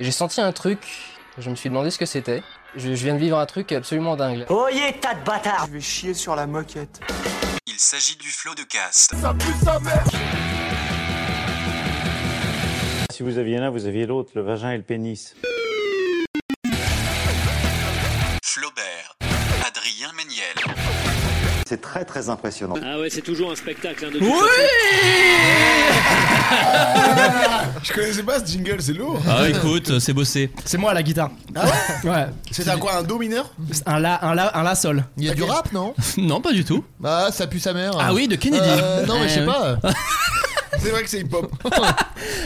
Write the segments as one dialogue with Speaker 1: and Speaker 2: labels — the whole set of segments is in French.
Speaker 1: J'ai senti un truc, je me suis demandé ce que c'était. Je, je viens de vivre un truc absolument dingue.
Speaker 2: Oyez, tas de bâtards
Speaker 3: Je vais chier sur la moquette.
Speaker 4: Il s'agit du flot de cast.
Speaker 5: Si vous aviez l'un, vous aviez l'autre, le vagin et le pénis.
Speaker 4: Flaubert. Adrien Méniel.
Speaker 5: C'est très très impressionnant.
Speaker 6: Ah ouais, c'est toujours un spectacle. Hein, de
Speaker 7: Je connaissais pas ce jingle, c'est lourd.
Speaker 8: Ah écoute, euh, c'est bossé.
Speaker 1: C'est moi la guitare.
Speaker 7: Ah ouais
Speaker 1: Ouais.
Speaker 7: C'est un quoi, un do mineur
Speaker 1: C'est Un la, un la, un la sol.
Speaker 7: Il y a du rap, non
Speaker 8: Non, pas du tout.
Speaker 7: Bah, ça pue sa mère.
Speaker 8: Ah oui, de Kennedy.
Speaker 7: Euh, non, mais je sais
Speaker 8: Eh
Speaker 7: pas. C'est vrai que c'est hip-hop.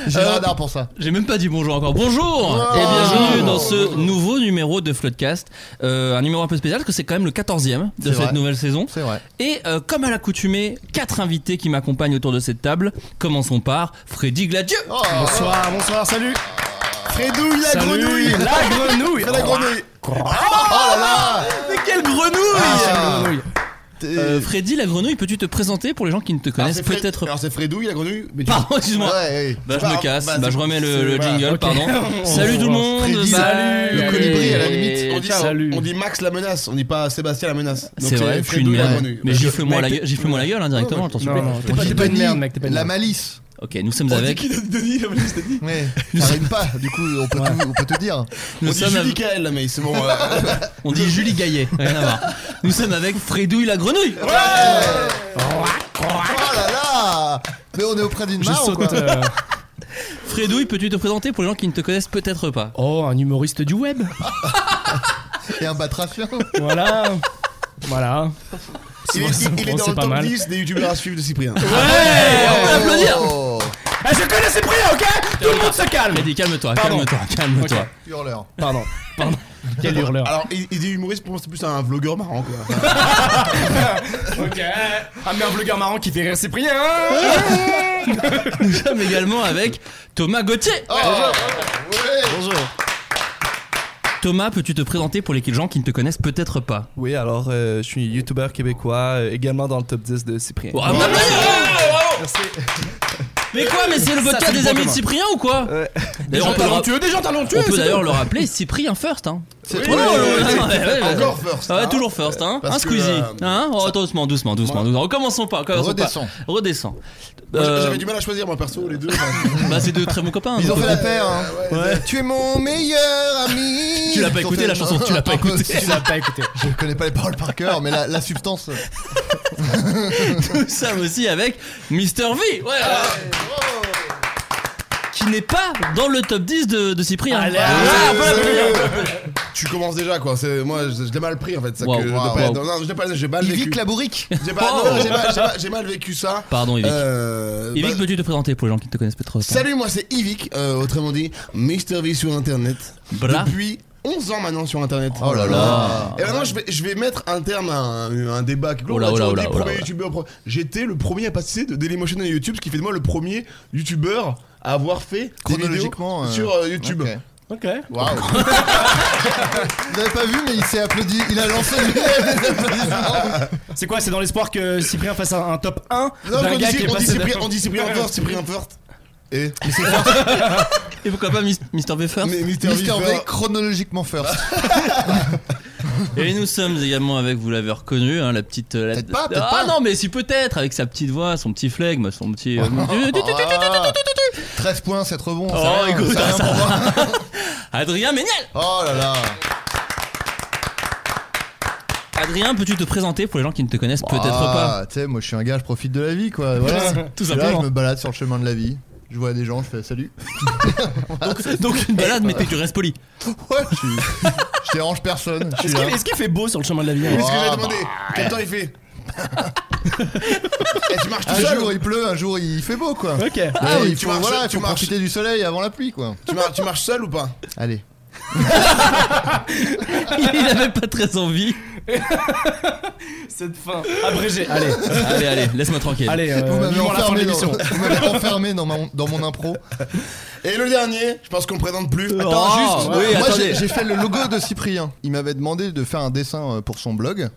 Speaker 7: J'ai
Speaker 8: Euh,
Speaker 7: un radar pour ça.
Speaker 8: J'ai même pas dit bonjour encore. Bonjour
Speaker 7: Oh.
Speaker 8: Et Eh bienvenue
Speaker 7: Bonjour.
Speaker 8: dans ce nouveau numéro de Floodcast. Euh, un numéro un peu spécial parce que c'est quand même le 14e de
Speaker 7: C'est
Speaker 8: cette
Speaker 7: vrai.
Speaker 8: nouvelle saison.
Speaker 7: C'est vrai.
Speaker 8: Et euh, comme à l'accoutumée, quatre invités qui m'accompagnent autour de cette table. Commençons par Freddy Gladieux.
Speaker 7: Oh,
Speaker 1: Bonsoir, bonsoir, salut.
Speaker 7: Fredouille, la
Speaker 1: Salut.
Speaker 7: grenouille
Speaker 1: La grenouille.
Speaker 7: Fais la grenouille Oh là là
Speaker 8: Mais quelle grenouille
Speaker 7: Ah, T'es-
Speaker 8: Euh, Freddy la grenouille, peux-tu te présenter pour les gens qui ne te
Speaker 7: Alors,
Speaker 8: connaissent
Speaker 7: c'est Fred-
Speaker 8: peut-être
Speaker 7: Alors c'est Fredouille, la grenouille mais tu-
Speaker 8: Pardon, excuse-moi.
Speaker 7: Ouais, ouais.
Speaker 8: Bah
Speaker 7: C'est
Speaker 8: je me
Speaker 7: pas-
Speaker 8: casse, bah,
Speaker 7: c'est-
Speaker 8: je remets le, le
Speaker 7: c'est- voilà.
Speaker 8: jingle, pardon.
Speaker 1: On-
Speaker 8: Salut tout
Speaker 1: on-
Speaker 8: le monde,
Speaker 7: Freddy,
Speaker 8: salut.
Speaker 7: Le colibri à la limite, on dit,
Speaker 1: Ciao. Salut.
Speaker 7: on dit Max la menace, on dit pas Sébastien la menace. Donc,
Speaker 8: C'est vrai, je suis une
Speaker 7: Fredouille, la
Speaker 8: merde.
Speaker 7: grenouille.
Speaker 8: Mais
Speaker 7: Parce que-
Speaker 8: gifle-moi la
Speaker 7: mec,
Speaker 8: gueule, gifle-moi la gueule hein, directement, attention.
Speaker 1: Non, non,
Speaker 7: T'es pas, Oh, t'es pas une merde, mec,
Speaker 1: t'es pas une
Speaker 7: La
Speaker 1: merde.
Speaker 7: malice.
Speaker 8: Ok, nous sommes avec.
Speaker 7: Ouais, ça rime pas, du coup, on peut, tout- on peut te dire.
Speaker 8: Nous
Speaker 7: on dit
Speaker 8: sommes
Speaker 7: Julie
Speaker 8: avec-
Speaker 7: Kael, là, mais c'est bon. euh,
Speaker 8: On dit Julie Gaillet, rien à voir. Nous sommes avec Fredouille la grenouille.
Speaker 7: Oh là là Mais on est auprès d'une
Speaker 1: Je
Speaker 7: mare ou quoi
Speaker 1: saute. euh,
Speaker 8: Fredouille, peux-tu te présenter pour les gens qui ne te connaissent peut-être pas
Speaker 1: Oh, un humoriste du web.
Speaker 7: Et un batracien
Speaker 1: Voilà. Voilà.
Speaker 7: Il est, il- il est
Speaker 1: Bon,
Speaker 7: dans
Speaker 1: c'est
Speaker 7: le
Speaker 1: pas
Speaker 7: top
Speaker 1: mal.
Speaker 7: 10 des youtubeurs à suivre de Cyprien.
Speaker 8: on peut l'applaudir.
Speaker 7: Oh,
Speaker 1: Eh, je connais ces prix, ok Tout le monde se calme.
Speaker 8: Il a dit calme-toi,
Speaker 1: Pardon.
Speaker 8: calme-toi, calme-toi.
Speaker 1: Ok.
Speaker 7: Hurleur.
Speaker 1: Pardon. Pardon. Quel hurleur.
Speaker 7: Alors, il, il dit humoriste, pour moi, c'est plus un vlogueur marrant, quoi.
Speaker 1: Ok. Ah, mais un blogueur marrant qui fait rire Cyprien. hein
Speaker 8: Nous sommes également avec Thomas Gauthier.
Speaker 1: Oh.
Speaker 7: Bonjour.
Speaker 8: Thomas, peux-tu te présenter pour les gens qui ne te connaissent peut-être pas
Speaker 3: Oui, alors euh, je suis youtubeur québécois, euh, également dans le top 10 de Cyprien.
Speaker 8: Oh, un applaudir Mais quoi, mais c'est le
Speaker 1: Ça,
Speaker 8: podcast
Speaker 1: c'est le
Speaker 8: des
Speaker 1: point
Speaker 8: amis de
Speaker 1: commun.
Speaker 8: Cyprien ou quoi
Speaker 3: Ouais.
Speaker 8: D'ailleurs, on peut le-
Speaker 1: des gens talentueux.
Speaker 8: On peut d'ailleurs le rappeler, Cyprien first, hein.
Speaker 7: C'est
Speaker 8: Ouais, ouais, ouais, ouais, ouais, ouais.
Speaker 7: Encore first.
Speaker 8: Ah ouais,
Speaker 7: hein.
Speaker 8: toujours first, hein.
Speaker 7: Parce
Speaker 8: un
Speaker 7: que,
Speaker 8: squeezie,
Speaker 7: euh,
Speaker 8: hein. Oh, attends, doucement, doucement, doucement, doucement. Recommençons pas. recommençons pas.
Speaker 7: Redescends.
Speaker 8: Redescends.
Speaker 7: Moi,
Speaker 8: Euh,
Speaker 7: J'avais du mal à choisir, moi, perso, les deux.
Speaker 8: Bah, c'est deux très bons copains.
Speaker 7: Ils ont
Speaker 8: donc,
Speaker 7: fait
Speaker 8: euh,
Speaker 7: la paire, hein. Tu es mon meilleur ami.
Speaker 8: Tu l'as pas
Speaker 7: Ils ont
Speaker 8: écouté,
Speaker 7: fait-
Speaker 8: la chanson, tu l'as pas
Speaker 7: Un peu,
Speaker 8: écouté.
Speaker 7: si, si.
Speaker 1: Tu l'as pas écouté.
Speaker 7: Je connais pas Ah, les paroles par cœur, mais la, la substance.
Speaker 8: Nous sommes aussi avec Mr V. Ouais. Qui n'est pas dans le top 10 de, de Cyprien.
Speaker 1: Allez,
Speaker 8: Ah,
Speaker 7: Euh,
Speaker 8: voilà.
Speaker 7: tu commences déjà, quoi. C'est- Moi, je, je l'ai mal pris, en fait. Ça,
Speaker 8: Wow,
Speaker 7: que je
Speaker 8: wow,
Speaker 7: l'ai pas-
Speaker 8: wow.
Speaker 7: Non, non, je l'ai pas, j'ai mal vécu.
Speaker 2: la bourrique
Speaker 7: J'ai pas-
Speaker 8: Oh.
Speaker 7: non, j'ai mal- j'ai mal- j'ai mal vécu ça.
Speaker 8: Pardon, Yvick.
Speaker 7: Euh,
Speaker 8: Yvick,
Speaker 7: bah,
Speaker 8: peux-tu te présenter pour les gens qui ne te connaissent peut-être pas
Speaker 7: Salut, moi c'est Yvick, euh, autrement dit Mr. V sur internet.
Speaker 8: Bra.
Speaker 7: Depuis 11 ans maintenant sur internet.
Speaker 5: Oh là là.
Speaker 7: Et maintenant, je vais, je vais mettre un terme à un, un débat qui
Speaker 8: Oh là,
Speaker 7: On a
Speaker 8: oh là,
Speaker 7: toujours
Speaker 8: oh
Speaker 7: dit
Speaker 8: là, oh
Speaker 7: premier
Speaker 8: là, oh là.
Speaker 7: youtubeur pro- J'étais le premier à passer de Dailymotion à YouTube, ce qui fait de moi le premier youtubeur à avoir fait des
Speaker 5: Chronologiquement,
Speaker 7: vidéos
Speaker 5: euh,
Speaker 7: sur euh, YouTube.
Speaker 5: ok.
Speaker 1: Ok.
Speaker 7: Waouh! Vous avez pas vu, mais il s'est applaudi. Il a lancé le
Speaker 1: C'est quoi C'est dans l'espoir que Cyprien fasse un, un top 1
Speaker 7: Non,
Speaker 1: d'un
Speaker 7: on dit,
Speaker 1: gars qui est
Speaker 7: Cyprien- on dit
Speaker 1: passé
Speaker 7: Cyprien,
Speaker 1: d'un-
Speaker 7: on dit Cyprien First, Cyprien First. Et
Speaker 8: Et pourquoi pas Mr V first
Speaker 7: mais
Speaker 5: Mister
Speaker 7: Mr. V,
Speaker 5: V chronologiquement first.
Speaker 8: Et nous sommes également avec, vous l'avez reconnu, hein, la petite. euh, la-
Speaker 5: Peut-être pas, peut-être
Speaker 8: ah
Speaker 5: pas.
Speaker 8: non, mais si peut-être, avec sa petite voix, son petit flegme, son petit. euh,
Speaker 7: 13 points, 7 rebonds.
Speaker 8: Oh,
Speaker 7: ça va,
Speaker 8: écoute,
Speaker 7: c'est rien
Speaker 8: ça
Speaker 7: pour moi.
Speaker 8: Adrien Méniel
Speaker 7: Oh là là
Speaker 8: Adrien, peux-tu te présenter pour les gens qui ne te connaissent peut-être pas
Speaker 7: Ah, Tu sais, moi je suis un gars, je profite de la vie quoi. Voilà.
Speaker 8: Tout
Speaker 7: Je suis
Speaker 8: simplement.
Speaker 7: Là, je me balade sur le chemin de la vie. Je vois des gens, je fais salut.
Speaker 8: donc, donc une balade, mais t'es- tu restes poli.
Speaker 7: Ouais, je, suis- je dérange personne. Je suis
Speaker 1: Est-ce qu'il
Speaker 7: là.
Speaker 1: est-ce qu'il fait beau sur le chemin de la vie hein
Speaker 7: Oui, c'est ce que j'avais demandé.
Speaker 3: Quel temps il fait
Speaker 7: Un jour il pleut, un jour il fait beau quoi.
Speaker 1: Ok.
Speaker 7: Mais
Speaker 3: Ah oui,
Speaker 7: il
Speaker 3: tu
Speaker 7: faut,
Speaker 3: marches-
Speaker 7: voilà, il
Speaker 3: tu
Speaker 7: faut
Speaker 3: marches-
Speaker 7: profiter du soleil avant la pluie quoi.
Speaker 3: tu, mar- tu marches seul ou pas
Speaker 7: Allez.
Speaker 8: Il avait pas très envie.
Speaker 1: Cette fin. Abrégé.
Speaker 8: Allez, allez, allez, laisse-moi tranquille.
Speaker 1: Allez, euh,
Speaker 7: Vous m'avez
Speaker 1: vivons la fin de
Speaker 7: enfermé,
Speaker 1: l'émission.
Speaker 7: dans, vous m'avez enfermé dans, ma- dans mon impro.
Speaker 3: Et le dernier, je pense qu'on ne présente plus.
Speaker 7: Attends, juste,
Speaker 8: oui,
Speaker 7: moi
Speaker 8: Oh, attendez.
Speaker 7: j'ai- j'ai fait le logo de Cyprien. Il m'avait demandé de faire un dessin euh, pour son blog.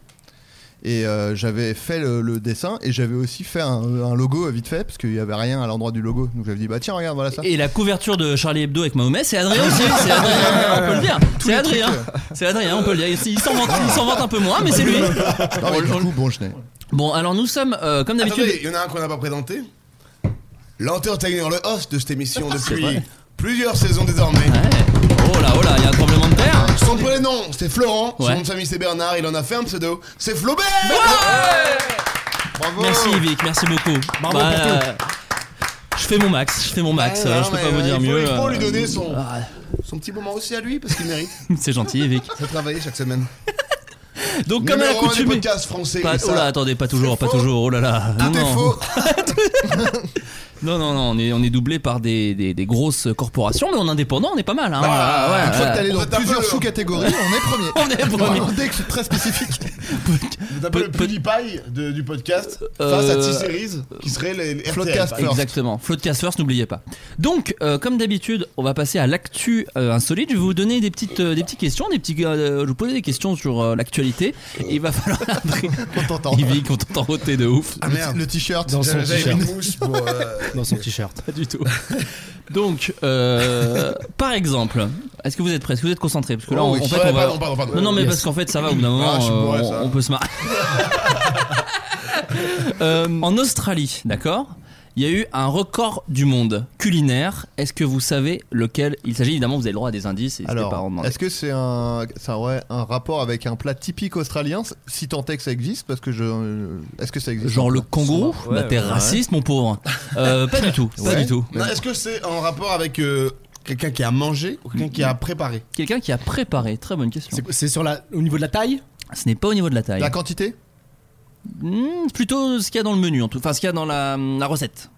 Speaker 7: Et euh, j'avais fait le, le dessin et j'avais aussi fait un, un logo euh, vite fait parce qu'il n'y avait rien à l'endroit du logo. Donc j'avais dit bah tiens regarde voilà ça.
Speaker 8: Et la couverture de Charlie Hebdo avec Mahomet, c'est Adrien aussi, c'est Adrien, on peut le dire. C'est Adrien,
Speaker 1: euh.
Speaker 8: c'est Adrien, on peut le dire. Il s'en vante, il s'en vante un peu moins, mais c'est lui.
Speaker 7: Non, mais du coup bon je n'ai.
Speaker 8: Bon, alors nous sommes, euh, comme
Speaker 3: Attendez,
Speaker 8: d'habitude.
Speaker 3: il y en a un qu'on n'a pas présenté. L'entertainer, le host de cette émission depuis plusieurs saisons désormais.
Speaker 8: Oh là, oh là, il y a un tremblement de terre.
Speaker 3: Son prénom, c'est Florent.
Speaker 8: Ouais.
Speaker 3: Son nom de famille, c'est Bernard. Il en a fait un pseudo. C'est Flaubert Bravo
Speaker 8: Merci Vic, merci beaucoup.
Speaker 3: Bravo pour tout.
Speaker 8: euh, je fais mon max, je fais mon max,
Speaker 3: Ouais,
Speaker 8: euh,
Speaker 3: non,
Speaker 8: je peux
Speaker 3: mais,
Speaker 8: pas vous
Speaker 3: euh,
Speaker 8: dire
Speaker 3: il faut-
Speaker 8: mieux.
Speaker 3: Il faut
Speaker 8: euh,
Speaker 3: lui donner son, son petit moment aussi à lui parce qu'il mérite.
Speaker 8: C'est gentil Vic.
Speaker 3: de travailler chaque semaine.
Speaker 8: Donc comme à
Speaker 3: Numéro un des
Speaker 8: l'accoutumée.
Speaker 3: podcasts français,
Speaker 8: Pas-
Speaker 3: et ça-
Speaker 8: oh là, attendez, pas toujours, pas toujours. Oh là là.
Speaker 7: Tout
Speaker 8: non,
Speaker 7: est
Speaker 8: non.
Speaker 7: faux.
Speaker 8: Non, non, non, on est, on est doublé par des, des, des grosses corporations, mais en indépendant, on est pas mal. Hein. Ouais,
Speaker 7: Une fois
Speaker 8: ouais.
Speaker 7: que t'es allé dans plusieurs
Speaker 3: le-
Speaker 7: sous-catégories, on est premier.
Speaker 8: On est premier.
Speaker 7: Vraiment, Dès que c'est très spécifique.
Speaker 3: Vous appelez le PewDiePie de- du podcast
Speaker 8: Euh,
Speaker 3: face à T-Series qui serait les, les RTL.
Speaker 7: Floodcast
Speaker 3: par exemple.
Speaker 8: Exactement. Floodcast First, n'oubliez pas. Donc, euh, comme d'habitude, on va passer à l'actu euh, insolite. Je vais vous donner des petites, euh, des petites questions, des petits, euh, je vais vous poser des questions sur euh, l'actualité. Et il va falloir.
Speaker 7: On t'entend.
Speaker 8: Yvick, on t'entend roter de ouf.
Speaker 3: Ah merde.
Speaker 7: Le t-shirt.
Speaker 1: Dans son
Speaker 3: J'avais- J'avais
Speaker 1: t-shirt.
Speaker 3: une mousse pour. euh,
Speaker 1: Dans son t-shirt.
Speaker 8: Pas du tout. Donc, euh, par exemple, est-ce que vous êtes prêts Est-ce que vous êtes concentrés Parce que là,
Speaker 7: Oh
Speaker 8: on,
Speaker 7: oui.
Speaker 8: en fait,
Speaker 3: Ouais,
Speaker 8: on va.
Speaker 3: pardon, pardon, pardon.
Speaker 8: Non, non, mais
Speaker 1: Yes.
Speaker 8: parce qu'en fait, ça va, au bout d'un moment,
Speaker 3: Ah, je suis
Speaker 8: euh,
Speaker 3: bourré,
Speaker 8: on,
Speaker 3: ça va.
Speaker 8: on peut se marrer. Euh, en Australie, d'accord il y a eu un record du monde culinaire. Est-ce que vous savez lequel il s'agit Évidemment, vous avez le droit à des indices. Et n'hésitez pas à en
Speaker 7: Alors,
Speaker 8: demander.
Speaker 7: est-ce que c'est un, ça aurait un rapport avec un plat typique australien, si tant est que ça existe Parce que je. euh, Est-ce que ça existe
Speaker 8: Genre le kangourou
Speaker 1: Ouais,
Speaker 8: Bah, T'es
Speaker 1: ouais.
Speaker 8: raciste, mon pauvre. Euh, pas du tout. Pas
Speaker 7: Ouais.
Speaker 8: du tout.
Speaker 3: non, Est-ce que c'est en rapport avec euh, quelqu'un qui a mangé ou quelqu'un
Speaker 7: Mm.
Speaker 3: qui a préparé
Speaker 8: Quelqu'un qui a préparé. Très bonne question.
Speaker 1: C'est- C'est sur la, au niveau de la taille
Speaker 8: Ce n'est pas au niveau de la taille.
Speaker 7: La quantité
Speaker 8: Hmm, plutôt ce qu'il y a dans le menu, en tout, enfin ce qu'il y a dans la, la recette.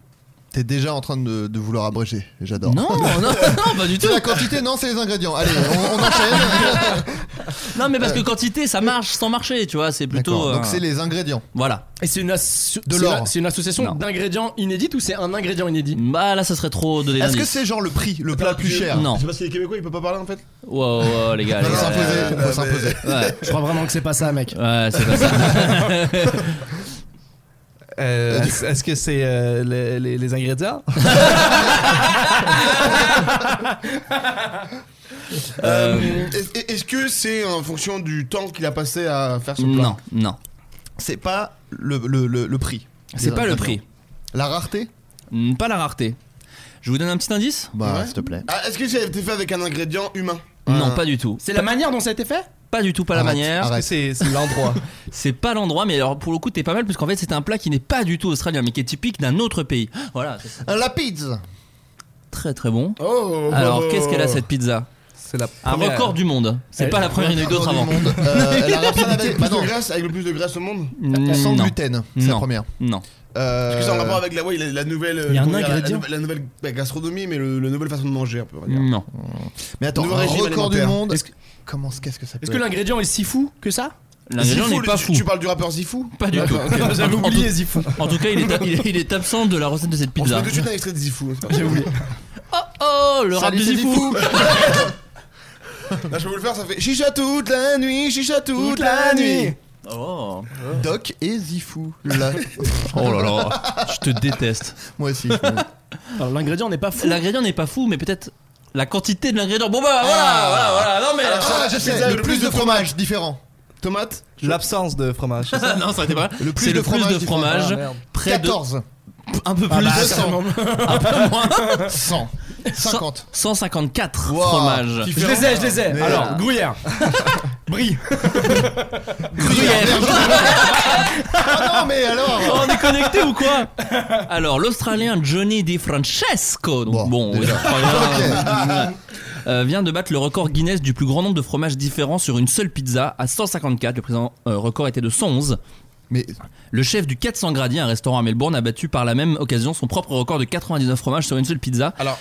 Speaker 7: T'es déjà en train de, de vouloir abréger. J'adore.
Speaker 8: Non, non, non, pas du tout.
Speaker 7: C'est la quantité, non, c'est les ingrédients. Allez, on, on enchaîne.
Speaker 8: Non, mais parce que quantité, ça marche sans marcher, tu vois, c'est plutôt.
Speaker 7: D'accord,
Speaker 8: euh,
Speaker 7: Donc c'est les ingrédients.
Speaker 8: Voilà.
Speaker 1: Et c'est une, asso-
Speaker 7: De
Speaker 1: c'est
Speaker 7: l'or.
Speaker 1: une- c'est une association
Speaker 8: Non.
Speaker 1: d'ingrédients inédits ou c'est un ingrédient inédit
Speaker 8: Bah là, ça serait trop de
Speaker 7: Est-ce que c'est genre le prix, le plat le plus cher
Speaker 8: Non.
Speaker 3: Je sais pas si les Québécois ils peuvent pas parler en fait.
Speaker 8: Wow, wow, les gars. les
Speaker 7: Faut
Speaker 8: gars,
Speaker 7: s'imposer,
Speaker 3: Euh,
Speaker 7: faut s'imposer.
Speaker 8: Ouais, ouais,
Speaker 1: Je crois vraiment que c'est pas ça, mec.
Speaker 8: Ouais, c'est pas ça.
Speaker 9: Euh, est-ce est-ce que c'est euh, les, les- les ingrédients
Speaker 3: Euh, est- est- Est-ce que c'est en fonction du temps qu'il a passé à faire ce plat
Speaker 8: non, non.
Speaker 7: C'est pas le, le- le- le prix.
Speaker 8: C'est
Speaker 7: Les
Speaker 8: pas le
Speaker 7: ingrédients.
Speaker 8: prix.
Speaker 7: La rareté
Speaker 8: Hmm, Pas la rareté. Je vous donne un petit indice
Speaker 7: Bah,
Speaker 3: Ouais.
Speaker 7: s'il te plaît. Ah.
Speaker 3: Ah, Est-ce que ça a été fait avec un ingrédient humain
Speaker 7: Euh,
Speaker 8: Non, pas du tout.
Speaker 1: C'est la manière dont ça a été fait
Speaker 8: Pas du tout, pas la
Speaker 7: Arrête,
Speaker 8: manière.
Speaker 7: arrête.
Speaker 9: C'est c'est l'endroit.
Speaker 8: C'est pas l'endroit, mais alors pour le coup, t'es pas mal, parce qu'en fait, c'est un plat qui n'est pas du tout australien, mais qui est typique d'un autre pays. Voilà, c'est
Speaker 7: Un lapide
Speaker 8: très très bon.
Speaker 3: Oh
Speaker 8: Alors, qu'est-ce qu'elle a cette pizza
Speaker 9: C'est la
Speaker 8: Un
Speaker 9: première-
Speaker 8: record du monde. C'est
Speaker 1: Elle-
Speaker 8: pas la première, il y en a eu d'autres
Speaker 7: du
Speaker 8: avant.
Speaker 7: monde. Euh, la
Speaker 3: Personne avec
Speaker 7: rapidité.
Speaker 3: le
Speaker 7: Bah
Speaker 3: plus de
Speaker 7: non,
Speaker 3: graisse, avec le plus de graisse au monde
Speaker 7: Euh, sans
Speaker 8: Mm, non.
Speaker 7: gluten. C'est la
Speaker 8: Non.
Speaker 7: première.
Speaker 8: Non.
Speaker 3: Est-ce que c'est en
Speaker 7: Euh,
Speaker 3: rapport avec la, ouais, la, la nouvelle, euh,
Speaker 1: Il y a un
Speaker 3: comment dire, la- la
Speaker 1: ingrédient.
Speaker 3: nouvelle- la, nouvelle bah, gastronomie, mais le- la nouvelle façon de manger, un peu, on va dire.
Speaker 8: Non.
Speaker 7: Mais attends,
Speaker 3: Nouveau
Speaker 7: un
Speaker 3: régime
Speaker 7: record du
Speaker 3: alimentaire.
Speaker 7: monde.
Speaker 1: Est-ce que-
Speaker 7: Comment, qu'est-ce que ça peut
Speaker 1: Est-ce que
Speaker 7: être
Speaker 1: l'ingrédient est si fou que ça
Speaker 8: L'ingrédient
Speaker 3: Zifou,
Speaker 8: n'est pas
Speaker 3: tu-
Speaker 8: fou.
Speaker 3: Tu parles du rappeur Zifou
Speaker 8: Pas du tout.
Speaker 1: J'avais
Speaker 8: En
Speaker 1: oublié Zifou.
Speaker 8: tout- En tout cas, il est, il- il est absent de la recette de cette
Speaker 3: On se
Speaker 8: pizza.
Speaker 3: met tout de suite un extrait de Zifou. c'est pas grave.
Speaker 8: Oh oh, le rap du
Speaker 7: Salut, c'est
Speaker 8: Zifou.
Speaker 3: Là, je peux vous le faire, ça fait chicha toute la nuit, chicha toute
Speaker 1: Toute
Speaker 3: la
Speaker 1: la
Speaker 3: nuit.
Speaker 1: nuit.
Speaker 8: Oh.
Speaker 7: Doc et Zifou. Là.
Speaker 8: oh là là, je te déteste.
Speaker 7: Moi aussi. je pense.
Speaker 1: Alors, L'ingrédient n'est pas fou.
Speaker 8: L'ingrédient n'est pas fou, mais peut-être la quantité de l'ingrédient. Bon bah voilà, voilà, voilà. Non mais.
Speaker 7: Ah, je sais, le plus de fromage différent.
Speaker 3: Tomate
Speaker 9: L'absence de fromage. c'est ça
Speaker 8: non, ça n'était pas.
Speaker 7: Le plus
Speaker 8: C'est
Speaker 7: de
Speaker 8: le plus
Speaker 7: fromage
Speaker 8: de
Speaker 7: du
Speaker 8: fromage.
Speaker 7: fromage.
Speaker 8: Près de.
Speaker 7: 14.
Speaker 8: un peu
Speaker 3: Ah
Speaker 8: plus.
Speaker 3: bah, 200.
Speaker 8: un peu moins.
Speaker 7: 100. 50.
Speaker 8: 154 fromages.
Speaker 1: Je les ai, je les ai.
Speaker 8: Mais-
Speaker 1: Alors, gruyère. Brie.
Speaker 7: Ah non, mais alors
Speaker 8: On est connecté ou quoi Alors, l'Australien Johnny Di Francesco, donc bon, on est Australien, euh, vient de battre le record Guinness du plus grand nombre de fromages différents sur une seule pizza à 154. Le présent euh, record était de 111.
Speaker 7: Mais
Speaker 8: le chef du 400 Gradi, un restaurant à Melbourne, a battu par la même occasion son propre record de 99 fromages sur une seule pizza.
Speaker 3: Alors,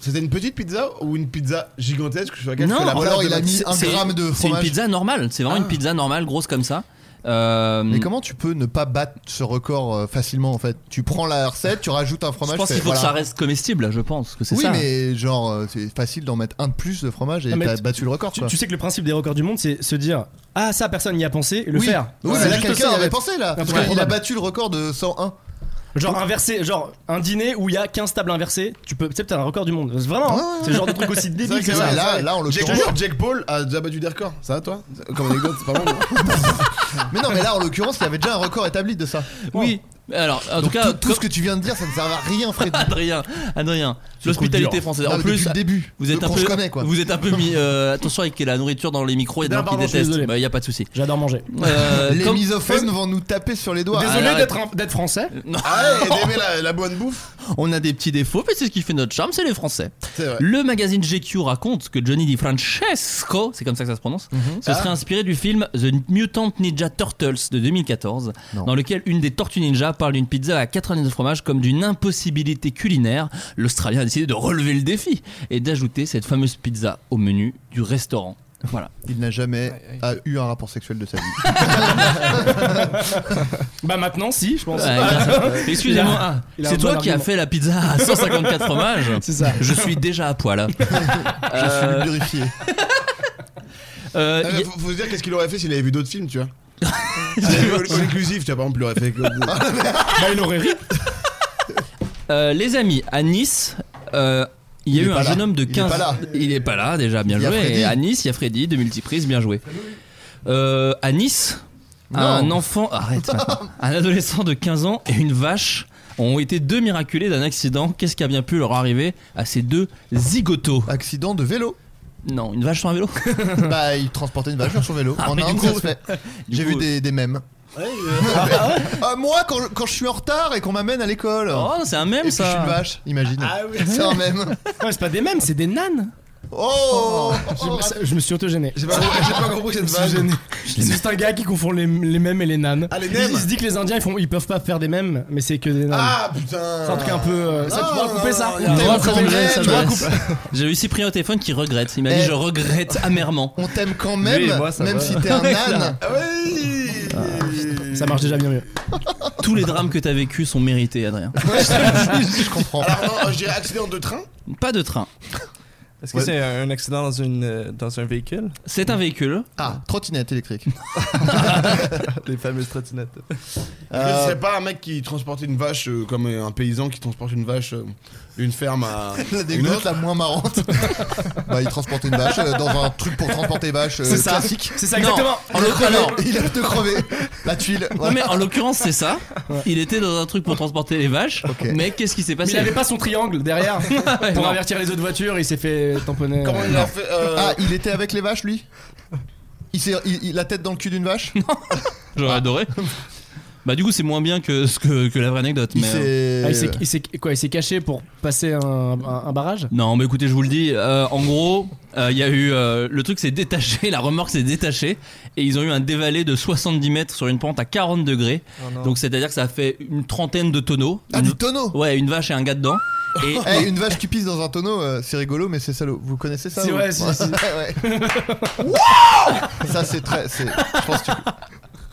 Speaker 3: C'était une petite pizza ou une pizza gigantesque sur laquelle je fais
Speaker 8: non,
Speaker 3: la place de ma-
Speaker 8: c'est- C'est une pizza normale, c'est vraiment
Speaker 3: Ah.
Speaker 8: une pizza normale, grosse comme ça. Euh,
Speaker 3: Mm.
Speaker 7: Mais comment tu peux ne pas battre ce record euh, facilement en fait Tu prends la recette, tu rajoutes un
Speaker 8: je
Speaker 7: fromage.
Speaker 8: pense
Speaker 7: tu
Speaker 8: qu'il
Speaker 7: fais,
Speaker 8: faut que ça
Speaker 7: voilà.
Speaker 8: reste comestible, je pense que c'est
Speaker 7: Oui,
Speaker 8: ça.
Speaker 7: mais genre, euh, c'est facile d'en mettre un de plus de fromage et
Speaker 1: Non, mais
Speaker 7: t'as
Speaker 1: tu-
Speaker 7: battu le record.
Speaker 1: Tu,
Speaker 7: quoi.
Speaker 1: tu sais que le principe des records du monde, c'est se dire Ah, ça, personne n'y a pensé et le
Speaker 7: oui.
Speaker 1: faire.
Speaker 7: Oui,
Speaker 1: C'est
Speaker 7: mais là,
Speaker 1: juste
Speaker 7: quelqu'un
Speaker 1: ça,
Speaker 7: y
Speaker 1: en
Speaker 7: avait
Speaker 1: fait.
Speaker 7: pensé là.
Speaker 1: Parce
Speaker 7: Parce
Speaker 1: que
Speaker 7: qu'il a battu le record de 101.
Speaker 1: Genre inversé, genre un dîner où il y a 15 tables inversées, tu peux, tu sais, t'as un record du monde. C'est Vraiment, hein. c'est le genre de truc aussi
Speaker 3: C'est vrai
Speaker 1: débile
Speaker 3: que
Speaker 1: que
Speaker 3: c'est
Speaker 1: ça.
Speaker 3: vrai, là, là, en
Speaker 1: Jack-
Speaker 3: l'occurrence, Jack, Paul a déjà battu des records. Ça, toi Comme anecdote, c'est pas mal.
Speaker 7: mais non, mais là en l'occurrence, il y avait déjà un record établi de ça.
Speaker 8: Oui. Alors, en tout
Speaker 7: Donc,
Speaker 8: cas,
Speaker 7: tout, tout ce que tu viens de dire, ça ne sert à rien, Fred.
Speaker 8: Adrien, Adrien,
Speaker 7: C'est trop
Speaker 8: l'hospitalité
Speaker 7: dur.
Speaker 8: française.
Speaker 7: Non,
Speaker 8: En
Speaker 7: mais
Speaker 8: plus,
Speaker 7: depuis le début,
Speaker 8: vous êtes
Speaker 7: le-
Speaker 8: un
Speaker 7: qu'on
Speaker 8: peu,
Speaker 7: se connaît, quoi.
Speaker 8: vous êtes un peu mis euh, attention avec la nourriture dans les micros. Il y en
Speaker 1: Non,
Speaker 8: a qui
Speaker 1: pardon, je suis
Speaker 8: détestent.
Speaker 1: désolé.
Speaker 8: Bah, Il y a pas de souci.
Speaker 1: J'adore manger.
Speaker 8: Euh,
Speaker 7: Les
Speaker 8: comme-
Speaker 7: misophones vont nous taper sur les doigts.
Speaker 1: Désolé
Speaker 8: arrête.
Speaker 1: d'être un- d'être français.
Speaker 3: Ah, et d'aimer la, la bonne bouffe.
Speaker 8: On a des petits défauts, mais c'est ce qui fait notre charme, c'est les Français.
Speaker 3: C'est vrai.
Speaker 8: Le magazine GQ raconte que Johnny Di Francesco, c'est comme ça que ça se prononce, se serait
Speaker 3: Ah.
Speaker 8: inspiré du film The Mutant Ninja Turtles de 2014,
Speaker 7: Non.
Speaker 8: dans lequel une des tortues ninja parle d'une pizza à 99 fromages comme d'une impossibilité culinaire. L'Australien a décidé de relever le défi et d'ajouter cette fameuse pizza au menu du restaurant. Voilà.
Speaker 7: Il n'a jamais a eu un rapport sexuel de sa vie.
Speaker 1: Bah maintenant, si, je pense.
Speaker 8: Ouais, bien sûr. Excusez-moi, ah,
Speaker 1: Il a un
Speaker 8: c'est
Speaker 1: bon
Speaker 8: toi qui as
Speaker 1: argument.
Speaker 8: fait la pizza à 154 fromages.
Speaker 1: C'est ça.
Speaker 8: Je suis déjà à poil.
Speaker 7: Je
Speaker 8: Euh,
Speaker 7: suis lubrifié.
Speaker 8: euh,
Speaker 3: Ah,
Speaker 8: y-
Speaker 3: mais faut, faut se dire qu'est-ce qu'il aurait fait s'il avait vu d'autres films, tu vois. S'il avait vu All Inclusive, tu vois, par exemple, il aurait fait.
Speaker 1: Bah, il aurait ri.
Speaker 8: Euh, les amis, à Nice, euh, il y a
Speaker 7: Il
Speaker 8: eu
Speaker 7: est
Speaker 8: un
Speaker 7: pas
Speaker 8: jeune
Speaker 7: là.
Speaker 8: homme de
Speaker 7: Il est
Speaker 8: 15
Speaker 7: pas là.
Speaker 8: Il est pas là, déjà, bien
Speaker 7: Il y a
Speaker 8: joué.
Speaker 7: Freddy.
Speaker 8: Et à Nice, il y a Freddy de Multiprise, bien joué. Euh, à Nice,
Speaker 7: Non.
Speaker 8: un enfant. Arrête maintenant. Un adolescent de 15 ans et une vache ont été deux miraculés d'un accident. Qu'est-ce qui a bien pu leur arriver à ces deux zigotos
Speaker 7: Accident de vélo.
Speaker 8: Non, une vache sur un vélo
Speaker 7: Bah, il transportait une vache sur son vélo.
Speaker 8: Ah,
Speaker 7: en
Speaker 8: mais du
Speaker 7: Inde,
Speaker 8: coup-
Speaker 7: ça se fait.
Speaker 8: du
Speaker 7: J'ai
Speaker 8: coup-
Speaker 7: vu des, des mèmes.
Speaker 3: euh.
Speaker 7: Ah, moi, quand, je- quand je suis en retard et qu'on m'amène à l'école.
Speaker 8: Oh, c'est un
Speaker 7: et
Speaker 8: mème
Speaker 7: puis je suis une
Speaker 8: ça
Speaker 7: vache, imagine.
Speaker 1: Ah oui.
Speaker 7: C'est un mème.
Speaker 1: Ouais, c'est pas des mêmes, c'est des nanes.
Speaker 7: Oh,
Speaker 1: J'ai- ça- Je me suis autogéné.
Speaker 3: J'ai pas, compris- j'ai pas compris cette vache.
Speaker 1: C'est juste un gars qui confond les, les mêmes et les nanes.
Speaker 3: Ah, les
Speaker 1: il,
Speaker 3: nems.
Speaker 1: il se dit que les Indiens ils, font, ils peuvent pas faire des mêmes, mais c'est que des nanes.
Speaker 3: Ah putain
Speaker 1: c'est un truc un peu. euh, ça, tu
Speaker 3: Non,
Speaker 1: dois
Speaker 3: non,
Speaker 1: couper
Speaker 3: non,
Speaker 1: ça.
Speaker 3: non, non,
Speaker 1: Tu
Speaker 8: On
Speaker 1: dois
Speaker 8: va
Speaker 1: couper,
Speaker 8: trouver, ça
Speaker 1: tu dois
Speaker 8: va.
Speaker 1: couper.
Speaker 8: J'ai eu Cyprien au téléphone qui regrette. Il m'a
Speaker 7: Eh.
Speaker 8: dit Je regrette amèrement.
Speaker 7: On t'aime quand même,
Speaker 9: Lui et moi, ça
Speaker 7: même
Speaker 9: va.
Speaker 7: si t'es un âne.
Speaker 3: Ah oui
Speaker 1: Ça marche déjà bien mieux.
Speaker 8: Tous les drames que t'as vécu sont mérités, Adrien.
Speaker 7: je comprends.
Speaker 3: Alors, non, je dirais accident de train.
Speaker 8: Pas de train.
Speaker 9: Est-ce que
Speaker 7: Ouais.
Speaker 9: c'est un accident dans, une, euh, dans un véhicule
Speaker 8: C'est un véhicule.
Speaker 7: Ah, trottinette électrique.
Speaker 9: Les fameuses trottinettes.
Speaker 7: Euh,
Speaker 3: C'est pas un mec qui transportait une vache euh, comme euh, un paysan qui transporte une vache euh, d'une ferme à
Speaker 7: La
Speaker 3: une
Speaker 7: dégoûte
Speaker 3: autre.
Speaker 7: la moins marrante. bah, il transportait une vache euh, dans un truc pour transporter vache euh,
Speaker 1: C'est ça.
Speaker 7: classique.
Speaker 1: C'est ça,
Speaker 8: Non.
Speaker 1: exactement.
Speaker 7: En l'occurrence, il a de crever. La tuile.
Speaker 8: Non
Speaker 7: voilà.
Speaker 8: mais en l'occurrence c'est ça. Il était dans un truc pour transporter les vaches. Mais qu'est-ce qui s'est
Speaker 1: Mais
Speaker 8: passé
Speaker 1: il avait pas son triangle derrière pour
Speaker 8: Non.
Speaker 1: avertir les autres voitures, il s'est fait tamponner.
Speaker 3: Comment il a fait euh,
Speaker 7: Ah, il était avec les vaches, lui il, s'est- il- il- La tête dans le cul d'une vache
Speaker 8: J'aurais adoré. Bah du coup c'est moins bien que ce que, que la vraie anecdote.
Speaker 7: Il
Speaker 8: mais, euh,
Speaker 7: s'est.
Speaker 1: Ah, il s'est- il s'est quoi, il s'est caché pour passer un, un- un barrage
Speaker 8: Non mais écoutez je vous le dis. euh, en gros euh, il y a eu euh, le truc s'est détaché, la remorque s'est détachée et ils ont eu un dévalé de 70 mètres sur une pente à 40 degrés.
Speaker 3: Oh
Speaker 8: Donc c'est-à-dire que ça a fait une trentaine de tonneaux.
Speaker 7: Ah,
Speaker 8: Une-
Speaker 7: du tonneau
Speaker 8: Ouais une vache et un gars dedans. Et
Speaker 7: Eh, Une vache qui pisse dans un tonneau, euh, c'est rigolo, mais c'est salaud. Vous connaissez ça
Speaker 1: Si,
Speaker 7: vous
Speaker 1: ouais, si, si.
Speaker 7: Ouais, ouais. Wow Ça, c'est très. c'est- Je pense que tu-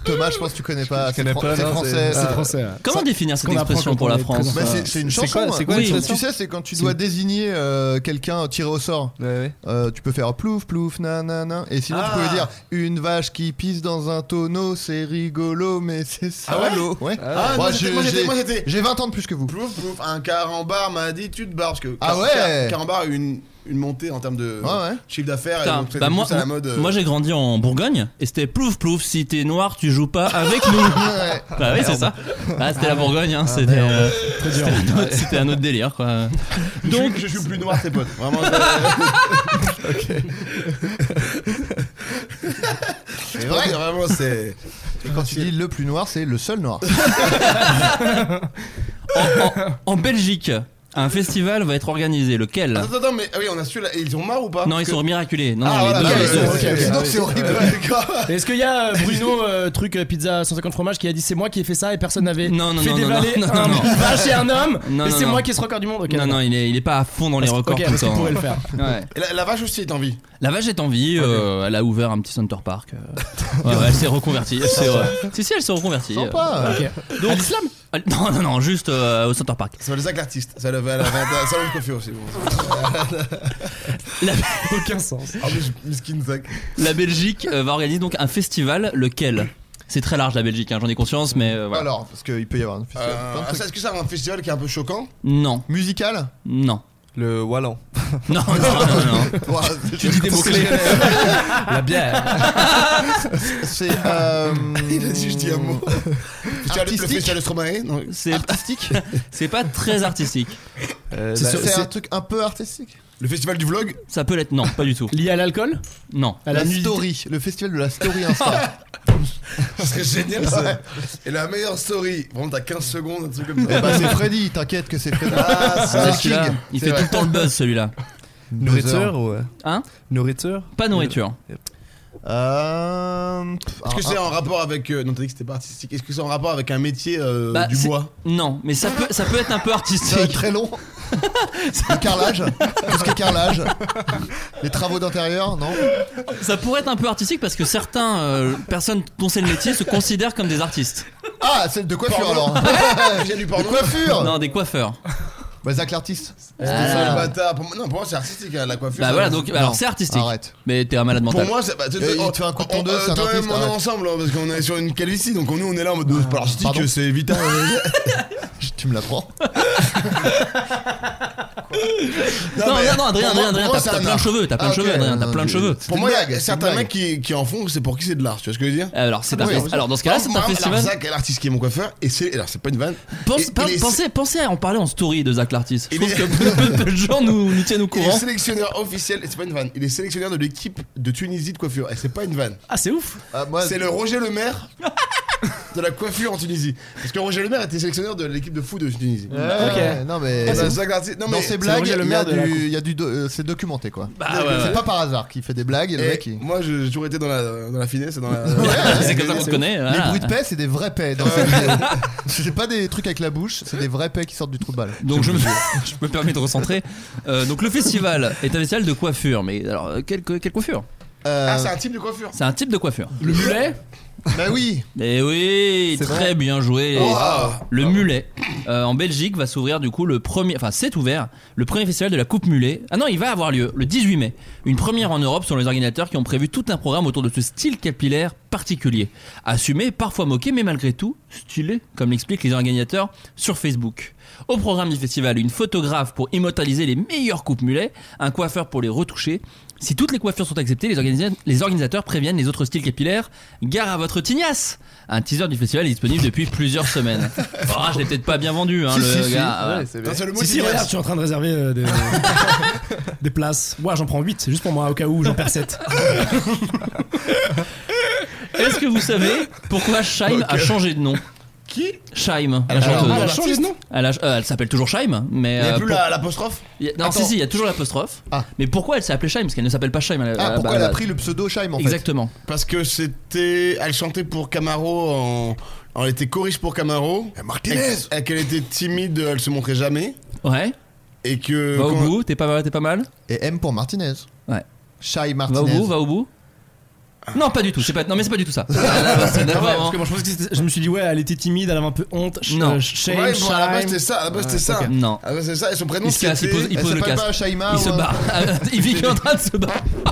Speaker 7: Thomas, je pense que tu connais pas. C'est
Speaker 9: connais
Speaker 7: fran-
Speaker 9: pas,
Speaker 7: c'est
Speaker 9: non,
Speaker 7: français.
Speaker 1: C'est français. ouais.
Speaker 8: comment définir cette
Speaker 1: qu'on apprend
Speaker 8: expression
Speaker 1: quand
Speaker 8: pour
Speaker 1: on
Speaker 8: la
Speaker 1: est
Speaker 8: France
Speaker 1: très
Speaker 7: Bah,
Speaker 1: enfant.
Speaker 7: c'est c'est une
Speaker 1: C'est
Speaker 7: chanson.
Speaker 1: quoi-
Speaker 7: hein.
Speaker 1: c'est quoi
Speaker 8: une
Speaker 7: Oui.
Speaker 8: chanson
Speaker 7: Tu sais, c'est quand tu dois désigner euh, quelqu'un tiré au sort. Euh, tu peux faire plouf plouf nanana et sinon tu
Speaker 3: Ah.
Speaker 7: pouvais dire une vache qui pisse dans un tonneau c'est rigolo mais c'est
Speaker 3: Ah ouais
Speaker 7: salaud ouais,
Speaker 3: Ah, moi,
Speaker 7: Moi,
Speaker 3: j'étais-
Speaker 7: j'ai-
Speaker 3: moi, j'étais-
Speaker 7: j'ai-
Speaker 3: moi, j'étais-
Speaker 7: j'ai 20 ans de plus que vous
Speaker 3: Plouf, plouf, un carambar m'a dit tu te barres. Parce que
Speaker 7: Ah
Speaker 3: car-
Speaker 7: ouais
Speaker 3: car- Carambar a eu une, une montée en termes de chiffre d'affaires. et
Speaker 8: Putain,
Speaker 7: hein,
Speaker 3: donc, c'est
Speaker 8: bah
Speaker 3: plus
Speaker 8: moi,
Speaker 3: à la mode. euh,
Speaker 8: moi j'ai grandi en Bourgogne et c'était plouf plouf si t'es noir tu joues pas avec nous. Bah oui c'est ça. Ah, c'était la Bourgogne hein, c'était euh, c'était un autre- c'était un autre délire quoi.
Speaker 3: Donc je suis plus noir ses potes. Vraiment.
Speaker 7: C'est vrai que
Speaker 3: vraiment c'est.
Speaker 7: Et quand tu dis le plus noir, c'est le seul noir.
Speaker 8: En Belgique, un festival va être organisé lequel
Speaker 3: Attends, attends, mais ah oui, on a su là. et Ils ont marre
Speaker 7: Ah,
Speaker 3: ou pas
Speaker 8: Non ils sont miraculés. Non,
Speaker 3: Ah,
Speaker 8: non, les
Speaker 3: voilà,
Speaker 8: deux, les deux.
Speaker 3: ok, ok, ok. C'est horrible.
Speaker 1: Est-ce qu'il y a euh, Bruno euh, truc euh, pizza 150 fromages qui a dit c'est moi qui ai fait ça et personne n'avait
Speaker 8: Non, non,
Speaker 1: fait
Speaker 8: non, non,
Speaker 1: dévaler
Speaker 8: non, non,
Speaker 1: un-
Speaker 8: non.
Speaker 1: une vache et un homme
Speaker 8: Non,
Speaker 1: et
Speaker 8: non,
Speaker 1: c'est
Speaker 8: non.
Speaker 1: moi qui ai ce record du monde ok,
Speaker 8: non non il est, il est pas à fond dans les
Speaker 1: Parce-
Speaker 8: records
Speaker 1: ok,
Speaker 8: tout le
Speaker 1: parce qu'il
Speaker 8: temps.
Speaker 1: pourrait le faire.
Speaker 8: Ouais.
Speaker 3: Et la, la vache aussi est en vie.
Speaker 8: La vache est en vie, euh, elle a ouvert un petit Center Park. euh, ouais, ouais, elle s'est reconvertie. elle s'est, euh, si, si, elle s'est reconvertie.
Speaker 3: Sympa.
Speaker 8: euh, Ok. Donc, l'islam Non, non, non, juste euh, au Center Park.
Speaker 3: Ça veut dire que l'artiste. Ça le ça le coiffure aussi. Bon.
Speaker 1: Aucun sens.
Speaker 3: Ah mais je- miskin Zach.
Speaker 8: La Belgique euh, va organiser donc un festival, lequel C'est très large la Belgique, hein, j'en ai conscience, mais euh, voilà.
Speaker 7: Alors, parce qu'il peut y avoir un festival.
Speaker 3: Euh,
Speaker 7: plein de
Speaker 3: ah,
Speaker 7: trucs.
Speaker 3: ça, Est-ce que c'est un festival qui est un peu choquant
Speaker 8: Non.
Speaker 7: Musical
Speaker 8: Non.
Speaker 9: Le Wallan.
Speaker 8: Non, non, non, non.
Speaker 7: Ouah,
Speaker 8: tu dis des mots-clés.
Speaker 9: La bière.
Speaker 7: C'est. euh,
Speaker 3: Il a dit je dis un mot. Festival- le
Speaker 7: Artistique
Speaker 3: festival de Stromae non.
Speaker 8: C'est artistique C'est pas très artistique.
Speaker 7: C'est sur- c'est un truc un peu artistique.
Speaker 3: Le festival du vlog
Speaker 8: Ça peut l'être, non, pas du tout.
Speaker 1: Lié à l'alcool
Speaker 8: Non.
Speaker 1: À
Speaker 7: la
Speaker 1: nudité
Speaker 7: story, le festival de la story Insta.
Speaker 3: Ce serait génial ça. Et la meilleure story. Vraiment t'as 15 secondes un truc comme
Speaker 7: Eh
Speaker 3: ça.
Speaker 7: bah, c'est Freddy, t'inquiète que c'est Freddy.
Speaker 3: Ah, ça.
Speaker 8: Ah,
Speaker 7: C'est
Speaker 8: celui-là,
Speaker 7: King.
Speaker 8: il
Speaker 7: C'est
Speaker 8: fait
Speaker 7: vrai.
Speaker 8: tout le temps le buzz celui-là.
Speaker 9: Nourriture ou. euh,
Speaker 8: Hein
Speaker 9: Nourriture
Speaker 8: Pas nourriture.
Speaker 7: Euh, pff,
Speaker 3: Est-ce que c'est en rapport avec euh, non t'as dit que c'était pas artistique. Est-ce que c'est en rapport avec un métier euh,
Speaker 8: Bah,
Speaker 3: du
Speaker 8: c'est-
Speaker 3: bois
Speaker 8: Non, mais ça peut, ça peut être un peu
Speaker 7: Ça va être
Speaker 8: artistique.
Speaker 7: très long. Le carrelage, tout ce qui est carrelage, les travaux d'intérieur, non
Speaker 8: Ça pourrait être un peu artistique parce que certaines personnes dont c'est le métier se considèrent comme des artistes.
Speaker 7: Ah, celle de coiffure alors.
Speaker 3: Vient du
Speaker 7: De
Speaker 3: porno.
Speaker 7: coiffure.
Speaker 8: Non, des coiffeurs.
Speaker 7: Bah Zach l'artiste.
Speaker 3: C'est ça, le bâtard. Pour moi- non pour moi c'est artistique hein, la coiffure.
Speaker 8: Bah
Speaker 3: ça,
Speaker 8: voilà,
Speaker 3: c'est-
Speaker 8: donc alors
Speaker 7: Non,
Speaker 8: c'est artistique.
Speaker 7: Arrête.
Speaker 8: Mais t'es un malade
Speaker 3: Pour
Speaker 8: mental.
Speaker 3: moi, c'est. Bah, tu-
Speaker 7: Euh, il
Speaker 3: on-
Speaker 7: te fait un coup de
Speaker 3: on-
Speaker 7: tondeuse,
Speaker 3: euh,
Speaker 7: c'est un
Speaker 3: toi et
Speaker 7: artiste,
Speaker 3: moi, on est
Speaker 7: arrête. Ah,
Speaker 3: ensemble hein, parce qu'on est sur une calvitie, donc nous on est là en mode c'est pas
Speaker 7: pardon.
Speaker 3: artistique, c'est vital.
Speaker 7: Tu me l'apprends.
Speaker 8: non, non, non, Adrien,
Speaker 3: pour moi-
Speaker 8: Adrien, Adrien,
Speaker 3: pour moi,
Speaker 8: t'as
Speaker 3: c'est
Speaker 8: t'as
Speaker 3: un
Speaker 8: plein de
Speaker 3: art.
Speaker 8: cheveux, t'as plein de
Speaker 7: Ah,
Speaker 8: cheveux,
Speaker 7: ok.
Speaker 8: Adrien,
Speaker 7: Non,
Speaker 8: t'as
Speaker 7: non,
Speaker 8: plein de
Speaker 7: je-
Speaker 8: cheveux.
Speaker 3: Pour moi, il y
Speaker 7: blague,
Speaker 3: a
Speaker 7: c'est
Speaker 3: certains
Speaker 7: une
Speaker 3: mecs qui, qui en font, c'est pour qui c'est de l'art, tu vois ce que je veux dire
Speaker 8: Alors c'est
Speaker 7: Ah, oui,
Speaker 8: artiste.
Speaker 7: oui.
Speaker 8: Alors dans ce cas-là, c'est un
Speaker 3: Moi, Alors,
Speaker 8: festival.
Speaker 3: Zach, l'artiste qui est mon coiffeur, et c'est. Alors, c'est pas une vanne.
Speaker 8: Pense-
Speaker 3: Et-
Speaker 8: par-
Speaker 3: et les-
Speaker 8: pensez, pensez à en parler en story de Zach l'artiste. Je
Speaker 3: Il
Speaker 8: pense
Speaker 3: est-
Speaker 8: que peu, peu- peu de gens nous, nous tiennent au
Speaker 3: Il est
Speaker 8: courant.
Speaker 3: sélectionneur officiel, et c'est pas une vanne. Il est sélectionneur de l'équipe de Tunisie de coiffure, et c'est pas une vanne.
Speaker 1: ah c'est ouf
Speaker 7: Ah, moi,
Speaker 3: C'est le Roger Le Maire de la coiffure en Tunisie. Parce que Roger Le Maire était sélectionneur de l'équipe de foot de Tunisie. Ah,
Speaker 7: Ouais, Non mais.
Speaker 3: Et bah, Zach l'artiste- Non,
Speaker 7: Dans
Speaker 3: mais
Speaker 7: ses blagues,
Speaker 1: Roger
Speaker 7: il
Speaker 1: Le
Speaker 7: y a
Speaker 1: Maire de la
Speaker 7: du, il y a du, do- euh, c'est documenté quoi.
Speaker 8: Bah ouais,
Speaker 7: C'est
Speaker 8: ouais.
Speaker 7: pas par hasard qu'il fait des blagues et le
Speaker 3: Et
Speaker 7: mec. il-
Speaker 3: Eh, Moi, j'ai toujours été dans la, dans la finesse et dans la.
Speaker 8: C'est comme ça qu'on se connaît.
Speaker 7: Les
Speaker 8: voilà.
Speaker 7: bruits de paix, c'est des vrais paix dans cette vidéo. C'est pas des trucs avec la bouche, c'est des vrais paix qui sortent du trou de balle.
Speaker 8: Donc je me, je me permets de recentrer. Euh, donc le festival est un festival de coiffure, mais alors euh, quelle, co- quelle coiffure
Speaker 7: Euh,
Speaker 3: Ah, c'est un type de coiffure.
Speaker 8: C'est un type de coiffure.
Speaker 1: le mulet
Speaker 7: bah oui.
Speaker 8: Eh oui,
Speaker 7: C'est
Speaker 8: très
Speaker 7: vrai
Speaker 8: bien joué.
Speaker 3: Wow.
Speaker 8: Le mulet euh, en Belgique va s'ouvrir du coup le premier, enfin c'est ouvert le premier festival de la coupe mulet. Ah non, il va avoir lieu le 18 mai. Une première en Europe selon les organisateurs qui ont prévu tout un programme autour de ce style capillaire particulier, assumé, parfois moqué, mais malgré tout stylé, comme l'expliquent les organisateurs sur Facebook. Au programme du festival, une photographe pour immortaliser les meilleures coupes mulets, un coiffeur pour les retoucher. Si toutes les coiffures sont acceptées, les, organisa- les organisateurs préviennent les autres styles capillaires. Gare à votre tignasse Un teaser du festival est disponible depuis plusieurs semaines. Oh, je l'ai peut-être pas bien vendu, hein,
Speaker 7: Si,
Speaker 8: le
Speaker 7: si, si.
Speaker 8: gars.
Speaker 7: Ouais,
Speaker 8: voilà.
Speaker 7: c'est
Speaker 3: Putain,
Speaker 7: vrai.
Speaker 3: c'est le mot
Speaker 1: si si
Speaker 3: d'hier.
Speaker 1: regarde je suis en train de réserver euh, des, des places ouais j'en prends 8 c'est juste pour moi au cas où j'en perds 7
Speaker 8: Est-ce que vous savez pourquoi Shaim a changé de nom
Speaker 3: Qui
Speaker 8: Shaim, la
Speaker 3: Elle a
Speaker 8: chanteuse.
Speaker 3: changé de-
Speaker 1: changé de nom
Speaker 8: Elle, a- euh, elle s'appelle toujours Shaim, mais.
Speaker 3: Il n'y
Speaker 8: euh,
Speaker 3: a plus
Speaker 8: pour-
Speaker 3: la- l'apostrophe
Speaker 8: il y a- Non,
Speaker 7: Attends.
Speaker 8: si, si, il y a toujours l'apostrophe.
Speaker 7: Ah.
Speaker 8: Mais pourquoi elle s'est appelée Shaim Parce qu'elle ne s'appelle pas Shaim. à la- à
Speaker 7: Ah,
Speaker 8: la
Speaker 7: pourquoi
Speaker 8: base.
Speaker 7: elle a pris le pseudo Shaim en fait
Speaker 8: Exactement.
Speaker 3: Parce que c'était. Elle chantait pour Camaro en. en- Elle était choriste pour Camaro.
Speaker 7: Martinez
Speaker 3: Et- Et qu'elle était timide, elle se montrait jamais.
Speaker 8: Ouais.
Speaker 3: Et
Speaker 1: Euh,
Speaker 3: que.
Speaker 8: Va au
Speaker 3: quand-
Speaker 8: bout, t'es pas mal, t'es pas mal.
Speaker 7: Et M pour Martinez.
Speaker 8: Ouais. Va
Speaker 7: Shai
Speaker 8: au
Speaker 7: Martinez.
Speaker 8: bout, va au bout. Non, pas du tout. C'est pas. Non, mais c'est pas du tout ça. C'est
Speaker 1: Ah ouais,
Speaker 8: vraiment-
Speaker 1: parce que moi, je, pense que c'était- je me suis dit ouais elle était timide elle avait un peu honte ch-
Speaker 8: Non.
Speaker 1: euh, shame
Speaker 3: Ouais, bon, à la base
Speaker 1: shame.
Speaker 3: c'était ça, à la base c'était ça.
Speaker 8: Non.
Speaker 3: Ah, c'est ça, et son prénom
Speaker 8: Il se casse, il pose, il
Speaker 7: Elle
Speaker 8: pose le
Speaker 7: s'appelle
Speaker 8: casque.
Speaker 7: pas Shaima
Speaker 8: il se
Speaker 3: euh,
Speaker 7: ou un-
Speaker 8: barre. il vit qu'il est en train de se barrer.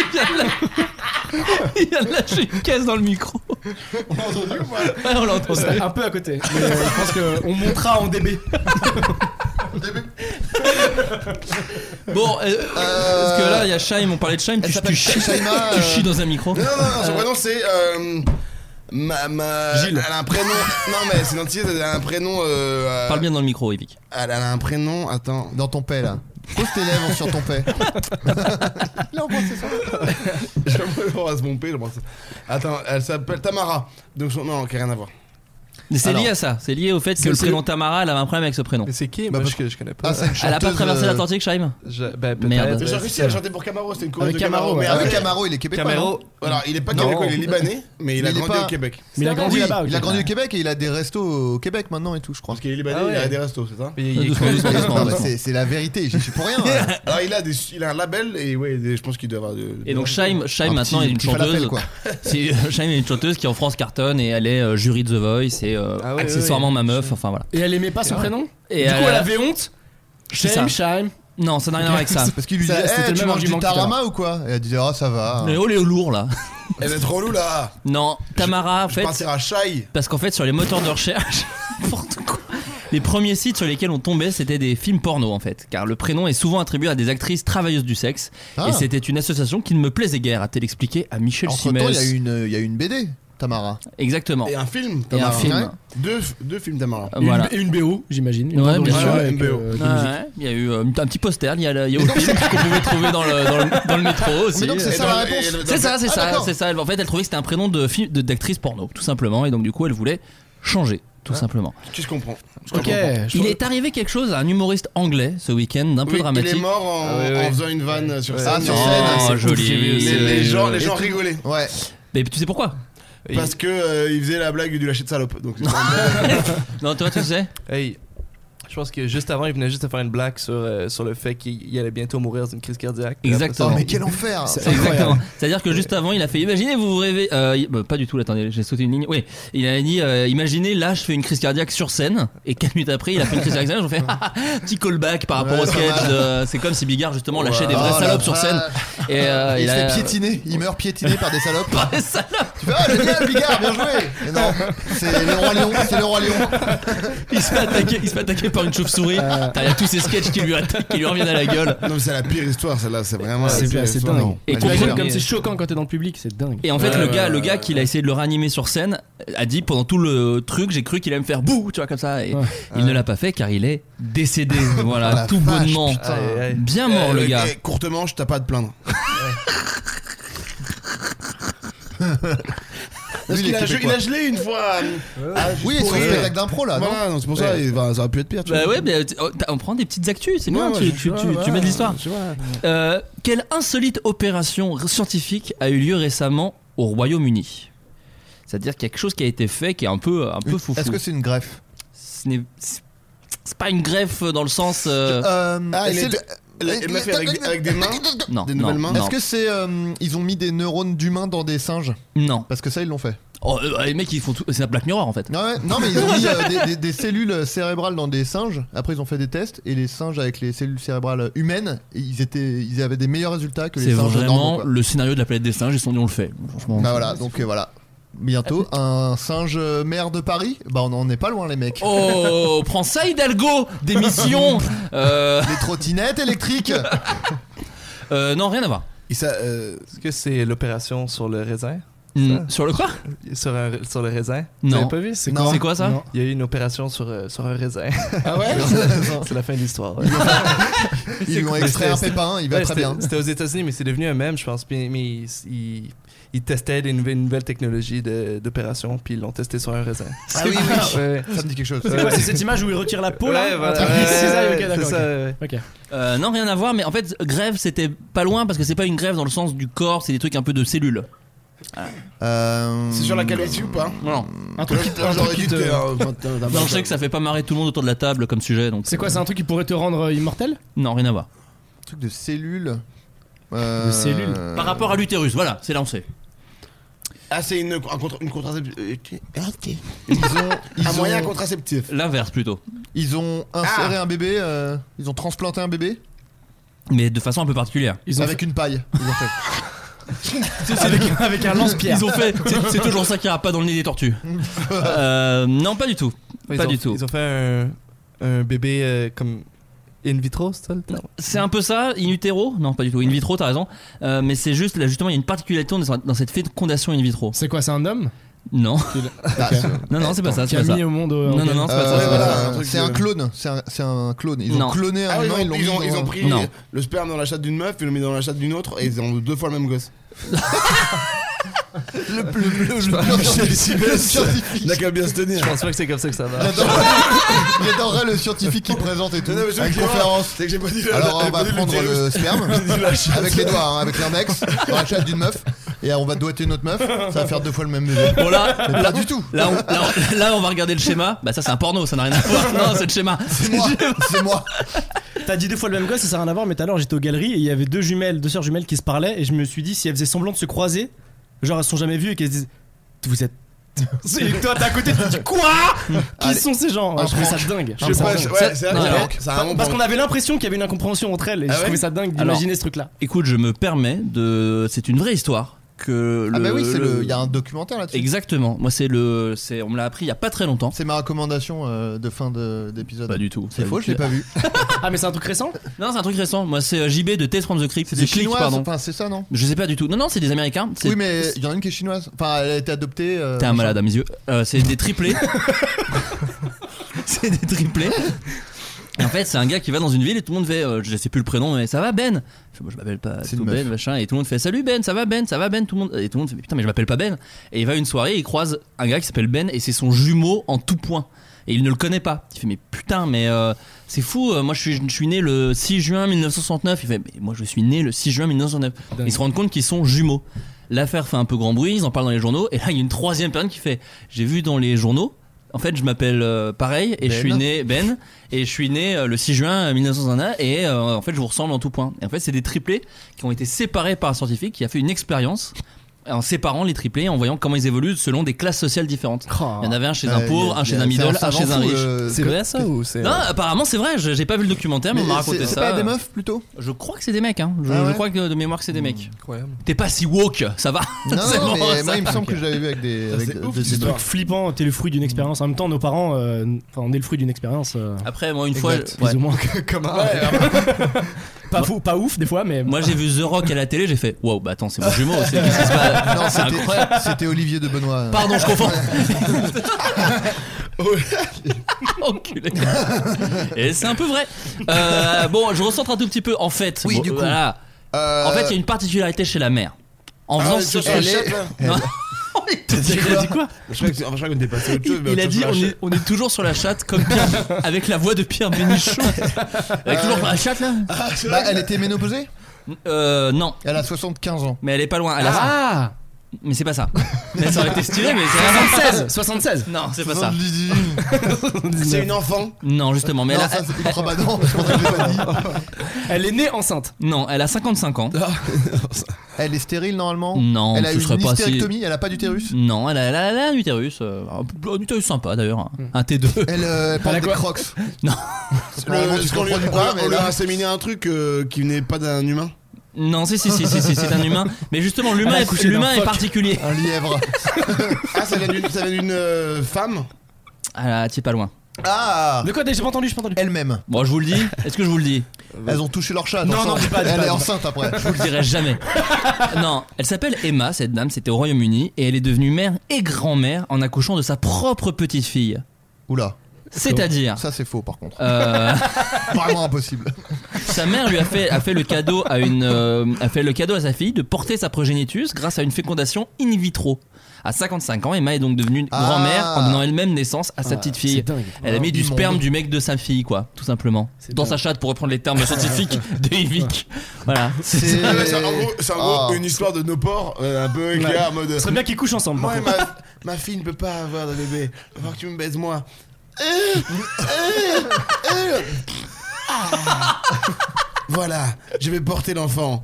Speaker 8: il, vient de lâ- il vient de lâcher une caisse dans le micro. Ouais, on l'a entendu.
Speaker 1: C'était un peu à côté mais euh, je pense qu'on montera en DB
Speaker 8: Bon, euh, parce que là, il y a Shaim, on parlait de Shaim, tu,
Speaker 3: s'appelle
Speaker 8: tu, chies,
Speaker 3: Shaima,
Speaker 8: tu
Speaker 3: euh,
Speaker 8: chies dans un micro.
Speaker 3: Non, non, non, son
Speaker 8: Euh,
Speaker 3: prénom c'est. euh, ma, ma-
Speaker 8: Gilles.
Speaker 3: Elle a un prénom. non, mais c'est gentil, elle a un prénom. euh, euh,
Speaker 8: Parle bien dans le micro, Epic.
Speaker 3: Elle, elle a un prénom. Attends. Dans ton paix là. Pose tes lèvres sur ton paix.
Speaker 7: Non, bon, c'est ça.
Speaker 3: J'embrasse mon paix, j'embrasse. Attends, elle s'appelle Tamara. Donc son... Non, qui a rien à voir.
Speaker 8: Mais C'est lié
Speaker 3: Alors,
Speaker 8: à ça, c'est lié au fait que
Speaker 3: c'est-
Speaker 8: le
Speaker 3: c'est-
Speaker 8: prénom Tamara, elle avait un problème avec ce prénom.
Speaker 9: c'est qui
Speaker 3: Bah,
Speaker 9: Moi,
Speaker 3: parce
Speaker 9: je, je connais pas.
Speaker 8: Ah, c'est une
Speaker 9: Elle a pas
Speaker 8: chanteuse,
Speaker 9: traversé
Speaker 8: euh,
Speaker 9: l'Atlantique,
Speaker 8: Shaim
Speaker 9: Je- bah, peut-être.
Speaker 8: Merde.
Speaker 3: J'ai réussi à chanter pour Camaro, c'était une choré
Speaker 7: Avec
Speaker 3: de
Speaker 7: Camaro,
Speaker 3: Camaro.
Speaker 7: ouais.
Speaker 3: Mais
Speaker 7: Avec
Speaker 3: avec
Speaker 7: Camaro, il est québécois, Camaro. non
Speaker 3: Alors, il est pas
Speaker 7: Non.
Speaker 3: québécois, il est libanais, mais il a
Speaker 7: est
Speaker 3: grandi
Speaker 7: pas-
Speaker 3: au Québec.
Speaker 7: C'est vrai, oui,
Speaker 3: au
Speaker 7: Il a
Speaker 3: Québec.
Speaker 7: grandi au Québec et il a des restos au Québec maintenant et tout, je crois. Parce
Speaker 3: qu'il est libanais,
Speaker 8: Ah
Speaker 3: il a des restos, c'est ça
Speaker 7: Non, mais c'est- C'est la vérité, j'y suis pour rien. hein.
Speaker 3: Alors, il a, des, il a un label et ouais, des- je pense qu'il doit avoir. De,
Speaker 8: Et donc Shaim, Shaim
Speaker 3: Un
Speaker 8: maintenant
Speaker 3: petit-
Speaker 8: est une
Speaker 3: petit falafel,
Speaker 8: chanteuse.
Speaker 3: quoi.
Speaker 8: C'est- euh, Shaim est une chanteuse qui en France cartonne et elle est euh, jury de The Voice et euh,
Speaker 1: ouais,
Speaker 8: accessoirement ma meuf. Enfin voilà.
Speaker 1: Et elle aimait pas son prénom
Speaker 8: Et
Speaker 1: Du
Speaker 8: euh,
Speaker 1: coup,
Speaker 8: elle-
Speaker 1: elle avait honte
Speaker 8: C'est ça.
Speaker 1: Shaim, Shaim.
Speaker 8: Non, ça n'a rien à voir avec ça.
Speaker 7: Parce qu'il lui dit
Speaker 3: Ah,
Speaker 7: Eh, tu manges du tarama ou quoi Et elle disait Ah, ça va.
Speaker 8: Mais oh les lourds là.
Speaker 3: Elle est trop loue là
Speaker 8: Non, Tamara en fait.
Speaker 3: partirai à Shai.
Speaker 8: Parce qu'en fait sur les moteurs de recherche, n'importe quoi. Les premiers sites sur lesquels on tombait, c'était des films porno en fait, car le prénom est souvent attribué à des actrices travailleuses du sexe.
Speaker 7: Ah.
Speaker 8: Et c'était une association qui ne me plaisait guère, a-t-elle expliqué à Michel
Speaker 7: Entre temps, il y a
Speaker 8: Simès.
Speaker 7: une, il y a une BD, Tamara.
Speaker 8: Exactement.
Speaker 3: Et un film,
Speaker 8: Et un
Speaker 3: Tamara.
Speaker 8: film.
Speaker 3: Ouais. Deux, deux films, Tamara.
Speaker 8: Euh, voilà.
Speaker 1: Et une BO, j'imagine. Une
Speaker 8: Ouais,
Speaker 1: bande
Speaker 8: bien sûr.
Speaker 1: originale
Speaker 8: Ouais,
Speaker 1: avec,
Speaker 8: une BO.
Speaker 1: euh, de
Speaker 8: Ouais,
Speaker 1: musique.
Speaker 8: Il y a eu euh, un petit poster, il y a, le- il y a au film qu'on pouvait trouver dans le, dans le, dans le métro aussi.
Speaker 7: Mais donc, c'est ça la réponse.
Speaker 8: C'est ça, c'est
Speaker 7: Ah,
Speaker 8: ça,
Speaker 7: d'accord.
Speaker 8: c'est ça. Elle- En fait, elle trouvait que c'était un prénom de fi- de- d'actrice porno, tout simplement, et donc du coup, elle voulait changer, tout simplement.
Speaker 3: Tu se comprends. Je
Speaker 8: Ok.
Speaker 3: comprends.
Speaker 8: Il est arrivé quelque chose à un humoriste anglais ce week-end, un peu
Speaker 3: Oui,
Speaker 8: dramatique.
Speaker 3: Il est mort en,
Speaker 8: Ah ouais, ouais.
Speaker 3: en faisant une vanne sur
Speaker 8: Ah,
Speaker 3: scène. hein,
Speaker 8: sur scène, Ah,
Speaker 9: oh,
Speaker 8: c'est cool, joli. j'ai vu aussi,
Speaker 3: Les,
Speaker 8: ouais,
Speaker 3: les
Speaker 8: ouais,
Speaker 3: gens,
Speaker 8: ouais.
Speaker 3: les gens
Speaker 8: Et-
Speaker 3: rigolaient.
Speaker 7: Ouais. Oh,
Speaker 8: Mais tu sais pourquoi
Speaker 3: Parce que euh, il faisait la blague du lâcher de salope. Donc c'est pas-
Speaker 8: Non, toi, tu sais
Speaker 9: Hey, je pense que juste avant, il venait juste de faire une blague sur, euh, sur le fait qu'il il allait bientôt mourir d'une crise cardiaque.
Speaker 8: Exactement.
Speaker 7: Oh, mais quel enfer
Speaker 8: C'est Exactement. C'est-à-dire que juste avant, il a fait Imaginez, vous vous rêvez. euh, il- bah, pas du tout, attendez, j'ai sauté une ligne. Oui, il a dit euh, Imaginez, là, je fais une crise cardiaque sur scène. Et 4 minutes après, il a fait une crise cardiaque. J'en fais Ah, ah, petit callback par rapport
Speaker 7: Ouais,
Speaker 8: au
Speaker 7: pas
Speaker 8: sketch.
Speaker 7: mal.
Speaker 8: de- C'est comme si Bigard, justement, lâchait des
Speaker 7: Oh,
Speaker 8: vraies
Speaker 7: la
Speaker 8: salopes sur scène.
Speaker 7: vache.
Speaker 8: Et euh,
Speaker 7: il, se
Speaker 8: a-
Speaker 7: fait piétiner, il meurt piétiné par des salopes.
Speaker 8: Par des salopes
Speaker 7: Tu fais, ah le diable, Bigard, bien joué Mais Non, c'est le roi lion, c'est le roi lion.
Speaker 8: Il se fait attaquer, il se fait attaquer par une chauve-souris. T'as- Il y a tous ces sketchs qui lui, atta- qui lui reviennent à la gueule.
Speaker 3: Non, mais c'est la pire histoire, celle-là. C'est vraiment. la
Speaker 1: C'est
Speaker 3: pire
Speaker 1: bien, c'est
Speaker 3: histoire.
Speaker 1: dingue.
Speaker 3: Non.
Speaker 1: Et
Speaker 8: Elle est
Speaker 1: t'imagines
Speaker 8: bien.
Speaker 1: comme c'est choquant quand t'es dans le public, c'est dingue.
Speaker 8: Et en fait,
Speaker 1: Ouais,
Speaker 8: le
Speaker 1: ouais,
Speaker 8: gars,
Speaker 1: ouais,
Speaker 8: le
Speaker 1: ouais.
Speaker 8: gars qui a essayé de le réanimer sur scène a dit pendant tout le truc, j'ai cru qu'il allait me faire bouh, tu vois, comme ça. Et il ne l'a pas fait car il est décédé.
Speaker 7: Ah,
Speaker 8: voilà,
Speaker 7: la
Speaker 8: tout
Speaker 7: vache,
Speaker 8: bonnement.
Speaker 7: putain.
Speaker 8: Bien mort,
Speaker 3: Euh,
Speaker 8: le gars.
Speaker 3: eh, Courte manche, t'as pas à te plaindre. Parce
Speaker 7: Lui,
Speaker 3: qu'il
Speaker 7: il est
Speaker 3: a,
Speaker 7: québécois.
Speaker 3: il a gelé une fois.
Speaker 8: Ah,
Speaker 7: Ah, Oui, c'est
Speaker 3: pour
Speaker 7: un
Speaker 3: rire.
Speaker 7: spectacle d'impro là, non
Speaker 3: Voilà, non, c'est pour ça,
Speaker 7: Ouais.
Speaker 3: il va- ça aurait pu être pire. tu
Speaker 8: Bah
Speaker 3: vois.
Speaker 8: ouais, mais t- oh, t'as- on prend des petites actus, c'est bien,
Speaker 3: Ouais,
Speaker 8: tu,
Speaker 3: ouais,
Speaker 8: tu,
Speaker 3: je-
Speaker 8: tu-
Speaker 3: ouais,
Speaker 8: tu mets de l'histoire.
Speaker 3: je vois.
Speaker 8: Euh, quelle insolite opération scientifique a eu lieu récemment au Royaume-Uni C'est-à-dire quelque chose qui a été fait qui est un peu, un peu foufou.
Speaker 7: Est-ce que c'est une greffe
Speaker 8: Ce n'est- c'est c'est pas une greffe dans le sens. euh,
Speaker 7: Euh,
Speaker 3: Ah, il
Speaker 7: est-ce
Speaker 3: est-
Speaker 7: que-
Speaker 3: il a- il l'a fait avec, avec des mains.
Speaker 8: Non,
Speaker 3: Des
Speaker 8: non,
Speaker 3: nouvelles mains.
Speaker 8: non.
Speaker 7: Est-ce que c'est. euh, ils ont mis des neurones d'humains dans des singes
Speaker 8: Non.
Speaker 7: Parce que ça, ils l'ont fait.
Speaker 8: Oh, euh, les mecs, ils font tout. C'est la plaque miroir en fait.
Speaker 7: Ouais, ouais. Non, mais ils ont mis euh, des, des- des cellules cérébrales dans des singes. Après, ils ont fait des tests. Et les singes avec les cellules cérébrales humaines, ils, étaient, ils avaient des meilleurs résultats que
Speaker 8: C'est
Speaker 7: les singes normaux,
Speaker 8: vraiment
Speaker 7: quoi.
Speaker 8: le scénario de la planète des singes. Ils se sont dit, on le fait. Franchement.
Speaker 7: Bah voilà, donc euh, voilà. Bientôt, un singe euh, maire de Paris Bah, on en est pas loin, les mecs.
Speaker 8: Oh, prends ça, Hidalgo Démission euh,
Speaker 7: Les trottinettes électriques
Speaker 8: euh, Non, rien à voir.
Speaker 3: Et ça, euh,
Speaker 9: Est-ce que c'est l'opération sur le raisin
Speaker 8: Hmm, Sur le quoi
Speaker 9: sur, un- sur le raisin
Speaker 8: Non.
Speaker 9: Vous avez pas vu
Speaker 8: Non.
Speaker 9: quoi
Speaker 8: C'est quoi, ça
Speaker 9: Il y a eu une opération sur, euh, sur un raisin.
Speaker 1: Ah ouais
Speaker 9: c'est la fin de l'histoire. ouais.
Speaker 7: Ils lui ont extrait un pépin, il va
Speaker 9: Ouais,
Speaker 7: très
Speaker 9: c'était-
Speaker 7: bien.
Speaker 9: C'était aux États-Unis, mais c'est devenu un mème, je pense. Puis- mais ils, ils- ils testaient des nouvelles- une nouvelle technologie de- d'opération, puis ils l'ont testé sur un raisin.
Speaker 7: Ah oui, oui,
Speaker 9: Ouais, ouais.
Speaker 7: ça me dit quelque chose.
Speaker 1: C'est quoi, c'est cette image où il retire la peau là
Speaker 9: Ouais, voilà.
Speaker 1: Ah,
Speaker 9: Ouais,
Speaker 1: C'est ça,
Speaker 9: ouais,
Speaker 1: ok,
Speaker 9: c'est
Speaker 1: d'accord.
Speaker 9: ça,
Speaker 1: ok.
Speaker 9: ouais.
Speaker 1: Ok.
Speaker 8: Euh, non, rien à voir, mais en fait, grève, c'était pas loin parce que c'est pas une grève dans le sens du corps, c'est des trucs un peu de cellules.
Speaker 7: Euh,
Speaker 3: C'est sur la hein. calvitie ou pas
Speaker 8: Non,
Speaker 1: Un truc qui
Speaker 3: Putain, Ah, J'aurais dû
Speaker 1: te-
Speaker 3: te.
Speaker 8: non je sais que ça fait pas marrer tout le monde autour de la table comme sujet, donc.
Speaker 1: C'est quoi, c'est un truc qui pourrait te rendre euh, immortel
Speaker 8: Non, rien à voir.
Speaker 7: truc de cellules. Euh,
Speaker 1: De cellules.
Speaker 8: Par rapport à l'utérus, voilà, c'est là on sait.
Speaker 3: Ah, c'est une, un contre- une contraceptive. euh, tu- ah, t'es-
Speaker 7: Ils ont, ils
Speaker 3: Un
Speaker 7: ont-
Speaker 3: moyen contraceptif.
Speaker 8: L'inverse plutôt.
Speaker 7: ils ont inséré un bébé, euh, ils ont transplanté un bébé
Speaker 8: Mais de façon un peu particulière.
Speaker 1: Ils ont
Speaker 7: avec une paille. Ils ont fait.
Speaker 1: avec, avec un lance-pierre.
Speaker 8: Ils ont fait. c'est- C'est toujours ça qui ira pas dans le nez des tortues. Euh, non, pas du tout.
Speaker 9: Ils
Speaker 8: pas
Speaker 9: ont-
Speaker 8: du tout.
Speaker 9: Ils ont fait un, un bébé euh, comme In vitro, c'est ça le terme
Speaker 8: C'est un peu ça, in utero Non, pas du tout. In vitro, t'as raison. Euh, mais c'est juste, là, justement, il y a une particularité dans- dans cette fécondation in vitro.
Speaker 10: C'est quoi, c'est un homme
Speaker 8: Non.
Speaker 7: Bah, c'est-
Speaker 8: non, non, c'est pas ça.
Speaker 10: Qui
Speaker 8: Ah, c'est
Speaker 10: a
Speaker 8: pas
Speaker 10: mis
Speaker 8: ça.
Speaker 10: au monde. euh,
Speaker 8: Non, non, non, c'est pas ça.
Speaker 7: Euh,
Speaker 8: c'est pas ça.
Speaker 7: c'est un clone, c'est un, c'est un clone. Ils
Speaker 8: Non.
Speaker 7: ont cloné un
Speaker 3: Ah, ils
Speaker 7: humain,
Speaker 3: ont,
Speaker 7: ils l'ont
Speaker 3: ils ont-
Speaker 7: mis
Speaker 3: ils
Speaker 7: dans-
Speaker 3: ont pris le sperme dans la chatte d'une meuf, ils l'ont mis dans la chatte d'une autre et ils ont deux fois le même gosse. le plus le,
Speaker 7: le- le- le
Speaker 3: scientifique n'a qu'à bien se tenir.
Speaker 9: Je pense pas que c'est comme ça que ça va.
Speaker 7: J'adorerais le scientifique qui présente et tout.
Speaker 3: Non, non, mais je
Speaker 7: à une
Speaker 3: sais que-
Speaker 7: conférence.
Speaker 3: c'est que j'ai pas dit le-
Speaker 7: Alors on
Speaker 3: j'ai
Speaker 7: va
Speaker 3: pas dit
Speaker 7: prendre
Speaker 3: l'utérus.
Speaker 7: le sperme
Speaker 3: J'ai dit la chatte.
Speaker 7: avec les doigts, hein, avec l'index, dans la chatte d'une meuf. Et on va doigter une autre meuf, ça va faire deux fois le même bébé.
Speaker 8: Bon, là,
Speaker 7: Mais
Speaker 8: là-
Speaker 7: pas du tout.
Speaker 8: Là, on- là, on- là, on va regarder le schéma. Bah, ça, c'est un porno, ça n'a rien à voir. Non, c'est le schéma.
Speaker 7: C'est moi. C'est moi.
Speaker 1: T'as dit deux fois le même gosse, ça sert à rien à voir, mais tout à l'heure j'étais aux galeries et il y avait deux jumelles, deux sœurs jumelles qui se parlaient et je me suis dit si elles faisaient semblant de se croiser, genre elles se sont jamais vues et qu'elles se disent Vous êtes. Et que toi t'es à côté, tu te dis Quoi Qui
Speaker 3: Allez.
Speaker 1: sont ces
Speaker 10: Ah,
Speaker 1: gens Ouais, Je trouvais ça
Speaker 3: prank.
Speaker 1: dingue.
Speaker 3: Je
Speaker 1: Je trouvais
Speaker 3: sais
Speaker 1: ça
Speaker 3: pas,
Speaker 1: dingue.
Speaker 3: ouais,
Speaker 1: Ça-
Speaker 3: c'est un
Speaker 1: Non,
Speaker 3: prank.
Speaker 1: alors,
Speaker 3: C'est un bon
Speaker 1: Parce
Speaker 3: prank.
Speaker 1: qu'on avait l'impression qu'il y avait une incompréhension entre elles et
Speaker 3: Ah
Speaker 1: je
Speaker 3: ouais
Speaker 1: trouvais ça dingue
Speaker 8: Alors,
Speaker 1: d'imaginer ce truc là.
Speaker 8: Écoute, je me permets de. C'est une vraie histoire. Que
Speaker 7: Ah
Speaker 8: le-
Speaker 7: bah oui, c'est
Speaker 8: le-
Speaker 7: le- il y a un documentaire là-dessus.
Speaker 8: Exactement. Moi, c'est le. c'est- On me l'a appris il y a pas très longtemps.
Speaker 7: C'est ma recommandation euh, de fin de- d'épisode.
Speaker 8: Pas Bah, du tout.
Speaker 7: C'est
Speaker 8: Pas
Speaker 7: faux,
Speaker 8: du
Speaker 7: je l'ai
Speaker 8: tout.
Speaker 7: pas vu.
Speaker 1: Ah mais c'est un truc récent
Speaker 8: Non, c'est un truc récent. Moi, c'est euh, JB de Tales from the Crypt.
Speaker 7: C'est
Speaker 8: de
Speaker 7: des
Speaker 8: Click,
Speaker 7: Chinois,
Speaker 8: pardon.
Speaker 7: enfin c'est ça non
Speaker 8: Je sais pas du tout. Non, non, c'est des Américains. C'est-
Speaker 7: Oui, mais il y en a une qui est chinoise. Enfin, elle a été adoptée. euh,
Speaker 8: T'es un
Speaker 7: machin.
Speaker 8: malade à mes yeux. Euh, c'est des triplés. c'est des triplés. Et en fait, c'est un gars qui va dans une ville et tout le monde fait, euh, je sais plus le prénom, mais ça va Ben. Je, fais, moi, je m'appelle pas
Speaker 7: C'est
Speaker 8: tout
Speaker 7: une
Speaker 8: Ben,
Speaker 7: meuf.
Speaker 8: machin. Et tout le monde fait, salut Ben, ça va Ben, ça va Ben, tout le monde. Et tout le monde fait, mais putain, mais je m'appelle pas Ben. Et il va à une soirée, et il croise un gars qui s'appelle Ben et c'est son jumeau en tout point. Et il ne le connaît pas. Il fait, mais putain, mais euh, c'est fou. euh, moi, je suis, je suis né le 6 juin 1969. Il fait, mais moi, je suis né le 6 juin 1969. Ils se rendent compte qu'ils sont jumeaux. L'affaire fait un peu grand bruit, ils en parlent dans les journaux, et là il y a une troisième personne qui fait J'ai vu dans les journaux, en fait je m'appelle euh, pareil, et je
Speaker 7: Ben.
Speaker 8: suis né Ben, et je suis né euh, le 6 juin 1901, et euh, en fait je vous ressemble en tout point. Et en fait c'est des triplés qui ont été séparés par un scientifique qui a fait une expérience en séparant les triplés, en voyant comment ils évoluent selon des classes sociales différentes. Il y en avait un chez un
Speaker 7: Ouais,
Speaker 8: pauvre,
Speaker 7: il Euh, y a-
Speaker 8: un chez
Speaker 7: il y a-
Speaker 8: un middle,
Speaker 7: c'est un
Speaker 8: un chez un
Speaker 7: savant fou,
Speaker 8: riche.
Speaker 7: euh,
Speaker 10: C'est vrai ça ou c'est.
Speaker 8: Non, apparemment c'est vrai, je- j'ai pas vu le documentaire, mais, on m'a
Speaker 7: c'est-
Speaker 8: raconté
Speaker 7: c'est
Speaker 8: ça.
Speaker 7: pas des meufs plutôt
Speaker 8: Je crois que c'est des mecs, hein. je,
Speaker 7: Ah
Speaker 8: je
Speaker 7: ouais Hmm.
Speaker 8: crois que de mémoire que c'est des mecs. T'es pas si woke, ça va
Speaker 7: Non,
Speaker 8: C'est
Speaker 7: non,
Speaker 8: bon,
Speaker 7: mais
Speaker 8: ça.
Speaker 7: moi il me semble que je l'avais vu avec des. avec
Speaker 1: Ah, C'est
Speaker 7: de-
Speaker 1: ouf,
Speaker 7: de-
Speaker 1: ce
Speaker 7: des
Speaker 1: truc
Speaker 7: meufs.
Speaker 1: flippant, t'es le fruit d'une expérience. En même temps, nos parents, euh, enfin, on est le fruit d'une expérience. euh,
Speaker 8: Après, moi, une
Speaker 1: Exact.
Speaker 8: fois.
Speaker 1: Plus
Speaker 8: ouais.
Speaker 1: ou moins que- comme un. pas, fou, pas ouf des fois, mais.
Speaker 8: Moi, j'ai vu The Rock à la télé, j'ai fait Wow, bah attends, c'est mon jumeau, c'est qu'est-ce qui se passe
Speaker 7: Non,
Speaker 8: C'est incroyable.
Speaker 7: c'était- c'était Olivier de Benoît.
Speaker 8: Pardon, je confonds.
Speaker 3: Oh,
Speaker 8: Enculé. Et c'est un peu vrai. Euh, bon, je recentre un tout petit peu. En fait,
Speaker 7: Oui,
Speaker 8: bon,
Speaker 7: du coup.
Speaker 8: voilà.
Speaker 7: Euh,
Speaker 8: En fait, il y a une particularité chez la mère. En
Speaker 3: Ah,
Speaker 8: faisant
Speaker 3: sur
Speaker 8: ce
Speaker 3: la
Speaker 8: Elle
Speaker 3: chatte,
Speaker 8: est-
Speaker 3: là
Speaker 8: Non.
Speaker 3: Il a dit
Speaker 8: quoi
Speaker 3: Je crois que c'est- enfin, je crois qu'on était passé à autre chose. mais
Speaker 8: Il a
Speaker 3: autre chose
Speaker 8: dit
Speaker 3: sur la
Speaker 8: on
Speaker 3: chatte.
Speaker 8: est, on est toujours sur la chatte comme Pierre, avec la voix de Pierre Bénichou. Avec toujours sur la chatte là
Speaker 7: Bah, elle était ménopausée
Speaker 8: Euh non,
Speaker 7: Elle a 75 ans.
Speaker 8: mais elle est pas loin. Elle a
Speaker 1: Ah
Speaker 8: Mais c'est pas ça. Mais ça aurait été stylé, mais
Speaker 1: 76
Speaker 8: c'est
Speaker 1: 76
Speaker 8: Non, c'est pas ça.
Speaker 3: C'est une enfant.
Speaker 8: Non, justement, mais
Speaker 7: non,
Speaker 8: elle, a,
Speaker 7: ça c'est contrebanant, je pense que je l'ai pas dit.
Speaker 1: Elle est née enceinte.
Speaker 8: non, elle a 55 ans.
Speaker 7: Elle est stérile normalement
Speaker 8: Non,
Speaker 7: Elle a
Speaker 8: ce
Speaker 7: eu
Speaker 8: serait
Speaker 7: une
Speaker 8: pas si-
Speaker 7: hystérectomie, elle a pas d'utérus
Speaker 8: Non, elle a, elle a- elle a un utérus. euh, un utérus sympa d'ailleurs. hein. Un T2.
Speaker 7: Elle, euh, elle porte
Speaker 1: a
Speaker 7: des
Speaker 1: quoi
Speaker 7: crocs.
Speaker 8: Non.
Speaker 7: Parce que normalement,
Speaker 3: Le-
Speaker 7: tu
Speaker 3: ce
Speaker 7: te
Speaker 3: qu'on lui-
Speaker 7: reprends du bras, mais
Speaker 3: On lui
Speaker 7: là-
Speaker 3: a inséminé un truc euh, qui venait pas d'un humain.
Speaker 8: Non, si, si, si, si, si, c'est un humain. Mais justement, l'humain
Speaker 1: Elle a
Speaker 8: est,
Speaker 1: accouché d'un
Speaker 8: l'humain est
Speaker 1: phoque.
Speaker 8: particulier.
Speaker 7: Un lièvre.
Speaker 3: Ah, ça vient d'une- ça vient d'une euh, femme
Speaker 8: Ah, t'es pas loin.
Speaker 7: Ah
Speaker 1: De quoi J'ai pas entendu, j'ai pas entendu.
Speaker 7: Elle-même.
Speaker 8: Bon, je vous le dis. Est-ce que je vous le dis
Speaker 7: Elles ont touché leur chat.
Speaker 1: Non,
Speaker 7: ensemble.
Speaker 1: non, dis pas, dis
Speaker 7: Elle
Speaker 1: pas,
Speaker 7: est
Speaker 1: dis
Speaker 7: enceinte après.
Speaker 8: Je vous le dirai jamais. Non, elle s'appelle Emma, cette dame. C'était au Royaume-Uni. Et elle est devenue mère et grand-mère en accouchant de sa propre petite fille.
Speaker 7: Oula.
Speaker 8: C'est-à-dire.
Speaker 7: Ça c'est faux par contre.
Speaker 8: euh,
Speaker 7: Vraiment impossible.
Speaker 8: Sa mère lui a fait, a fait le cadeau à une, euh, a fait le cadeau à sa fille de porter sa progénitus grâce à une fécondation in vitro. À 55 ans, Emma est donc devenue
Speaker 7: Ah.
Speaker 8: grand-mère en donnant elle-même naissance à sa petite
Speaker 1: Ah, C'est
Speaker 8: fille.
Speaker 1: dingue.
Speaker 8: Elle a mis du
Speaker 7: Immonde.
Speaker 8: sperme du mec de sa fille, quoi, tout simplement.
Speaker 1: C'est
Speaker 8: Dans
Speaker 1: dingue.
Speaker 8: sa chatte, pour reprendre les termes scientifiques de Yvick. Voilà.
Speaker 7: C'est
Speaker 3: Ah ouais, C'est en gros, c'est en gros
Speaker 7: Ah.
Speaker 3: une histoire de nos porcs euh, un peu éclair en mode.
Speaker 1: Ce serait bien qu'ils couchent ensemble. par
Speaker 3: Moi et
Speaker 1: contre.
Speaker 3: ma, ma fille ne peut pas avoir de bébé. Il va falloir que tu me baises moi. Euh, euh, euh. Ah. Voilà, je vais porter l'enfant.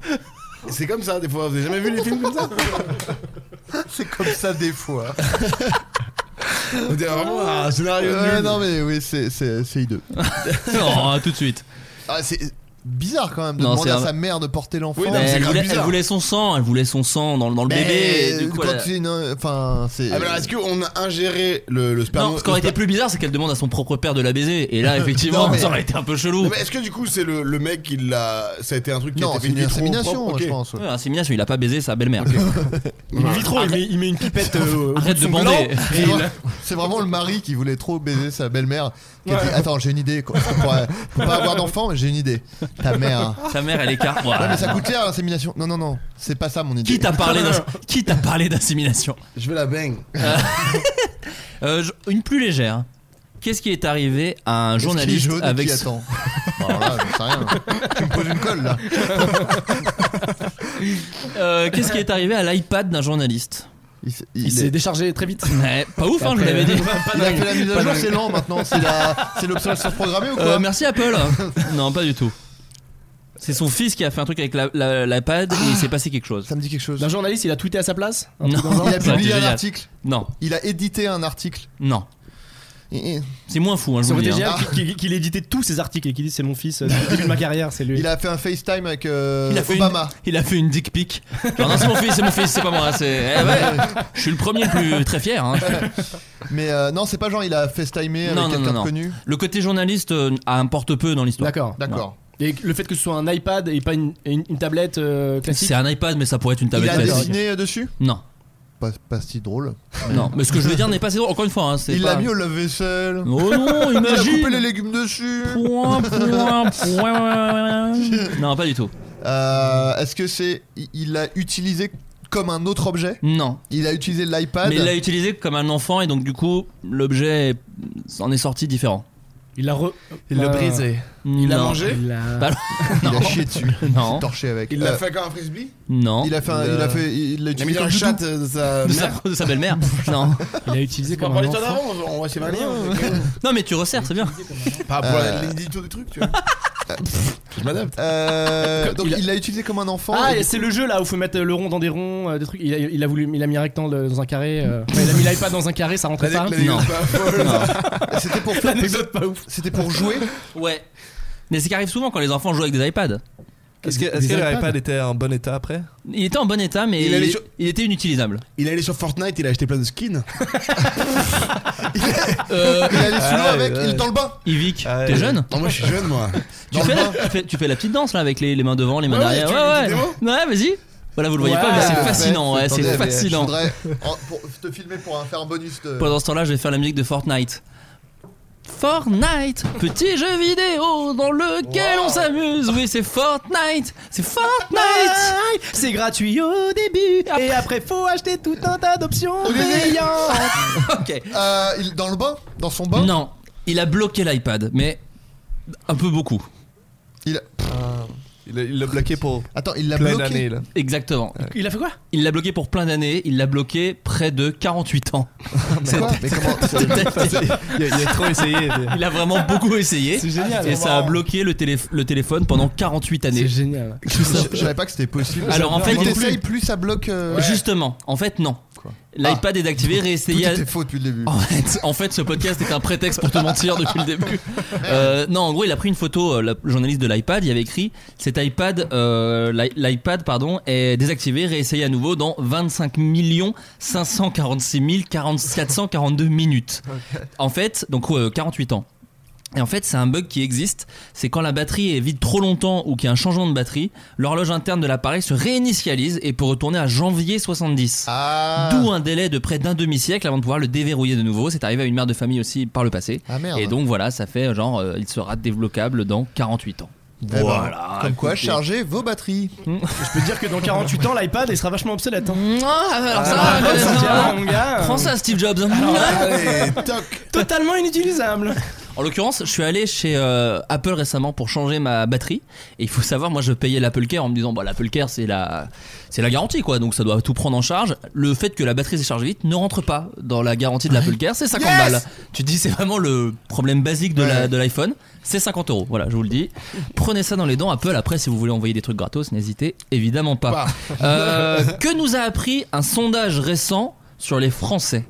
Speaker 3: C'est comme ça des fois, vous avez jamais vu les films comme ça
Speaker 7: C'est comme ça des fois.
Speaker 3: On dirait vraiment un scénario
Speaker 7: Ouais,
Speaker 3: nul.
Speaker 7: non mais oui c'est c'est c'est hideux.
Speaker 8: Non, Oh, tout de suite.
Speaker 7: Ah, c'est bizarre quand même de
Speaker 8: Non,
Speaker 7: demander
Speaker 8: c'est
Speaker 7: à
Speaker 8: un-
Speaker 7: sa mère de porter l'enfant.
Speaker 8: Mais elle, voulait, elle voulait son sang, elle voulait son sang dans, dans le bébé. Du coup,
Speaker 7: euh, quand
Speaker 8: elle-
Speaker 7: tu es une- enfin, c'est.
Speaker 8: Ah, mais alors, est-ce
Speaker 7: qu'on a ingéré le, le
Speaker 8: Non, ce qui aurait été plus bizarre, c'est qu'elle demande à son propre père de la baiser. Et là, effectivement,
Speaker 7: euh, Non, mais-
Speaker 8: ça aurait été un peu chelou.
Speaker 3: Non, mais est-ce que du coup, c'est le, le mec qui l'a. Ça a été un truc qui
Speaker 8: Non,
Speaker 3: était
Speaker 8: c'est une insémination,
Speaker 3: je
Speaker 7: pense.
Speaker 8: Ouais, insémination, Ah, il a pas baisé sa belle-mère.
Speaker 1: Le vitro, il met, il met une pipette euh, au bout
Speaker 8: Arrête
Speaker 1: de
Speaker 8: de
Speaker 1: son
Speaker 8: bander.
Speaker 1: gland.
Speaker 7: C'est vrai- C'est vraiment le mari qui voulait trop baiser sa belle-mère. Qui a dit
Speaker 8: Ouais.
Speaker 7: Attends, j'ai une idée. Quoi. Pour, euh, pour pas avoir d'enfant, mais j'ai une idée. Ta mère.
Speaker 8: Sa mère, elle écarte.
Speaker 7: Ouais, Ah, mais ça coûte cher l'insémination. Non, non, non. C'est pas ça mon idée.
Speaker 8: Qui t'a parlé d'ins- qui t'a parlé d'insémination
Speaker 3: Je veux la bang.
Speaker 8: Euh, je- Une plus légère. Qu'est-ce qui est arrivé à un
Speaker 7: Qu'est-ce qui est
Speaker 8: journaliste
Speaker 7: jaune et
Speaker 8: avec
Speaker 7: qui
Speaker 8: ce-
Speaker 7: attend Bon, alors là, j'en sais rien. hein. Tu me poses une colle là.
Speaker 8: Euh, Qu'est-ce qui est arrivé à l'iPad d'un journaliste
Speaker 7: il s'est est-
Speaker 8: déchargé très vite. pas ouf, hein, je vous l'avais dit.
Speaker 7: Il a fait la mise à jour, c'est lent maintenant. C'est la- c'est l'obsolescence programmée ou quoi
Speaker 8: Euh, merci Apple. non, pas du tout. C'est son fils qui a fait un truc avec la- la- l'iPad et il s'est passé quelque chose.
Speaker 7: Ça me dit quelque chose.
Speaker 1: D'un journaliste, il a tweeté à sa place Un
Speaker 8: Non.
Speaker 1: truc dans le genre
Speaker 7: Il a
Speaker 8: Ça aurait été
Speaker 7: publié un
Speaker 8: génial.
Speaker 7: article.
Speaker 8: Non,
Speaker 7: Il a édité un article.
Speaker 8: non.
Speaker 7: Il
Speaker 8: C'est moins fou, hein, je
Speaker 1: Ça
Speaker 8: vous le
Speaker 1: aurait
Speaker 8: dis.
Speaker 1: été
Speaker 8: hein.
Speaker 1: génial qu'il- qu'il ait édité tous ses articles et qu'il dise c'est mon fils, euh, depuis le début de ma carrière, c'est lui.
Speaker 7: a fait un FaceTime avec euh,
Speaker 8: Il a fait
Speaker 7: Obama.
Speaker 8: Une, il a fait une dick pic. Genre, non, c'est mon fils, c'est mon fils, c'est pas moi. C'est. eh ouais, je suis le premier, le plus très fier. hein.
Speaker 7: Mais euh, non, c'est pas genre il a
Speaker 8: Non,
Speaker 7: FaceTimé avec
Speaker 8: non, non,
Speaker 7: quelqu'un de
Speaker 8: non.
Speaker 7: connu.
Speaker 8: Le côté journaliste euh, importe peu dans l'histoire.
Speaker 1: D'accord.
Speaker 7: D'accord.
Speaker 1: Et le fait que ce soit un iPad et pas une, une- une tablette euh, classique.
Speaker 8: C'est un iPad, mais ça pourrait être une
Speaker 7: Il
Speaker 8: tablette
Speaker 7: a
Speaker 8: classique.
Speaker 7: dessiné euh, dessus
Speaker 8: Non,
Speaker 7: pas, pas si drôle.
Speaker 8: non. Mais ce que je veux dire n'est pas assez drôle. Encore une fois, hein, c'est
Speaker 7: Il
Speaker 8: pas-
Speaker 7: l'a mis au lave-vaisselle.
Speaker 8: Oh non,
Speaker 7: Il a coupé
Speaker 8: imagine.
Speaker 7: les légumes dessus.
Speaker 8: Point, point, point. Non, pas du tout.
Speaker 7: Euh, Est-ce que c'est. il- Il l'a utilisé comme un autre objet
Speaker 8: Non.
Speaker 7: Il a utilisé l'iPad
Speaker 8: Mais il l'a utilisé comme un enfant et donc du coup l'objet est- en est sorti différent.
Speaker 1: Il l'a re...
Speaker 9: Il l'a
Speaker 8: Euh,
Speaker 9: brisé.
Speaker 8: Il
Speaker 3: l'a mangé
Speaker 1: Il l'a-
Speaker 7: Il
Speaker 8: non.
Speaker 7: a chié dessus. Il
Speaker 8: Non.
Speaker 7: s'est torché avec.
Speaker 3: Il l'a
Speaker 7: Euh,
Speaker 3: fait comme un frisbee
Speaker 8: Non.
Speaker 7: Il a fait. un-
Speaker 3: Il
Speaker 7: Il
Speaker 3: a-
Speaker 7: a fait. Il l'a
Speaker 3: Il a mis
Speaker 7: utilisé
Speaker 3: dans
Speaker 7: comme
Speaker 3: le
Speaker 7: doudou.
Speaker 3: chat de sa
Speaker 8: De sa,
Speaker 3: mère
Speaker 8: de sa belle-mère. non.
Speaker 1: Il l'a utilisé
Speaker 3: On
Speaker 1: comme
Speaker 3: parle
Speaker 1: un
Speaker 3: l'histoire
Speaker 1: enfant.
Speaker 3: d'avant, on va s'épargner.
Speaker 8: Non mais tu resserres, c'est bien.
Speaker 3: Par rapport
Speaker 7: Euh.
Speaker 3: à l'édito du truc, tu vois. Je m'adapte.
Speaker 7: Euh, donc
Speaker 1: Il a-
Speaker 7: il l'a utilisé comme un enfant.
Speaker 1: Ah,
Speaker 7: et
Speaker 1: et
Speaker 7: du
Speaker 1: c'est le jeu là où faut mettre le rond dans des ronds, euh, des trucs. Il a, il a voulu, il a mis un rectangle dans un carré. euh, enfin, il a mis l'iPad dans un carré, ça rentrait pas.
Speaker 8: Non.
Speaker 7: coup, C'était pour.
Speaker 1: L'anecdote pas ouf.
Speaker 7: C'était pour jouer.
Speaker 8: Ouais. Mais c'est qu'arrive souvent quand les enfants jouent avec des iPads.
Speaker 9: Est-ce que, est
Speaker 3: Des
Speaker 9: que
Speaker 3: iPads
Speaker 9: l'iPad était en bon état après
Speaker 8: Il était en bon état mais
Speaker 3: Il
Speaker 8: il,
Speaker 3: allait sur-
Speaker 8: il était inutilisable.
Speaker 3: Il est allé sur Fortnite, il a acheté plein de skins.
Speaker 8: Euh,
Speaker 7: Il allait sous l'eau
Speaker 9: Ah,
Speaker 7: avec.
Speaker 9: ouais.
Speaker 7: Il dans le bain.
Speaker 8: Yvick,
Speaker 9: Ah,
Speaker 8: t'es
Speaker 9: ouais.
Speaker 8: jeune
Speaker 3: Non, moi je suis jeune, moi.
Speaker 8: tu fais, la, tu, fais, tu fais la petite danse là avec les, les mains devant, les mains
Speaker 3: Ouais,
Speaker 8: derrière.
Speaker 3: tu veux une
Speaker 8: Ouais,
Speaker 3: petite
Speaker 8: ouais. Ouais, vas-y. Voilà, vous le voyez pas, mais c'est fascinant. Ouais, c'est
Speaker 7: Attendez, mais
Speaker 8: fascinant.
Speaker 7: Je voudrais en- Oh, pour te filmer pour un- faire un bonus de.
Speaker 8: Pendant ce temps-là, je vais faire la musique de Fortnite. Fortnite, petit jeu vidéo dans lequel on s'amuse. Oui, c'est Fortnite, c'est Fortnite.
Speaker 1: C'est gratuit au début et après faut acheter tout un tas d'options payantes.
Speaker 8: ok.
Speaker 7: Euh, il, dans le bain Dans son bain
Speaker 8: Non, il a bloqué l'iPad, mais un peu beaucoup.
Speaker 7: Il a-
Speaker 9: Il l'a- il l'a bloqué pour
Speaker 7: Attends, il l'a
Speaker 9: plein
Speaker 7: bloqué.
Speaker 9: d'années là.
Speaker 8: Exactement.
Speaker 1: Il a fait quoi
Speaker 8: Il l'a bloqué pour plein d'années. Il l'a bloqué près de 48 ans.
Speaker 7: Mais quoi Mais comment
Speaker 9: Il a, il a trop essayé.
Speaker 8: Il a vraiment beaucoup essayé.
Speaker 1: C'est génial.
Speaker 8: Et ça a bloqué le, télé- le téléphone pendant 48
Speaker 1: C'est
Speaker 8: années.
Speaker 1: génial.
Speaker 7: Je savais pas que c'était possible.
Speaker 8: Alors, en
Speaker 7: Plus
Speaker 8: fait, il-
Speaker 7: t'essayes, plus ça bloque. euh,
Speaker 8: Justement, en fait, non. L'iPad est activé,
Speaker 7: Tout
Speaker 8: réessayé. à-
Speaker 7: était faux depuis le début.
Speaker 8: En fait, en fait, ce podcast est un prétexte pour te mentir depuis le début. Euh, non, en gros, il a pris une photo, euh, le journaliste de l'iPad, il avait écrit cet iPad, euh, l'i- l'iPad, pardon, est désactivé, réessayé à nouveau dans 25 546 442 minutes. En fait, donc euh, 48 ans. Et en fait, c'est un bug qui existe. C'est quand la batterie est vide trop longtemps ou qu'il y a un changement de batterie, l'horloge interne de l'appareil se réinitialise et peut retourner à janvier 70.
Speaker 7: Ah.
Speaker 8: D'où un délai de près d'un demi-siècle avant de pouvoir le déverrouiller de nouveau. C'est arrivé à une mère de famille aussi par le passé.
Speaker 7: Ah, merde.
Speaker 8: Et donc voilà, ça fait genre, euh, il sera débloquable dans 48 ans.
Speaker 7: Eh ben,
Speaker 8: Voilà.
Speaker 7: Comme quoi,
Speaker 8: écoutez.
Speaker 7: chargez vos batteries.
Speaker 1: Je peux dire que dans 48 ans, l'iPad il sera vachement obsolète. hein.
Speaker 8: Ah, alors ça,
Speaker 1: Ah,
Speaker 8: euh,
Speaker 1: ça dira, mon gars.
Speaker 8: Prends ça, Steve Jobs.
Speaker 3: Allez, toc
Speaker 1: Totalement inutilisable.
Speaker 8: En l'occurrence, je suis allé chez euh, Apple récemment pour changer ma batterie. Et il faut savoir, moi, je payais l'Apple Care en me disant, bah, l'Apple Care, c'est la, c'est la garantie, quoi. Donc, ça doit tout prendre en charge. Le fait que la batterie se charge vite ne rentre pas dans la garantie de l'Apple Care. C'est 50
Speaker 3: Yes
Speaker 8: balles. Tu te dis, c'est vraiment le problème basique de, la-
Speaker 7: Ouais.
Speaker 8: de l'iPhone. C'est 50 euros. Voilà, je vous le dis. Prenez ça dans les dents, Apple. Après, si vous voulez envoyer des trucs gratos, n'hésitez évidemment
Speaker 1: Bah.
Speaker 8: pas. Euh, que nous a appris un sondage récent sur les Français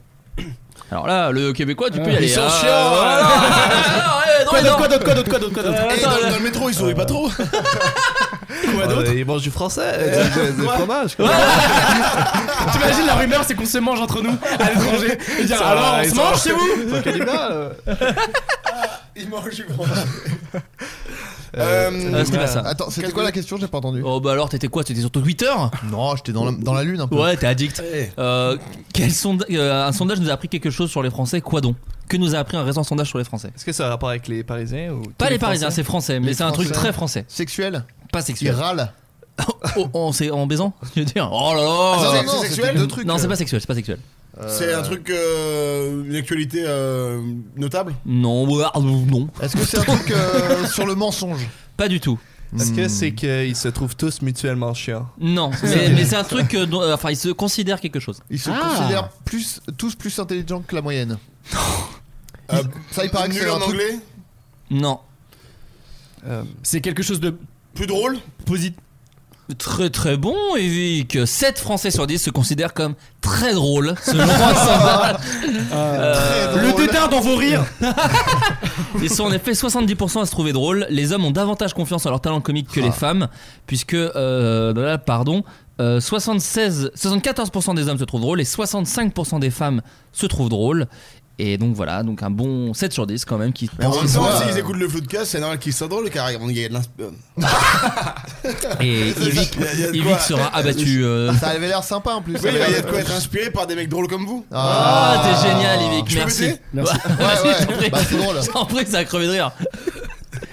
Speaker 8: alors là, le Québécois, tu peux y
Speaker 1: ils
Speaker 8: aller.
Speaker 1: sont
Speaker 8: Ah,
Speaker 1: chiants,
Speaker 8: voilà.
Speaker 1: ouais.
Speaker 8: Ah, ouais, non,
Speaker 1: Quoi
Speaker 8: non.
Speaker 1: d'autre, quoi d'autre, quoi d'autre, quoi d'autre, quoi d'autre
Speaker 9: Euh, attends,
Speaker 1: Eh,
Speaker 9: là-
Speaker 1: le métro, ils sourit
Speaker 7: Euh,
Speaker 1: pas trop.
Speaker 9: Ouais, Ils mangent Euh, du français, des, des
Speaker 1: Ouais.
Speaker 9: fromages. quoi.
Speaker 1: T'imagines la rumeur, c'est qu'on se mange entre nous à l'étranger. Et dire,
Speaker 9: Ça va,
Speaker 1: alors on
Speaker 9: ils
Speaker 1: se
Speaker 9: sont-
Speaker 1: mange chez vous
Speaker 9: ils sont cannibales, euh.
Speaker 3: Il mange du fromage.
Speaker 8: Euh, c'était pas ça.
Speaker 7: Attends, c'était quoi la question J'ai pas entendu.
Speaker 8: Oh bah alors t'étais quoi T'étais sur ton Twitter
Speaker 7: Non, j'étais dans la, dans la lune un peu.
Speaker 8: Ouais, t'es addict. Euh, quel sonda- euh, un sondage nous a appris quelque chose sur les Français, quoi donc Que nous a appris un récent sondage sur les Français
Speaker 9: Est-ce que ça a un rapport avec les Parisiens ou
Speaker 8: Pas
Speaker 9: tous
Speaker 8: les Parisiens,
Speaker 9: Français
Speaker 8: c'est français, mais
Speaker 9: Les
Speaker 8: c'est un truc
Speaker 9: Français.
Speaker 8: très français.
Speaker 7: Sexuel
Speaker 8: Pas sexuel.
Speaker 7: Ils râlent
Speaker 8: Oh, oh, c'est en baisant Je veux dire. Oh là
Speaker 3: Ah,
Speaker 8: là
Speaker 3: c'est- c'est sexuel
Speaker 8: deux
Speaker 3: deux trucs,
Speaker 8: Non, c'est
Speaker 3: euh.
Speaker 8: pas sexuel, c'est pas sexuel.
Speaker 3: C'est un truc, euh, une actualité euh, notable
Speaker 8: Non, ouais, ah, non.
Speaker 7: Est-ce que c'est un truc euh, sur le mensonge Hmm.
Speaker 8: Pas du tout.
Speaker 9: Est-ce que c'est qu'ils se trouvent tous mutuellement chiants
Speaker 8: Non, mais, mais c'est un truc. euh, dont- euh, enfin, ils se considèrent quelque chose.
Speaker 7: Ils se
Speaker 8: Ah.
Speaker 7: considèrent plus, tous plus intelligents que la moyenne. Euh, ça, il paraît que
Speaker 3: Nul
Speaker 7: c'est un
Speaker 3: en
Speaker 7: truc.
Speaker 3: anglais
Speaker 8: Non.
Speaker 1: C'est quelque chose de
Speaker 3: Plus drôle
Speaker 1: positif.
Speaker 8: Très très bon, Evic. 7 Français sur 10 se considèrent comme très drôles, selon un sondage. Euh,
Speaker 1: Le dédain dans vos rires
Speaker 8: Ils sont en effet 70% à se trouver drôles. Les hommes ont davantage confiance en leur talent comique que les femmes, puisque, euh, là, pardon, euh, 76, 74% des hommes se trouvent drôles et 65% des femmes se trouvent drôles. Et donc voilà, donc un bon 7 sur 10 quand même qui
Speaker 3: Mais en
Speaker 8: pense
Speaker 3: même
Speaker 8: que
Speaker 3: temps,
Speaker 8: ça-
Speaker 3: s'ils écoutent le flou de casse, c'est normal qu'ils soient drôles, car il y a de euh, l'inspiration.
Speaker 8: Et Evic,
Speaker 3: Il y a- il y a de
Speaker 8: Evic
Speaker 3: quoi-
Speaker 8: sera abattu. euh.
Speaker 7: Ça avait l'air sympa en plus.
Speaker 3: Oui,
Speaker 7: ça
Speaker 3: mais
Speaker 7: avait
Speaker 3: il y a
Speaker 7: l'air-
Speaker 3: de quoi être inspiré par des mecs drôles comme vous.
Speaker 8: Ah, t'es génial, Evic,
Speaker 3: Je peux
Speaker 8: merci.
Speaker 3: péter
Speaker 1: Merci.
Speaker 8: Vas-y,
Speaker 7: ouais.
Speaker 8: je t'en prie.
Speaker 7: Bah, c'est drôle.
Speaker 8: Je t'en prie, ça a crevé de rire.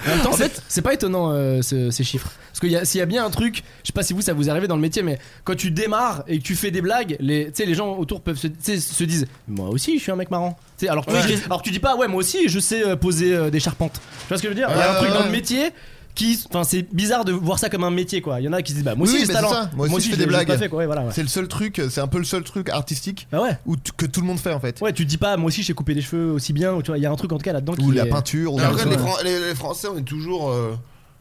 Speaker 1: En même temps, c'est- c'est pas étonnant euh, ce- ces chiffres. Parce qu'il y a- s'il y a bien un truc, je sais pas si vous ça vous arrive dans le métier, mais quand tu démarres et que tu fais des blagues, les, tu sais, les gens autour peuvent se, tu sais, se disent Moi aussi, je suis un mec marrant. Tu sais, Alors, tu
Speaker 8: Ouais.
Speaker 1: dis, alors tu dis pas Ouais, moi aussi, je sais euh, poser euh, des charpentes. Tu vois ce que je veux dire Il y a un
Speaker 7: Ouais,
Speaker 1: truc
Speaker 7: Euh, ouais.
Speaker 1: dans le métier. Qui, enfin, c'est bizarre de voir ça comme un métier quoi. Il y en a qui se disent bah moi
Speaker 7: Oui,
Speaker 1: aussi j'ai
Speaker 7: oui,
Speaker 1: ce
Speaker 7: bah, c'est
Speaker 1: talent.
Speaker 7: ça. Moi aussi, je fais
Speaker 1: l'ai-
Speaker 7: des
Speaker 1: l'ai
Speaker 7: blagues.
Speaker 1: pas fait, quoi. Ouais, voilà, ouais.
Speaker 7: C'est le seul truc, c'est un peu le seul truc artistique
Speaker 1: Bah ouais.
Speaker 7: où t- que tout le monde fait en fait.
Speaker 1: Ouais, tu te dis pas moi aussi j'ai coupé les cheveux aussi bien. Ou, tu vois, il y a un truc en tout cas là-dedans. qui
Speaker 7: Ou la
Speaker 1: est-
Speaker 7: peinture. Ou
Speaker 3: Mais après,
Speaker 7: Ouais.
Speaker 3: les, Fran- les- les Français, on est toujours. euh,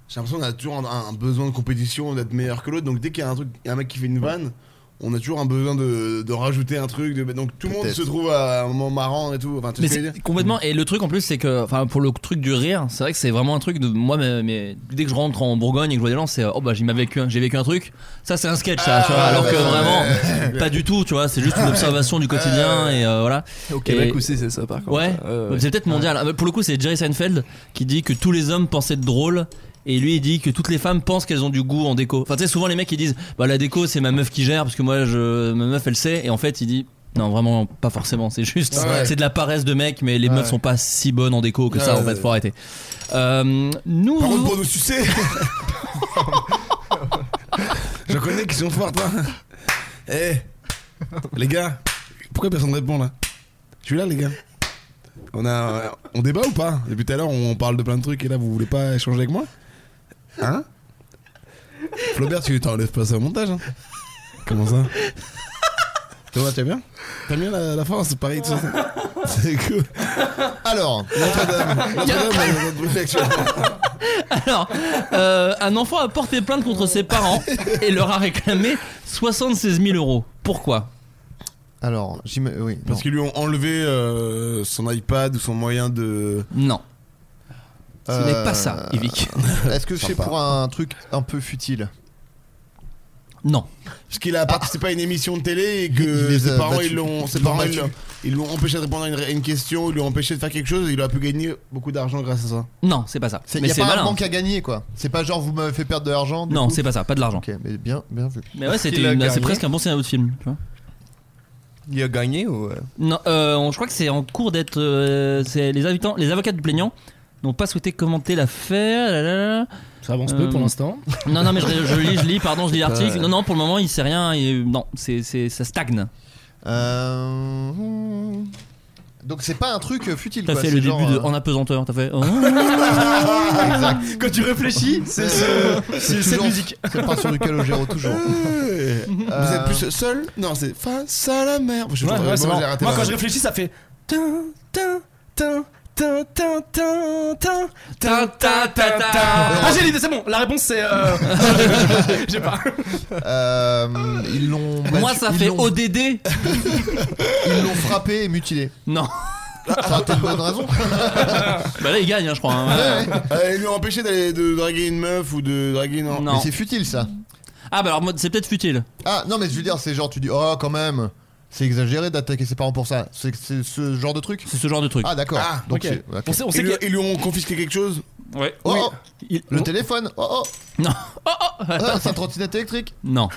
Speaker 3: J'ai l'impression qu'on a toujours un, un besoin de compétition, d'être meilleur que l'autre. Donc dès qu'il y a un truc, un mec qui fait une vanne, on a toujours un besoin de, de rajouter un truc. de- Donc tout le monde
Speaker 7: Peut-être.
Speaker 3: se trouve à un moment marrant et tout. Enfin, tu
Speaker 8: Mais
Speaker 3: sais ce que je veux
Speaker 8: c'est
Speaker 3: dire Mm.
Speaker 8: complètement. Et le truc en plus, c'est que, enfin, pour le truc du rire, c'est vrai que c'est vraiment un truc de moi. Mais, mais dès que je rentre en Bourgogne et que je vois des gens, c'est euh, oh bah j'ai m'a vécu, un- j'ai vécu un truc. Ça, c'est un sketch, ça. tu vois,
Speaker 3: ouais,
Speaker 8: alors
Speaker 3: bah,
Speaker 8: que
Speaker 3: ouais,
Speaker 8: vraiment, pas du tout. Tu vois, c'est juste une observation du
Speaker 3: Ah,
Speaker 8: quotidien et euh, voilà.
Speaker 9: Au
Speaker 7: bah,
Speaker 9: Québec
Speaker 8: Et-
Speaker 9: aussi, c'est ça par contre.
Speaker 8: Ouais.
Speaker 9: Euh,
Speaker 8: C'est peut-être mondial. Ah, Pour le coup, c'est Jerry Seinfeld qui dit que tous les hommes pensaient être drôles. Et lui, il dit que toutes les femmes pensent qu'elles ont du goût en déco. Enfin, tu sais, souvent les mecs, ils disent Bah, la déco, c'est ma meuf qui gère, parce que moi, je, ma meuf, elle sait. Et en fait, il dit Non, vraiment, pas forcément. C'est juste,
Speaker 3: Ouais.
Speaker 8: c'est de la paresse de mec, mais les meufs
Speaker 3: Ouais.
Speaker 8: sont pas si bonnes en déco que ça,
Speaker 3: Ouais,
Speaker 8: en fait,
Speaker 3: ouais.
Speaker 8: faut arrêter. Euh, nous.
Speaker 3: Par contre, pour nous sucer. J'en connais qui sont fortes. Hein. Eh, les gars, pourquoi personne ne répond là Je suis là, les gars. On, a, on débat ou pas Depuis tout à l'heure, on parle de plein de trucs et là, vous voulez pas échanger avec moi Hein Flaubert, tu t'enlèves pas ça au montage. Hein Comment ça Thomas, tu vas bien T'aimes bien la, la France, Paris, tout ça C'est cool.
Speaker 7: Alors,
Speaker 3: Notre-Dame, Notre-Dame, notre bouffée actuelle.
Speaker 8: Alors, euh, un enfant a porté plainte contre ses parents et leur a réclamé 76 000 euros. Pourquoi
Speaker 7: alors, j'im- oui.
Speaker 3: Parce qu'ils lui ont enlevé euh, son iPad ou son moyen de.
Speaker 8: Non.
Speaker 7: non.
Speaker 8: Ce n'est
Speaker 7: Euh,
Speaker 8: pas ça, Yvick.
Speaker 7: Est-ce que c'est
Speaker 3: Sympa.
Speaker 7: pour un truc un peu futile Ah.
Speaker 8: Non.
Speaker 3: Parce qu'il a participé à une émission de télé et
Speaker 7: Il
Speaker 3: que
Speaker 7: les
Speaker 3: ses
Speaker 7: a
Speaker 3: parents,
Speaker 7: battus.
Speaker 3: ils l'ont, ses
Speaker 7: Ils l'ont
Speaker 3: parents, ils
Speaker 7: battu.
Speaker 3: l'ont- ils l'ont empêché de répondre à une, à une question, ils lui ont empêché de faire quelque chose et il a pu gagner beaucoup d'argent grâce à ça.
Speaker 8: Non, c'est pas ça.
Speaker 7: Il
Speaker 8: Mais
Speaker 7: n'y a
Speaker 8: c'est
Speaker 7: pas un
Speaker 8: malin.
Speaker 7: manque à gagner quoi. C'est pas genre vous m'avez fait perdre de l'argent. du
Speaker 8: Non,
Speaker 7: coup.
Speaker 8: c'est pas ça, pas de l'argent.
Speaker 7: Ok, mais bien, bien vu.
Speaker 8: Mais ouais, c'était
Speaker 9: Qu'il a
Speaker 8: une- c'est
Speaker 9: gagné.
Speaker 8: presque un bon scénario de film. Tu vois.
Speaker 9: Il a gagné ou. euh,
Speaker 8: Non, euh, on- je crois que c'est en cours d'être. euh, c'est les, habitants- les avocats du plaignant n'ont pas souhaité commenter l'affaire. là, là, là.
Speaker 1: Ça avance peu pour
Speaker 8: Euh,
Speaker 1: l'instant.
Speaker 8: Non, non, mais je, je lis, je lis, pardon, je lis
Speaker 9: C'est pas-
Speaker 8: l'article. Non, non, pour le moment, il sait rien. et- non, c'est c'est- ça stagne.
Speaker 7: Euh, hmm. Donc c'est pas un truc euh, futile.
Speaker 8: T'as
Speaker 7: quoi,
Speaker 8: fait
Speaker 7: c'est
Speaker 8: le
Speaker 7: genre,
Speaker 8: début de
Speaker 7: euh,
Speaker 8: En apesanteur, t'as fait. oh.
Speaker 7: exact.
Speaker 1: Quand tu réfléchis, c'est ce- c'est cette
Speaker 7: Toujours.
Speaker 1: musique.
Speaker 7: C'est le part sur lequel on gère toujours.
Speaker 3: Euh, Vous êtes plus seul Non, c'est face à la mer. Je-
Speaker 1: Ouais, ouais,
Speaker 3: moi,
Speaker 1: c'est
Speaker 3: j'ai
Speaker 1: marrant.
Speaker 3: raté
Speaker 1: Moi,
Speaker 3: ma-
Speaker 1: quand je réfléchis, ça fait. Tin, tin, tin, tin, tin, tin, tin, tin, tin, tin, tin. Ah, j'ai l'idée, c'est bon. La réponse, c'est. euh, J'ai pas.
Speaker 7: Euh, ils l'ont.
Speaker 8: Moi,
Speaker 7: battu-
Speaker 8: ça
Speaker 7: ils
Speaker 8: fait
Speaker 7: l'ont-
Speaker 8: ODD.
Speaker 7: Ils l'ont frappé et mutilé.
Speaker 8: Non.
Speaker 7: Ça a peut-être bonne raison.
Speaker 8: Bah là, il gagne, hein, je crois. hein.
Speaker 3: Euh, lui a empêché d'aller de draguer une meuf ou de draguer une.
Speaker 8: Non. Mais c'est
Speaker 7: futile ça.
Speaker 8: Ah bah alors moi, c'est peut-être futile.
Speaker 7: Ah non, mais je veux dire, c'est genre, tu dis, oh quand même, c'est exagéré d'attaquer ses parents pour ça. C'est c'est ce genre de truc
Speaker 8: C'est ce genre de truc.
Speaker 7: Ah d'accord.
Speaker 8: Ah,
Speaker 7: Donc,
Speaker 8: ok.
Speaker 7: c'est- ok.
Speaker 8: On sait- on sait
Speaker 7: Et lui-
Speaker 8: que-
Speaker 7: et lui ont confisqué quelque chose
Speaker 8: Ouais.
Speaker 7: Oh, oh, Le téléphone Oh oh
Speaker 8: Non
Speaker 7: Ah, Sa trottinette électrique
Speaker 8: Non.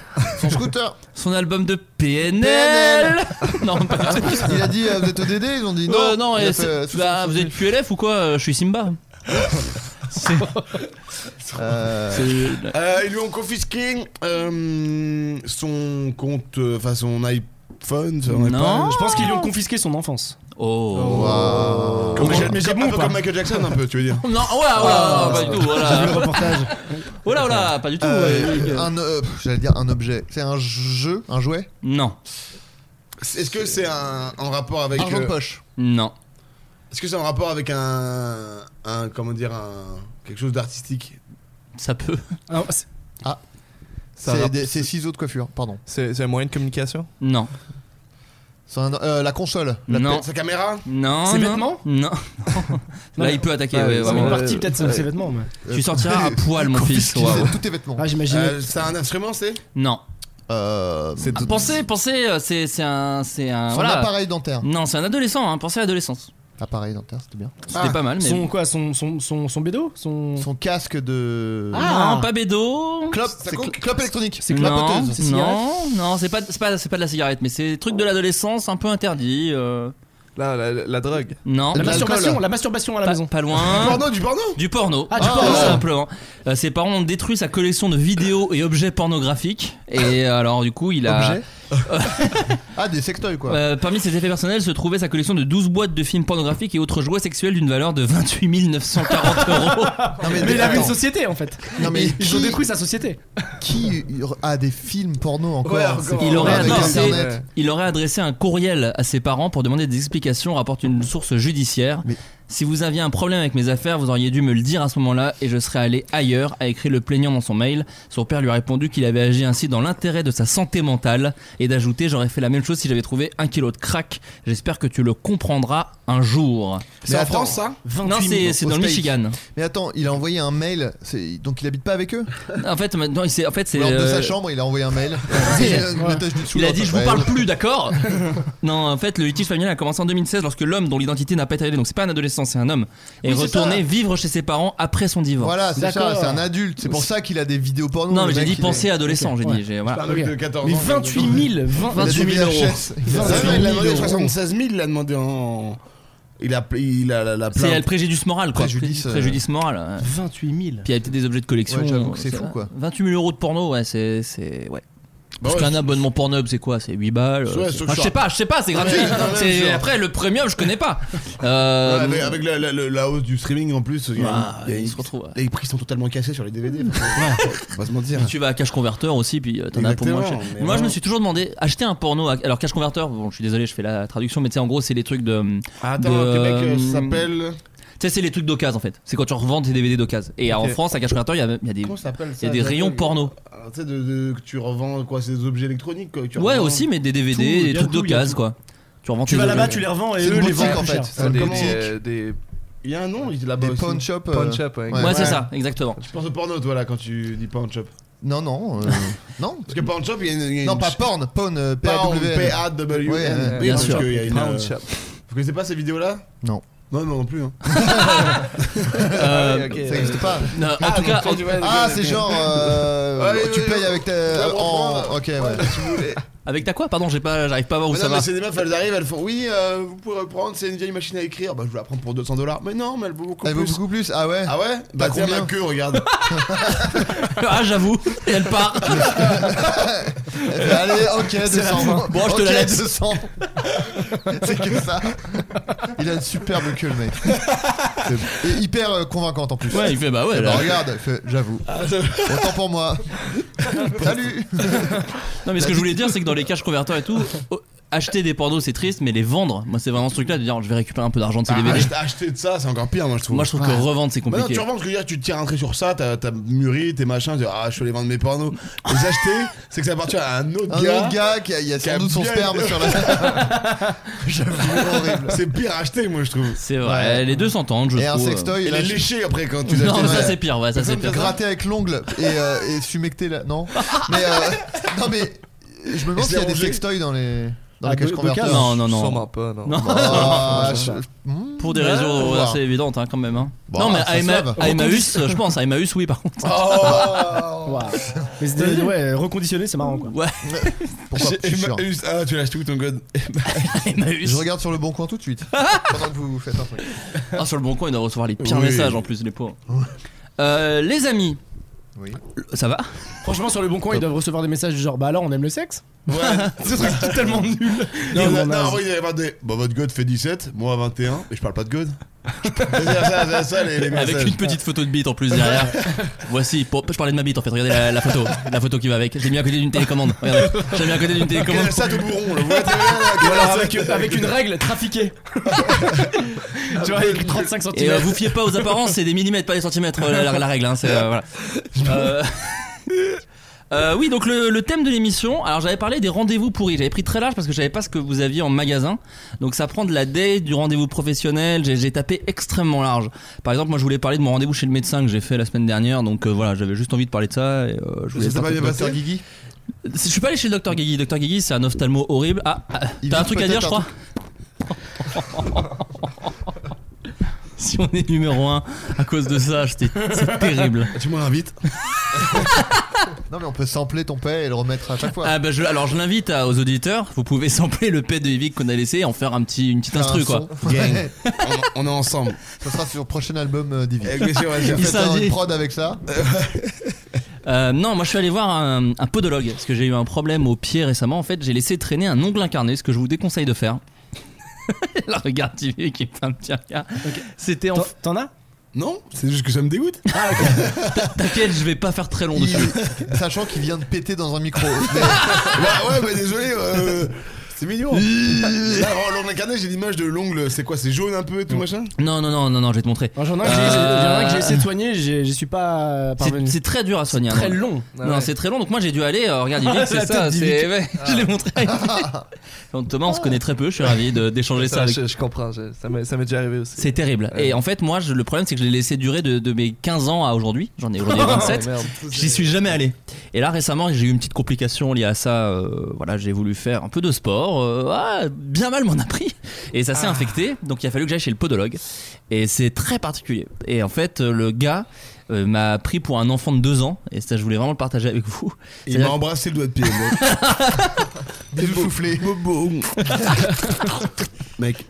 Speaker 7: Son scooter
Speaker 8: Son album de PNL.
Speaker 7: PNL.
Speaker 8: non, pas du tout.
Speaker 7: Il a dit, euh, vous êtes ODD Ils ont dit non.
Speaker 8: Euh, non,
Speaker 7: Il
Speaker 8: et
Speaker 7: a
Speaker 8: c'est-
Speaker 7: fait, euh, sous-
Speaker 8: bah, vous êtes QLF ou quoi Euh, Je suis Simba. C'est-
Speaker 7: euh,
Speaker 8: c'est-
Speaker 3: Euh, ils lui ont confisqué euh, son compte, euh, enfin son iPhone. son
Speaker 8: Non.
Speaker 3: iPad.
Speaker 1: Je pense qu'ils lui ont confisqué son enfance.
Speaker 8: Oh.
Speaker 3: Waouh. Comme Michael-
Speaker 1: Mais j'ai
Speaker 3: comme-
Speaker 1: bon
Speaker 3: un
Speaker 1: ou
Speaker 3: peu
Speaker 1: pas
Speaker 3: comme Michael Jackson, un peu, tu veux dire.
Speaker 8: Non, oh là, oh là, pas du tout. Oh là.
Speaker 1: Ah, J'ai vu le reportage.
Speaker 8: Oh là, oh là, pas du tout.
Speaker 7: euh,
Speaker 8: ouais.
Speaker 7: un, euh, pff, J'allais dire un objet. C'est un jeu Un jouet
Speaker 8: Non,
Speaker 3: Est-ce que c'est un en rapport avec
Speaker 7: Argent de
Speaker 3: euh,
Speaker 7: poche.
Speaker 8: non.
Speaker 3: Est-ce que c'est en rapport avec un, un comment dire un quelque chose d'artistique
Speaker 8: Ça peut.
Speaker 1: Ah, c'est-
Speaker 9: Ça
Speaker 7: C'est
Speaker 9: rapp-
Speaker 7: des- C'est ciseaux de coiffure, pardon.
Speaker 9: C'est c'est un moyen de communication
Speaker 8: Non.
Speaker 7: C'est un- euh, la console. La
Speaker 8: Non.
Speaker 7: tête.
Speaker 3: Sa caméra
Speaker 8: Non.
Speaker 1: Ses
Speaker 8: non.
Speaker 1: vêtements
Speaker 8: Non. Là,
Speaker 1: Non.
Speaker 8: il peut attaquer.
Speaker 1: Ouais,
Speaker 7: Ah,
Speaker 8: ouais,
Speaker 1: c'est une
Speaker 8: vraiment.
Speaker 1: partie peut-être de ses vêtements. mais-
Speaker 8: Tu sortiras à poil, mon fils.
Speaker 7: Confisquer
Speaker 8: waouh.
Speaker 7: tous tes vêtements.
Speaker 1: Ah, j'imaginais.
Speaker 3: Euh, C'est un instrument, c'est
Speaker 8: Non.
Speaker 7: Euh,
Speaker 9: C'est
Speaker 8: Ah, pensez, pensez, euh, c'est c'est un. C'est un.
Speaker 7: son
Speaker 8: voilà.
Speaker 7: appareil dentaire.
Speaker 8: Non, c'est un adolescent, hein. pensez à l'adolescence.
Speaker 7: Appareil dentaire, c'était bien.
Speaker 8: C'était pas mal, mais.
Speaker 1: Son quoi Son, son, son, son bédo son...
Speaker 7: Son casque de.
Speaker 8: Ah, non, pas Bédo.
Speaker 7: Clope,
Speaker 3: Ça
Speaker 7: c'est cl-
Speaker 3: compte
Speaker 7: clope électronique.
Speaker 1: C'est
Speaker 8: Non,
Speaker 1: clapoteuse. C'est
Speaker 8: non, non, c'est pas, c'est pas, c'est pas de la cigarette, mais c'est truc
Speaker 1: Oh.
Speaker 8: de l'adolescence, un peu interdit. euh,
Speaker 9: Là, la, la- la drogue.
Speaker 8: Non,
Speaker 1: La
Speaker 7: De l'alcool.
Speaker 1: masturbation, la masturbation à la
Speaker 8: pas,
Speaker 1: maison.
Speaker 8: pas
Speaker 3: Du
Speaker 8: loin.
Speaker 3: porno, du porno
Speaker 8: Du porno.
Speaker 1: Ah, du porno.
Speaker 8: tout simplement. Euh, ses parents ont détruit sa collection de vidéos et objets pornographiques. Et euh, alors, du coup, il a.
Speaker 7: Objet Ah, des sextoys quoi.
Speaker 8: Euh, parmi ses effets personnels se trouvait sa collection de 12 boîtes de films pornographiques et autres jouets sexuels d'une valeur de 28 940 euros.
Speaker 7: Non,
Speaker 1: Mais il avait une
Speaker 7: attends.
Speaker 1: société en fait.
Speaker 7: Non, mais
Speaker 1: Ils ont
Speaker 7: qui-
Speaker 1: détruit sa société.
Speaker 7: Qui euh, a des films porno encore
Speaker 3: Ouais, encore.
Speaker 8: Il aurait,
Speaker 7: Avec
Speaker 8: adressé,
Speaker 7: Internet.
Speaker 8: il aurait adressé un courriel à ses parents pour demander des explications, rapporte une source judiciaire.
Speaker 7: Mais-
Speaker 8: Si vous aviez un problème avec mes affaires, vous auriez dû me le dire à ce moment-là et je serais allé ailleurs, a écrit le plaignant dans son mail. Son père lui a répondu qu'il avait agi ainsi dans l'intérêt de sa santé mentale et d'ajouter J'aurais fait la même chose si j'avais trouvé un kilo de crack. J'espère que tu le comprendras un jour.
Speaker 3: C'est en
Speaker 7: attends.
Speaker 3: France, ça
Speaker 8: Non, c'est c'est
Speaker 7: Aux
Speaker 8: dans le
Speaker 7: States.
Speaker 8: Michigan.
Speaker 7: Mais attends, il a envoyé un mail, c'est- donc il habite pas avec eux
Speaker 8: En fait, maintenant, il s'est- en fait, c'est.
Speaker 7: Lors de
Speaker 8: euh,
Speaker 7: sa chambre, il a envoyé un mail.
Speaker 8: c'est-
Speaker 7: Une otage du dessous,
Speaker 8: Il a
Speaker 7: l'autre.
Speaker 8: dit je vous
Speaker 7: Ouais,
Speaker 8: parle
Speaker 7: ouais.
Speaker 8: plus, d'accord Non, en fait, le litige familial a commencé en 2016 lorsque l'homme dont l'identité n'a pas été révélée, donc c'est pas un adolescent, c'est un homme, est
Speaker 7: Oui, c'est
Speaker 8: retourné
Speaker 7: ça.
Speaker 8: vivre chez ses parents après son divorce.
Speaker 7: Voilà, c'est ça,
Speaker 1: D'accord.
Speaker 7: c'est un adulte. C'est pour ça qu'il a des vidéos porno.
Speaker 8: Non,
Speaker 7: le
Speaker 8: mais j'ai
Speaker 7: mec,
Speaker 8: dit
Speaker 7: il est-
Speaker 8: penser adolescent, j'ai
Speaker 1: ouais.
Speaker 8: dit. j'ai- Voilà.
Speaker 3: Un mec
Speaker 1: Ok.
Speaker 3: Ah, de 14 ans.
Speaker 1: Mais 28 000 20
Speaker 7: Il a des
Speaker 8: 28 000 euros.
Speaker 7: VHS. Il a-
Speaker 3: Ah ouais,
Speaker 1: 28
Speaker 3: il a demandé
Speaker 1: 000 euros.
Speaker 3: 76 000, il a demandé en. Il a, il a la, la
Speaker 8: C'est le
Speaker 3: plainte.
Speaker 8: préjudice moral, quoi.
Speaker 7: Préjudice, euh,
Speaker 8: préjudice moral. ouais.
Speaker 1: 28 000.
Speaker 8: Puis il y a peut-être des objets de collection.
Speaker 7: Ouais, j'avoue que c'est
Speaker 8: ça
Speaker 7: fou,
Speaker 8: va.
Speaker 7: quoi.
Speaker 8: 28 000 euros de porno, ouais, c'est. c'est- Ouais.
Speaker 3: Bah
Speaker 8: Parce
Speaker 3: ouais,
Speaker 8: qu'un abonnement Pornhub, c'est quoi C'est 8 balles euh,
Speaker 3: Ouais,
Speaker 8: c'est-
Speaker 3: sauf
Speaker 8: Enfin,
Speaker 3: que
Speaker 8: Je sais
Speaker 3: ça-
Speaker 8: pas, je sais pas, c'est gratuit.
Speaker 3: Ouais, non, mais
Speaker 8: C'est-
Speaker 3: sûr.
Speaker 8: Après, le premium, je connais pas. Euh,
Speaker 3: Ouais, avec avec la, la- la- la hausse du streaming en plus, il y a-
Speaker 8: bah,
Speaker 3: il y a-
Speaker 8: il se retrouve. ouais.
Speaker 3: les prix sont totalement cassés sur les DVD. on va se mentir.
Speaker 8: Puis tu vas à Cash Converter aussi, puis euh, t'en as pour
Speaker 3: Exactement,
Speaker 8: moins cher.
Speaker 3: mais
Speaker 8: Moi, je
Speaker 3: vraiment.
Speaker 8: me suis toujours demandé, acheter un porno. à- Alors, Cash Converter, bon, je suis désolé, je fais la traduction, mais tu sais, en gros, c'est les trucs de.
Speaker 3: Attends,
Speaker 8: de-
Speaker 3: le mec euh, s'appelle.
Speaker 8: Tu sais, c'est les trucs d'occasion en fait. C'est quand tu revends tes DVD d'occasion. Et en France, à Cash Converter, il y a- il y, a des.
Speaker 3: Comment ça s'appelle
Speaker 8: Il y
Speaker 3: ça
Speaker 8: a des
Speaker 3: ça
Speaker 8: rayons
Speaker 3: s'appelle-
Speaker 8: porno.
Speaker 3: Alors, Tu sais, de, de- que tu revends quoi, ces objets électroniques quoi, que tu
Speaker 8: Ouais,
Speaker 3: revends.
Speaker 8: aussi, mais des DVD,
Speaker 1: Tout,
Speaker 8: des
Speaker 1: bien tout,
Speaker 8: trucs
Speaker 1: il y a
Speaker 8: d'occasion
Speaker 1: tout.
Speaker 8: quoi. Tu revends
Speaker 1: Tu
Speaker 8: tes
Speaker 1: vas là-bas,
Speaker 8: DVD.
Speaker 1: tu les revends et
Speaker 7: C'est
Speaker 1: eux
Speaker 7: une
Speaker 1: les
Speaker 7: boutique,
Speaker 1: vendent
Speaker 7: en
Speaker 1: plus
Speaker 7: fait.
Speaker 1: cher.
Speaker 7: C'est
Speaker 9: Des,
Speaker 7: le
Speaker 9: des,
Speaker 7: comment-
Speaker 9: euh, des
Speaker 3: Il y a un nom il est là-bas
Speaker 7: Des
Speaker 3: aussi.
Speaker 7: pawn shop. euh,
Speaker 9: pawn shop, ouais.
Speaker 8: Ouais, c'est
Speaker 3: Ouais.
Speaker 8: ça, exactement.
Speaker 3: Tu penses au porno toi là quand tu dis pawn shop.
Speaker 7: Non, non. euh, non.
Speaker 3: Parce que pawn shop il y a une. il y a
Speaker 7: Non,
Speaker 3: une
Speaker 7: pas
Speaker 3: ch-
Speaker 7: porn, pawn, euh,
Speaker 3: Pawn,
Speaker 7: P-A-W-N.
Speaker 3: P-A-W-N.
Speaker 7: Ouais, ouais,
Speaker 3: Oui,
Speaker 8: bien
Speaker 3: parce
Speaker 8: sûr.
Speaker 3: qu'il y a une,
Speaker 9: Pawn
Speaker 3: euh,
Speaker 9: shop.
Speaker 3: Vous connaissez pas ces vidéos là
Speaker 7: Non.
Speaker 3: Non, non, non plus. Hein.
Speaker 8: Euh,
Speaker 9: Ok,
Speaker 7: Ça existe pas.
Speaker 8: non, en tout cas, en-
Speaker 7: Ah, c'est genre. euh,
Speaker 3: Ouais,
Speaker 7: tu
Speaker 3: ouais,
Speaker 7: payes
Speaker 3: ouais.
Speaker 7: avec ta.
Speaker 3: Ouais,
Speaker 7: en-
Speaker 3: ouais.
Speaker 7: Ok, ouais.
Speaker 8: avec ta quoi Pardon, j'ai pas, j'arrive pas à voir où
Speaker 3: Mais
Speaker 8: ça
Speaker 3: non,
Speaker 8: va.
Speaker 3: mais c'est des meufs, elles arrivent, elles font Oui, euh, vous pouvez reprendre, c'est une vieille machine à écrire. Bah, je vais la prendre pour 200 dollars. Mais non, mais elle vaut beaucoup
Speaker 7: Elle vaut
Speaker 3: plus.
Speaker 7: beaucoup plus. Ah ouais.
Speaker 3: Ah ouais Bah, tiens
Speaker 7: combien
Speaker 3: ma queue, regarde.
Speaker 8: Ah, j'avoue, et elle part.
Speaker 7: Allez, ok, 200.
Speaker 8: Bon, je te la
Speaker 7: Ok,
Speaker 8: laisse.
Speaker 7: 200. C'est que ça. Il a une superbe queue, le mec. C'est- Et hyper euh, convaincante en plus.
Speaker 8: Ouais, il fait bah ouais.
Speaker 7: Bah,
Speaker 8: là.
Speaker 7: regarde, il fait, j'avoue. Autant pour moi. Salut.
Speaker 8: Non, mais ce que je voulais dire, c'est que dans les caches converteurs et tout, au- acheter des pornos, c'est triste, mais les vendre, moi, c'est vraiment ce truc-là de dire, je vais récupérer un peu d'argent de ces
Speaker 7: Bah,
Speaker 3: Ah,
Speaker 8: DVD.
Speaker 3: acheter, acheter de ça, c'est encore pire, moi je trouve.
Speaker 8: Moi, je trouve que revendre, c'est
Speaker 3: Bah non,
Speaker 8: compliqué.
Speaker 3: tu revends parce que hier, tu te tires un trait sur ça, t'as t'as mûri, t'es machin, tu dis ah, je peux les vendre mes pornos. Les acheter, c'est que ça appartient à un autre
Speaker 7: Un
Speaker 3: gars.
Speaker 7: autre gars qui a, il y a sans doute son
Speaker 3: bien-
Speaker 7: sperme sur la.
Speaker 3: C'est pire à acheter, moi je trouve.
Speaker 8: C'est vrai, les deux s'entendent, je
Speaker 7: Et un
Speaker 8: trouve.
Speaker 7: sextoy,
Speaker 3: Et
Speaker 7: là,
Speaker 3: les
Speaker 7: je-
Speaker 3: lécher après quand tu les
Speaker 8: Non,
Speaker 3: achètes.
Speaker 8: ça c'est pire, ouais, ça c'est
Speaker 7: Personne
Speaker 8: pire.
Speaker 7: peut se gratter avec l'ongle et, euh, et sumecter là. Non. Mais euh, non mais je me demande
Speaker 3: Et
Speaker 7: s'il y a des
Speaker 3: s'arranger.
Speaker 7: sextoys dans les dans
Speaker 8: Ah,
Speaker 7: les caches
Speaker 8: de- de
Speaker 7: converteurs.
Speaker 8: cases Non, non, non.
Speaker 9: Sûrement pas, non.
Speaker 8: Non.
Speaker 7: Bah, je-
Speaker 8: Pour des
Speaker 7: Ouais, on va
Speaker 8: raisons
Speaker 7: voir.
Speaker 8: assez évidentes, hein, quand même. hein.
Speaker 7: Bon,
Speaker 8: non, mais
Speaker 7: ça
Speaker 8: à,
Speaker 7: se
Speaker 8: Emma-
Speaker 7: lave.
Speaker 8: à Emmaüs, euh, je pense, à Emmaüs, oui, par contre.
Speaker 1: Mais c'était- ouais, reconditionné, c'est marrant quoi.
Speaker 8: Ouais.
Speaker 7: Pourquoi Je suis sûr.
Speaker 3: Emmaüs- Ah, tu lâches tout ton code.
Speaker 7: Je regarde sur le bon coin tout de suite. Pendant que vous faites un truc.
Speaker 8: Ah, sur le bon coin, il doit recevoir les pires
Speaker 7: Oui.
Speaker 8: messages en plus, les pauvres. Euh, les amis,
Speaker 7: Oui.
Speaker 8: ça va
Speaker 1: Franchement, sur le bon coin, ils doivent recevoir des messages du genre Bah alors, on aime le sexe
Speaker 3: Ouais.
Speaker 1: Ce truc totalement nul.
Speaker 3: Non,
Speaker 1: Et
Speaker 3: non,
Speaker 1: on
Speaker 3: non,
Speaker 1: a-
Speaker 3: en vrai, il y avait pas des. Bah, votre god fait 17, moi 21, et je parle pas de god. C'est ça, ça, ça, ça, les, les
Speaker 8: Avec
Speaker 3: messages.
Speaker 8: une petite photo de bite en plus derrière. Voici, pour- je parlais de ma bite en fait, regardez la, la photo, la photo qui va avec. J'ai mis à côté d'une télécommande, regardez. J'ai mis à côté d'une télécommande.
Speaker 3: Quel est ça, tout bourron, là, vous voyez,
Speaker 1: Voilà, avec, euh, avec une règle trafiquée. tu vois, avec 35 cm.
Speaker 8: Et euh, vous fiez pas aux apparences, c'est des millimètres, pas des centimètres, euh, la, la- la règle. hein, c'est, euh, voilà. Euh, euh, oui, donc le, le thème de l'émission. Alors j'avais parlé des rendez-vous pourris. J'avais pris très large parce que je savais pas ce que vous aviez en magasin. Donc ça prend de la day, du rendez-vous professionnel. J'ai j'ai tapé extrêmement large. Par exemple, moi je voulais parler de mon rendez-vous chez le médecin que j'ai fait la semaine dernière. Donc euh, voilà, j'avais juste envie de parler de ça. Et, euh, je voulais
Speaker 3: Ça s'est pas
Speaker 8: parler
Speaker 3: bien
Speaker 8: de
Speaker 3: passé,
Speaker 8: docteur Guy.
Speaker 3: Guigui
Speaker 8: Je suis pas allé chez le docteur Guigui. Docteur Guigui, c'est un ophtalmo horrible. Ah, ah,
Speaker 7: Il
Speaker 8: t'as un
Speaker 7: vit
Speaker 8: truc à
Speaker 7: peut-être
Speaker 8: dire, je
Speaker 7: un
Speaker 8: crois. si on est numéro 1 à cause de ça, j'étais- c'est terrible.
Speaker 3: Tu m'invites
Speaker 7: Non mais on peut sampler ton paix et le remettre à chaque fois.
Speaker 8: Ah bah je- alors je l'invite à- aux auditeurs, vous pouvez sampler le pet de Yvick qu'on a laissé et en faire un petit, une petite
Speaker 7: Faire un
Speaker 8: instru quoi.
Speaker 7: son. Ouais.
Speaker 3: On, on est ensemble.
Speaker 7: Ça sera sur le prochain album euh, Divi.
Speaker 3: Eh, bien sûr, bien sûr.
Speaker 7: Faites un
Speaker 8: s'agit-
Speaker 7: prod avec ça.
Speaker 8: Euh, non, moi je suis allé voir un, un podologue parce que j'ai eu un problème au pied récemment. En fait, j'ai laissé traîner un ongle incarné, ce que je vous déconseille de faire. La regarde TV qui est un petit regard. C'était en.
Speaker 1: T'en- T'en as
Speaker 3: Non, c'est juste que ça me dégoûte.
Speaker 8: T'inquiète, je vais pas faire très long dessus.
Speaker 7: Il- Sachant qu'il vient de péter dans un micro. Mais-
Speaker 3: Bah, ouais, ouais, mais désolé, euh, c'est mignon. Là, oh, l'ongle incarné, j'ai l'image de l'ongle, c'est quoi C'est jaune un peu et tout machin
Speaker 8: Non, non, non, non, non, je vais te montrer.
Speaker 1: J'en ai un que j'ai- j'en ai un que j'ai essayé de soigner, j'ai- j'y suis pas Ah
Speaker 8: C'est-
Speaker 1: parvenu.
Speaker 8: C'est très dur à soigner.
Speaker 1: Très
Speaker 8: hein.
Speaker 1: long.
Speaker 8: Non, c'est très long. Donc moi j'ai dû aller. euh, regarde, Yvick,
Speaker 1: La
Speaker 8: c'est
Speaker 1: tête
Speaker 8: ça.
Speaker 1: d'Yvick.
Speaker 8: c'est- ouais, je l'ai montré. à Yvick. Donc, Thomas, on se connaît très peu. Je suis ravi de- d'échanger ça.
Speaker 9: Ça,
Speaker 8: avec
Speaker 9: je, je comprends, je- ça m'est ça m'est déjà arrivé aussi.
Speaker 8: C'est terrible. Et en fait, moi, je- le problème, c'est que je l'ai laissé durer de, de mes 15 ans à aujourd'hui. J'en ai
Speaker 1: Ah
Speaker 8: aujourd'hui 27.
Speaker 9: Oh, merde.
Speaker 8: J'y suis jamais allé. Et là, récemment, j'ai eu une petite complication liée à ça. euh, voilà, j'ai voulu faire un peu de sport. euh, ah, bien mal m'en a pris. Et ça s'est infecté. Donc, il a fallu que j'aille chez le podologue. Et c'est très particulier. Et en fait, euh, le gars euh, m'a pris pour un enfant de 2 ans. Et ça, je voulais vraiment le partager avec vous.
Speaker 3: Il
Speaker 8: C'est-à-dire
Speaker 3: m'a embrassé le doigt de pied. mec.
Speaker 7: Bisous soufflés.
Speaker 3: Bobo. Mec.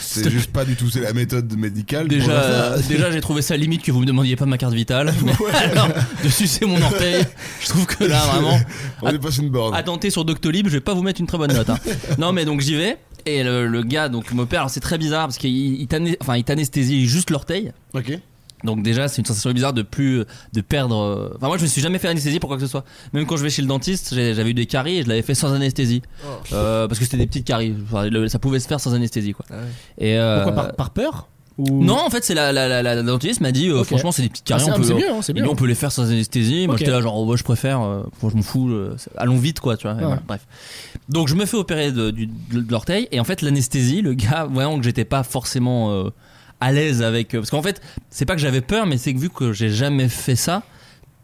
Speaker 3: C'est juste pas du tout, c'est la méthode médicale. pour
Speaker 8: Déjà,
Speaker 3: faire
Speaker 8: euh,
Speaker 3: ça.
Speaker 8: déjà j'ai trouvé ça limite que vous me demandiez pas ma carte vitale. Mais alors, de sucer mon orteil, je trouve que euh, là vraiment,
Speaker 3: On est passé une borne.
Speaker 8: à tenter sur Doctolib, je vais pas vous mettre une très bonne note. hein. Non mais donc j'y vais et le, le gars donc m'opère. Alors c'est très bizarre parce qu'il il t'ané- enfin, il t'anesthésie juste l'orteil.
Speaker 3: Ok.
Speaker 8: Donc déjà c'est une sensation bizarre de plus de perdre. euh, Enfin moi je me suis jamais fait anesthésie pour quoi que ce soit. Même quand je vais chez le dentiste, j'ai- j'avais eu des caries et je l'avais fait sans anesthésie
Speaker 1: Oh.
Speaker 8: Euh, parce que c'était des petites caries. Enfin, le- ça pouvait se faire sans anesthésie quoi. Et euh,
Speaker 1: Ah Pourquoi par, par peur Ou-
Speaker 8: non, en fait, c'est la, la, la, la dentiste m'a dit, euh,
Speaker 1: Ok.
Speaker 8: franchement, c'est des petites caries.
Speaker 1: Ah, c'est-
Speaker 8: on peut,
Speaker 1: c'est mieux, hein, c'est
Speaker 8: et
Speaker 1: bien.
Speaker 8: nous, on peut les faire sans anesthésie. Moi,
Speaker 1: Ok.
Speaker 8: j'étais là, genre, oh, bah, je préfère, euh, bon, je m'en fous, euh, c'est- allons vite, quoi, tu vois. et
Speaker 1: Ouais.
Speaker 8: voilà, bref. Donc, je me fais opérer de, du- de- de l'orteil, et en fait, l'anesthésie, le gars, voyant que j'étais pas forcément euh, à l'aise avec. euh, parce qu'en fait, c'est pas que j'avais peur, mais c'est que vu que j'ai jamais fait ça.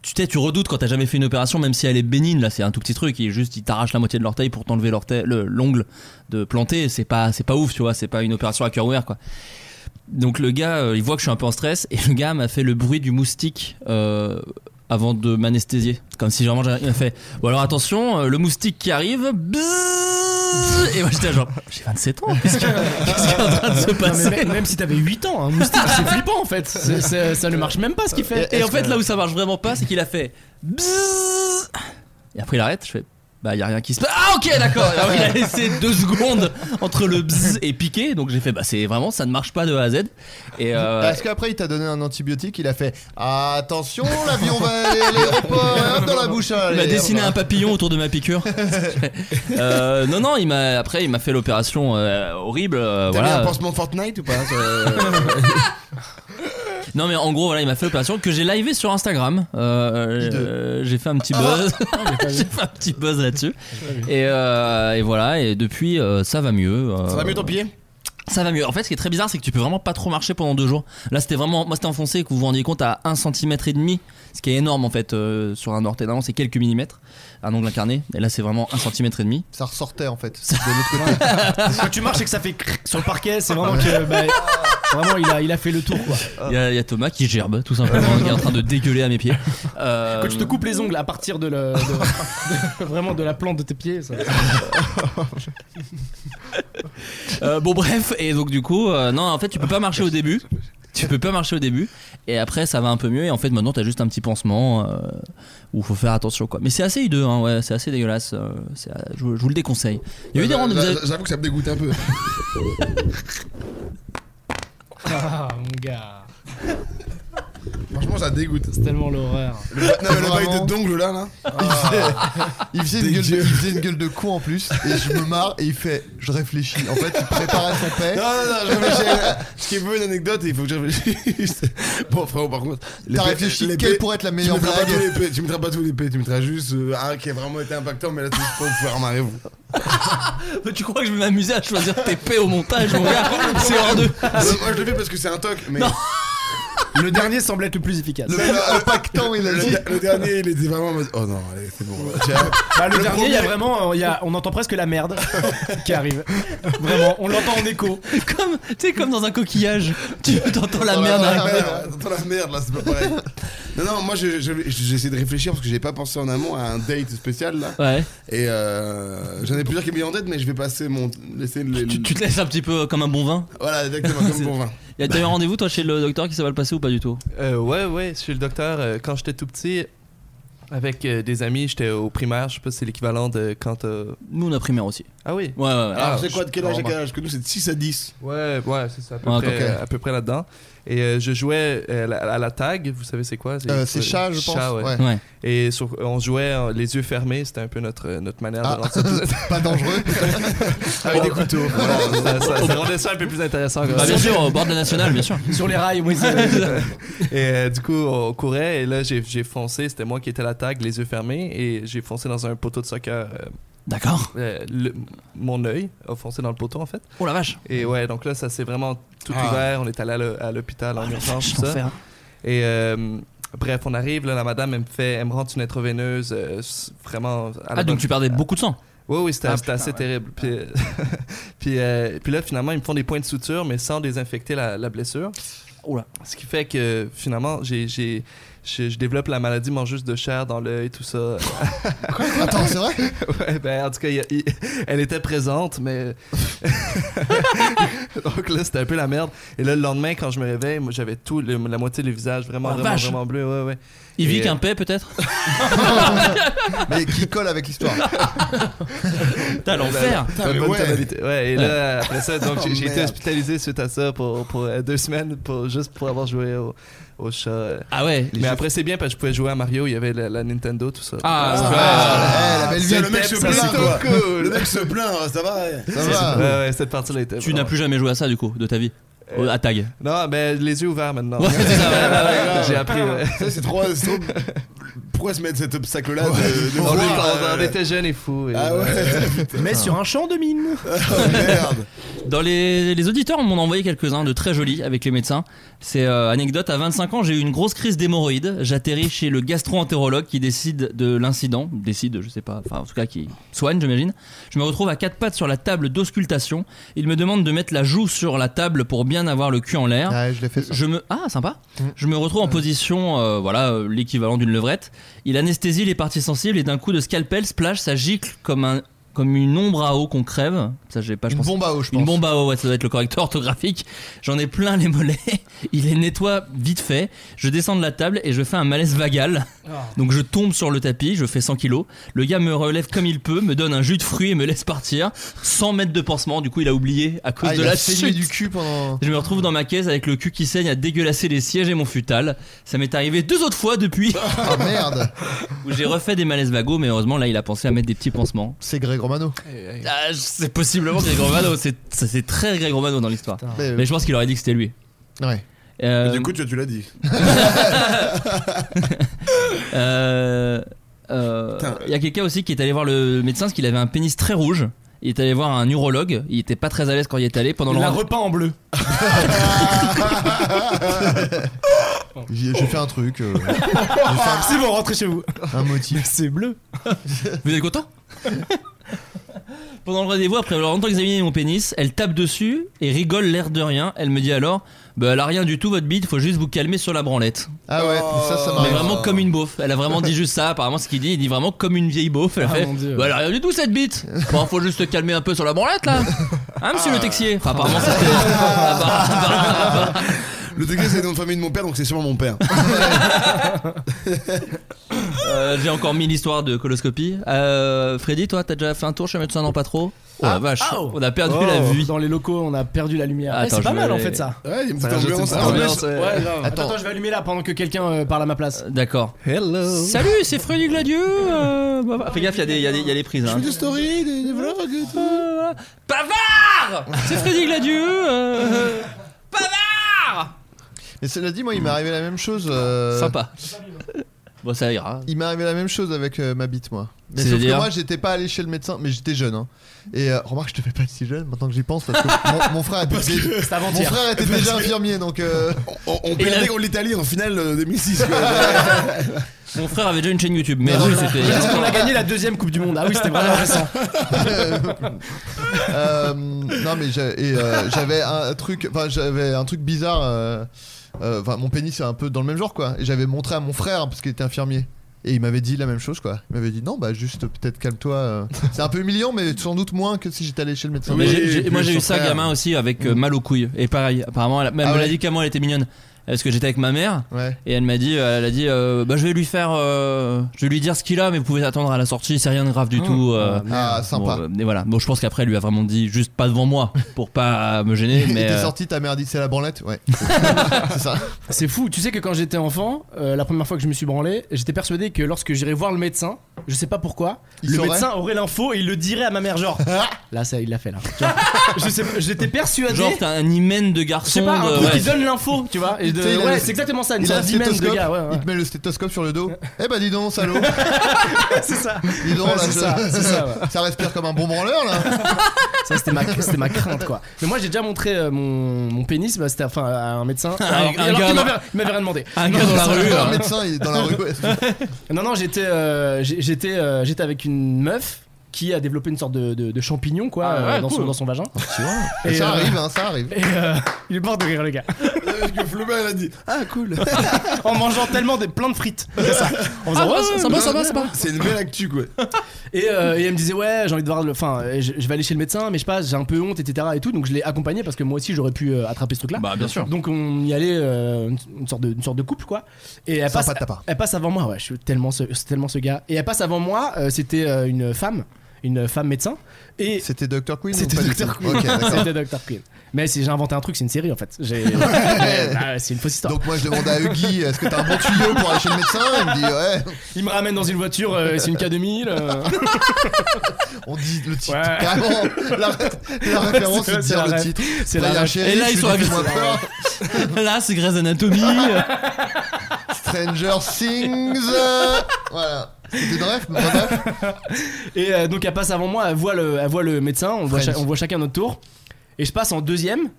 Speaker 8: Tu sais, tu redoutes quand t'as jamais fait une opération, même si elle est bénigne. Là, c'est un tout petit truc. Il juste, il t'arrache la moitié de l'orteil pour t'enlever l'orteil, le- l'ongle de planter. C'est pas, c'est pas ouf, tu vois. C'est pas une opération à cœur ouvert, quoi. Donc le gars, euh, il voit que je suis un peu en stress et le gars m'a fait le bruit du moustique euh, avant de m'anesthésier. Comme si vraiment j'avais rien fait. Bon alors attention, euh, le moustique qui arrive. bzzz, Et moi j'étais genre, j'ai 27 ans, qu'est-ce qui qu'est-ce qui est en train de se
Speaker 1: Non, mais
Speaker 8: passer
Speaker 1: même, même si t'avais 8 ans, un moustique, c'est flippant en fait. C'est- c'est- ça ne marche même pas ce qu'il fait.
Speaker 8: Et en fait, là où ça marche vraiment pas, c'est qu'il a fait. Bzzz Et après, il arrête. Je fais. Bah, y a rien qui se passe. Ah, ok, d'accord. Alors, il a laissé deux secondes entre le bzz et piqué. Donc, j'ai fait, bah, c'est vraiment, ça ne marche pas de A à Z. Et euh,
Speaker 7: Parce qu'après, il t'a donné un antibiotique, il a fait Attention, l'avion va aller à l'aéroport, et hop, dans la bouche. hein.
Speaker 8: Il m'a dessiné un papillon autour de ma piqûre. Euh, non, non, il m'a après il m'a fait l'opération euh, horrible. euh,
Speaker 3: T'as mis
Speaker 8: voilà.
Speaker 3: un pansement Fortnite ou pas sur
Speaker 7: euh,
Speaker 3: le-
Speaker 8: Non, mais en gros, voilà, il m'a fait l'opération que j'ai livé sur Instagram. Euh, euh, j'ai fait un petit buzz. j'ai fait un petit buzz là-dessus. Et, euh, et voilà, et depuis, euh, ça va mieux. euh,
Speaker 3: Ça va mieux ton pied
Speaker 8: Ça va mieux. En fait, ce qui est très bizarre, c'est que tu peux vraiment pas trop marcher pendant deux jours. Là, c'était vraiment. Moi, c'était enfoncé, que vous vous rendiez compte, à 1 cm et demi. Ce qui est énorme, en fait, euh, sur un orteil d'avant, c'est quelques millimètres. Un ongle incarné. Et là, c'est vraiment 1 cm et demi.
Speaker 7: Ça ressortait en fait.
Speaker 1: Quand tu marches et que ça fait cric sur le parquet, c'est vraiment que. bah, vraiment, il a, il a fait le tour quoi.
Speaker 8: Il y, a- il y a Thomas qui gerbe, tout simplement, qui est en train de dégueuler à mes pieds. Euh,
Speaker 1: Quand tu te coupes les ongles à partir de, la- de- de- vraiment de la plante de tes pieds, ça.
Speaker 8: Euh, bon bref et donc du coup euh, non en fait tu peux pas marcher au début tu peux pas marcher au début et après ça va un peu mieux et en fait maintenant t'as juste un petit pansement euh, où faut faire attention quoi mais c'est assez hideux hein, ouais, c'est assez dégueulasse euh, c'est- euh, je, vous- je vous le déconseille il y a eu des
Speaker 3: Euh, J'a-
Speaker 8: rendez-vous
Speaker 3: j'a-
Speaker 8: vous avez-
Speaker 3: J'avoue que ça me dégoûte un peu.
Speaker 1: Ah mon gars.
Speaker 3: Franchement, ça dégoûte.
Speaker 1: C'est tellement l'horreur.
Speaker 3: Le, non, mais le bail
Speaker 7: Vraiment.
Speaker 3: de dongle là, là.
Speaker 7: Il faisait, une gueule de, il faisait une gueule de con en plus, et je me marre, et il fait Je réfléchis. En fait, il préparait sa paix.
Speaker 3: Non, non, non, je réfléchis. Ce qui est peu une anecdote, il faut que je réfléchisse. Bon, frérot, par contre. les
Speaker 7: T'as
Speaker 3: pa-
Speaker 7: réfléchi
Speaker 3: les
Speaker 7: quelle
Speaker 3: pa-
Speaker 7: pourrait être la meilleure
Speaker 3: tu mettras
Speaker 7: blague
Speaker 3: pas tous les pa- Tu mettras pas tous les P, tu mettras juste euh, un qui a vraiment été impactant, mais là, tu peux vous faire marrer, vous.
Speaker 8: tu crois que je vais m'amuser à choisir tes P au montage mon gars c'est hors de
Speaker 3: Euh, Moi, je le fais parce que c'est un toc, mais.
Speaker 1: Le dernier semble être le plus efficace.
Speaker 3: Le- le-
Speaker 7: impactant, il a
Speaker 3: le-
Speaker 7: dit.
Speaker 3: Le dernier, il était vraiment en mode, Oh non, allez, c'est bon. Tu vois,
Speaker 1: Bah, le,
Speaker 3: le
Speaker 1: dernier, il y a
Speaker 3: premier-
Speaker 1: vraiment, euh, il y a- on entend presque la merde qui arrive. Vraiment, on l'entend en écho.
Speaker 8: comme tu sais comme dans un coquillage tu t'entends la
Speaker 3: Dans
Speaker 8: merde hein.
Speaker 3: dans la
Speaker 9: hein.
Speaker 8: arriver.
Speaker 3: merde, dans la merde, là, c'est pas pareil. Non, non, moi, je- je- je- j'ai essayé de réfléchir parce que j'ai pas pensé en amont à un date spécial, là.
Speaker 8: Ouais.
Speaker 3: Et euh, j'en ai plusieurs qui me viennent en tête, mais je vais passer mon. laisser le-
Speaker 8: tu, tu te laisses un petit peu comme un bon vin
Speaker 3: Voilà, exactement, comme bon vin.
Speaker 8: y a t'as eu un rendez-vous toi chez le docteur qui ça va le passer ou pas du tout
Speaker 9: Euh, ouais, ouais, chez le docteur, euh, quand j'étais tout petit, avec euh, des amis, j'étais au primaire, je sais pas si c'est l'équivalent de quand t'as.
Speaker 8: nous on a primaire aussi
Speaker 9: Ah oui
Speaker 8: ouais ouais, ouais.
Speaker 3: Alors,
Speaker 9: Ah,
Speaker 3: c'est quoi de quel
Speaker 9: je-
Speaker 3: âge à quel
Speaker 9: vraiment.
Speaker 3: âge Que nous, c'est de 6 à 10.
Speaker 9: Ouais, ouais, c'est ça, à peu
Speaker 8: Ah,
Speaker 9: près,
Speaker 8: ok.
Speaker 9: euh, à peu près là-dedans. Et euh, je jouais euh, la- à la tag, vous savez c'est quoi
Speaker 7: Euh, c'est chat, je pense, ouais.
Speaker 8: Ouais.
Speaker 9: Et sur- on jouait euh, les yeux fermés, c'était un peu notre, euh, notre manière
Speaker 7: Ah.
Speaker 9: de lancer tout ça.
Speaker 7: Pas dangereux.
Speaker 9: Avec des couteaux. ça, ça- ça rendait ça un peu plus intéressant. quand
Speaker 8: Bah, bien
Speaker 9: même.
Speaker 8: sûr au bord de la nationale bien sûr
Speaker 1: Sur les rails, moi,
Speaker 9: et euh, du coup, on courait et là, j'ai j'ai foncé. C'était moi qui étais à la tag, les yeux fermés, et j'ai foncé dans un poteau de soccer. euh,
Speaker 8: d'accord
Speaker 9: euh, le- mon œil a foncé dans le poteau en fait.
Speaker 8: oh la vache
Speaker 9: Et ouais, donc là, ça s'est vraiment tout
Speaker 3: Ah.
Speaker 9: ouvert. On est allé à l'hô- à l'hôpital
Speaker 8: Ah,
Speaker 9: en urgence, tout ça.
Speaker 8: Enfer.
Speaker 9: Et euh, bref, on arrive. Là, la madame, elle me fait, elle me rentre une intraveineuse euh, s- vraiment. À la
Speaker 8: ah donc
Speaker 9: bonne-
Speaker 8: tu perdais beaucoup de sang
Speaker 9: oui, oui, c'était
Speaker 8: Ah,
Speaker 9: c'était assez
Speaker 8: putain, Ah.
Speaker 9: terrible. Puis, euh, puis, euh, puis là, finalement, ils me font des points de suture, mais sans désinfecter la, la blessure.
Speaker 8: Oula.
Speaker 9: Ce qui fait que finalement, j'ai, j'ai- je, je développe la maladie mangeuse de chair dans l'œil, tout ça.
Speaker 7: Attends, c'est vrai
Speaker 9: ouais, ben, en tout cas, il y a- il- elle était présente, mais. Donc là, c'était un peu la merde. Et là, le lendemain, quand je me réveille, moi, j'avais tout, le- la moitié du visage vraiment,
Speaker 8: Ah,
Speaker 9: vraiment,
Speaker 8: vache.
Speaker 9: vraiment bleu. Ouais, ouais.
Speaker 8: Il vit
Speaker 9: Et,
Speaker 8: qu'un paix peut-être
Speaker 7: Mais qui colle avec l'histoire
Speaker 8: T'as Ah, l'enfer
Speaker 3: Putain, mais
Speaker 9: Bonne
Speaker 3: ouais.
Speaker 9: tonalité. Ouais, et là, après ça, donc, j'ai- j'ai été
Speaker 3: merde.
Speaker 9: hospitalisé suite à ça pour, pour euh, deux semaines, pour, juste pour avoir joué au, au chat. euh.
Speaker 8: Ah ouais
Speaker 9: Mais après, c'est bien parce que je pouvais jouer à Mario, il y avait la, la Nintendo, tout ça.
Speaker 8: Ah, c'est
Speaker 3: Ah,
Speaker 7: la belle
Speaker 3: putain,
Speaker 7: vie,
Speaker 3: le mec se
Speaker 7: ça,
Speaker 3: plaint,
Speaker 7: c'est
Speaker 3: quoi.
Speaker 9: cool.
Speaker 3: Le mec se plaint, ça va. ouais.
Speaker 7: Ça va.
Speaker 9: Ouais, ouais, cette partie-là était.
Speaker 8: Tu n'as plus jamais joué à ça du coup de ta vie Au- à tag
Speaker 9: Non, ben les yeux ouverts maintenant.
Speaker 8: Ouais, c'est ça, ouais, ouais, ouais.
Speaker 9: J'ai appris, ouais.
Speaker 3: Ça, c'est trop. c'est trop- Pourquoi se mettre cet obstacle-là de, de
Speaker 9: On,
Speaker 3: voir,
Speaker 9: est- on- on
Speaker 3: euh,
Speaker 9: était jeunes et fous. et-
Speaker 3: Ah ouais.
Speaker 1: Mais sur un champ de mine.
Speaker 3: Oh, merde.
Speaker 8: Dans les, les auditeurs, on m'en a envoyé quelques-uns de très jolis avec les médecins. C'est euh, anecdote, à 25 ans, j'ai eu une grosse crise d'hémorroïdes. J'atterris chez le gastro-entérologue qui décide de l'incident. Décide, je sais pas, enfin en tout cas qui soigne, j'imagine. Je me retrouve à quatre pattes sur la table d'auscultation. Il me demande de mettre la joue sur la table pour bien avoir le cul en l'air.
Speaker 7: Ouais, Mm. je l'ai fait ça.
Speaker 8: Je me ah sympa. Je me retrouve en position euh, voilà euh, l'équivalent d'une levrette. Il anesthésie les parties sensibles et d'un coup de scalpel splash ça gicle comme un comme une ombre à eau qu'on crève. Ça, j'ai pas, je
Speaker 7: Une
Speaker 8: pense.
Speaker 7: bombe à eau, je
Speaker 8: Une
Speaker 7: pense.
Speaker 8: bombe à eau, ouais, ça doit être le correcteur orthographique. J'en ai plein les mollets. Il les nettoie vite fait. Je descends de la table et je fais un malaise vagal.
Speaker 7: Ah.
Speaker 8: Donc je tombe sur le tapis, je fais 100 kilos. Le gars me relève comme il peut, me donne un jus de fruits et me laisse partir. 100 mètres de pansement, du coup il a oublié à cause
Speaker 7: Ah,
Speaker 8: de
Speaker 7: il
Speaker 8: la
Speaker 7: a saigné
Speaker 8: chute.
Speaker 7: du cul pendant.
Speaker 8: Je me retrouve dans ma caisse avec le cul qui saigne à dégueulasser les sièges et mon futal. Ça m'est arrivé deux autres fois depuis.
Speaker 7: Ah merde
Speaker 8: Où j'ai refait des malaises vagos, mais heureusement là il a pensé à mettre des petits pansements.
Speaker 7: C'est Greg Romano.
Speaker 8: Ah, je- c'est possiblement Greg Romano, c'est ça, c'est très Greg Romano dans l'histoire.
Speaker 7: Mais,
Speaker 8: Mais,
Speaker 7: euh,
Speaker 8: je pense qu'il aurait dit que c'était lui.
Speaker 7: Ouais.
Speaker 8: Euh,
Speaker 10: Du coup, tu, tu l'as dit.
Speaker 8: euh, euh, Il y a quelqu'un aussi qui est allé voir le médecin parce qu'il avait un pénis très rouge. Il est allé voir un urologue. Il était pas très à l'aise quand il est allé pendant
Speaker 1: Il
Speaker 8: le
Speaker 1: l'a
Speaker 8: rendez-
Speaker 1: repeint en bleu.
Speaker 7: J'ai j'ai fait un truc. euh,
Speaker 1: C'est bon, rentrez chez vous.
Speaker 7: un motif.
Speaker 1: C'est bleu.
Speaker 8: Vous êtes content Pendant le rendez-vous, après avoir longtemps examiné mon pénis, elle tape dessus et rigole l'air de rien. Elle me dit alors Bah, elle a rien du tout, votre bite, faut juste vous calmer sur la branlette.
Speaker 7: Ah ouais, ça, ça
Speaker 8: Mais
Speaker 7: m'arrive.
Speaker 8: vraiment comme une beauf. Elle a vraiment dit juste ça, apparemment, ce qu'il dit. Il dit vraiment comme une vieille beauf. Elle a
Speaker 7: Ah,
Speaker 8: fait
Speaker 7: mon Dieu.
Speaker 8: Bah, elle a rien du tout, cette bite. Bon, faut juste se calmer un peu sur la branlette, là. Hein, monsieur
Speaker 7: Ah.
Speaker 8: le texier Enfin, apparemment, c'était.
Speaker 3: Le degré, c'est le nom de famille de mon père, donc c'est sûrement mon père.
Speaker 8: Euh, J'ai encore mis l'histoire de coloscopie. Euh, Freddy, toi, t'as déjà fait un tour chez un médecin Non, pas trop. Oh la vache, on a perdu
Speaker 1: Oh,
Speaker 8: la vue.
Speaker 1: Dans les locaux, on a perdu la lumière.
Speaker 8: Attends,
Speaker 1: Eh, c'est pas
Speaker 8: je
Speaker 1: mal
Speaker 8: vais
Speaker 1: en
Speaker 8: aller-
Speaker 1: fait ça.
Speaker 3: Ouais, il y a une
Speaker 8: Ça
Speaker 3: petite
Speaker 8: rajoute une
Speaker 3: ambiance.
Speaker 8: petite
Speaker 3: ambiance.
Speaker 8: ambiance, ouais.
Speaker 1: Ouais, grave.
Speaker 8: Attends.
Speaker 1: Attends, attends, je vais allumer là pendant que quelqu'un euh, parle à ma place.
Speaker 8: D'accord.
Speaker 1: Hello.
Speaker 8: Salut, c'est Freddy Gladieux. euh, bah, bah, fais gaffe, il y, a des- il y a des- il y a les prises. hein.
Speaker 3: Des stories, des, des vlogs et tout.
Speaker 8: Bavard C'est Freddy Gladieux. euh, Bavard
Speaker 7: Mais cela dit, moi, il m'est arrivé la même chose. euh,
Speaker 8: Sympa. Bon, ça ira.
Speaker 7: Il m'est arrivé la même chose avec euh, ma bite, moi. Mais sauf que
Speaker 8: C'est-à-dire
Speaker 7: moi, j'étais pas allé chez le médecin, mais j'étais jeune. hein. Et euh, remarque, je te fais pas si jeune maintenant que j'y pense, parce que mon, mon frère était,
Speaker 3: Parce que-
Speaker 7: dé-
Speaker 3: c'est
Speaker 7: mon
Speaker 3: avant-hier.
Speaker 7: frère était
Speaker 3: Parce
Speaker 7: déjà
Speaker 3: que-
Speaker 7: infirmier, donc. euh,
Speaker 3: On, on
Speaker 7: Et
Speaker 3: perdait
Speaker 7: la-
Speaker 3: contre l'Italie en finale euh, 2006. quoi.
Speaker 8: Mon frère avait déjà une chaîne YouTube, mais oui, c'était.
Speaker 1: Parce qu'on a gagné la deuxième Coupe du Monde. Ah oui, c'était vraiment récent.
Speaker 7: Euh, non mais j'ai- et, euh, j'avais un truc, enfin j'avais un truc bizarre. euh, euh, Enfin mon pénis c'est un peu dans le même genre quoi. Et j'avais montré à mon frère parce qu'il était infirmier. Et il m'avait dit la même chose quoi. Il m'avait dit non bah juste euh, peut-être calme-toi. euh. C'est un peu humiliant mais sans doute moins que si j'étais allé chez le médecin.
Speaker 8: Mais j'ai- j'ai- moi j'ai eu
Speaker 7: Son
Speaker 8: ça
Speaker 7: frère.
Speaker 8: gamin aussi avec euh, mal aux couilles et pareil apparemment elle, a- elle
Speaker 7: Ah
Speaker 8: me l'a
Speaker 7: ouais
Speaker 8: dit comment elle était mignonne parce que j'étais avec ma mère
Speaker 7: Ouais.
Speaker 8: et elle m'a dit euh, elle a dit euh, bah je vais lui faire euh, je vais lui dire ce qu'il a mais vous pouvez attendre à la sortie c'est rien de grave du tout euh,
Speaker 7: Ah,
Speaker 8: bon,
Speaker 7: sympa.
Speaker 8: euh, et voilà bon je pense qu'après elle lui a vraiment dit juste pas devant moi pour pas me gêner
Speaker 7: Et
Speaker 8: mais
Speaker 7: t'es
Speaker 8: euh,
Speaker 7: sorti ta mère dit c'est la branlette ouais. c'est ça.
Speaker 1: C'est fou. Tu sais que quand j'étais enfant, euh, la première fois que je me suis branlé, j'étais persuadé que lorsque j'irais voir le médecin, je sais pas pourquoi,
Speaker 7: Il
Speaker 1: le
Speaker 7: saurait
Speaker 1: médecin aurait l'info et il le dirait à ma mère genre. là ça, il l'a fait là. Tu vois. je sais, j'étais persuadé.
Speaker 8: genre t'as un hymen de garçon
Speaker 1: je sais pas, un
Speaker 8: de-
Speaker 1: truc qui
Speaker 8: ouais.
Speaker 1: donne l'info, tu vois. Et de-
Speaker 7: Tu sais, il a
Speaker 1: ouais,
Speaker 7: le-
Speaker 1: c'est exactement ça, une
Speaker 7: il a un
Speaker 1: sorte d'hymen de
Speaker 7: stéthoscope,
Speaker 1: gars. ouais, ouais.
Speaker 7: Il te met le stéthoscope sur le dos. eh bah dis donc salaud.
Speaker 1: c'est ça.
Speaker 7: Dis donc,
Speaker 1: Ouais,
Speaker 7: là,
Speaker 1: c'est
Speaker 7: je-
Speaker 1: ça, c'est ça, ouais.
Speaker 7: ça respire comme un bon branleur là.
Speaker 1: Ça, c'était ma, c'était ma crainte, quoi. Mais moi, j'ai déjà montré euh, mon, mon pénis, bah, c'était enfin, à un médecin.
Speaker 8: Un-
Speaker 1: Alors,
Speaker 8: un
Speaker 1: alors
Speaker 8: gars
Speaker 1: qu'il
Speaker 8: dans-
Speaker 1: m'avait- il m'avait rien demandé.
Speaker 8: un gars dans la rue
Speaker 7: Un
Speaker 8: hein.
Speaker 7: médecin il est dans la rue. ouais.
Speaker 1: Non, non, j'étais, euh, j'ai- j'étais, euh, j'étais avec une meuf qui a développé une sorte de, de- de champignon, quoi,
Speaker 8: Ah ouais,
Speaker 1: euh, dans, son,
Speaker 8: cool.
Speaker 1: dans son vagin.
Speaker 7: Et
Speaker 1: Et,
Speaker 7: ça
Speaker 1: euh,
Speaker 7: arrive, hein, ça arrive.
Speaker 1: Et euh, il est mort de rire, le gars.
Speaker 3: Parce que Flaubert, il a dit Ah, cool.
Speaker 1: en mangeant tellement des, plein de frites. C'est ça. En faisant,
Speaker 8: Ah ouais,
Speaker 1: ouais, ça va, ça va, ça va.
Speaker 3: C'est une belle actu, quoi.
Speaker 1: Et, euh, et elle me disait ouais j'ai envie de voir le enfin euh, je, je vais aller chez le médecin mais je sais pas j'ai un peu honte etc et tout donc je l'ai accompagnée parce que moi aussi j'aurais pu euh, attraper ce truc là
Speaker 8: Bah, bien sûr.
Speaker 1: donc on y allait euh, une, une sorte de une sorte de couple quoi et elle
Speaker 7: Sympa
Speaker 1: passe
Speaker 7: de ta part.
Speaker 1: elle passe avant moi ouais je suis tellement ce, c'est tellement ce gars et elle passe avant moi euh, c'était euh, une femme une femme médecin et
Speaker 7: C'était Dr. Queen
Speaker 1: c'était
Speaker 7: ou pas du
Speaker 1: Dr
Speaker 7: tout
Speaker 1: Queen
Speaker 7: Ok, d'accord.
Speaker 1: c'était Dr Queen mais si j'ai inventé un truc c'est une série en fait J'ai- Bah, c'est une fausse histoire
Speaker 7: Donc moi je demande à Huggy est-ce que t'as un bon tuyau pour aller chez le médecin Il me dit ouais,
Speaker 1: il me ramène dans une voiture euh, c'est une K2000 euh.
Speaker 7: on dit le titre.
Speaker 1: Ouais.
Speaker 7: Carrément, la, ré- la référence
Speaker 1: C'est-
Speaker 7: c'est de
Speaker 1: c'est
Speaker 7: dire
Speaker 1: la
Speaker 7: le
Speaker 1: ref.
Speaker 7: titre.
Speaker 1: C'est
Speaker 7: Là,
Speaker 1: la
Speaker 7: il y a un
Speaker 1: ref.
Speaker 7: shérif,
Speaker 8: Et là, ils
Speaker 7: je
Speaker 8: sont
Speaker 7: lui dis,
Speaker 8: à-
Speaker 7: fais-moi peur.
Speaker 8: là c'est Grey's Anatomy
Speaker 7: Stranger Things. euh, Voilà. C'était une ref, mais pas bref.
Speaker 1: Et euh, donc elle passe avant moi, elle voit le, elle voit le médecin, on voit,
Speaker 7: Friends.
Speaker 1: cha- on voit chacun notre tour. Et je passe en deuxième.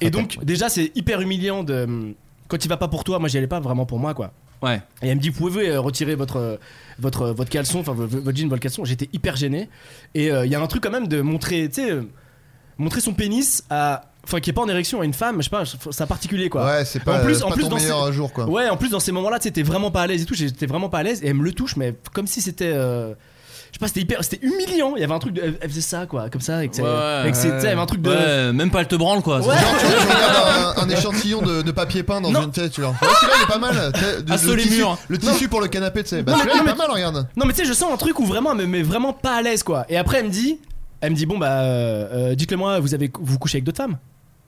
Speaker 1: Et donc déjà c'est hyper humiliant de... Quand il va pas pour toi, moi j'y allais pas vraiment pour moi quoi.
Speaker 8: ouais
Speaker 1: Et elle me dit, vous pouvez euh, retirer votre, euh, votre, euh, votre caleçon, enfin vo- vo- votre jean, votre caleçon. J'étais hyper gêné. Et euh, il y a un truc quand même de montrer, tu sais, euh, montrer son pénis à... Enfin, qui est pas en érection à une femme, je sais pas, c'est un particulier quoi.
Speaker 7: Ouais, c'est pas,
Speaker 1: en plus,
Speaker 7: c'est
Speaker 1: en
Speaker 7: pas
Speaker 1: plus
Speaker 7: ton
Speaker 1: dans
Speaker 7: meilleur
Speaker 1: ces-
Speaker 7: jour quoi.
Speaker 1: Ouais, en plus dans ces moments-là, tu sais, t'es vraiment pas à l'aise et tout. J'étais vraiment pas à l'aise et elle me le touche, mais comme si c'était. euh, sais pas, c'était hyper, c'était humiliant. Il y avait un truc, de, elle- elle faisait ça quoi, comme ça, avec, sa- avec ses- tu sais, elle avait un truc de.
Speaker 8: Ouais, même pas le te branle quoi.
Speaker 1: Ouais.
Speaker 7: Genre, tu, tu regardes un, un échantillon de, de papier peint dans une tête, tu vois. Ouais, celui-là, il est pas mal. T'as- de-
Speaker 8: Ah,
Speaker 7: le
Speaker 8: sur les
Speaker 7: tissu-
Speaker 8: murs.
Speaker 7: Le tissu pour le canapé, tu sais. Bah,
Speaker 1: Non,
Speaker 7: celui-là, il est
Speaker 1: mais-
Speaker 7: pas mal, regarde.
Speaker 1: Non mais tu sais, je sens un truc où vraiment elle me met vraiment pas à l'aise quoi. Et après elle me dit, elle me dit bon bah euh, euh, dites-le moi, vous avez vous, vous couchez avec d'autres femmes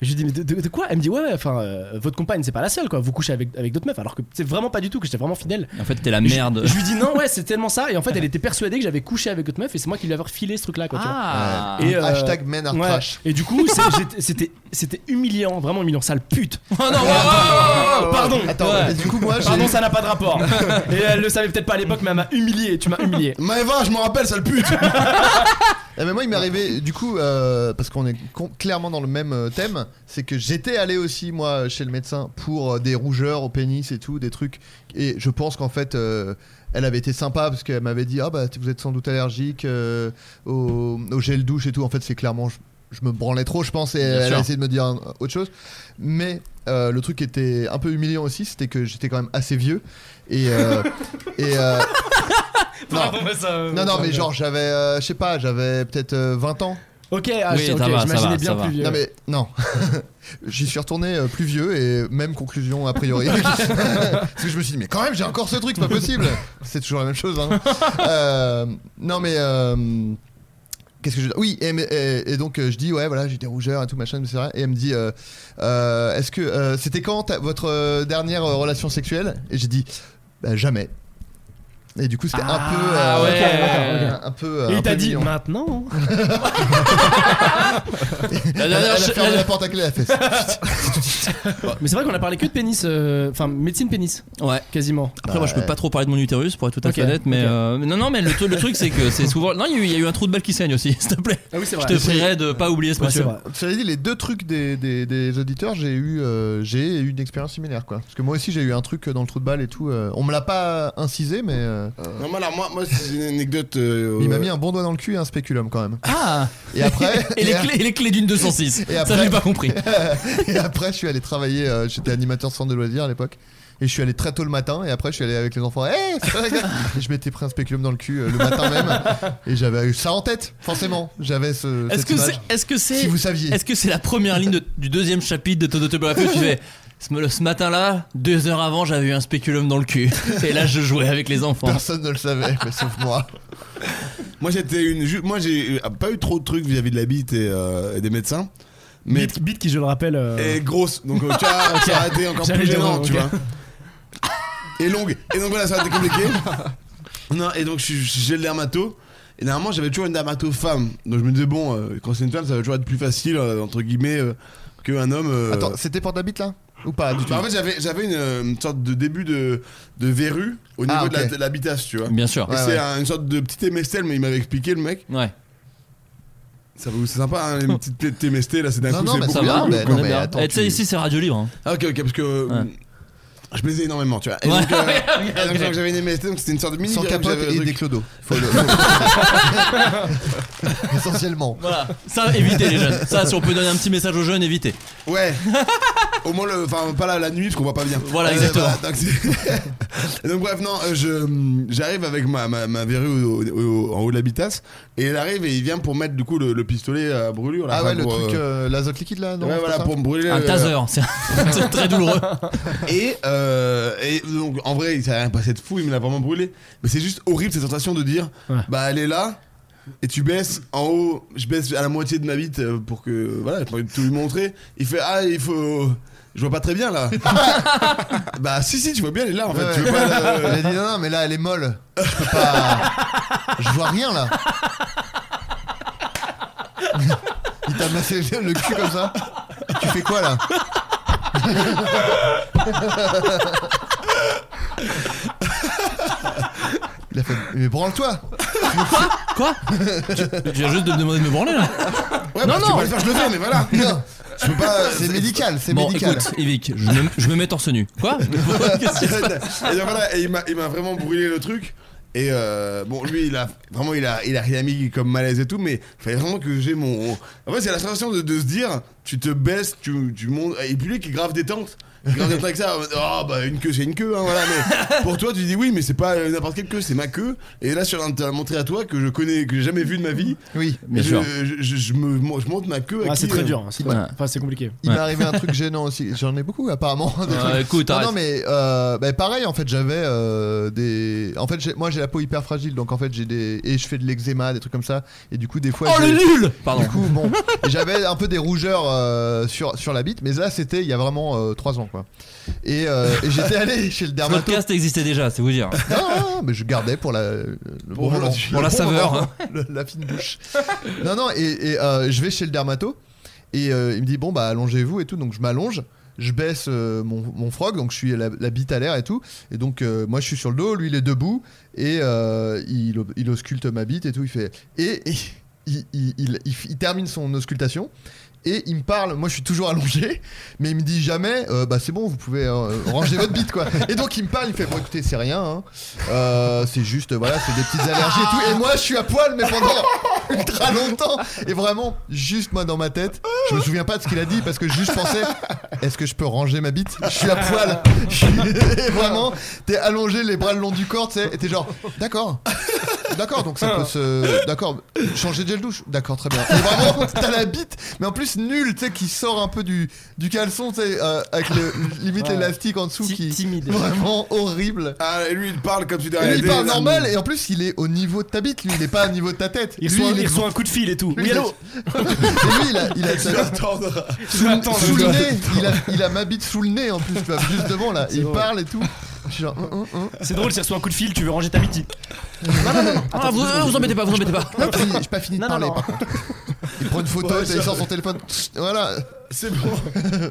Speaker 1: Je lui dis mais de, de- de quoi Elle me dit ouais ouais, enfin euh, votre compagne c'est pas la seule quoi, vous couchez avec avec d'autres meufs alors que c'est vraiment pas du tout que j'étais vraiment fidèle.
Speaker 8: En fait, t'es la
Speaker 1: Je-
Speaker 8: merde.
Speaker 1: Je, lui dis non ouais c'est tellement ça et en fait elle était persuadée que j'avais couché avec d'autres meufs et c'est moi qui lui avais refilé ce truc là quoi. tu vois.
Speaker 8: Ah.
Speaker 1: Et, euh,
Speaker 7: Hashtag men are
Speaker 1: ouais.
Speaker 7: trash.
Speaker 1: Et du coup c'est- j'étais- c'était c'était humiliant vraiment humiliant sale pute.
Speaker 8: Oh non,
Speaker 1: Pardon.
Speaker 7: Attends,
Speaker 1: Ouais.
Speaker 7: et du coup, moi, j'ai.
Speaker 1: Pardon, ça n'a pas de rapport. Et elle le savait peut-être pas à l'époque, mais elle m'a humilié. Tu m'as humilié.
Speaker 7: Maëva, je m'en rappelle, sale pute Eh ben moi, il m'est arrivé, du coup, euh, parce qu'on est con- clairement dans le même euh, thème, c'est que j'étais allé aussi, moi, chez le médecin pour euh, des rougeurs au pénis et tout, des trucs. Et je pense qu'en fait, euh, elle avait été sympa parce qu'elle m'avait dit Ah, bah, t- vous êtes sans doute allergique euh, au, au gel douche et tout. En fait, c'est clairement. Je, je me branlais trop, je pense, et elle
Speaker 8: sûr.
Speaker 7: a essayé de me dire un- autre chose. Mais. euh, le truc qui était un peu humiliant aussi, c'était que j'étais quand même assez vieux et euh, et euh, non, non, mais genre j'avais, euh, je sais pas, j'avais peut-être euh, 20 ans.
Speaker 1: Ok, ah,
Speaker 8: Oui,
Speaker 1: c'est- ok,
Speaker 8: ça va, ça
Speaker 1: j'imaginais
Speaker 8: va,
Speaker 1: bien
Speaker 8: ça
Speaker 1: plus
Speaker 8: va.
Speaker 1: vieux.
Speaker 7: Non, mais non. J'y suis retourné euh, plus vieux et même conclusion a priori. Parce que je me suis dit, mais quand même, j'ai encore ce truc, c'est pas possible. C'est toujours la même chose. hein. Euh, non, mais. euh, Qu'est-ce que je oui et, mais- et- et donc euh, je dis ouais voilà j'ai des rougeurs et tout machin etc et elle me dit euh, euh, est-ce que euh, c'était quand ta- votre euh, dernière euh, relation sexuelle et j'ai dit Bah, jamais et du coup c'était un peu euh,
Speaker 8: Ah, ouais.
Speaker 7: un- un, peu euh,
Speaker 1: Ah Et
Speaker 7: un
Speaker 1: il t'a
Speaker 7: peu
Speaker 1: dit
Speaker 7: mignon.
Speaker 1: maintenant
Speaker 8: La
Speaker 7: elle, elle
Speaker 8: dernière
Speaker 7: a
Speaker 8: ch-
Speaker 7: fermé
Speaker 8: la-
Speaker 7: la porte à clé à la fesse
Speaker 1: Mais c'est vrai qu'on a parlé que de pénis, euh, enfin médecine pénis,
Speaker 8: Ouais.
Speaker 7: Ah,
Speaker 1: quasiment.
Speaker 8: Après, moi, je peux pas trop parler de mon utérus pour être tout à fait
Speaker 1: Bah, Ok,
Speaker 8: honnête, mais
Speaker 1: ok.
Speaker 8: euh, mais non, non, mais le, tru- le truc, c'est que c'est souvent. Non, il y a eu- il y, a eu un trou de balle qui saigne aussi, s'il te plaît.
Speaker 1: Ah oui, c'est
Speaker 8: Je
Speaker 1: vrai.
Speaker 8: te prierai de pas oublier ce
Speaker 1: Ouais, c'est
Speaker 8: monsieur.
Speaker 1: vrai.
Speaker 7: J'avais dit les deux trucs des, des, des auditeurs, j'ai eu euh, j'ai eu une expérience similaire quoi. Parce que moi aussi j'ai eu un truc dans le trou de balle et tout. euh, on me l'a pas incisé mais euh,
Speaker 3: Non, moi, alors, moi, moi, c'est une anecdote. euh,
Speaker 7: mais il m'a
Speaker 3: euh,
Speaker 7: mis un bon doigt dans le cul et un spéculum quand même.
Speaker 8: Ah
Speaker 7: Et après
Speaker 8: Et les clés, et les clés d'une 206.
Speaker 7: Et
Speaker 8: Ça,
Speaker 7: après-
Speaker 8: j'ai pas compris.
Speaker 7: et après je suis allé travailler. euh, J'étais animateur de centre de loisirs à l'époque. Et je suis allé très tôt le matin et après je suis allé avec les enfants. Hey, c'est vrai, les gars et je m'étais pris un spéculum dans le cul euh, le matin même et j'avais eu ça en tête forcément. J'avais ce.
Speaker 8: Est-ce
Speaker 7: cette
Speaker 8: que
Speaker 7: image.
Speaker 8: c'est, est-ce que c'est,
Speaker 7: Si vous saviez.
Speaker 8: est-ce que c'est la première ligne de- du deuxième chapitre de ton autobiographie où tu fais ce, le- ce matin-là, deux heures avant, j'avais eu un spéculum dans le cul et là je jouais avec les enfants.
Speaker 7: Personne ne le savait mais sauf moi.
Speaker 3: Moi, j'étais une. ju- Moi, j'ai eu- ah, pas eu trop de trucs vis-à-vis de la bite et, euh, et des médecins. Mais.
Speaker 1: Bite, bite qui, je le rappelle. euh,
Speaker 3: Et grosse. Donc, euh, tu vois, ça a été encore
Speaker 1: J'allais
Speaker 3: plus
Speaker 1: dire,
Speaker 3: gênant,
Speaker 1: ouais,
Speaker 3: tu
Speaker 1: ok.
Speaker 3: vois. Et longue. Et donc, voilà, ça a été compliqué. Non, et donc, je suis- j'ai le dermato. Et normalement, j'avais toujours une dermato femme. Donc, je me disais, bon, euh, quand c'est une femme, ça va toujours être plus facile, euh, entre guillemets, euh, qu'un homme. euh,
Speaker 7: Attends, c'était pour de la bite là ou pas du tout
Speaker 3: Bah, en fait, j'avais, j'avais une, euh, une sorte de début de, de verrue au niveau
Speaker 7: Ah,
Speaker 3: de, la,
Speaker 7: ok.
Speaker 3: de la bitasse, tu vois.
Speaker 8: Bien sûr.
Speaker 3: Et
Speaker 7: Ouais,
Speaker 3: c'est
Speaker 7: ouais.
Speaker 3: un- une sorte de petit MST, mais il m'avait expliqué, le mec.
Speaker 8: Ouais.
Speaker 3: Ça vous, c'est sympa, hein, une petite plaie de TMST, là, c'est d'un
Speaker 7: Non,
Speaker 3: coup,
Speaker 7: non,
Speaker 3: c'est
Speaker 7: mais
Speaker 3: beaucoup
Speaker 8: Ça
Speaker 7: Oui,
Speaker 8: va.
Speaker 7: oui,
Speaker 3: mieux,
Speaker 7: mais
Speaker 3: quoi.
Speaker 8: On est
Speaker 7: mais
Speaker 8: bien.
Speaker 7: attends,
Speaker 8: Eh, tu sais,
Speaker 7: tu-
Speaker 8: ici c'est radio libre. hein.
Speaker 3: Ah, ok, ok, parce que.
Speaker 8: Ouais.
Speaker 3: Je plaisais énormément, tu vois. Et
Speaker 8: Ouais.
Speaker 3: donc, euh,
Speaker 8: Ok,
Speaker 3: et donc,
Speaker 8: ok.
Speaker 3: donc, j'avais une MST, donc c'était une sorte de mini
Speaker 7: sans
Speaker 3: verrue que
Speaker 7: capote
Speaker 3: j'avais, un
Speaker 7: et
Speaker 3: truc.
Speaker 7: des clodos. Faut le- faut- Essentiellement.
Speaker 8: Voilà. Ça évitez les jeunes. Ça si on peut donner un petit message aux jeunes, évitez.
Speaker 3: Ouais. Au moins, le, enfin, pas la, la nuit, parce qu'on voit pas bien. Euh,
Speaker 8: Voilà, exactement.
Speaker 3: donc, c'est- Et donc, bref, non, euh, je, j'arrive avec ma, ma, ma verrue au- au- au- en haut de la bitasse, et elle arrive et il vient pour mettre du coup le, le pistolet à brûlure. Là,
Speaker 7: Ah ouais,
Speaker 3: enfin,
Speaker 7: le
Speaker 3: pour,
Speaker 7: truc,
Speaker 3: euh,
Speaker 7: euh, l'azote liquide là, non
Speaker 3: ouais,
Speaker 7: c'est
Speaker 3: voilà,
Speaker 7: ça
Speaker 3: pour me brûler.
Speaker 8: Un
Speaker 3: euh,
Speaker 8: taser, c'est, c'est très douloureux.
Speaker 3: Et, euh, et donc, en vrai, il s'est rien passé de fou, il me l'a vraiment brûlé. Mais c'est juste horrible cette sensation de dire
Speaker 1: Ouais.
Speaker 3: bah, elle est là. Et tu baisses en haut, je baisse à la moitié de ma bite euh, pour que. Voilà, j'ai pas envie de tout lui montrer. Il fait Ah, il faut. Je vois pas très bien là. bah, si, si, tu vois bien, elle est là en fait.
Speaker 7: Ouais,
Speaker 3: Tu veux
Speaker 7: ouais.
Speaker 3: pas la-
Speaker 7: Elle a dit non, non, mais là elle est molle. Je peux pas. Je vois rien là. Il t'a massé le cul comme ça. Tu fais quoi là Il a fait, mais branle-toi!
Speaker 8: Quoi tu, tu viens juste de me demander de me branler là
Speaker 3: Ouais, bah,
Speaker 8: non.
Speaker 3: je peux pas le faire, je le fais, mais voilà.
Speaker 7: Non! Je peux pas. C'est médical, c'est
Speaker 8: Bon,
Speaker 7: médical.
Speaker 8: écoute, Evic, je me, je me mets torse nu. Quoi Qu'est-ce qui se passe
Speaker 3: et donc voilà, et il m'a il m'a vraiment brûlé le truc. Et euh, bon, lui, il a vraiment, il a, il a rien mis comme malaise et tout, mais il fallait vraiment que j'ai mon. En fait, c'est la sensation de, de se dire, tu te baisses, tu, tu montes. Et puis lui qui est grave détente, Quand t'es avec ça, en mode, oh, bah, une queue, c'est une queue, hein, voilà. Mais pour toi, tu dis oui, mais c'est pas euh, n'importe quelle queue, c'est ma queue. Et là, je suis en train de te la montrer à toi que je connais, que j'ai jamais vu de ma vie.
Speaker 7: Oui,
Speaker 1: bien
Speaker 3: je,
Speaker 1: sûr.
Speaker 3: Je, je- je me, moi, je monte ma queue à
Speaker 1: Ah,
Speaker 3: qui,
Speaker 1: c'est très
Speaker 3: euh,
Speaker 1: dur, hein, c'est
Speaker 3: qui-
Speaker 1: très- enfin, c'est compliqué.
Speaker 7: Il
Speaker 1: Ouais.
Speaker 7: m'est arrivé un truc gênant aussi. J'en ai beaucoup apparemment. des
Speaker 8: Euh,
Speaker 7: trucs.
Speaker 8: écoute,
Speaker 7: non,
Speaker 8: arrête.
Speaker 7: non, mais euh, bah, pareil en fait j'avais euh, des. En fait j'ai- moi j'ai la peau hyper fragile donc en fait j'ai des et je fais de l'eczéma des trucs comme ça et du coup des fois.
Speaker 8: Oh,
Speaker 7: j'ai-
Speaker 8: le nul Pardon.
Speaker 7: Du coup bon et j'avais un peu des rougeurs euh, sur sur la bite mais là c'était il y a vraiment 3 ans quoi. Et, euh, et j'étais allé chez le
Speaker 8: Ce
Speaker 7: dermatologue.
Speaker 8: podcast existait déjà, c'est vous dire.
Speaker 7: Non, non, non, Ah, mais je gardais pour la, le bon
Speaker 8: Pour
Speaker 7: moment.
Speaker 8: la-
Speaker 7: Le
Speaker 8: pour la
Speaker 7: bon
Speaker 8: saveur,
Speaker 7: moment.
Speaker 8: hein.
Speaker 7: Le- la fine bouche. non, non, et, et, euh, je vais chez le dermato et euh, il me dit bon bah allongez-vous et tout, donc je m'allonge. Je baisse euh, mon, mon frog, donc je suis la, la bite à l'air et tout. Et donc, euh, moi, je suis sur le dos, lui, il est debout. Et euh, il, il ausculte ma bite et tout. Il fait. Et, et il, il- il- il- il termine son auscultation. Et il me parle, moi je suis toujours allongé, mais il me dit jamais, euh, bah c'est bon, vous pouvez euh, ranger votre bite quoi. Et donc il me parle, il fait, bon écoutez, c'est rien, hein. Euh, c'est juste, voilà, c'est des petites allergies et tout. Et moi je suis à poil, mais pendant ultra longtemps. Et vraiment, juste moi dans ma tête, je me souviens pas de ce qu'il a dit parce que juste je pensais, est-ce que je peux ranger ma bite Je suis à poil. Je suis- et vraiment, t'es allongé les bras le long du corps, tu sais, et t'es genre, d'accord. D'accord, donc ça peut se. D'accord, changer de gel douche. D'accord, très bien. Et vraiment, t'as la bite, mais en plus nul, tu sais, qui sort un peu du, du caleçon, tu sais, euh, avec le, limite
Speaker 3: Ouais.
Speaker 7: l'élastique en dessous, qui
Speaker 3: timide.
Speaker 7: vraiment horrible.
Speaker 3: Ah, et lui, il parle comme si de
Speaker 7: Et
Speaker 3: rien
Speaker 7: lui, il
Speaker 3: n'était,
Speaker 7: parle
Speaker 3: là.
Speaker 7: normal, et en plus, il est au niveau de ta bite, lui, il est pas au niveau de ta tête.
Speaker 1: Il
Speaker 7: Lui,
Speaker 1: reçoit,
Speaker 7: il
Speaker 1: il
Speaker 7: est-
Speaker 1: reçoit un coup de fil et tout.
Speaker 7: Lui,
Speaker 1: Oui,
Speaker 7: il
Speaker 1: allô
Speaker 7: a- Et lui, il a, il a sa- sous,
Speaker 1: m'attends,
Speaker 7: sous
Speaker 1: je
Speaker 7: le
Speaker 1: dois-
Speaker 7: nez, il a, il a ma bite sous le nez en plus, tu vois, juste devant là,
Speaker 1: C'est
Speaker 7: il
Speaker 1: drôle.
Speaker 7: parle et tout. Je suis genre, hum, hum, hum.
Speaker 1: C'est drôle, s'il reçoit un coup de fil, tu veux ranger ta miti.
Speaker 8: Ah, vous, non, vous embêtez pas, vous embêtez pas.
Speaker 7: J'ai pas fini- j'ai pas fini de
Speaker 1: Non, non,
Speaker 7: parler
Speaker 1: non.
Speaker 7: par contre. Il prend une photo,
Speaker 3: Ouais,
Speaker 7: il
Speaker 3: ça-
Speaker 7: sort son téléphone, voilà.
Speaker 3: C'est bon. Non,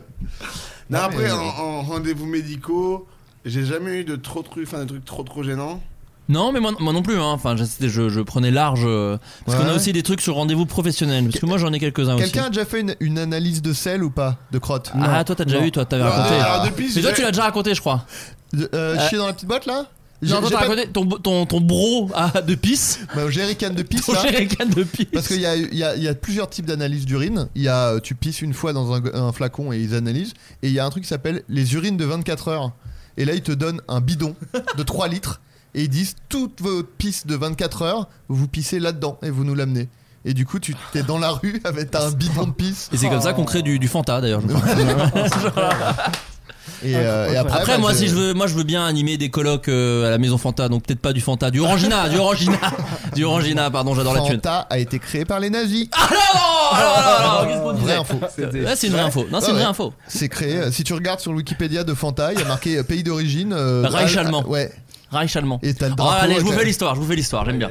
Speaker 7: Non,
Speaker 3: après,
Speaker 7: mais-
Speaker 3: en, en rendez-vous médicaux, j'ai jamais eu de trop trucs, enfin, de trucs trop trop gênants.
Speaker 8: Non, mais moi, moi non plus. hein. Enfin, je, c'était- je- je prenais large. euh, Parce
Speaker 7: Ouais.
Speaker 8: qu'on a aussi des trucs sur rendez-vous professionnel. Parce que moi, j'en ai quelques-uns aussi.
Speaker 7: Quelqu'un a déjà fait une, une analyse de sel ou pas De crotte
Speaker 8: Ah, toi, t'as déjà
Speaker 7: Non.
Speaker 8: eu, toi, t'avais
Speaker 7: Non,
Speaker 8: raconté.
Speaker 7: alors, depuis,
Speaker 8: mais toi,
Speaker 7: j'ai-
Speaker 8: tu l'as déjà raconté, je crois.
Speaker 7: De- euh,
Speaker 8: Euh,
Speaker 7: chier dans la petite botte là J'ai-
Speaker 8: Non, toi,
Speaker 7: j'ai
Speaker 8: t'as
Speaker 7: pas-
Speaker 8: raconté ton, ton, ton bro à- de pisse.
Speaker 7: Bah, au jerrycan de pisse
Speaker 8: Ton
Speaker 7: là.
Speaker 8: jerrycan de pisse.
Speaker 7: Parce qu'il y a, il y a- il y a plusieurs types d'analyse d'urine. Il y a euh, tu pisses une fois dans un, un flacon et ils analysent. Et il y a un truc qui s'appelle les urines de 24 heures. Et là, ils te donnent un bidon de 3 litres et ils disent toutes vos pisses de 24 heures, vous pissez là-dedans et vous nous l'amenez. Et du coup, tu t'es dans la rue avec t'as un bidon de pisse.
Speaker 8: Et c'est comme ça qu'on crée du, du Fanta, d'ailleurs. je crois.
Speaker 7: Et, euh, et après,
Speaker 8: Après,
Speaker 7: bah,
Speaker 8: moi,
Speaker 7: c'est-
Speaker 8: si je veux, moi, je veux bien animer des colloques euh, à la maison Fanta, donc peut-être pas du Fanta, du Orangina, du Orangina, du Orangina, pardon, j'adore la thune.
Speaker 7: Fanta a été créé par les nazis.
Speaker 8: Oh, alors, alors, alors, qu'est-ce qu'on disait
Speaker 7: Vraie info.
Speaker 8: Là, c'est une vraie info. Non, c'est une
Speaker 7: Ouais,
Speaker 8: vraie
Speaker 7: ouais.
Speaker 8: info.
Speaker 7: C'est créé. euh, Si tu regardes sur le Wikipédia de Fanta, il y a marqué euh, pays d'origine. euh,
Speaker 8: Reich
Speaker 7: ah,
Speaker 8: allemand.
Speaker 7: ah, Ouais.
Speaker 8: Reich allemand.
Speaker 7: Et t'as le
Speaker 8: Oh,
Speaker 7: drapeau.
Speaker 8: allez, je vous
Speaker 7: t'as-
Speaker 8: fais l'histoire, je vous fais l'histoire, j'aime bien.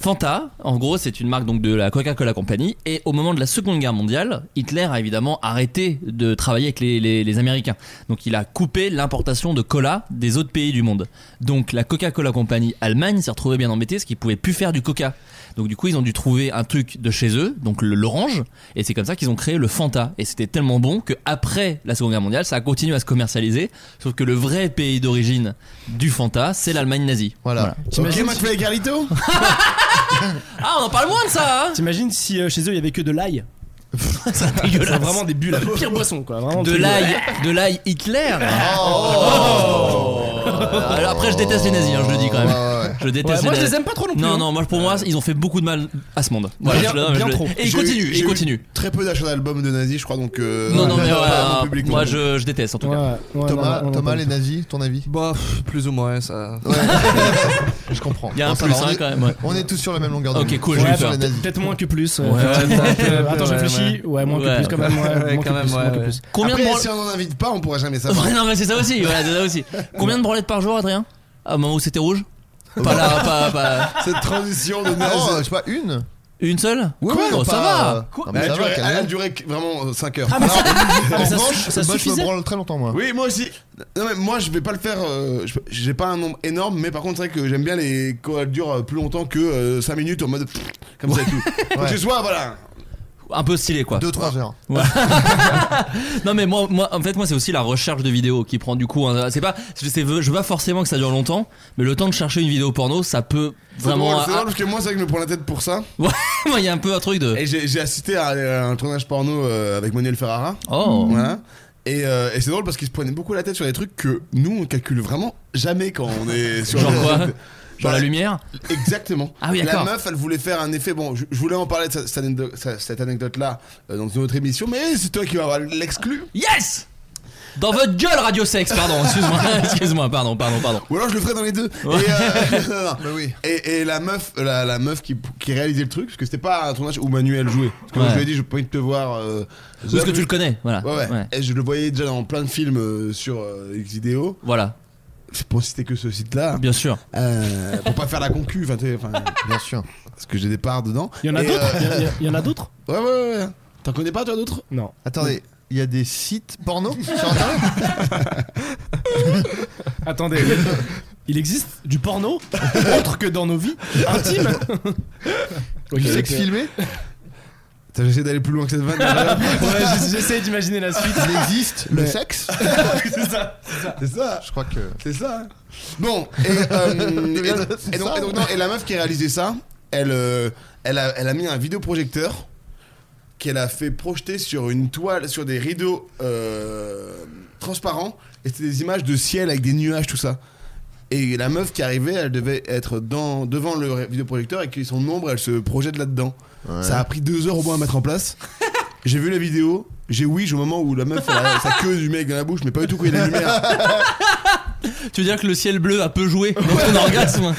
Speaker 8: Fanta, en gros, c'est une marque donc de la Coca-Cola Company. Et au moment de la Seconde Guerre mondiale, Hitler a évidemment arrêté de travailler avec les, les- les Américains. Donc il a coupé l'importation de cola des autres pays du monde. Donc la Coca-Cola Company Allemagne s'est retrouvée bien embêtée parce qu'ils pouvaient plus faire du Coca. Donc du coup, ils ont dû trouver un truc de chez eux, donc le- l'orange. Et c'est comme ça qu'ils ont créé le Fanta. Et c'était tellement bon que après la Seconde Guerre mondiale, ça a continué à se commercialiser. Sauf que le vrai pays d'origine du Fanta, c'est l'Allemagne nazie.
Speaker 7: Voilà.
Speaker 1: T'imagines
Speaker 3: Ok, McFly et Carlito
Speaker 8: Ah, on en parle moins de ça, hein
Speaker 1: T'imagines si euh, chez eux il y avait que de l'ail
Speaker 8: C'est
Speaker 1: C'est
Speaker 8: dégueulasse.
Speaker 1: vraiment des bulles, la pire boisson quoi. Vraiment
Speaker 8: De
Speaker 1: truc
Speaker 8: l'ail, de l'ail Hitler.
Speaker 3: Oh.
Speaker 8: Ah, Alors après, je déteste les nazis, hein, je le dis quand même. Je déteste.
Speaker 1: Ouais, moi,
Speaker 8: les
Speaker 1: je
Speaker 8: nazis.
Speaker 1: les aime pas trop non plus, hein.
Speaker 8: Non, moi pour moi, ils ont fait beaucoup de mal à ce monde. Voilà,
Speaker 3: Bien-
Speaker 8: je- non, mais
Speaker 3: bien
Speaker 8: je-
Speaker 3: trop.
Speaker 8: Et ils
Speaker 3: J'ai eu-
Speaker 8: continuent,
Speaker 3: j'ai
Speaker 8: ils
Speaker 3: eu
Speaker 8: continuent.
Speaker 3: Très peu d'achats d'albums de nazis, je crois, donc. euh,
Speaker 8: Non, non, mais
Speaker 3: pas
Speaker 8: voilà,
Speaker 3: mon public,
Speaker 8: moi
Speaker 3: non.
Speaker 8: je, je déteste en tout
Speaker 1: Ouais,
Speaker 8: cas.
Speaker 1: ouais,
Speaker 7: Thomas,
Speaker 1: non, non,
Speaker 7: Thomas
Speaker 1: non,
Speaker 7: les
Speaker 1: non.
Speaker 7: nazis, ton avis
Speaker 9: Bah, pff, plus ou moins, ça.
Speaker 7: Je comprends.
Speaker 8: Il y a un
Speaker 7: Bon, ça
Speaker 8: plus,
Speaker 7: va, on
Speaker 8: hein,
Speaker 7: est-
Speaker 8: quand même, ouais.
Speaker 7: On est tous sur la même longueur
Speaker 8: Ok,
Speaker 7: d'onde.
Speaker 8: cool,
Speaker 7: Sur
Speaker 8: j'ai eu
Speaker 7: sur
Speaker 8: peur.
Speaker 7: les nazis.
Speaker 1: Peut-être moins que plus. euh,
Speaker 8: Ouais,
Speaker 1: effectivement.
Speaker 9: ça fait-
Speaker 1: Euh, Attends, je
Speaker 9: ouais,
Speaker 1: réfléchis. Ouais, moins
Speaker 8: Ouais.
Speaker 1: que plus quand même. ouais,
Speaker 9: Ouais,
Speaker 1: moins
Speaker 9: quand
Speaker 1: que
Speaker 9: même,
Speaker 1: plus, moins
Speaker 9: ouais,
Speaker 1: que
Speaker 9: ouais.
Speaker 1: plus.
Speaker 8: Combien de
Speaker 3: Après,
Speaker 8: branle-
Speaker 3: si on en invite pas, on pourra jamais savoir.
Speaker 8: Ouais, non, mais c'est ça aussi, voilà, c'est ça aussi. Combien de branlettes par jour, Adrien À un moment où c'était rouge Pas là, pas, pas-
Speaker 3: Cette transition de
Speaker 7: Non, euh,
Speaker 3: nazi.
Speaker 7: je sais pas, une
Speaker 8: Une seule
Speaker 7: Oui,
Speaker 8: Quoi
Speaker 7: oui,
Speaker 8: Oh,
Speaker 7: pas-
Speaker 8: Ça va
Speaker 7: Quoi
Speaker 3: Mais elle,
Speaker 7: Ça
Speaker 3: a
Speaker 7: va,
Speaker 3: duré,
Speaker 7: Calais.
Speaker 3: elle a duré vraiment 5 heures.
Speaker 1: Ah, mais ça-
Speaker 7: En
Speaker 1: mais ça-
Speaker 7: revanche,
Speaker 1: ça
Speaker 7: moi, je me
Speaker 1: suffisait
Speaker 7: branle très longtemps, moi.
Speaker 3: Oui, moi aussi. Non, mais moi, je vais pas le faire. euh, je- J'ai pas un nombre énorme, mais par contre, c'est vrai que j'aime bien les quand elles durent plus longtemps que 5 minutes en mode pff, comme ça et tout. Faut que ce soit, voilà.
Speaker 8: Un peu stylé quoi.
Speaker 7: 2-3 heures.
Speaker 8: Non mais moi, moi en fait moi c'est aussi la recherche de vidéos qui prend du coup hein. c'est pas je sais je veux pas forcément que ça dure longtemps mais le temps de chercher une vidéo porno ça peut
Speaker 3: C'est
Speaker 8: vraiment
Speaker 3: drôle, c'est
Speaker 8: ah,
Speaker 3: drôle, parce que moi, c'est vrai que je me prends la tête pour ça.
Speaker 8: ouais, moi il y a un peu un truc de
Speaker 3: Et j'ai j'ai assisté à, euh, un tournage porno euh, avec Manuel Ferrara.
Speaker 8: oh
Speaker 3: Voilà. Et, euh, et c'est drôle parce qu'ils se prenaient beaucoup la tête sur des trucs que nous on calcule vraiment jamais quand on est sur Bah,
Speaker 8: Genre quoi
Speaker 3: Genre
Speaker 8: Genre la lumière
Speaker 3: Exactement.
Speaker 8: Ah oui,
Speaker 3: la
Speaker 8: d'accord.
Speaker 3: meuf, elle voulait faire un effet. Bon, je, je voulais en parler de cette, anecdote là dans une autre émission, mais c'est toi qui vas avoir l'exclu.
Speaker 8: Yes Dans votre gueule, Radio Sex, pardon, excuse-moi, excuse-moi, pardon, pardon, pardon.
Speaker 3: Ou alors je le ferai dans les deux.
Speaker 8: Ouais.
Speaker 3: Et, euh, non, non, non. et, et la meuf, la, la meuf qui, qui réalisait le truc, parce que c'était pas un tournage où Manuel jouait. Parce que moi,
Speaker 8: Ouais.
Speaker 3: je lui ai dit, je peux pas envie de te voir. Euh,
Speaker 8: Parce que tu le connais, voilà.
Speaker 3: Ouais, ouais.
Speaker 8: Ouais.
Speaker 3: Et je le voyais déjà dans plein de films euh, sur Xvideo.
Speaker 8: Voilà.
Speaker 3: C'est pour citer que ce site-là.
Speaker 8: Bien sûr.
Speaker 3: pour pas faire la concu, enfin, t'es- enfin, bien sûr. Parce que j'ai des parts dedans.
Speaker 1: Il y en a
Speaker 3: Et,
Speaker 1: d'autres
Speaker 3: euh,
Speaker 1: Il y a- il y a- Il y en a d'autres
Speaker 3: Ouais, ouais, ouais. ouais. T'en connais pas, toi, d'autres
Speaker 1: Non.
Speaker 7: Attendez, il y a des sites porno sur internet
Speaker 1: Attendez. Il existe du porno autre que dans nos vies intimes.
Speaker 3: Du sexe filmé Putain, J'essaie d'aller plus loin que cette vanne.
Speaker 1: Ouais, j'ess- j'essaie d'imaginer la suite.
Speaker 3: Il existe le
Speaker 1: Ouais.
Speaker 3: sexe
Speaker 1: c'est ça, c'est ça.
Speaker 3: C'est ça.
Speaker 7: Je crois que.
Speaker 3: C'est ça. hein. Bon, et, euh, et,
Speaker 7: C'est
Speaker 3: et donc,
Speaker 7: ça,
Speaker 3: et donc, non, et la meuf qui a réalisé ça, elle, euh, elle, a, elle a mis un vidéoprojecteur qu'elle a fait projeter sur une toile, sur des rideaux euh, transparents, et c'était des images de ciel avec des nuages, tout ça. Et la meuf qui arrivait, elle devait être dans, devant le ré- vidéoprojecteur et que son ombre, elle se projette là-dedans. Ça a pris deux heures au moins à mettre en place. J'ai vu la vidéo, j'ai oui, au moment où la meuf elle a sa queue du mec dans la bouche, mais pas du tout quand il y a la lumière.
Speaker 8: Tu veux dire que le ciel bleu a peu joué dans ton orgasme
Speaker 3: Non,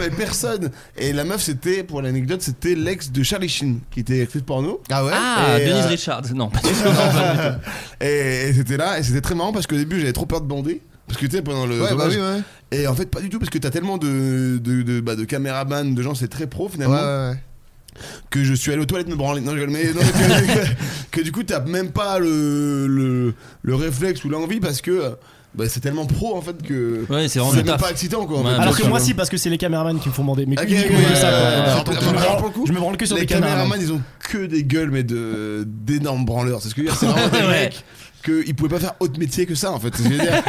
Speaker 3: mais personne. Et la meuf, c'était, pour l'anecdote, c'était l'ex de Charlie Sheen, qui était actrice porno. Ah ouais
Speaker 8: Ah, Denise Richard, non. pas du tout.
Speaker 3: et et c'était là, et c'était très marrant parce qu'au début, j'avais trop peur de bander. Parce que tu sais, pendant le.
Speaker 7: Ouais, bah
Speaker 3: tournage-
Speaker 7: oui, ouais.
Speaker 3: Et en fait, pas du tout, parce que t'as tellement de, de, de, bah, de caméramans, de gens, c'est très pro finalement.
Speaker 7: Ouais, ouais, ouais.
Speaker 3: Que je suis allé aux toilettes me branler. Non, je rigole, mais. non, mais que, que du coup, t'as même pas le, le, le réflexe ou l'envie parce que. Bah, c'est tellement pro en fait que.
Speaker 8: Ouais, c'est vraiment du
Speaker 3: même
Speaker 8: taf.
Speaker 3: pas excitant quoi. en
Speaker 8: Ouais,
Speaker 3: fait.
Speaker 1: Alors que moi, si, parce que c'est les caméramans qui me font bander. Mais
Speaker 3: Ok,
Speaker 1: uniquement
Speaker 3: ok,
Speaker 1: de ça, quoi.
Speaker 3: euh,
Speaker 1: Ouais, donc,
Speaker 3: alors, pour-
Speaker 1: je me
Speaker 3: alors,
Speaker 1: branle-
Speaker 3: pour le coup,
Speaker 1: Je me branle que sur
Speaker 3: les
Speaker 1: les caméramans.
Speaker 3: caméramans, ils ont que des gueules, mais de d'énormes branleurs. C'est ce que je veux dire. C'est vraiment des mecs qu'ils pouvaient pas faire autre métier que ça, en fait. C'est ce que je veux dire.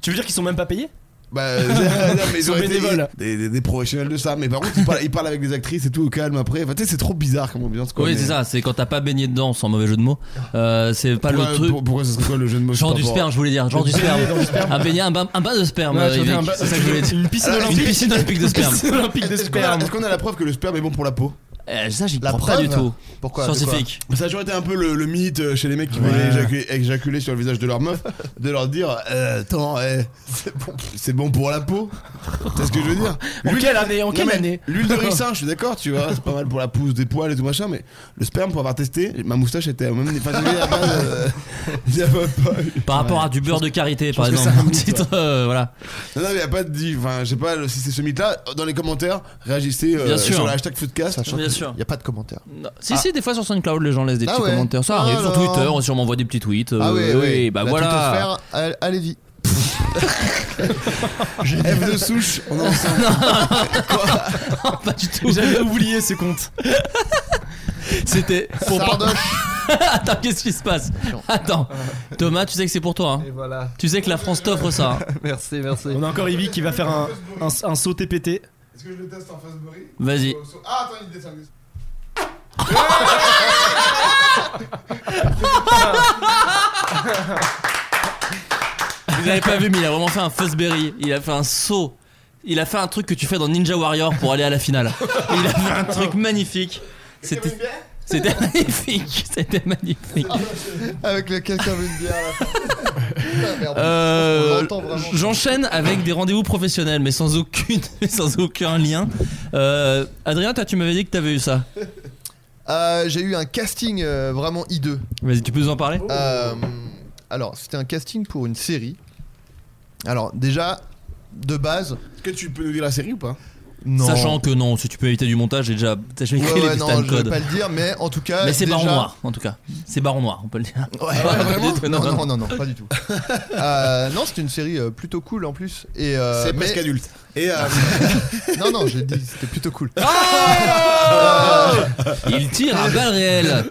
Speaker 1: Tu veux dire qu'ils sont même pas payés
Speaker 3: Bah, euh, non,
Speaker 1: Ils
Speaker 3: mais ils
Speaker 1: sont
Speaker 3: ont été
Speaker 1: bénévoles.
Speaker 3: des, des- des professionnels de ça. Mais par contre, ils parlent, ils parlent avec des actrices et tout au calme après. Enfin, tu sais, c'est trop bizarre comme ambiance. Quoi,
Speaker 8: Oui,
Speaker 3: mais-
Speaker 8: c'est ça, c'est quand t'as pas baigné dedans, sans mauvais jeu de mots. Euh, c'est pas
Speaker 3: Pourquoi-
Speaker 8: le truc.
Speaker 3: pour- Pourquoi ce serait quoi le jeu de mots
Speaker 8: Genre
Speaker 3: par
Speaker 8: du
Speaker 3: rapport à-
Speaker 8: sperme, je voulais dire, genre du
Speaker 3: Baigner
Speaker 8: sperme.
Speaker 3: dans le sperme.
Speaker 8: Un baigner, un bain, un bain de sperme,
Speaker 3: Ouais,
Speaker 8: euh,
Speaker 3: je veux dire,
Speaker 8: Yvick.
Speaker 3: un bain-
Speaker 8: c'est ça que je voulais dire.
Speaker 1: Une piscine
Speaker 8: Une
Speaker 1: olympique.
Speaker 8: piscine olympique de sperme.
Speaker 1: Piscine olympique de
Speaker 3: Est-ce qu'on a-
Speaker 1: sperme.
Speaker 3: Est-ce qu'on a la preuve que le sperme est bon pour la peau
Speaker 8: Euh, ça, j'y
Speaker 3: La
Speaker 8: crois pas
Speaker 3: preuve
Speaker 8: du tout.
Speaker 7: Pourquoi
Speaker 8: Scientifique.
Speaker 3: Mais Ça a toujours été un peu le, le mythe euh, chez les mecs qui
Speaker 7: Ouais.
Speaker 3: voulaient éjaculer, éjaculer sur le visage de leur meuf, de leur dire euh, Attends, eh, c'est bon, c'est bon pour la peau. C'est ce que je veux dire.
Speaker 1: En
Speaker 3: L'huile-
Speaker 1: quelle année En
Speaker 3: Non,
Speaker 1: quelle
Speaker 3: mais
Speaker 1: année
Speaker 3: L'huile de ricin, je suis d'accord, tu vois, c'est pas mal pour la pousse des poils et tout machin, mais le sperme, pour avoir testé, ma moustache était au même. Enfin, je veux dire, il y a pas de- il y a pas- pas-
Speaker 8: Par rapport à du beurre de karité, par
Speaker 3: pense que
Speaker 8: exemple.
Speaker 3: c'est un
Speaker 8: Un
Speaker 3: mythe,
Speaker 8: petit, euh, voilà.
Speaker 3: Non, non, mais il n'y a pas de dit. Enfin, je sais pas si c'est ce mythe-là. Dans les commentaires, réagissez euh,
Speaker 8: Bien sûr.
Speaker 3: sur le hashtag Foodcast.
Speaker 8: Bien sûr.
Speaker 7: Il n'y a pas de commentaire.
Speaker 8: Non. Si, si, des fois sur SoundCloud, les gens laissent des
Speaker 7: Ah
Speaker 8: petits
Speaker 7: ouais.
Speaker 8: commentaires. Ça
Speaker 7: Ah
Speaker 8: arrive sur
Speaker 7: alors.
Speaker 8: Twitter, on sûrement envoie des petits tweets.
Speaker 7: Ah
Speaker 8: euh,
Speaker 7: ouais,
Speaker 8: oui,
Speaker 7: ouais.
Speaker 8: bah
Speaker 7: La
Speaker 8: voilà.
Speaker 7: tutosphère, à- Allez-y.
Speaker 3: F de souche, on est ensemble.
Speaker 8: Non, pas du tout.
Speaker 1: J'avais oublié ce compte.
Speaker 8: C'était pour pas-
Speaker 7: Sardoche.
Speaker 8: Attends, qu'est-ce qui se passe Attends, Thomas, tu sais que c'est pour toi. hein.
Speaker 9: Et voilà.
Speaker 8: Tu sais que la France t'offre ça. hein.
Speaker 9: Merci, merci.
Speaker 1: On a encore Ivy qui va faire un, un, un saut TPT.
Speaker 3: Est-ce que je le teste en Fastbury
Speaker 8: Vas-y.
Speaker 3: Ah, attends, il descend.
Speaker 8: Vous avez pas vu, mais il a vraiment fait un fuzzberry. Il a fait un saut. Il a fait un truc que tu fais dans Ninja Warrior pour aller à la finale. Il a fait un truc magnifique. C'était c'était magnifique. C'était magnifique.
Speaker 7: Ah. Avec le quelqu'un veut une bière à la fin. Putain, merde.
Speaker 8: Euh,
Speaker 7: On l'entend vraiment.
Speaker 8: J'enchaîne avec des rendez-vous professionnels, mais sans, aucune, mais sans aucun lien. Euh, Adrien, toi, tu m'avais dit que t'avais eu ça.
Speaker 7: Euh, J'ai eu un casting euh, vraiment hideux.
Speaker 8: Vas-y, tu peux nous en parler
Speaker 3: Oh.
Speaker 7: Euh, alors, c'était un casting pour une série. Alors, déjà, de base.
Speaker 3: Est-ce que tu peux nous dire la série ou pas
Speaker 7: Non.
Speaker 8: Sachant que non, si tu peux éviter du montage, j'ai déjà j'ai déjà
Speaker 7: Ouais,
Speaker 8: écrit
Speaker 7: ouais,
Speaker 8: les
Speaker 7: non,
Speaker 8: Stan
Speaker 7: je vais
Speaker 8: Codes.
Speaker 7: pas le dire, mais en tout cas.
Speaker 8: Mais c'est Baron
Speaker 7: déjà-
Speaker 8: Noir, en tout cas. C'est Baron Noir, on peut le dire.
Speaker 7: Ouais,
Speaker 8: Pas- pas du
Speaker 7: vraiment
Speaker 8: tout,
Speaker 7: non, non, non, non, pas du tout. Euh, non, c'est une série euh, plutôt cool en plus. Et, euh,
Speaker 3: C'est
Speaker 7: mais-
Speaker 3: presque adulte. Et euh,
Speaker 7: Non, non, j'ai dit, c'était plutôt cool.
Speaker 8: Il tire à balles réelles.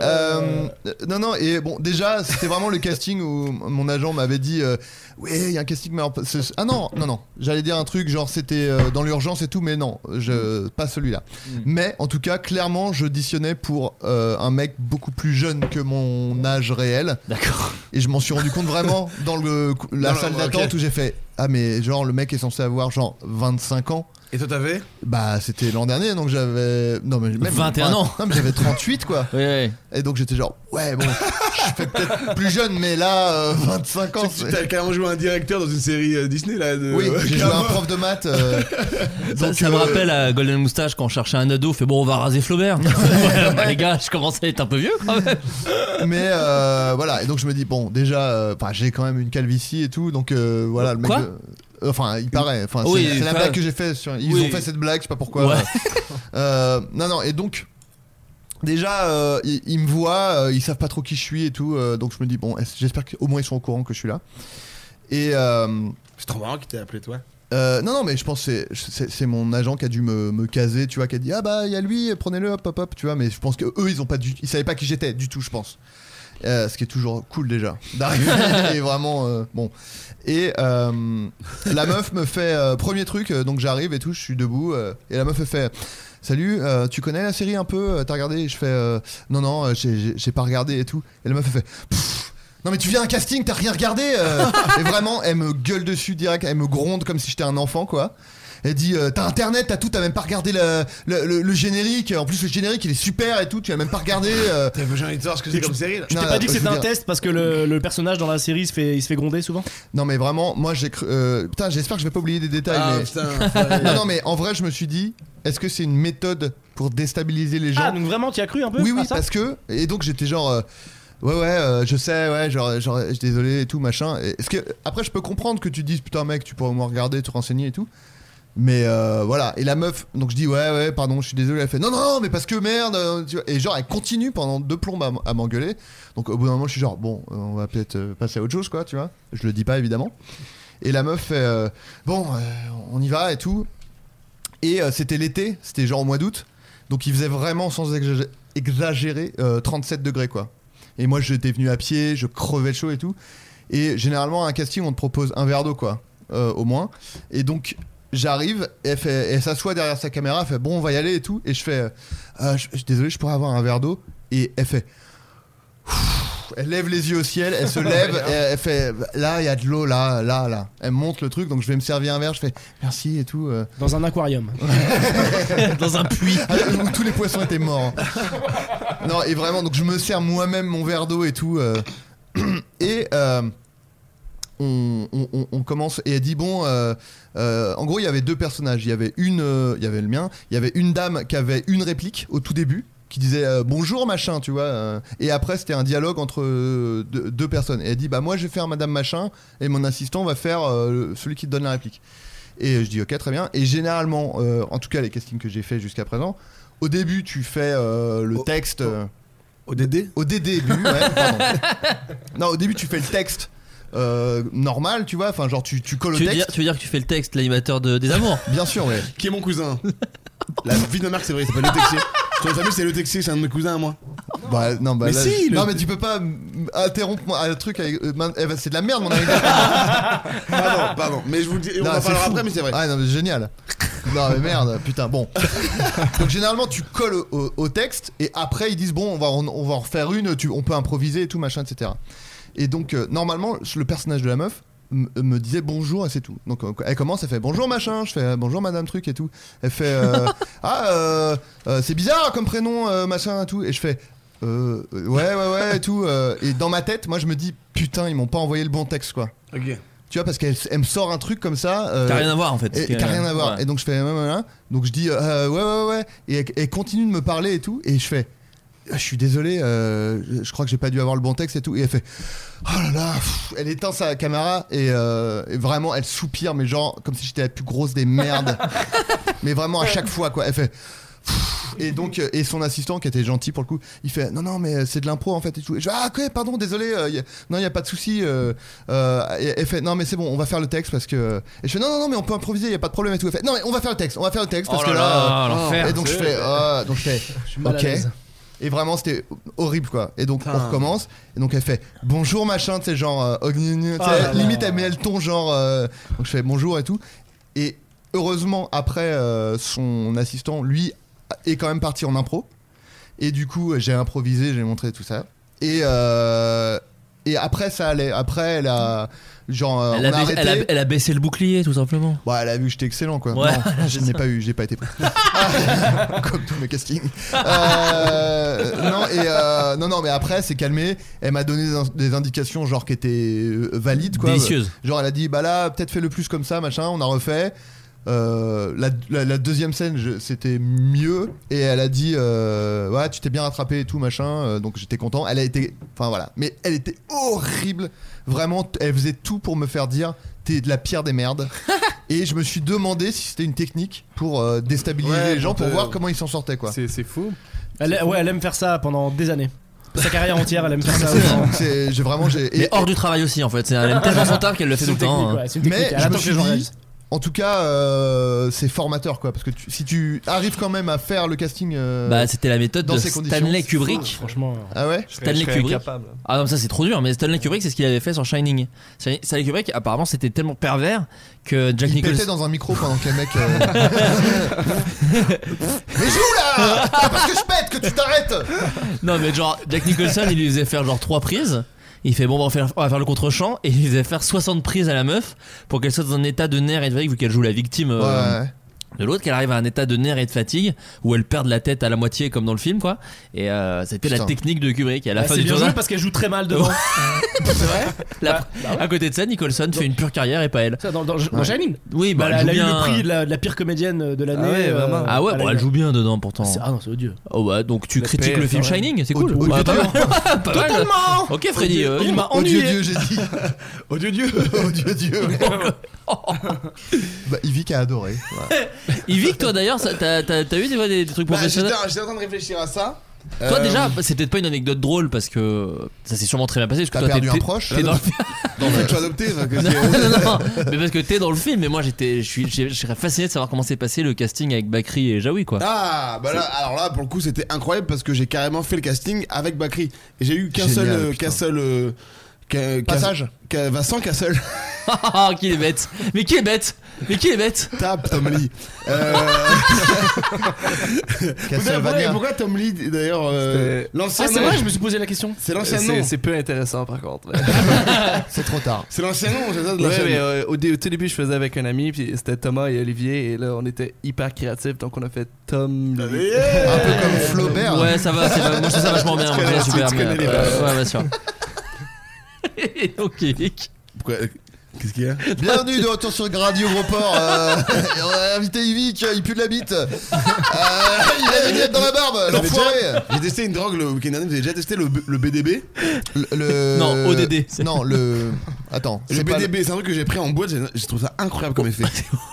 Speaker 7: Euh, Non, non, et bon, déjà, c'était vraiment le casting où mon agent m'avait dit euh, Ouais, il y a un casting, mais. alors, c'est- Ah non, non, non, j'allais dire un truc, genre c'était euh, dans l'urgence et tout, mais non, je, pas celui-là. Mais en tout cas, clairement, j'auditionnais pour euh, un mec beaucoup plus jeune que mon âge réel.
Speaker 8: D'accord.
Speaker 7: Et je m'en suis rendu compte vraiment dans le, la
Speaker 3: Non, non,
Speaker 7: salle
Speaker 3: ok.
Speaker 7: d'attente où j'ai fait Ah, mais genre, le mec est censé avoir genre 25 ans.
Speaker 3: Et toi, t'avais
Speaker 7: Bah, c'était l'an dernier, donc j'avais. Non, mais même.
Speaker 8: 21 ans.
Speaker 7: Non, mais j'avais 38, quoi.
Speaker 8: Oui, oui.
Speaker 7: Et donc j'étais genre, ouais, bon, je fais peut-être plus jeune, mais là, euh, 25 ans.
Speaker 3: Tu
Speaker 7: c'est-
Speaker 3: t'as carrément joué un directeur dans une série euh, Disney là de...
Speaker 7: Oui, j'ai joué un
Speaker 3: Carrément.
Speaker 7: prof de maths. euh,
Speaker 8: Ça,
Speaker 7: donc,
Speaker 8: ça me
Speaker 7: euh,
Speaker 8: rappelle à Golden Moustache quand on cherchait un ado, fait bon, on va raser Flaubert. Ouais, bah, les gars, je commence à être un peu vieux quand même.
Speaker 7: Mais euh, voilà, et donc je me dis, bon, déjà, euh, enfin, j'ai quand même une calvitie et tout, donc euh, voilà, le mec.
Speaker 8: Quoi
Speaker 7: euh, Enfin, il paraît. Enfin, c'est-
Speaker 8: Oui,
Speaker 7: c'est la
Speaker 8: enfin-
Speaker 7: blague que j'ai fait. Sur... Ils
Speaker 8: Oui.
Speaker 7: ont fait cette blague, je sais pas pourquoi.
Speaker 8: Ouais.
Speaker 7: Euh, non, non, et donc. Déjà, euh, ils, ils me voient, euh, ils savent pas trop qui je suis et tout, euh, donc je me dis bon, est-ce- j'espère qu'au moins ils sont au courant que je suis là. Et euh,
Speaker 3: C'est trop marrant qu'il t'ait appelé toi.
Speaker 7: Euh, non, non, mais je pense que c'est- c'est c'est mon agent qui a dû me, me caser, tu vois, qui a dit ah bah il y a lui, prenez-le, hop, hop, hop, tu vois. Mais je pense que eux ils ont pas du, ils savaient pas qui j'étais du tout, je pense. Euh, ce qui est toujours cool déjà d'arriver et vraiment euh, bon et euh, la meuf me fait euh, premier truc euh, donc j'arrive et tout je suis debout euh, et la meuf elle fait salut euh, tu connais la série un peu Euh, t'as regardé Et je fais euh, non non euh, j'ai- j'ai j'ai pas regardé et tout et la meuf elle fait Pfff, non mais tu viens à un casting, t'as rien regardé euh. Et vraiment, elle me gueule dessus direct, elle me gronde comme si j'étais un enfant quoi. Elle dit euh, t'as internet, t'as tout, t'as même pas regardé le, le- le- le générique. En plus le générique il est super et tout, tu as même pas regardé. euh.
Speaker 3: J'ai envie de savoir ce que c'est comme série là.
Speaker 1: Je t'ai
Speaker 7: Non,
Speaker 1: pas dit que
Speaker 7: je
Speaker 1: c'était
Speaker 7: veux
Speaker 1: un
Speaker 7: dire-
Speaker 1: test parce que le, le personnage dans la série se fait, il se fait gronder souvent
Speaker 7: Non mais vraiment, moi j'ai cru. euh, putain, j'espère que je vais pas oublier des détails.
Speaker 3: Ah,
Speaker 7: mais-
Speaker 3: putain, ouais.
Speaker 7: non non mais en vrai je me suis dit, est-ce que c'est une méthode pour déstabiliser les gens
Speaker 1: Ah, donc vraiment, tu as cru un peu
Speaker 7: Oui, oui,
Speaker 1: à ça
Speaker 7: parce que. Et donc j'étais genre. euh, Ouais ouais euh, je sais ouais genre, genre je suis désolé et tout machin Et est-ce que après je peux comprendre que tu dises putain mec tu pourrais au moins regarder te renseigner et tout mais euh, voilà et la meuf donc je dis ouais ouais pardon je suis désolé elle fait non non, non mais parce que merde euh, tu vois. et genre elle continue pendant deux plombes à, m- à m'engueuler donc au bout d'un moment je suis genre bon euh, on va peut-être euh, passer à autre chose quoi tu vois je le dis pas évidemment et la meuf fait euh, bon euh, on y va et tout et euh, c'était l'été, c'était genre au mois d'août. Donc il faisait vraiment, sans exagé- exagérer, euh, 37 degrés quoi. Et moi j'étais venu à pied, je crevais le chaud et tout. Et généralement à un casting on te propose un verre d'eau quoi, euh, au moins. Et donc j'arrive, elle, fait- elle s'assoit derrière sa caméra, elle fait bon on va y aller et tout. Et je fais, euh, Ah, je- je- désolé je pourrais avoir un verre d'eau. Et elle fait, elle lève les yeux au ciel, elle se lève, et elle, fait là il y a de l'eau là, là, là. Elle monte le truc donc je vais me servir un verre, je fais merci et tout. euh.
Speaker 1: Dans un aquarium.
Speaker 8: Dans un puits.
Speaker 7: où Ah, tous les poissons étaient morts. Non, et vraiment, donc je me sers moi-même mon verre d'eau et tout. euh, et euh, on, on- on- on commence. Et elle dit bon, euh, euh, en gros, il y avait deux personnages. Il y avait une, euh, il y avait le mien. Il y avait une dame qui avait une réplique au tout début qui disait euh, bonjour machin tu vois euh, et après c'était un dialogue entre euh, deux, deux personnes et elle dit bah moi je vais faire madame machin et mon assistant va faire euh, le- celui qui te donne la réplique et je dis ok très bien. Et généralement, euh, en tout cas les castings que j'ai fait jusqu'à présent, au début tu fais euh, le texte. euh,
Speaker 3: Au DD
Speaker 7: Au DD début, ouais, pardon. Non, au début tu fais le texte euh, normal, tu vois, enfin genre tu, tu colles au
Speaker 8: Tu veux,
Speaker 7: texte.
Speaker 8: dire, tu veux dire que tu fais le texte, l'animateur de, des amours
Speaker 7: Bien sûr, ouais.
Speaker 3: Qui est mon cousin La vie de ma mère c'est vrai, il s'appelle le Texier. Sur la famille c'est le Texier, c'est un de mes cousins à moi.
Speaker 7: Bah non, bah
Speaker 3: Mais
Speaker 7: là,
Speaker 3: si,
Speaker 7: je-
Speaker 3: le-
Speaker 7: Non, mais tu peux pas mm, interrompre moi, un truc avec. euh, man- eh ben, c'est de la merde, mon anecdote.
Speaker 3: Pardon, pardon, mais je vous le dis, on
Speaker 7: Non,
Speaker 3: en
Speaker 7: c'est
Speaker 3: parlera
Speaker 7: fou.
Speaker 3: après mais c'est vrai.
Speaker 7: Ah non, mais génial. Non, mais merde, putain, bon. Donc, généralement, tu colles au, au- au texte et après, ils disent, bon, on va, en- on va en refaire une, tu- on peut improviser et tout, machin, etc. Et donc, euh, normalement, le personnage de la meuf m- me disait bonjour et c'est tout. Donc euh, elle commence, elle fait bonjour machin, je fais euh, bonjour madame truc et tout. Elle fait euh, ah euh, euh, c'est bizarre comme prénom euh, machin et tout et je fais euh, ouais ouais ouais et tout euh, et dans ma tête moi je me dis putain ils m'ont pas envoyé le bon texte quoi.
Speaker 3: Ok.
Speaker 7: Tu vois, parce qu'elle elle me sort un truc comme ça. euh,
Speaker 8: Qui a rien à voir, en fait.
Speaker 7: et-
Speaker 8: Qui a-
Speaker 7: qui a rien à voir.
Speaker 8: ouais.
Speaker 7: Et donc je fais. ouais, ouais, ouais. Donc je dis euh, ouais, ouais, ouais. Et elle- elle continue de me parler et tout. Et je fais. ah, Je suis désolé, euh, je- je crois que j'ai pas dû avoir le bon texte et tout. Et elle fait. Oh là là, pff. elle éteint sa caméra et, euh, et vraiment elle soupire, mais genre comme si j'étais la plus grosse des merdes. mais vraiment à chaque fois quoi. Elle fait. pff. Et donc, euh, et son assistant qui était gentil pour le coup, il fait non, non, mais euh, c'est de l'impro en fait. Et tout. Et je fais, ah, ok, pardon, désolé, euh, y a- non, il n'y a pas de souci. euh, euh, et elle fait non, mais c'est bon, on va faire le texte parce que. Et je fais non, non, non, mais on peut improviser, il n'y a pas de problème et tout. Elle fait non, mais on va faire le texte, on va faire le texte parce
Speaker 8: Oh là
Speaker 7: que
Speaker 8: là,
Speaker 7: là. euh,
Speaker 8: l'enfer.
Speaker 7: et donc je fais, ah, donc je fais,
Speaker 1: mal à
Speaker 7: ok.
Speaker 1: l'aise.
Speaker 7: Et vraiment, c'était horrible, quoi. Et donc, on recommence. Et donc, elle fait bonjour, machin, tu sais, genre, euh, oh, gnu, gnu, tu sais,
Speaker 3: Ah là là.
Speaker 7: limite, elle met le ton, genre, euh, donc je fais bonjour et tout. Et heureusement, après, euh, son assistant, lui, est quand même parti en impro. Et du coup, j'ai improvisé, j'ai montré tout ça. Et, euh, et après, ça allait. Après, elle a. Genre, euh,
Speaker 8: Elle
Speaker 7: on
Speaker 8: a,
Speaker 7: a
Speaker 8: baissé,
Speaker 7: arrêté.
Speaker 8: elle a- elle a baissé le bouclier, tout simplement.
Speaker 7: Bah, elle a vu que j'étais excellent, quoi.
Speaker 8: Ouais,
Speaker 7: non, je
Speaker 8: c'est
Speaker 7: n'ai
Speaker 8: ça.
Speaker 7: pas eu, j'ai pas été pris. Comme tous mes castings. Euh, non, et, euh, non, non, mais après, elle s'est calmée. Elle m'a donné des, in- des indications, genre, qui étaient euh, valides, quoi.
Speaker 8: Délicieuses.
Speaker 7: Genre, elle a dit, bah là, peut-être fais le plus comme ça, machin. On a refait. Euh, la, la- la deuxième scène, je- c'était mieux. Et elle a dit, euh, ouais, tu t'es bien rattrapé et tout, machin. Euh, donc, j'étais content. Elle a été. Enfin, voilà. Mais elle était horrible. Vraiment, t- elle faisait tout pour me faire dire, t'es de la pire des merdes. et je me suis demandé si c'était une technique pour euh, déstabiliser
Speaker 3: Ouais,
Speaker 7: les gens,
Speaker 3: pour
Speaker 7: pour
Speaker 3: te-
Speaker 7: voir comment ils s'en sortaient, quoi.
Speaker 9: C'est fou.
Speaker 1: Elle, ouais, elle aime faire ça pendant des années. Sa carrière entière, elle aime faire ça.
Speaker 7: C'est- j'ai vraiment, j'ai.
Speaker 8: Mais hors du travail aussi, en fait. C'est elle est tellement son taf qu'elle le fait tout le temps. hein.
Speaker 7: Mais je me suis dit, en tout cas, euh, c'est formateur quoi, parce que tu- si tu arrives quand même à faire le casting. euh,
Speaker 8: Bah, c'était la méthode
Speaker 7: dans
Speaker 8: de
Speaker 7: ces conditions,
Speaker 8: Stanley
Speaker 7: c'est
Speaker 8: Kubrick.
Speaker 7: fou.
Speaker 1: Oh, Franchement.
Speaker 7: Ah ouais
Speaker 8: Stanley Kubrick. Ah non, mais ça c'est trop dur, mais Stanley Kubrick, c'est ce qu'il avait fait sur Shining. Stanley Stanley Kubrick, apparemment, c'était tellement pervers que Jack
Speaker 7: Il pétait
Speaker 8: Nicholson.
Speaker 7: dans un micro pendant que le mec. euh, Mais joue là C'est parce que je pète que tu t'arrêtes
Speaker 8: Non, mais genre, Jack Nicholson, il lui faisait faire genre 3 prises. Il fait bon, bah, on, va faire, on va faire le contre-champ. Et il lui faisait faire 60 prises à la meuf pour qu'elle soit dans un état de nerfs et de fatigue, vu qu'elle joue la victime euh,
Speaker 7: Ouais.
Speaker 8: de l'autre, qu'elle arrive à un état de nerfs et de fatigue où elle perd la tête à la moitié, comme dans le film, quoi. Et euh, c'était la
Speaker 1: Putain.
Speaker 8: technique de Kubrick. Et à la
Speaker 1: Bah,
Speaker 8: fin
Speaker 1: c'est
Speaker 8: du
Speaker 1: bien
Speaker 8: tournage.
Speaker 1: joué parce qu'elle joue très mal devant.
Speaker 8: Ouais.
Speaker 1: c'est vrai
Speaker 8: La-
Speaker 1: Bah
Speaker 8: À côté de ça, Nicholson fait une pure carrière et pas elle.
Speaker 1: Dans, dans, dans Shining
Speaker 8: Oui, bah,
Speaker 1: elle,
Speaker 8: elle
Speaker 1: a
Speaker 8: joue
Speaker 1: eu
Speaker 8: bien.
Speaker 1: le prix de la, de la pire comédienne de l'année.
Speaker 8: Ah ouais,
Speaker 1: euh,
Speaker 8: vraiment. Ah ouais,
Speaker 1: à
Speaker 8: bon,
Speaker 1: la-
Speaker 8: elle joue bien dedans pourtant.
Speaker 1: C'est- Ah non, c'est odieux.
Speaker 8: Oh bah donc tu
Speaker 1: La
Speaker 8: critiques
Speaker 1: paix,
Speaker 8: le film
Speaker 1: quand même.
Speaker 8: Shining, c'est cool.
Speaker 1: Odieux,
Speaker 8: Ouais, pas
Speaker 1: Dieu.
Speaker 8: mal. Pas mal.
Speaker 1: Totalement
Speaker 8: Ok Freddy,
Speaker 1: Odieux,
Speaker 8: euh,
Speaker 1: il m'a
Speaker 8: oh,
Speaker 1: ennuyé.
Speaker 7: Dieu, j'ai dit.
Speaker 1: Oh Dieu, Dieu
Speaker 7: Oh Dieu, Dieu Bah, Yvick a adoré. Ouais.
Speaker 8: Yvick, toi d'ailleurs, ça- t'as t'as- t'as eu des, fois des, des trucs
Speaker 3: Bah, j'étais
Speaker 8: professionnels
Speaker 3: j'étais en train de réfléchir à ça.
Speaker 8: Toi
Speaker 3: Euh,
Speaker 8: déjà, c'est peut-être pas une anecdote drôle parce que ça s'est sûrement très bien passé. Parce que
Speaker 7: T'as
Speaker 8: toi,
Speaker 7: perdu
Speaker 8: t'es-
Speaker 7: un proche
Speaker 8: t'es dans le film.
Speaker 3: Dans le fait, Euh, tu as adopté. enfin, que
Speaker 8: Non,
Speaker 3: c'est-
Speaker 8: non, non, mais parce que t'es dans le film. Mais moi, j'étais, je suis, j'ai- je serais fasciné de savoir comment s'est passé le casting avec Bakri et Jaoui quoi.
Speaker 3: Ah, bah là, alors là, pour le coup, c'était incroyable parce que j'ai carrément fait le casting avec Bakri. Et j'ai eu qu'un
Speaker 7: Génial,
Speaker 3: seul. euh,
Speaker 7: putain.
Speaker 3: Qu'un seul euh, qu'un- qu'un-
Speaker 7: Passage
Speaker 3: qu'un- Vincent Cassel.
Speaker 8: Ah, qui est bête Mais qui est bête Mais qui est bête
Speaker 3: Tape Tom Lee. Euh,
Speaker 7: Castlevania.
Speaker 3: Pourquoi, pourquoi Tom Lee d'ailleurs euh,
Speaker 9: C'était-
Speaker 3: l'ancien
Speaker 1: Ah, c'est
Speaker 3: nom-
Speaker 1: vrai, je me suis posé la question.
Speaker 3: C'est l'ancien
Speaker 9: C'est
Speaker 3: nom.
Speaker 9: c'est peu intéressant par contre.
Speaker 7: C'est trop tard.
Speaker 3: C'est l'ancien nom, c'est ça de
Speaker 9: Ouais,
Speaker 3: l'ancien
Speaker 9: mais
Speaker 3: nom.
Speaker 9: euh, au, dé- au tout début, je faisais avec un ami, puis c'était Thomas et Olivier, et là, on était hyper créatifs, donc on a fait Tom. Lee.
Speaker 3: Yeah
Speaker 7: Un peu comme Flaubert.
Speaker 8: Ouais, ça va. c'est va- Moi, je trouve ça vachement bien.
Speaker 3: Tu connais-
Speaker 8: ouais,
Speaker 3: tu
Speaker 8: super.
Speaker 3: connais
Speaker 8: mais,
Speaker 3: les
Speaker 8: euh,
Speaker 3: bases.
Speaker 8: ouais, bien sûr. Et donc Yvick.
Speaker 3: Pourquoi euh, Qu'est-ce qu'il y a
Speaker 7: Bienvenue de retour sur Radio Gros Port. euh, et on a invité Yvick, il pue de la bite. Euh, il a des miettes dans la barbe,
Speaker 3: Vous avez
Speaker 7: l'enfoiré.
Speaker 3: déjà- J'ai testé une drogue le week-end dernier. Vous avez déjà testé le, B- le BDB
Speaker 7: Le, le-
Speaker 8: Non, ODD.
Speaker 7: Non, le. Attends.
Speaker 3: Le
Speaker 7: c'est pas
Speaker 3: BDB, c'est un truc que j'ai pris en boîte. j'ai- Je trouve ça incroyable comme effet.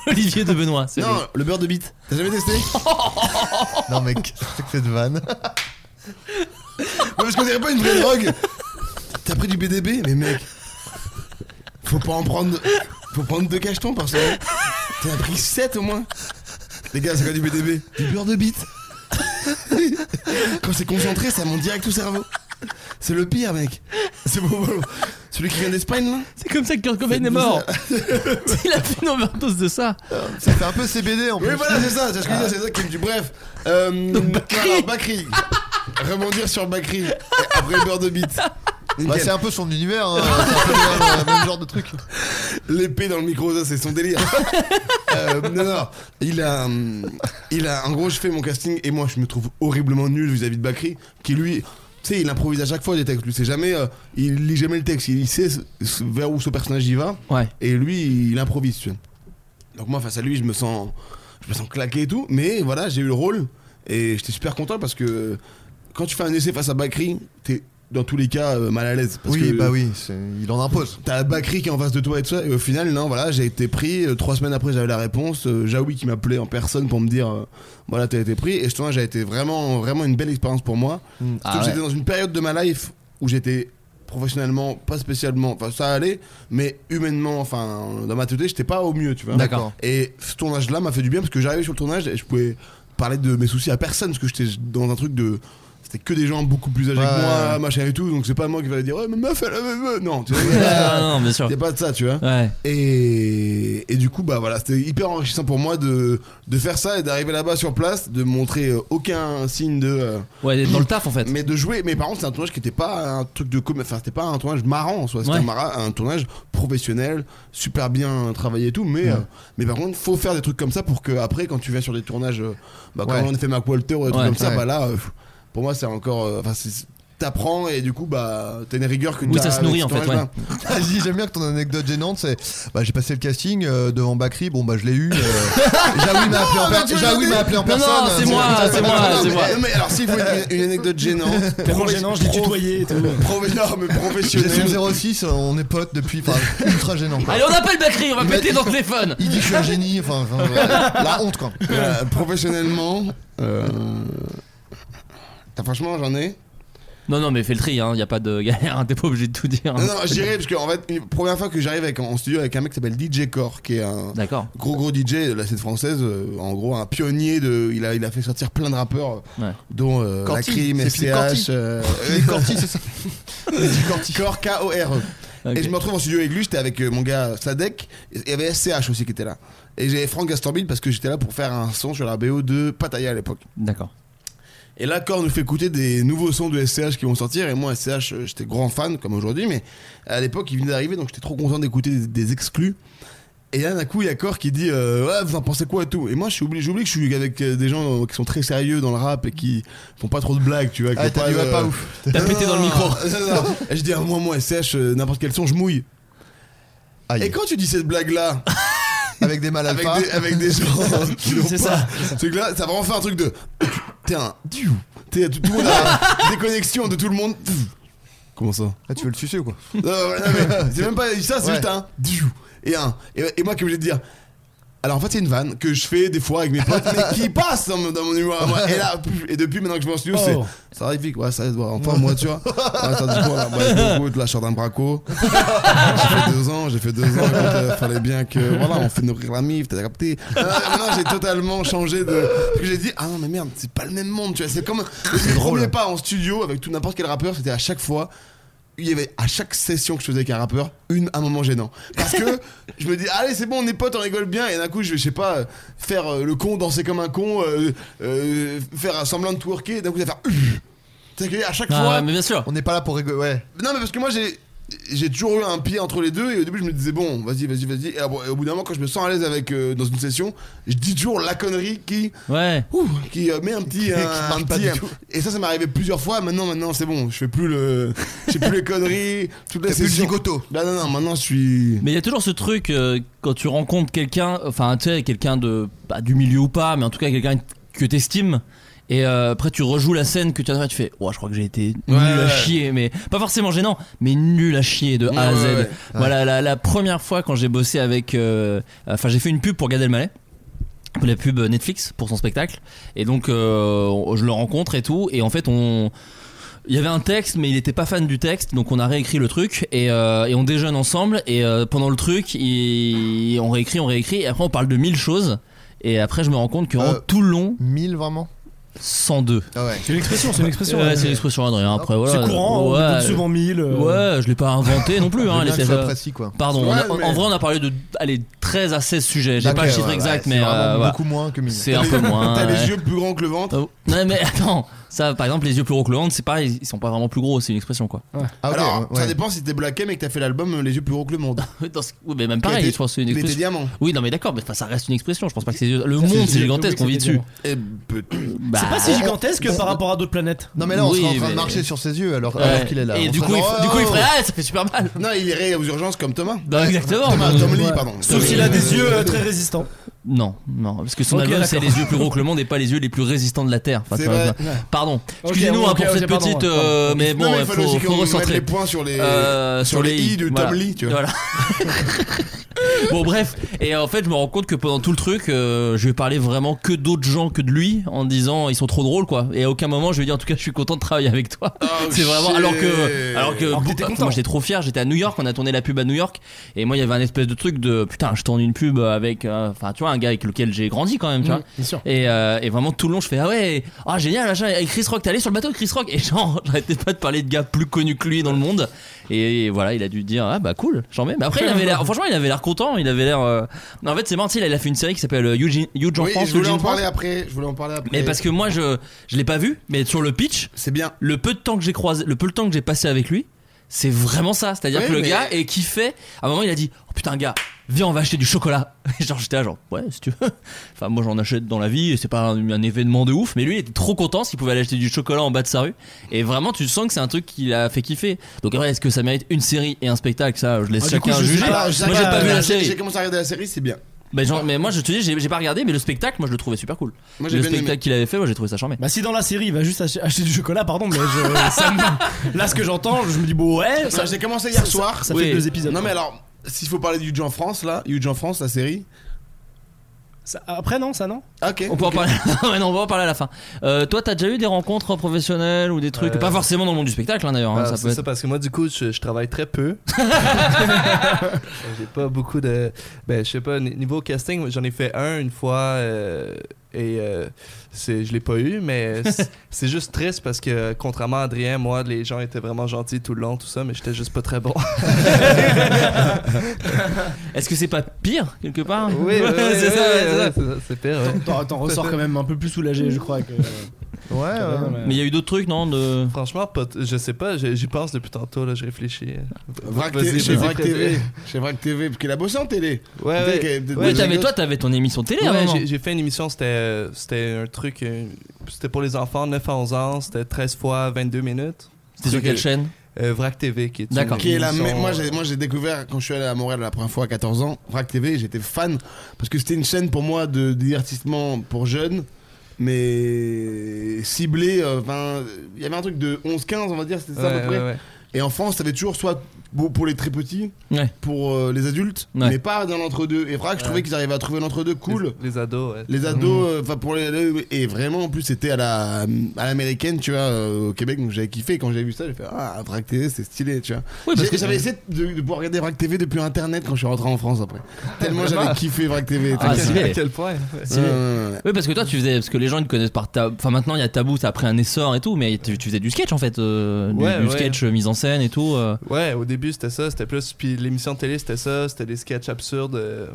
Speaker 8: Olivier de Benoît. c'est lui.
Speaker 3: Non, le beurre de bite. T'as jamais testé Ouais,
Speaker 7: le- Non, mec, c'est que cette vanne.
Speaker 3: Parce qu'on dirait pas une vraie drogue. T'as pris du BDB, mais mec, faut pas en prendre. Faut prendre deux cachetons parce que t'en as pris 7 au moins. Les gars, c'est quoi du BDB Du beurre de bite. Quand c'est concentré, ça monte direct au cerveau. C'est le pire, mec. C'est bon, bon. Celui qui vient d'Espagne, là
Speaker 8: C'est comme ça que Kurt Cobain est mort. Il a fait une overdose de ça.
Speaker 7: Ça fait un peu CBD en
Speaker 3: Oui,
Speaker 7: plus.
Speaker 3: voilà, c'est ça, c'est ce que je disais, c'est ça qui me dit. Bref, euh, alors, Bakri. Rebondir sur Bakri. Et Après le beurre de bite.
Speaker 7: Bah,
Speaker 3: Nickel.
Speaker 7: c'est un peu son univers. hein, c'est un peu le même- le même genre de truc.
Speaker 3: L'épée dans le micro, ça c'est son délire. Euh, non, non, il a, hum, il a, en gros, je fais mon casting et moi je me trouve horriblement nul vis-à-vis de Bakri, qui lui, tu sais, il improvise à chaque fois des textes. Lui, c'est jamais, euh, il lit jamais le texte, il sait ce- ce- vers où ce personnage y va,
Speaker 8: Ouais.
Speaker 3: et lui, il improvise. tu vois. Donc moi, face à lui, je me sens, je me sens claqué et tout, mais voilà, j'ai eu le rôle et j'étais super content parce que quand tu fais un essai face à Bakri, t'es dans tous les cas euh, mal à l'aise. parce
Speaker 7: Oui,
Speaker 3: que-
Speaker 7: bah oui, c'est- il en impose.
Speaker 3: T'as la Bakri qui est en face de toi et tout ça. Et au final, non, voilà, j'ai été pris. Euh, Trois semaines après, j'avais la réponse. Euh, Jaoui qui m'appelait en personne pour me dire, euh, voilà, t'as été pris. Et justement, j'ai été vraiment, vraiment une belle expérience pour moi.
Speaker 7: Hmm.
Speaker 3: Surtout
Speaker 8: Ah
Speaker 3: que
Speaker 8: ouais.
Speaker 3: J'étais dans une période de ma life où j'étais professionnellement, pas spécialement, enfin ça allait, mais humainement, enfin dans ma tête, j'étais pas au mieux, tu vois.
Speaker 8: D'accord.
Speaker 3: Et ce tournage-là m'a fait du bien parce que j'arrivais sur le tournage et je pouvais parler de mes soucis à personne parce que j'étais dans un truc de c'était que des gens beaucoup plus âgés que
Speaker 7: Ouais, ouais.
Speaker 3: moi, machin et tout, donc c'est pas moi qui vais dire ouais, mais meuf, elle avait. Non, tu vois,
Speaker 8: Ah, non, bien sûr.
Speaker 3: y a pas de ça, tu vois.
Speaker 8: Ouais.
Speaker 3: Et, et du coup, bah voilà, c'était hyper enrichissant pour moi de, de faire ça et d'arriver là-bas sur place, de montrer euh, aucun signe de. euh,
Speaker 8: ouais, d'être dans le taf en fait.
Speaker 3: Mais de jouer. Mais par contre, c'est un tournage qui était pas un truc de com. Enfin, c'était pas un tournage marrant en soi. C'était
Speaker 8: Ouais.
Speaker 3: un, mara- un tournage professionnel, super bien travaillé et tout. Mais,
Speaker 7: Ouais.
Speaker 3: euh, mais par contre, faut faire des trucs comme ça pour que après, quand tu viens sur des tournages, euh, bah, comme
Speaker 7: Ouais.
Speaker 3: on a fait Mac Walter ou des trucs
Speaker 7: Ouais.
Speaker 3: comme ça,
Speaker 7: Ouais.
Speaker 3: bah là, euh, pff, pour moi, c'est encore. euh, Enfin, c'est- T'apprends et du coup, bah, t'as une rigueur que t'as avec ce tournage-là.
Speaker 7: Vas-y, Ah, j'aime bien que ton anecdote gênante, c'est bah, j'ai passé le casting euh, devant Bakri, bon bah je l'ai eu. euh, Jaoui m'a appelé en,
Speaker 3: Non,
Speaker 7: per-
Speaker 3: mais tu vas
Speaker 7: Jaoui
Speaker 3: demander-
Speaker 7: m'a appelé en
Speaker 3: Non,
Speaker 7: personne.
Speaker 3: non, c'est
Speaker 7: euh,
Speaker 3: moi,
Speaker 7: tu vois.
Speaker 3: c'est moi,
Speaker 7: Non, non,
Speaker 3: c'est
Speaker 7: mais-
Speaker 3: moi. une, une anecdote gênante.
Speaker 1: Tellement gênant, je l'ai tutoyé et tout.
Speaker 3: Profe- non, mais professionnel.
Speaker 7: J'ai fait 06, euh, on est potes depuis, enfin, ultra gênant. quoi.
Speaker 8: Allez, on appelle Bakri, on va
Speaker 7: Il m'a-
Speaker 8: péter dans le téléphone.
Speaker 7: Il dit que je suis un génie, enfin, enfin, ouais, la honte quoi.
Speaker 3: Euh, professionnellement, euh... t'as- franchement, j'en ai.
Speaker 8: Non, non, mais fais le tri, hein, y a pas de galère, hein, t'es pas obligé de tout dire.
Speaker 3: Non, non, j'irai parce que en fait, une première fois que j'arrive avec- en studio avec un mec qui s'appelle DJ Core, qui est un
Speaker 8: D'accord.
Speaker 3: gros gros DJ de la scène française, euh, en gros un pionnier de, il a il a fait sortir plein de rappeurs,
Speaker 8: Ouais.
Speaker 3: dont euh,
Speaker 7: Corti,
Speaker 3: Lacrim,
Speaker 7: c'est Philippe Corti.
Speaker 3: SCH, euh,
Speaker 7: Philippe Corti, c'est ça.
Speaker 3: Corti. Core K O R E. Et je me retrouve en studio avec lui, j'étais avec euh, mon gars Sadek, et il y avait SCH aussi qui était là. Et j'avais Franck Gastorbil parce que j'étais là pour faire un son sur la BO de Pataya à l'époque.
Speaker 8: D'accord.
Speaker 3: Et là, Core nous fait écouter des nouveaux sons de SCH qui vont sortir. Et moi, SCH, euh, j'étais grand fan, comme aujourd'hui, mais à l'époque, il venait d'arriver, donc j'étais trop content d'écouter des, des exclus. Et là, d'un coup, il y a Core qui dit euh, Ouais, vous en pensez quoi et tout Et moi, je suis oublié- j'oublie que je suis avec euh, des gens euh, qui sont très sérieux dans le rap et qui font pas trop de blagues, tu vois. qui
Speaker 7: Ah,
Speaker 3: font
Speaker 7: t'as dit, ouais,
Speaker 3: euh,
Speaker 7: pas ouf.
Speaker 8: T'as
Speaker 3: Non,
Speaker 8: pété dans le
Speaker 3: non,
Speaker 8: micro.
Speaker 3: non, non. Et je dis, ah, moi, moi, SCH, euh, n'importe quel son, je mouille.
Speaker 7: Aïe.
Speaker 3: Et quand tu dis cette blague-là,
Speaker 7: Avec des mal
Speaker 3: avec
Speaker 7: alpha.
Speaker 3: des, avec des gens qui n'ont
Speaker 1: C'est
Speaker 3: pas-
Speaker 1: ça,
Speaker 3: Ce truc-là, ça a vraiment fait un truc de. T'es un. diou. T'es tout, tout le monde a des connexions de tout le monde. Comment ça
Speaker 7: Ah, tu veux le sucer ou quoi
Speaker 3: Non, ouais, non, mais C'est même pas ça, c'est
Speaker 7: Ouais.
Speaker 3: juste un. diou Et un. Et, et moi qui voulais te dire. Alors en fait c'est une vanne que je fais des fois avec mes potes mais qui passe dans, mon- dans mon humour à moi. Et là pff, et depuis maintenant que je vais en studio
Speaker 1: Oh.
Speaker 3: c'est ça arrive ouais ça va enfin moi tu vois ouais, ça dit quoi là bah, écoute là je sors d'un braco j'ai fait deux ans j'ai fait deux ans quand euh, fallait bien que voilà on fait nourrir la mif t'as capté Euh, maintenant j'ai totalement changé de parce que j'ai dit ah non mais merde c'est pas le même monde tu vois c'est comme le premier pas en studio avec tout n'importe quel rappeur c'était à chaque fois il y avait à chaque session que je faisais avec un rappeur une un moment gênant parce que je me dis allez c'est bon on est potes on rigole bien et d'un coup je vais je sais pas euh, faire euh, le con danser comme un con euh, euh, faire un semblant de twerker et d'un coup je vais faire c'est à chaque
Speaker 8: Ah,
Speaker 3: fois
Speaker 8: ouais, mais bien sûr.
Speaker 7: On n'est pas là pour rigoler, ouais.
Speaker 3: non, mais parce que moi, j'ai. J'ai toujours eu un pied entre les deux et au début je me disais bon vas-y vas-y vas-y et, au- et au bout d'un moment quand je me sens à l'aise avec euh, dans une session je dis toujours la connerie qui
Speaker 8: Ouais.
Speaker 3: ouh, qui euh, met un petit
Speaker 7: Qui
Speaker 3: un,
Speaker 7: marche
Speaker 3: un
Speaker 7: pas
Speaker 3: petit,
Speaker 7: du
Speaker 3: un-
Speaker 7: tout.
Speaker 3: et ça ça m'est arrivé plusieurs fois maintenant maintenant c'est bon je fais plus le je fais plus les conneries toutes les
Speaker 7: T'as plus le
Speaker 3: sessions
Speaker 7: zigoto.
Speaker 3: non non non maintenant je suis
Speaker 8: Mais il y a toujours ce truc euh, quand tu rencontres quelqu'un, enfin tu sais, quelqu'un de pas du milieu ou pas, mais en tout cas quelqu'un que t'estimes. Et euh, après tu rejoues la scène que tu as tu fais ouais je crois que j'ai été nul
Speaker 3: Ouais,
Speaker 8: à
Speaker 3: ouais.
Speaker 8: chier mais pas forcément gênant mais nul à chier de A à
Speaker 3: Ouais,
Speaker 8: Z.
Speaker 3: ouais, ouais.
Speaker 8: Voilà la, la première fois quand j'ai bossé avec euh, enfin j'ai fait une pub pour Gad Elmaleh pour la pub Netflix pour son spectacle et donc euh, je le rencontre et tout et en fait on il y avait un texte mais il était pas fan du texte donc on a réécrit le truc et, euh, et on déjeune ensemble et euh, pendant le truc il- on réécrit on réécrit et après on parle de mille choses et après je me rends compte que vraiment,
Speaker 7: Euh,
Speaker 8: tout le long
Speaker 7: 1000 vraiment
Speaker 8: 102
Speaker 7: Ah ouais.
Speaker 1: C'est une expression, c'est une expression.
Speaker 8: ouais,
Speaker 1: ouais.
Speaker 8: c'est l'expression Adrien après voilà
Speaker 1: C'est courant, on
Speaker 8: ouais,
Speaker 1: donne souvent 1000. euh,
Speaker 8: ouais je l'ai pas inventé non plus
Speaker 7: J'aime
Speaker 8: hein, les
Speaker 7: bien que ce soit
Speaker 8: CFA.
Speaker 7: précis, quoi.
Speaker 8: pardon on a-
Speaker 3: Ouais, mais-
Speaker 8: en vrai on a parlé de allez 13 à 16 sujets j'ai
Speaker 7: Bah, Ok,
Speaker 8: pas le chiffre
Speaker 7: ouais,
Speaker 8: exact
Speaker 7: ouais,
Speaker 8: mais
Speaker 7: c'est vraiment
Speaker 8: euh, voilà.
Speaker 7: beaucoup moins que 1000.
Speaker 8: c'est un peu moins
Speaker 3: t'as
Speaker 8: ouais.
Speaker 3: les yeux plus grands que le ventre
Speaker 8: Oh. Non mais attends, ça par exemple les yeux plus gros que le ventre, c'est pareil, ils sont pas vraiment plus gros, c'est une expression quoi.
Speaker 7: Ah, ok,
Speaker 3: alors
Speaker 7: ouais,
Speaker 3: ça
Speaker 7: ouais.
Speaker 3: dépend si t'es blacké mais que t'as fait l'album euh, les yeux plus gros que le monde
Speaker 8: Dans ce- Oui mais
Speaker 3: Mais
Speaker 8: même Ah, pareil,
Speaker 3: t'es-
Speaker 8: je pense que c'est une
Speaker 3: mais t'es
Speaker 8: expression.
Speaker 3: diamant
Speaker 8: Oui non mais d'accord, mais enfin, ça reste une expression, je pense pas que c'est le
Speaker 1: c'est
Speaker 8: monde c'est
Speaker 1: gigantesque,
Speaker 8: gigantesque, on
Speaker 1: oui,
Speaker 8: vit
Speaker 1: c'est
Speaker 8: dessus.
Speaker 1: évident.
Speaker 3: Eh, peut-
Speaker 8: Bah,
Speaker 1: C'est pas si gigantesque par rapport à d'autres planètes.
Speaker 7: Non mais là on
Speaker 8: Oui,
Speaker 7: serait en train
Speaker 8: mais-
Speaker 7: de marcher sur ses yeux alors,
Speaker 8: ouais.
Speaker 7: alors qu'il est là.
Speaker 8: Et
Speaker 7: On
Speaker 8: du
Speaker 7: serait
Speaker 8: coup, il,
Speaker 7: genre,
Speaker 8: f- du coup il
Speaker 7: oh,
Speaker 8: ferait ah ça fait super mal.
Speaker 3: non il irait aux urgences comme Thomas
Speaker 8: Non, exactement.
Speaker 3: Thomas Tom Lee pardon
Speaker 1: Sauf s'il a des yeux euh, très résistants.
Speaker 8: Non, non, parce que son
Speaker 1: Ok,
Speaker 8: album c'est
Speaker 1: d'accord.
Speaker 8: les yeux plus gros que le monde et pas les yeux les plus résistants de la terre. Enfin,
Speaker 3: C'est
Speaker 8: tu vois,
Speaker 3: vrai.
Speaker 8: je- Pardon.
Speaker 1: Ok,
Speaker 8: Excusez-nous
Speaker 1: ok,
Speaker 8: hein, pour
Speaker 1: ok,
Speaker 8: cette
Speaker 1: pardon,
Speaker 8: petite
Speaker 1: ouais.
Speaker 8: euh, mais bon,
Speaker 3: non, mais
Speaker 8: il
Speaker 3: il
Speaker 8: faut,
Speaker 3: fallait
Speaker 8: faut
Speaker 3: aussi qu'on mette
Speaker 8: recentrer.
Speaker 3: les points sur les
Speaker 8: Euh,
Speaker 3: sur les i de
Speaker 8: voilà.
Speaker 3: Tom Lee tu vois
Speaker 8: Voilà. bon bref, et en fait je me rends compte que pendant tout le truc, euh, je vais parler vraiment que d'autres gens que de lui en disant ils sont trop drôles quoi. Et à aucun moment je vais dire en tout cas je suis content de travailler avec toi.
Speaker 3: Oh,
Speaker 8: c'est vraiment alors que alors que
Speaker 1: Alors que
Speaker 8: bon,
Speaker 1: t'étais
Speaker 8: enfin,
Speaker 1: content.
Speaker 8: moi j'étais trop fier, j'étais à New York, on a tourné la pub à New York et moi il y avait un espèce de truc de putain, je tourne une pub avec euh, enfin tu vois Cobra, un gars avec lequel j'ai grandi quand même, tu
Speaker 3: Mm.
Speaker 1: Mhm,
Speaker 8: vois.
Speaker 1: bien sûr.
Speaker 8: Et, euh, et vraiment tout le long, je fais ah ouais, ah génial, machin. Et Chris Rock, t'es allé sur le bateau, de Chris Rock. Et genre, j'arrêtais pas de parler de gars plus connus que lui dans le monde. Et voilà, il a dû dire ah bah cool, j'en mets. Mais après, il avait l'air, franchement, il avait l'air content. Il avait l'air. euh, En fait, c'est marrant, tu sais, il a- il a fait une série qui s'appelle euh, Eugene, Huge en
Speaker 7: Oui,
Speaker 8: France.
Speaker 7: je voulais
Speaker 8: Huge in
Speaker 7: en parler
Speaker 8: France.
Speaker 7: après. Je voulais en parler après.
Speaker 8: Mais parce que moi je je l'ai pas vu, mais sur le pitch,
Speaker 7: c'est bien.
Speaker 8: Le peu de temps que j'ai croisé, le peu de temps que j'ai passé avec lui, c'est vraiment ça. C'est-à-dire
Speaker 7: Oui,
Speaker 8: que le
Speaker 7: mais-
Speaker 8: gars est kiffé. À un moment, il a dit oh, putain gars, viens on va acheter du chocolat. Et genre j'étais là, genre ouais si tu veux. Enfin moi j'en achète dans la vie et c'est pas un, un événement de ouf, mais lui il était trop content s'il pouvait aller acheter du chocolat en bas de sa rue. Et vraiment tu sens que c'est un truc qui l'a fait kiffer. Donc après est-ce que ça mérite une série et un spectacle ça je laisse
Speaker 7: Ah, du coup,
Speaker 8: chacun
Speaker 7: je sais
Speaker 8: juger.
Speaker 7: pas, je sais
Speaker 8: moi j'ai
Speaker 7: pas,
Speaker 8: pas vu
Speaker 7: euh,
Speaker 8: la
Speaker 7: j'ai-
Speaker 8: série.
Speaker 7: J'ai commencé à regarder la série, c'est bien.
Speaker 8: Mais, genre, mais moi je te dis j'ai j'ai pas regardé mais le spectacle moi je le trouvais super cool.
Speaker 7: Moi, j'ai
Speaker 8: le
Speaker 7: bien aimé.
Speaker 8: spectacle qu'il avait fait moi j'ai trouvé ça charmé.
Speaker 1: Bah si dans la série il va juste ach- acheter, du chocolat, pardon, mais je- euh, ça me- là ce que j'entends, je me dis bon ouais.
Speaker 7: Ça,
Speaker 1: ça-
Speaker 7: j'ai commencé
Speaker 1: ça-
Speaker 7: hier soir.
Speaker 1: Ça, fait deux épisodes.
Speaker 7: Non, mais alors, s'il faut parler du en France, là, Huge en France, la série.
Speaker 1: Ça- après non, ça non.
Speaker 7: Ok.
Speaker 8: On peut en parler. Ouais, non, on va en parler à la fin. Euh, toi, t'as déjà eu des rencontres professionnelles ou des trucs
Speaker 3: Euh,
Speaker 8: Pas forcément dans le monde du spectacle, hein, d'ailleurs. hein,
Speaker 3: Ah,
Speaker 8: ça
Speaker 3: c'est
Speaker 8: peut
Speaker 3: ça,
Speaker 8: être.
Speaker 3: parce que moi, du coup, je, je travaille très peu. j'ai pas beaucoup de. Ben, je sais pas, ni- niveau casting, j'en ai fait un une fois euh, et euh, c'est, je l'ai pas eu, mais Euh, c'est- c'est juste triste parce que, contrairement à Adrien, moi, les gens étaient vraiment gentils tout le long, tout ça, mais j'étais juste pas très bon.
Speaker 8: Est-ce que c'est pas pire quelque part
Speaker 3: Oui, oui, oui,
Speaker 8: c'est
Speaker 3: oui,
Speaker 8: ça.
Speaker 3: oui,
Speaker 8: c'est ça.
Speaker 3: oui, c'est ça, c'est pire. ouais.
Speaker 1: T'en t'en ressors quand même un peu plus soulagé, je crois. Que,
Speaker 3: Ouais, ouais.
Speaker 8: Mais il y a eu d'autres trucs, non de...
Speaker 3: Franchement, pas t- je sais pas, j'ai- j'y pense depuis tantôt, là, je réfléchis.
Speaker 7: Vrac
Speaker 3: Vas-y,
Speaker 7: T- chez
Speaker 3: vas-y,
Speaker 7: Vrac
Speaker 3: vas-y.
Speaker 7: TV. Chez Vrac TV, parce qu'il a bossé en télé.
Speaker 3: Ah Ouais, ouais.
Speaker 8: Ouais, t'avais- toi, t'avais ton émission de télé à un
Speaker 3: Ouais,
Speaker 8: moment.
Speaker 3: j'ai- j'ai fait une émission, c'était euh, c'était un truc, euh, c'était pour les enfants, 9 à 11 ans, c'était 13 fois 22 minutes.
Speaker 8: C'était sur quelle
Speaker 3: Que-
Speaker 8: chaîne
Speaker 3: euh, Vrac TV, qui est une
Speaker 7: Qui est la
Speaker 3: émission,
Speaker 7: mé- moi, j'ai,
Speaker 3: euh,
Speaker 7: moi, j'ai découvert quand je suis allé à Montréal la première fois à 14 ans, Vrac TV, j'étais fan. Parce que c'était une chaîne pour moi de divertissement pour jeunes, mais ciblé. euh, Enfin, il y avait un truc de 11-15, on va dire, c'était ça à
Speaker 3: Ouais,
Speaker 7: peu près.
Speaker 3: ouais, ouais.
Speaker 7: Et en France, t'avais toujours soit pour pour les très petits,
Speaker 8: Ouais.
Speaker 7: pour euh, les adultes,
Speaker 3: Ouais.
Speaker 7: mais pas dans l'entre-deux. Et Vrac, je trouvais qu'ils arrivaient à trouver l'entre-deux cool.
Speaker 3: Les ados, ouais. Mm.
Speaker 7: Les ados, euh, enfin pour les, les- et vraiment en plus c'était à la à l'américaine, tu vois, euh, au Québec, donc j'avais kiffé. Quand j'ai vu ça, j'ai fait ah Vrac TV, c'est stylé, tu vois.
Speaker 8: Oui, parce
Speaker 7: J'ai-
Speaker 8: que-
Speaker 7: j'avais essayé de, de pouvoir regarder Vrac TV depuis Internet quand je suis rentré en France après. Tellement j'avais kiffé Vrac TV.
Speaker 8: Ah,
Speaker 7: t'inquiète.
Speaker 8: stylé.
Speaker 3: À quel point ouais.
Speaker 7: Ouais,
Speaker 3: Euh,
Speaker 7: ouais, ouais.
Speaker 8: Oui, parce que toi, tu faisais. Parce que les gens ils te connaissent par. Ta... Enfin, maintenant, il y a Tabou, ça a pris un essor et tout, mais tu, tu faisais du sketch en fait. euh, du,
Speaker 3: Ouais,
Speaker 8: du
Speaker 3: ouais.
Speaker 8: sketch euh, mise en scène et tout. euh.
Speaker 3: Ouais, au début, c'était ça, c'était plus. Puis l'émission de télé, c'était ça, c'était des sketchs absurdes. euh,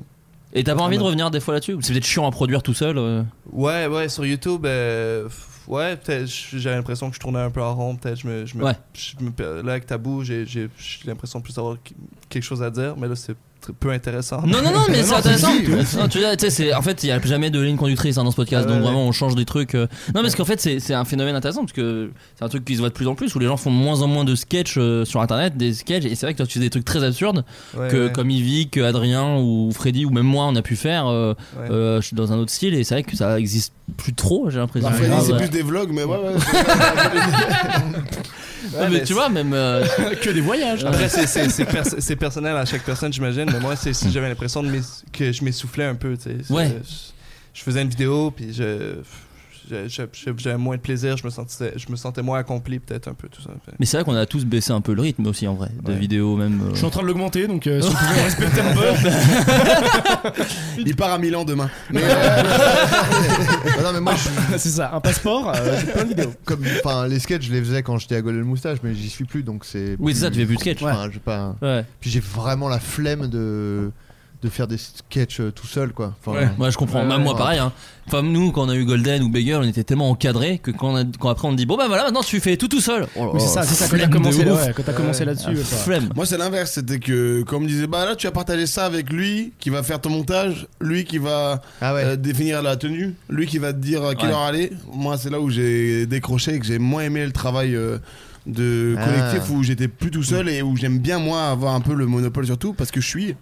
Speaker 8: Et t'as pas envie de
Speaker 3: Ouais.
Speaker 8: revenir des fois là-dessus C'est peut-être chiant à produire tout seul. euh.
Speaker 3: Ouais, ouais, sur YouTube, euh, f- ouais, peut-être j- j'avais l'impression que je tournais un peu en rond, peut-être je me, je me-
Speaker 8: Ouais.
Speaker 3: je me per- là avec Tabou, j'ai j'ai- j'ai l'impression de plus avoir qu- quelque chose à dire, mais là c'est tr- peu intéressant.
Speaker 8: Non, non, non, mais c'est intéressant.
Speaker 3: Oh, si, si.
Speaker 8: Non, tu vois, tu sais, c'est- en fait, il n'y a jamais de ligne conductrice hein, dans ce podcast,
Speaker 3: Ah, ouais,
Speaker 8: donc
Speaker 3: ouais.
Speaker 8: vraiment, on change des trucs. euh. Non, parce qu'en fait, c'est c'est un phénomène intéressant, parce que c'est un truc qui se voit de plus en plus, où les gens font de moins en moins de sketchs euh, sur Internet, des sketchs, et c'est vrai que toi, tu fais des trucs très absurdes,
Speaker 3: Ouais,
Speaker 8: que
Speaker 3: ouais.
Speaker 7: Bah,
Speaker 8: comme Yvi, que Adrien, ou Freddy, ou même moi, on a pu faire euh,
Speaker 3: Ouais.
Speaker 8: euh, je suis dans un autre style, et c'est vrai que ça existe plus trop, j'ai l'impression.
Speaker 7: Bah, Freddy,
Speaker 8: Ah,
Speaker 7: c'est
Speaker 8: ouais.
Speaker 7: plus des vlogs, mais ouais, ouais.
Speaker 8: Non, mais tu vois, même. euh,
Speaker 1: que des voyages.
Speaker 3: Après, c'est- c'est c'est perso- c'est personnel à chaque personne, j'imagine, mais moi, c'est si j'avais l'impression de m'ess- que je m'essoufflais un peu, tu sais. C'est-
Speaker 8: Ouais.
Speaker 3: Je, je faisais une vidéo, puis je. je- je- je- J'avais moins de plaisir, je me sentais, je me sentais moins accompli, peut-être un peu, tout ça. Fait-
Speaker 8: Mais c'est vrai qu'on a tous baissé un peu le rythme aussi, en vrai, de vidéos, même. euh.
Speaker 1: Je suis en train de l'augmenter, donc euh, si on pouvait respecter un peu.
Speaker 7: Il part à Milan demain. Mais,
Speaker 11: Ah non, mais moi, je-
Speaker 1: c'est ça, un passeport, euh, j'ai plein de vidéos.
Speaker 11: comme, enfin, les sketchs, je les faisais quand j'étais à Golden Moustache, mais j'y suis plus, donc c'est.
Speaker 8: Oui, c'est ça, tu fais plus de sketch.
Speaker 11: Enfin, j'ai pas.
Speaker 8: Ouais.
Speaker 11: Puis j'ai vraiment la flemme de de faire des sketchs euh, tout seul, quoi. Enfin,
Speaker 8: Ouais. Moi je comprends,
Speaker 11: Ouais,
Speaker 8: même moi
Speaker 11: ouais.
Speaker 8: pareil. Hein. Enfin, nous quand on a eu Golden ou Beggar, on était tellement encadrés que quand, on a- quand après on te dit bon bah voilà maintenant tu fais tout tout seul. Oh là
Speaker 1: Oui, c'est ça,
Speaker 8: là,
Speaker 1: c'est ça, quand t'as
Speaker 8: flemme de
Speaker 1: commencé,
Speaker 8: ouf.
Speaker 1: ouais, quand t'as commencé là-dessus.
Speaker 8: Ah,
Speaker 1: euh, ça-
Speaker 8: flemme.
Speaker 7: Moi, c'est l'inverse. C'était que, comme on me disait, bah là, tu vas partager ça avec lui qui va faire ton montage, lui qui va
Speaker 11: Ah ouais.
Speaker 7: euh, définir la tenue, lui qui va te dire à quelle
Speaker 8: Ouais.
Speaker 7: heure aller. Moi, c'est là où j'ai décroché et que j'ai moins aimé le travail euh, de collectif
Speaker 11: Ah.
Speaker 7: où j'étais plus tout seul et où j'aime bien, moi, avoir un peu le monopole sur tout parce que je suis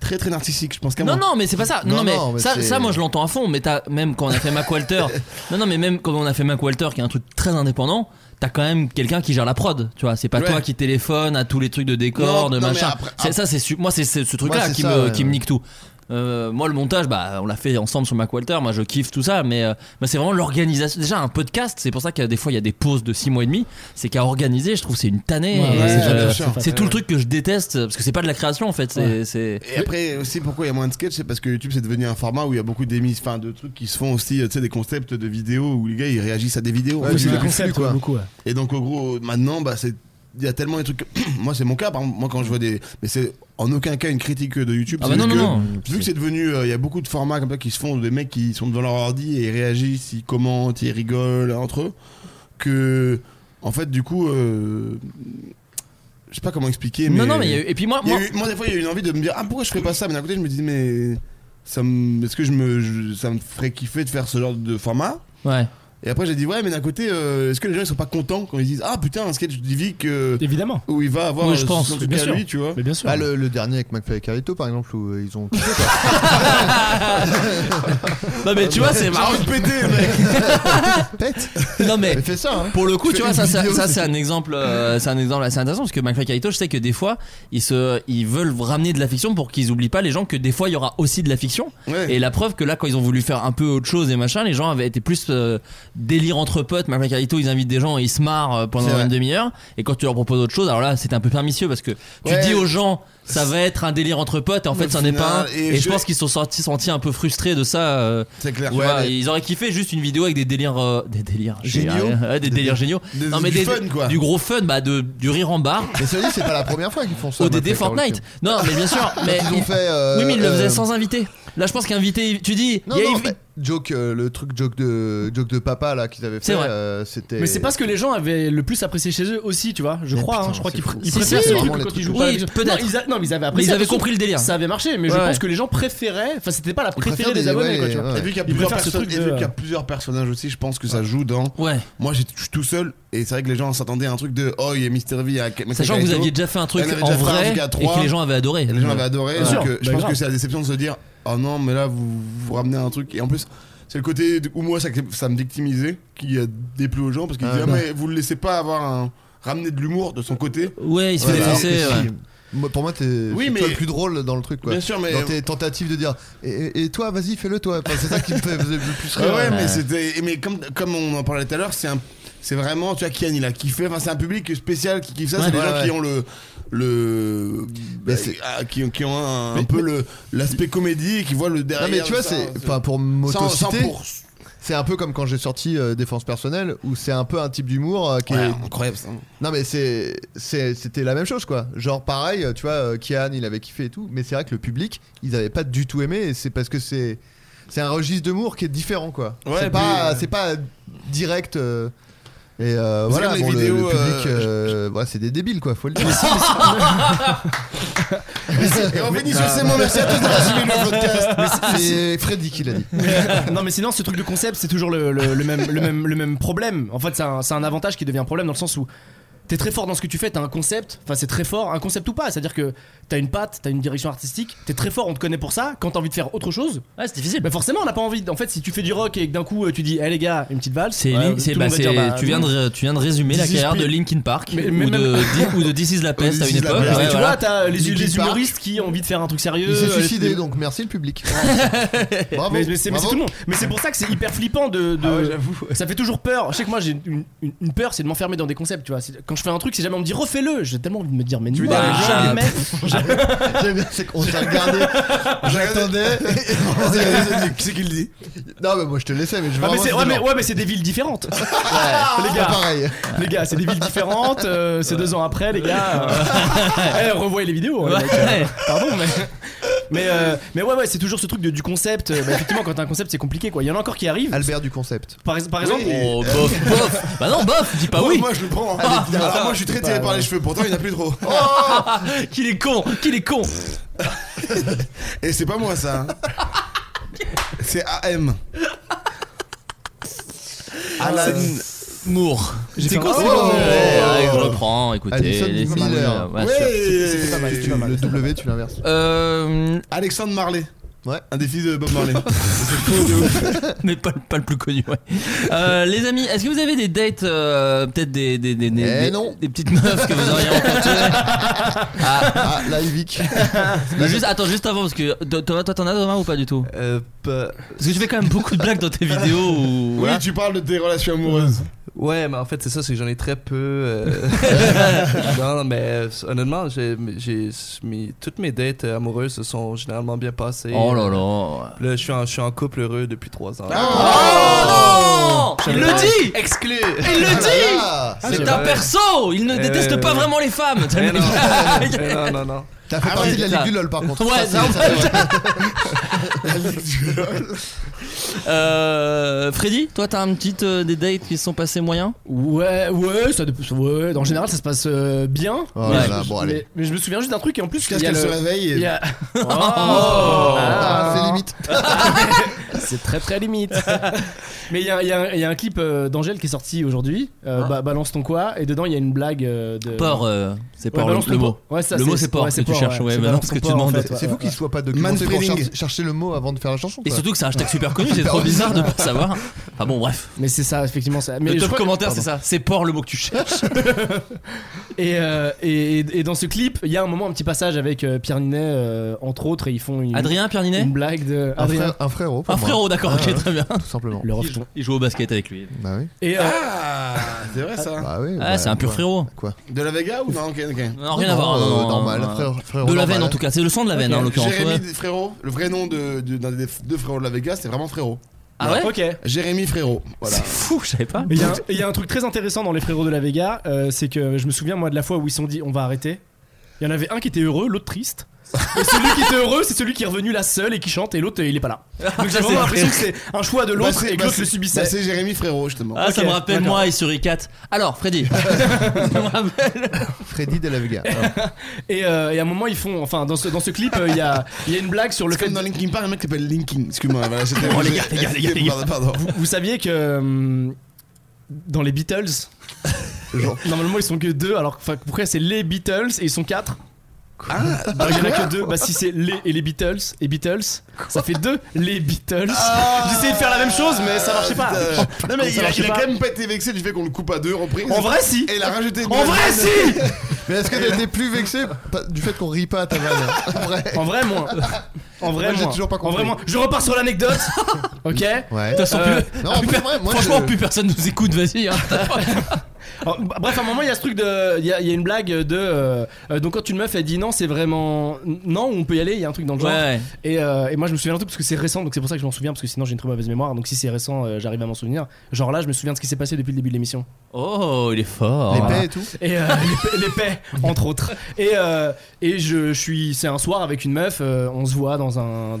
Speaker 7: très très narcissique. Je pense qu'à
Speaker 8: Non,
Speaker 7: moi.
Speaker 8: non, mais c'est pas ça. Non,
Speaker 11: Non,
Speaker 8: mais,
Speaker 11: non, mais
Speaker 8: ça,
Speaker 11: c'est-
Speaker 8: ça, moi, je l'entends à fond. Mais t'as, même quand on a fait Mac Walter, non, non, mais même quand on a fait Mac Walter, qui est un truc très indépendant, t'as quand même quelqu'un qui gère la prod. Tu vois, c'est pas
Speaker 7: Ouais.
Speaker 8: toi qui téléphone à tous les trucs de décor,
Speaker 7: Non,
Speaker 8: de
Speaker 7: non, mais
Speaker 8: machin.
Speaker 7: après-
Speaker 8: C'est- ça, c'est su- moi, c'est c'est ce truc-là
Speaker 11: c'est
Speaker 8: qui,
Speaker 11: ça,
Speaker 8: me,
Speaker 11: ouais,
Speaker 8: qui me
Speaker 11: ouais.
Speaker 8: nique tout. Euh, moi, le montage, bah, on l'a fait ensemble sur MacWalter. Moi, je kiffe tout ça, mais, euh, mais c'est vraiment l'organisation. Déjà, un podcast, c'est pour ça qu'il y a des fois, il y a des pauses de 6 mois et demi. C'est qu'à organiser, je trouve, c'est une tannée.
Speaker 3: Ouais,
Speaker 8: Et,
Speaker 3: ouais,
Speaker 8: euh,
Speaker 3: bien
Speaker 8: c'est
Speaker 3: sûr.
Speaker 8: tout le truc que je déteste parce que c'est pas de la création en fait. C'est, c'est-
Speaker 3: Et après aussi pourquoi il y a moins de sketch c'est parce que YouTube c'est devenu un format où il y a beaucoup d'émissions, enfin de trucs qui se font aussi, euh, tu sais des concepts de vidéos où les gars ils réagissent à des vidéos.
Speaker 1: Ouais,
Speaker 3: en fait,
Speaker 1: c'est des
Speaker 3: devenu
Speaker 1: concepts,
Speaker 3: flux,
Speaker 1: ouais, beaucoup, ouais.
Speaker 3: Et donc au gros maintenant bah c'est il y a tellement de trucs. que- moi c'est mon cas par exemple, moi quand je vois des mais c'est en aucun cas une critique de YouTube.
Speaker 8: Ah
Speaker 3: c'est
Speaker 8: bah
Speaker 3: juste
Speaker 8: non, non,
Speaker 3: que,
Speaker 8: non.
Speaker 3: Vu que c'est devenu, euh, il y a beaucoup de formats comme ça qui se font, des mecs qui sont devant leur ordi et ils réagissent, ils commentent, ils rigolent entre eux, que en fait du coup, euh, je sais pas comment expliquer. Mais
Speaker 8: Non, non, mais il y a eu- et puis moi-
Speaker 3: il y a
Speaker 8: moi-
Speaker 3: eu- des fois il y a eu une envie de me dire ah pourquoi je ferais pas ça, mais d'un côté je me dis mais ça me- est-ce que je me, je- ça me ferait kiffer de faire ce genre de format.
Speaker 8: Ouais.
Speaker 3: Et après j'ai dit ouais mais d'un côté euh, est-ce que les gens ils sont pas contents quand ils disent ah putain un sketch d'Ivic que
Speaker 1: évidemment
Speaker 3: où il va avoir
Speaker 7: Oui,
Speaker 3: euh, son truc à lui tu vois
Speaker 8: Bah,
Speaker 7: Ah, le, le dernier avec McFly et Carlito, par exemple, où euh, ils ont.
Speaker 8: Non mais tu vois c'est marrant. Non mais
Speaker 7: hein.
Speaker 8: pour le coup
Speaker 7: Fais
Speaker 8: tu vois
Speaker 7: une
Speaker 8: ça, ça-
Speaker 7: vidéo,
Speaker 8: ça,
Speaker 7: c'est
Speaker 8: c'est
Speaker 7: tout.
Speaker 8: un exemple euh, c'est un exemple assez intéressant parce que McFly et Carlito je sais que des fois ils se ils veulent ramener de la fiction pour qu'ils oublient pas les gens que des fois il y aura aussi de la fiction
Speaker 3: Ouais.
Speaker 8: et la preuve que là quand ils ont voulu faire un peu autre chose et machin les gens avaient été plus euh, délire entre potes McFly et Carlito ils invitent des gens et ils se marrent euh,
Speaker 3: C'est
Speaker 8: pendant
Speaker 3: vrai.
Speaker 8: une demi-heure et quand tu leur proposes autre chose alors là c'était un peu pernicieux parce que tu
Speaker 3: Ouais.
Speaker 8: dis aux gens ça va être un délire entre potes et en
Speaker 3: Au
Speaker 8: fait ça n'est pas un
Speaker 3: final, et
Speaker 8: et, je
Speaker 3: je-
Speaker 8: pense qu'ils se sont sortis sentis un peu frustrés de ça euh,
Speaker 3: C'est clair.
Speaker 8: tu
Speaker 3: Ouais,
Speaker 8: vois,
Speaker 3: mais-
Speaker 8: ils auraient kiffé juste une vidéo avec des délires euh, des délires
Speaker 7: Géniaux.
Speaker 8: Ouais, des délires géniaux.
Speaker 7: des-
Speaker 8: non mais
Speaker 7: du
Speaker 8: des,
Speaker 7: fun, quoi.
Speaker 8: du gros fun, bah de du rire en barre.
Speaker 7: Mais ça dit, c'est pas la première fois qu'ils font ça.
Speaker 8: Au DD
Speaker 7: McFly et
Speaker 8: Fortnite.
Speaker 7: Carlito.
Speaker 8: Non mais bien sûr.
Speaker 7: Quand
Speaker 8: Mais
Speaker 7: ils ont fait, euh,
Speaker 8: oui mais ils le faisaient
Speaker 7: euh,
Speaker 8: sans invité. Là je pense qu'invité, tu dis.
Speaker 7: Non,
Speaker 8: il y a-
Speaker 7: non, mais joke, euh, le truc joke de, joke de papa là qu'ils avaient
Speaker 8: C'est
Speaker 7: fait,
Speaker 8: vrai.
Speaker 7: euh, c'était.
Speaker 1: Mais c'est pas ce que les gens avaient le plus apprécié chez eux aussi, tu vois. Je
Speaker 7: Mais
Speaker 1: crois, hein,
Speaker 7: putain,
Speaker 1: je crois
Speaker 7: c'est
Speaker 1: qu'ils
Speaker 7: fou.
Speaker 1: pr- ils
Speaker 7: Si,
Speaker 1: préfèrent
Speaker 7: si,
Speaker 1: ce
Speaker 7: oui,
Speaker 1: truc
Speaker 7: les
Speaker 1: quand
Speaker 7: trucs
Speaker 1: ils jouent
Speaker 7: de
Speaker 1: pas.
Speaker 7: oui,
Speaker 1: avec les gens.
Speaker 7: peut-être.
Speaker 1: Non, ils a- Non, mais ils avaient
Speaker 8: Mais
Speaker 1: apprécié.
Speaker 8: ils avaient
Speaker 1: attention.
Speaker 8: compris le délire.
Speaker 1: Ça avait marché, mais je
Speaker 8: Ouais.
Speaker 1: pense que les gens préféraient. Enfin, c'était pas la préférée des abonnés, quoi, tu vois.
Speaker 3: Et vu qu'il y
Speaker 1: Ils
Speaker 3: a plusieurs
Speaker 1: préfèrent ce
Speaker 3: personnes-
Speaker 1: truc.
Speaker 3: et
Speaker 1: de-
Speaker 3: vu qu'il y a plusieurs personnages aussi, je pense que ça joue dans.
Speaker 8: Ouais.
Speaker 3: Moi, j'étais- je suis tout seul, et c'est vrai que les gens s'attendaient à un truc de oh, il y a Mister V à Mister
Speaker 8: Sachant que vous
Speaker 3: Kaito.
Speaker 8: aviez déjà fait un truc
Speaker 3: Elle avait
Speaker 8: en
Speaker 3: déjà fait un
Speaker 8: vrai
Speaker 3: truc à
Speaker 8: et
Speaker 3: trois.
Speaker 8: que les gens avaient adoré.
Speaker 3: Et les gens avaient adoré.
Speaker 8: Bien sûr.
Speaker 3: donc, euh, je
Speaker 8: Bah,
Speaker 3: pense
Speaker 8: grave.
Speaker 3: que c'est la déception de se dire oh non, mais là vous, vous ramenez un truc. Et en plus, c'est le côté de- où moi ça, ça me victimisait qui a déplu aux gens parce qu'ils
Speaker 7: Ah,
Speaker 3: disaient ah,
Speaker 7: bah.
Speaker 3: mais vous le laissez pas avoir un ramener de l'humour de son côté.
Speaker 8: Ouais, il se fait
Speaker 3: Voilà.
Speaker 8: défoncer,
Speaker 3: Et-
Speaker 8: ouais.
Speaker 7: Moi, pour moi, t'es
Speaker 3: Oui,
Speaker 7: c'est
Speaker 3: mais-
Speaker 7: toi le plus drôle dans le truc, quoi.
Speaker 3: Bien sûr, mais-
Speaker 7: Dans tes tentatives de dire. Et, et toi, vas-y, fais-le toi. Enfin, c'est ça qui me fait le plus
Speaker 3: Ouais,
Speaker 7: rire.
Speaker 3: ouais, mais c'était. et Mais comme, comme on en parlait tout à l'heure, c'est un. C'est vraiment, tu vois, Kian, il a kiffé. Enfin, c'est un public spécial qui kiffe ça.
Speaker 7: Ouais.
Speaker 3: c'est des
Speaker 7: Ouais,
Speaker 3: gens
Speaker 7: ouais.
Speaker 3: qui ont le. le bah, ah, qui, qui ont un, un peu le l'aspect comédie et qui voient le
Speaker 7: Non,
Speaker 3: derrière.
Speaker 7: mais tu vois,
Speaker 3: ça,
Speaker 7: c'est.
Speaker 3: ce-
Speaker 7: Enfin, pour
Speaker 3: Sans- sans
Speaker 7: m'auto-citer,
Speaker 3: pour-
Speaker 7: C'est un peu comme quand j'ai sorti euh, Défense personnelle, où c'est un peu un type d'humour euh, qui
Speaker 3: Ouais,
Speaker 7: est.
Speaker 3: incroyable ça.
Speaker 7: Non, mais c'est, c'est- c'était la même chose, quoi. Genre, pareil, euh, tu vois, euh, Kian, il avait kiffé et tout, mais c'est vrai que le public, ils avaient pas du tout aimé, et c'est parce que c'est. C'est un registre d'humour qui est différent, quoi.
Speaker 3: Ouais,
Speaker 7: c'est,
Speaker 3: puis,
Speaker 7: pas,
Speaker 3: euh,
Speaker 7: c'est pas direct. euh, Et euh,
Speaker 3: C'est
Speaker 7: voilà,
Speaker 3: comme les
Speaker 7: bon, le- le,
Speaker 3: vidéos,
Speaker 7: public,
Speaker 3: euh,
Speaker 7: euh, voilà, c'est des débiles, quoi, faut le dire.
Speaker 3: Et on finit sur ces mots. Merci à tous d'avoir suivi le podcast.
Speaker 7: C'est Freddy qui l'a dit.
Speaker 1: non mais sinon ce truc de concept c'est toujours le, le- le même, le, même, le même problème. En fait c'est un, c'est un avantage qui devient un problème dans le sens où t'es très fort dans ce que tu fais, t'as un concept, enfin c'est très fort, un concept ou pas, c'est-à-dire que t'as une patte, t'as une direction artistique, t'es très fort, on te connaît pour ça, quand t'as envie de faire autre chose,
Speaker 8: ouais c'est difficile.
Speaker 1: Bah forcément on n'a pas envie, de- en fait si tu fais du rock et que d'un coup euh, tu dis, eh les gars, une petite valse,
Speaker 8: C'est,
Speaker 1: ouais,
Speaker 8: Lin-
Speaker 1: tout
Speaker 8: c'est-
Speaker 1: le
Speaker 8: bah,
Speaker 1: monde va
Speaker 8: c'est-
Speaker 1: dire, bah,
Speaker 8: tu, viens de, tu viens de résumer la
Speaker 1: This is
Speaker 8: carrière de
Speaker 1: Pete.
Speaker 8: Linkin Park
Speaker 1: Mais- mais
Speaker 8: ou, de,
Speaker 1: même-
Speaker 8: ou de This is la peste à une époque.
Speaker 1: Parce que
Speaker 8: Ouais,
Speaker 1: tu
Speaker 8: voilà.
Speaker 1: vois, t'as les,
Speaker 8: Linkin
Speaker 1: les
Speaker 8: Park.
Speaker 1: humoristes qui ont envie de faire un truc sérieux.
Speaker 7: Il s'est
Speaker 1: euh, les-
Speaker 7: suicidé,
Speaker 1: les-
Speaker 7: donc merci le public. Bravo.
Speaker 1: mais mais c'est mais c'est
Speaker 7: bravo. Ah
Speaker 1: tout le monde. Mais c'est pour ça que c'est hyper flippant de.
Speaker 3: Ah
Speaker 1: de- Ça fait toujours peur. Je sais que moi j'ai une, une- une peur, c'est de m'enfermer dans des concepts. Tu vois, C'est- quand je fais un truc, si jamais on me dit refais-le, j'ai tellement envie de me dire mais non,
Speaker 7: veux dire, les gens,
Speaker 1: jamais.
Speaker 7: J'aime bien, c'est qu'on s'est regardé, j'attendais. et on s'est regardé,
Speaker 3: Qui c'est qui le dit
Speaker 7: Non, mais moi je te laissais, mais je
Speaker 1: Ah,
Speaker 7: vais
Speaker 1: mais c'est- ouais, mais, ouais, mais c'est des villes différentes. les gars,
Speaker 7: pareil.
Speaker 1: les gars, c'est des villes différentes. euh, c'est deux ans après, les gars. euh, eh, revoyez les vidéos. hein, les mecs, euh, pardon, mais. Mais, euh, mais ouais, ouais, c'est toujours ce truc de- du concept. euh, bah, effectivement, quand t'as un concept, c'est compliqué quoi. Il y en a encore qui arrivent.
Speaker 7: Albert du concept.
Speaker 1: Par, ex- par exemple.
Speaker 8: Oh bof bof. Bah non bof, dis pas
Speaker 3: Moi,
Speaker 8: oui.
Speaker 3: Moi, je le prends. hein.
Speaker 8: Ah,
Speaker 3: Alors,
Speaker 8: putain.
Speaker 3: moi, je suis très tiré par les cheveux. Pourtant, il n'y en a plus trop.
Speaker 8: qu'il est con, qu'il est con.
Speaker 3: Et c'est pas moi, ça. hein. C'est AM. Alan.
Speaker 8: Moore.
Speaker 1: J'ai
Speaker 8: C'est
Speaker 1: fait
Speaker 8: quoi
Speaker 1: un-
Speaker 8: ce
Speaker 1: Oh
Speaker 8: nom
Speaker 1: Ouais,
Speaker 8: Je reprends, écoutez.
Speaker 7: Alison
Speaker 8: les films,
Speaker 7: Miller.
Speaker 8: euh, ouais,
Speaker 3: Ouais.
Speaker 8: sûr.
Speaker 3: C'était pas mal, c'était pas mal.
Speaker 7: Le W, tu l'inverses.
Speaker 8: Euh,
Speaker 3: Alexandre Marley.
Speaker 7: Un des fils de Bob
Speaker 3: Marley.
Speaker 8: Mais pas, le- pas le plus connu, ouais. Euh, les amis, est-ce que vous avez des dates, euh, peut-être des, des, des, des, des- des petites meufs que vous auriez rencontrées ah.
Speaker 7: là, Yvick.
Speaker 8: juste, attends, juste avant, parce que Do- Thomas, toi t'en as Thomas ou pas du tout Parce que tu fais quand même beaucoup de blagues dans tes vidéos. Ou...
Speaker 3: Oui,
Speaker 8: voilà.
Speaker 3: tu parles de tes relations amoureuses.
Speaker 9: Euh, Ouais, mais en fait, c'est ça, c'est que j'en ai très peu. euh, non, non, mais euh, honnêtement, j'ai, j'ai- mes- toutes mes dates euh, amoureuses se sont généralement bien passées.
Speaker 8: Oh là là.
Speaker 9: Là, je suis en, je suis en couple heureux depuis trois ans.
Speaker 8: Oh, non
Speaker 9: Je
Speaker 8: Il
Speaker 9: l'ai
Speaker 8: le
Speaker 9: pas.
Speaker 8: dit
Speaker 9: Exclu
Speaker 8: Il le dit
Speaker 7: Ah,
Speaker 8: C'est un
Speaker 9: vrai.
Speaker 8: perso Il ne
Speaker 9: Eh
Speaker 8: déteste
Speaker 9: ouais,
Speaker 8: pas
Speaker 9: ouais.
Speaker 8: vraiment les femmes
Speaker 9: Eh non. Eh non, non, non.
Speaker 7: T'as fait
Speaker 8: Ah
Speaker 7: partie
Speaker 8: ouais,
Speaker 7: de la
Speaker 8: ça.
Speaker 7: Ligue du LOL par contre.
Speaker 8: Ouais,
Speaker 7: Ça, c'est-
Speaker 8: ça, en fait.
Speaker 7: La Ligue du LOL.
Speaker 8: Euh, Freddy, toi t'as un petit euh, des dates qui se sont passés moyens
Speaker 1: Ouais, ouais, ça, dé- ouais, en général ça se passe euh, bien.
Speaker 7: Oh
Speaker 1: mais,
Speaker 7: là
Speaker 1: je-
Speaker 7: là, bon,
Speaker 1: mais-
Speaker 7: allez.
Speaker 1: mais je me souviens juste d'un truc et en plus
Speaker 3: Jusqu'à
Speaker 1: il y a
Speaker 3: ce qu'elle
Speaker 1: le-
Speaker 3: se réveille et-
Speaker 1: il y a-
Speaker 3: Oh.
Speaker 1: Ah.
Speaker 7: C'est limite.
Speaker 1: C'est très très limite. mais il y, a- il y a un- il y a un clip euh, d'Angèle qui est sorti aujourd'hui, euh, Ba- Balance ton quoi, et dedans il y a une blague euh, de.
Speaker 8: Ah. Porc, euh, c'est
Speaker 1: Ouais,
Speaker 8: porc,
Speaker 1: balance
Speaker 8: le
Speaker 1: ton
Speaker 8: mot.
Speaker 1: porc. Ouais, ça,
Speaker 8: Le mot, c'est porc
Speaker 1: ouais,
Speaker 8: que tu cherches, ouais,
Speaker 1: C'est
Speaker 8: maintenant,
Speaker 1: balance
Speaker 8: parce
Speaker 1: ton
Speaker 8: que tu
Speaker 1: porc, en
Speaker 8: demandes-
Speaker 1: fait,
Speaker 7: C'est
Speaker 1: ouais,
Speaker 7: fou
Speaker 1: ouais.
Speaker 7: qu'il soit pas documenté pour
Speaker 1: Manspreading.
Speaker 7: cher- chercher le mot avant de faire la chanson.
Speaker 8: Et
Speaker 7: quoi.
Speaker 8: surtout que c'est un hashtag super connu,
Speaker 7: Ouais.
Speaker 8: c'est trop bizarre de pas savoir. Ah bon, bref.
Speaker 1: Mais c'est ça, effectivement. Ça. Mais
Speaker 8: le
Speaker 1: je
Speaker 8: top
Speaker 1: crois-
Speaker 8: commentaire,
Speaker 1: Pardon.
Speaker 8: c'est ça. C'est porc le mot que tu cherches.
Speaker 1: Et, euh, et, et dans ce clip, il y a un moment, un petit passage avec euh, Pierre Ninet, euh, entre autres, et ils font une.
Speaker 8: Adrien, Pierre Ninet
Speaker 1: Une blague de.
Speaker 7: Un,
Speaker 1: Adrien.
Speaker 7: frère, un frérot. pour
Speaker 8: Un
Speaker 7: moi.
Speaker 8: frérot, d'accord,
Speaker 7: Ouais,
Speaker 8: ok,
Speaker 7: ouais,
Speaker 8: très bien.
Speaker 7: Tout simplement.
Speaker 1: Le rejeton.
Speaker 8: Il joue au basket avec lui.
Speaker 7: Bah oui.
Speaker 1: Et. euh,
Speaker 3: Ah, c'est vrai ça.
Speaker 7: Bah oui.
Speaker 8: Ah,
Speaker 7: bah,
Speaker 8: c'est un pur
Speaker 7: quoi.
Speaker 8: frérot.
Speaker 7: Quoi
Speaker 3: De la Vega ou non Ok, ok.
Speaker 8: Non, rien à voir.
Speaker 7: euh,
Speaker 8: non, non,
Speaker 7: normal,
Speaker 8: non,
Speaker 7: frère-
Speaker 8: non.
Speaker 7: frère
Speaker 8: De la
Speaker 7: normal.
Speaker 8: veine, en tout cas. C'est le sang de la veine, hein, en l'occurrence.
Speaker 3: Jérémy
Speaker 8: ouais.
Speaker 3: des Frérot, le vrai nom de, de- d'un des deux frérots de la Vega, c'est vraiment Frérot.
Speaker 8: Ah ouais
Speaker 1: Ok.
Speaker 3: Jérémy Frérot. Voilà.
Speaker 8: C'est fou, je savais pas.
Speaker 1: Et Il y, a un- et il y a un truc très intéressant dans les frérots de la Vega, euh, c'est que je me souviens moi de la fois où ils se sont dit on va arrêter. Il y en avait un qui était heureux, l'autre triste. Et celui qui était heureux, c'est celui qui est revenu la seule et qui chante, et l'autre euh, il est pas là. Donc j'ai
Speaker 8: Ça,
Speaker 1: vraiment
Speaker 8: c'est-
Speaker 1: l'impression que c'est un choix de
Speaker 3: Bah,
Speaker 1: l'autre
Speaker 3: c'est-
Speaker 1: et que
Speaker 3: bah,
Speaker 1: l'autre
Speaker 3: c'est-
Speaker 1: le subissait.
Speaker 3: bah, c'est Jérémy Frérot, justement.
Speaker 8: Ah, ça
Speaker 1: Ok,
Speaker 8: me rappelle
Speaker 1: d'accord.
Speaker 8: moi et Suricat. Alors, Freddy. ça me rappelle.
Speaker 7: Freddy de la Vega.
Speaker 1: Et, euh, et à un moment ils font, enfin dans ce, dans ce clip, euh, il y, a, il y a une blague sur le
Speaker 3: C'est
Speaker 1: fait.
Speaker 3: comme dans Linkin Park, un mec qui s'appelle Linkin. Excuse-moi, voilà, j'étais.
Speaker 8: Oh, les gars, les gars, les gars, les gars.
Speaker 3: Pardon.
Speaker 1: Vous, vous saviez que euh, dans les Beatles,
Speaker 7: Genre.
Speaker 1: normalement ils sont que deux, alors que- enfin, pourquoi c'est les Beatles et ils sont quatre
Speaker 7: Ah,
Speaker 1: Alors, il y en a que deux. Bah, si c'est les et les Beatles et Beatles, ça fait deux. Les Beatles.
Speaker 7: Ah.
Speaker 1: J'essayais de faire la même chose, mais ça marchait
Speaker 8: Ah,
Speaker 1: pas.
Speaker 3: Euh, non, mais
Speaker 1: Ça
Speaker 3: il a,
Speaker 1: marchait
Speaker 3: il a
Speaker 1: pas.
Speaker 3: quand même pas été vexé du fait qu'on le coupe à deux reprises.
Speaker 1: En vrai, si.
Speaker 3: Et il a rajouté une
Speaker 1: En
Speaker 3: nouvelle
Speaker 1: vrai,
Speaker 3: vanne.
Speaker 1: si.
Speaker 7: Mais est-ce que t'as été plus vexé pa- du fait qu'on rit pas à ta vanne En vrai.
Speaker 1: En vrai, moins. En vrai,
Speaker 7: Moi, j'ai
Speaker 1: moins.
Speaker 7: toujours pas
Speaker 1: En vrai,
Speaker 7: compris.
Speaker 1: moins. Je repars sur l'anecdote. Ok.
Speaker 8: De
Speaker 7: Ouais.
Speaker 8: toute façon,
Speaker 1: Euh,
Speaker 8: plus- plus
Speaker 7: Non, en
Speaker 8: per-
Speaker 7: plus, ouais, moi,
Speaker 8: Ah, franchement,
Speaker 7: je-
Speaker 8: plus personne nous écoute, vas-y. hein.
Speaker 1: Alors, bah, bref, à un moment, il y a ce truc de. Il y, a il y a une blague de. euh, euh, donc, quand une meuf, elle dit non, c'est vraiment. Non, on peut y aller, il y a un truc dans le genre.
Speaker 8: Ouais.
Speaker 1: Et, euh, et moi, je me souviens d'un truc parce que c'est récent, donc c'est pour ça que je m'en souviens, parce que sinon, j'ai une très mauvaise mémoire. Donc, si c'est récent, euh, j'arrive à m'en souvenir. Genre là, je me souviens de ce qui s'est passé depuis le début de l'émission.
Speaker 8: Oh, il est fort.
Speaker 7: Les paix et tout.
Speaker 1: et euh, les, pa- les paix entre autres et euh, et je, je suis c'est un soir avec une meuf euh, on se voit dans un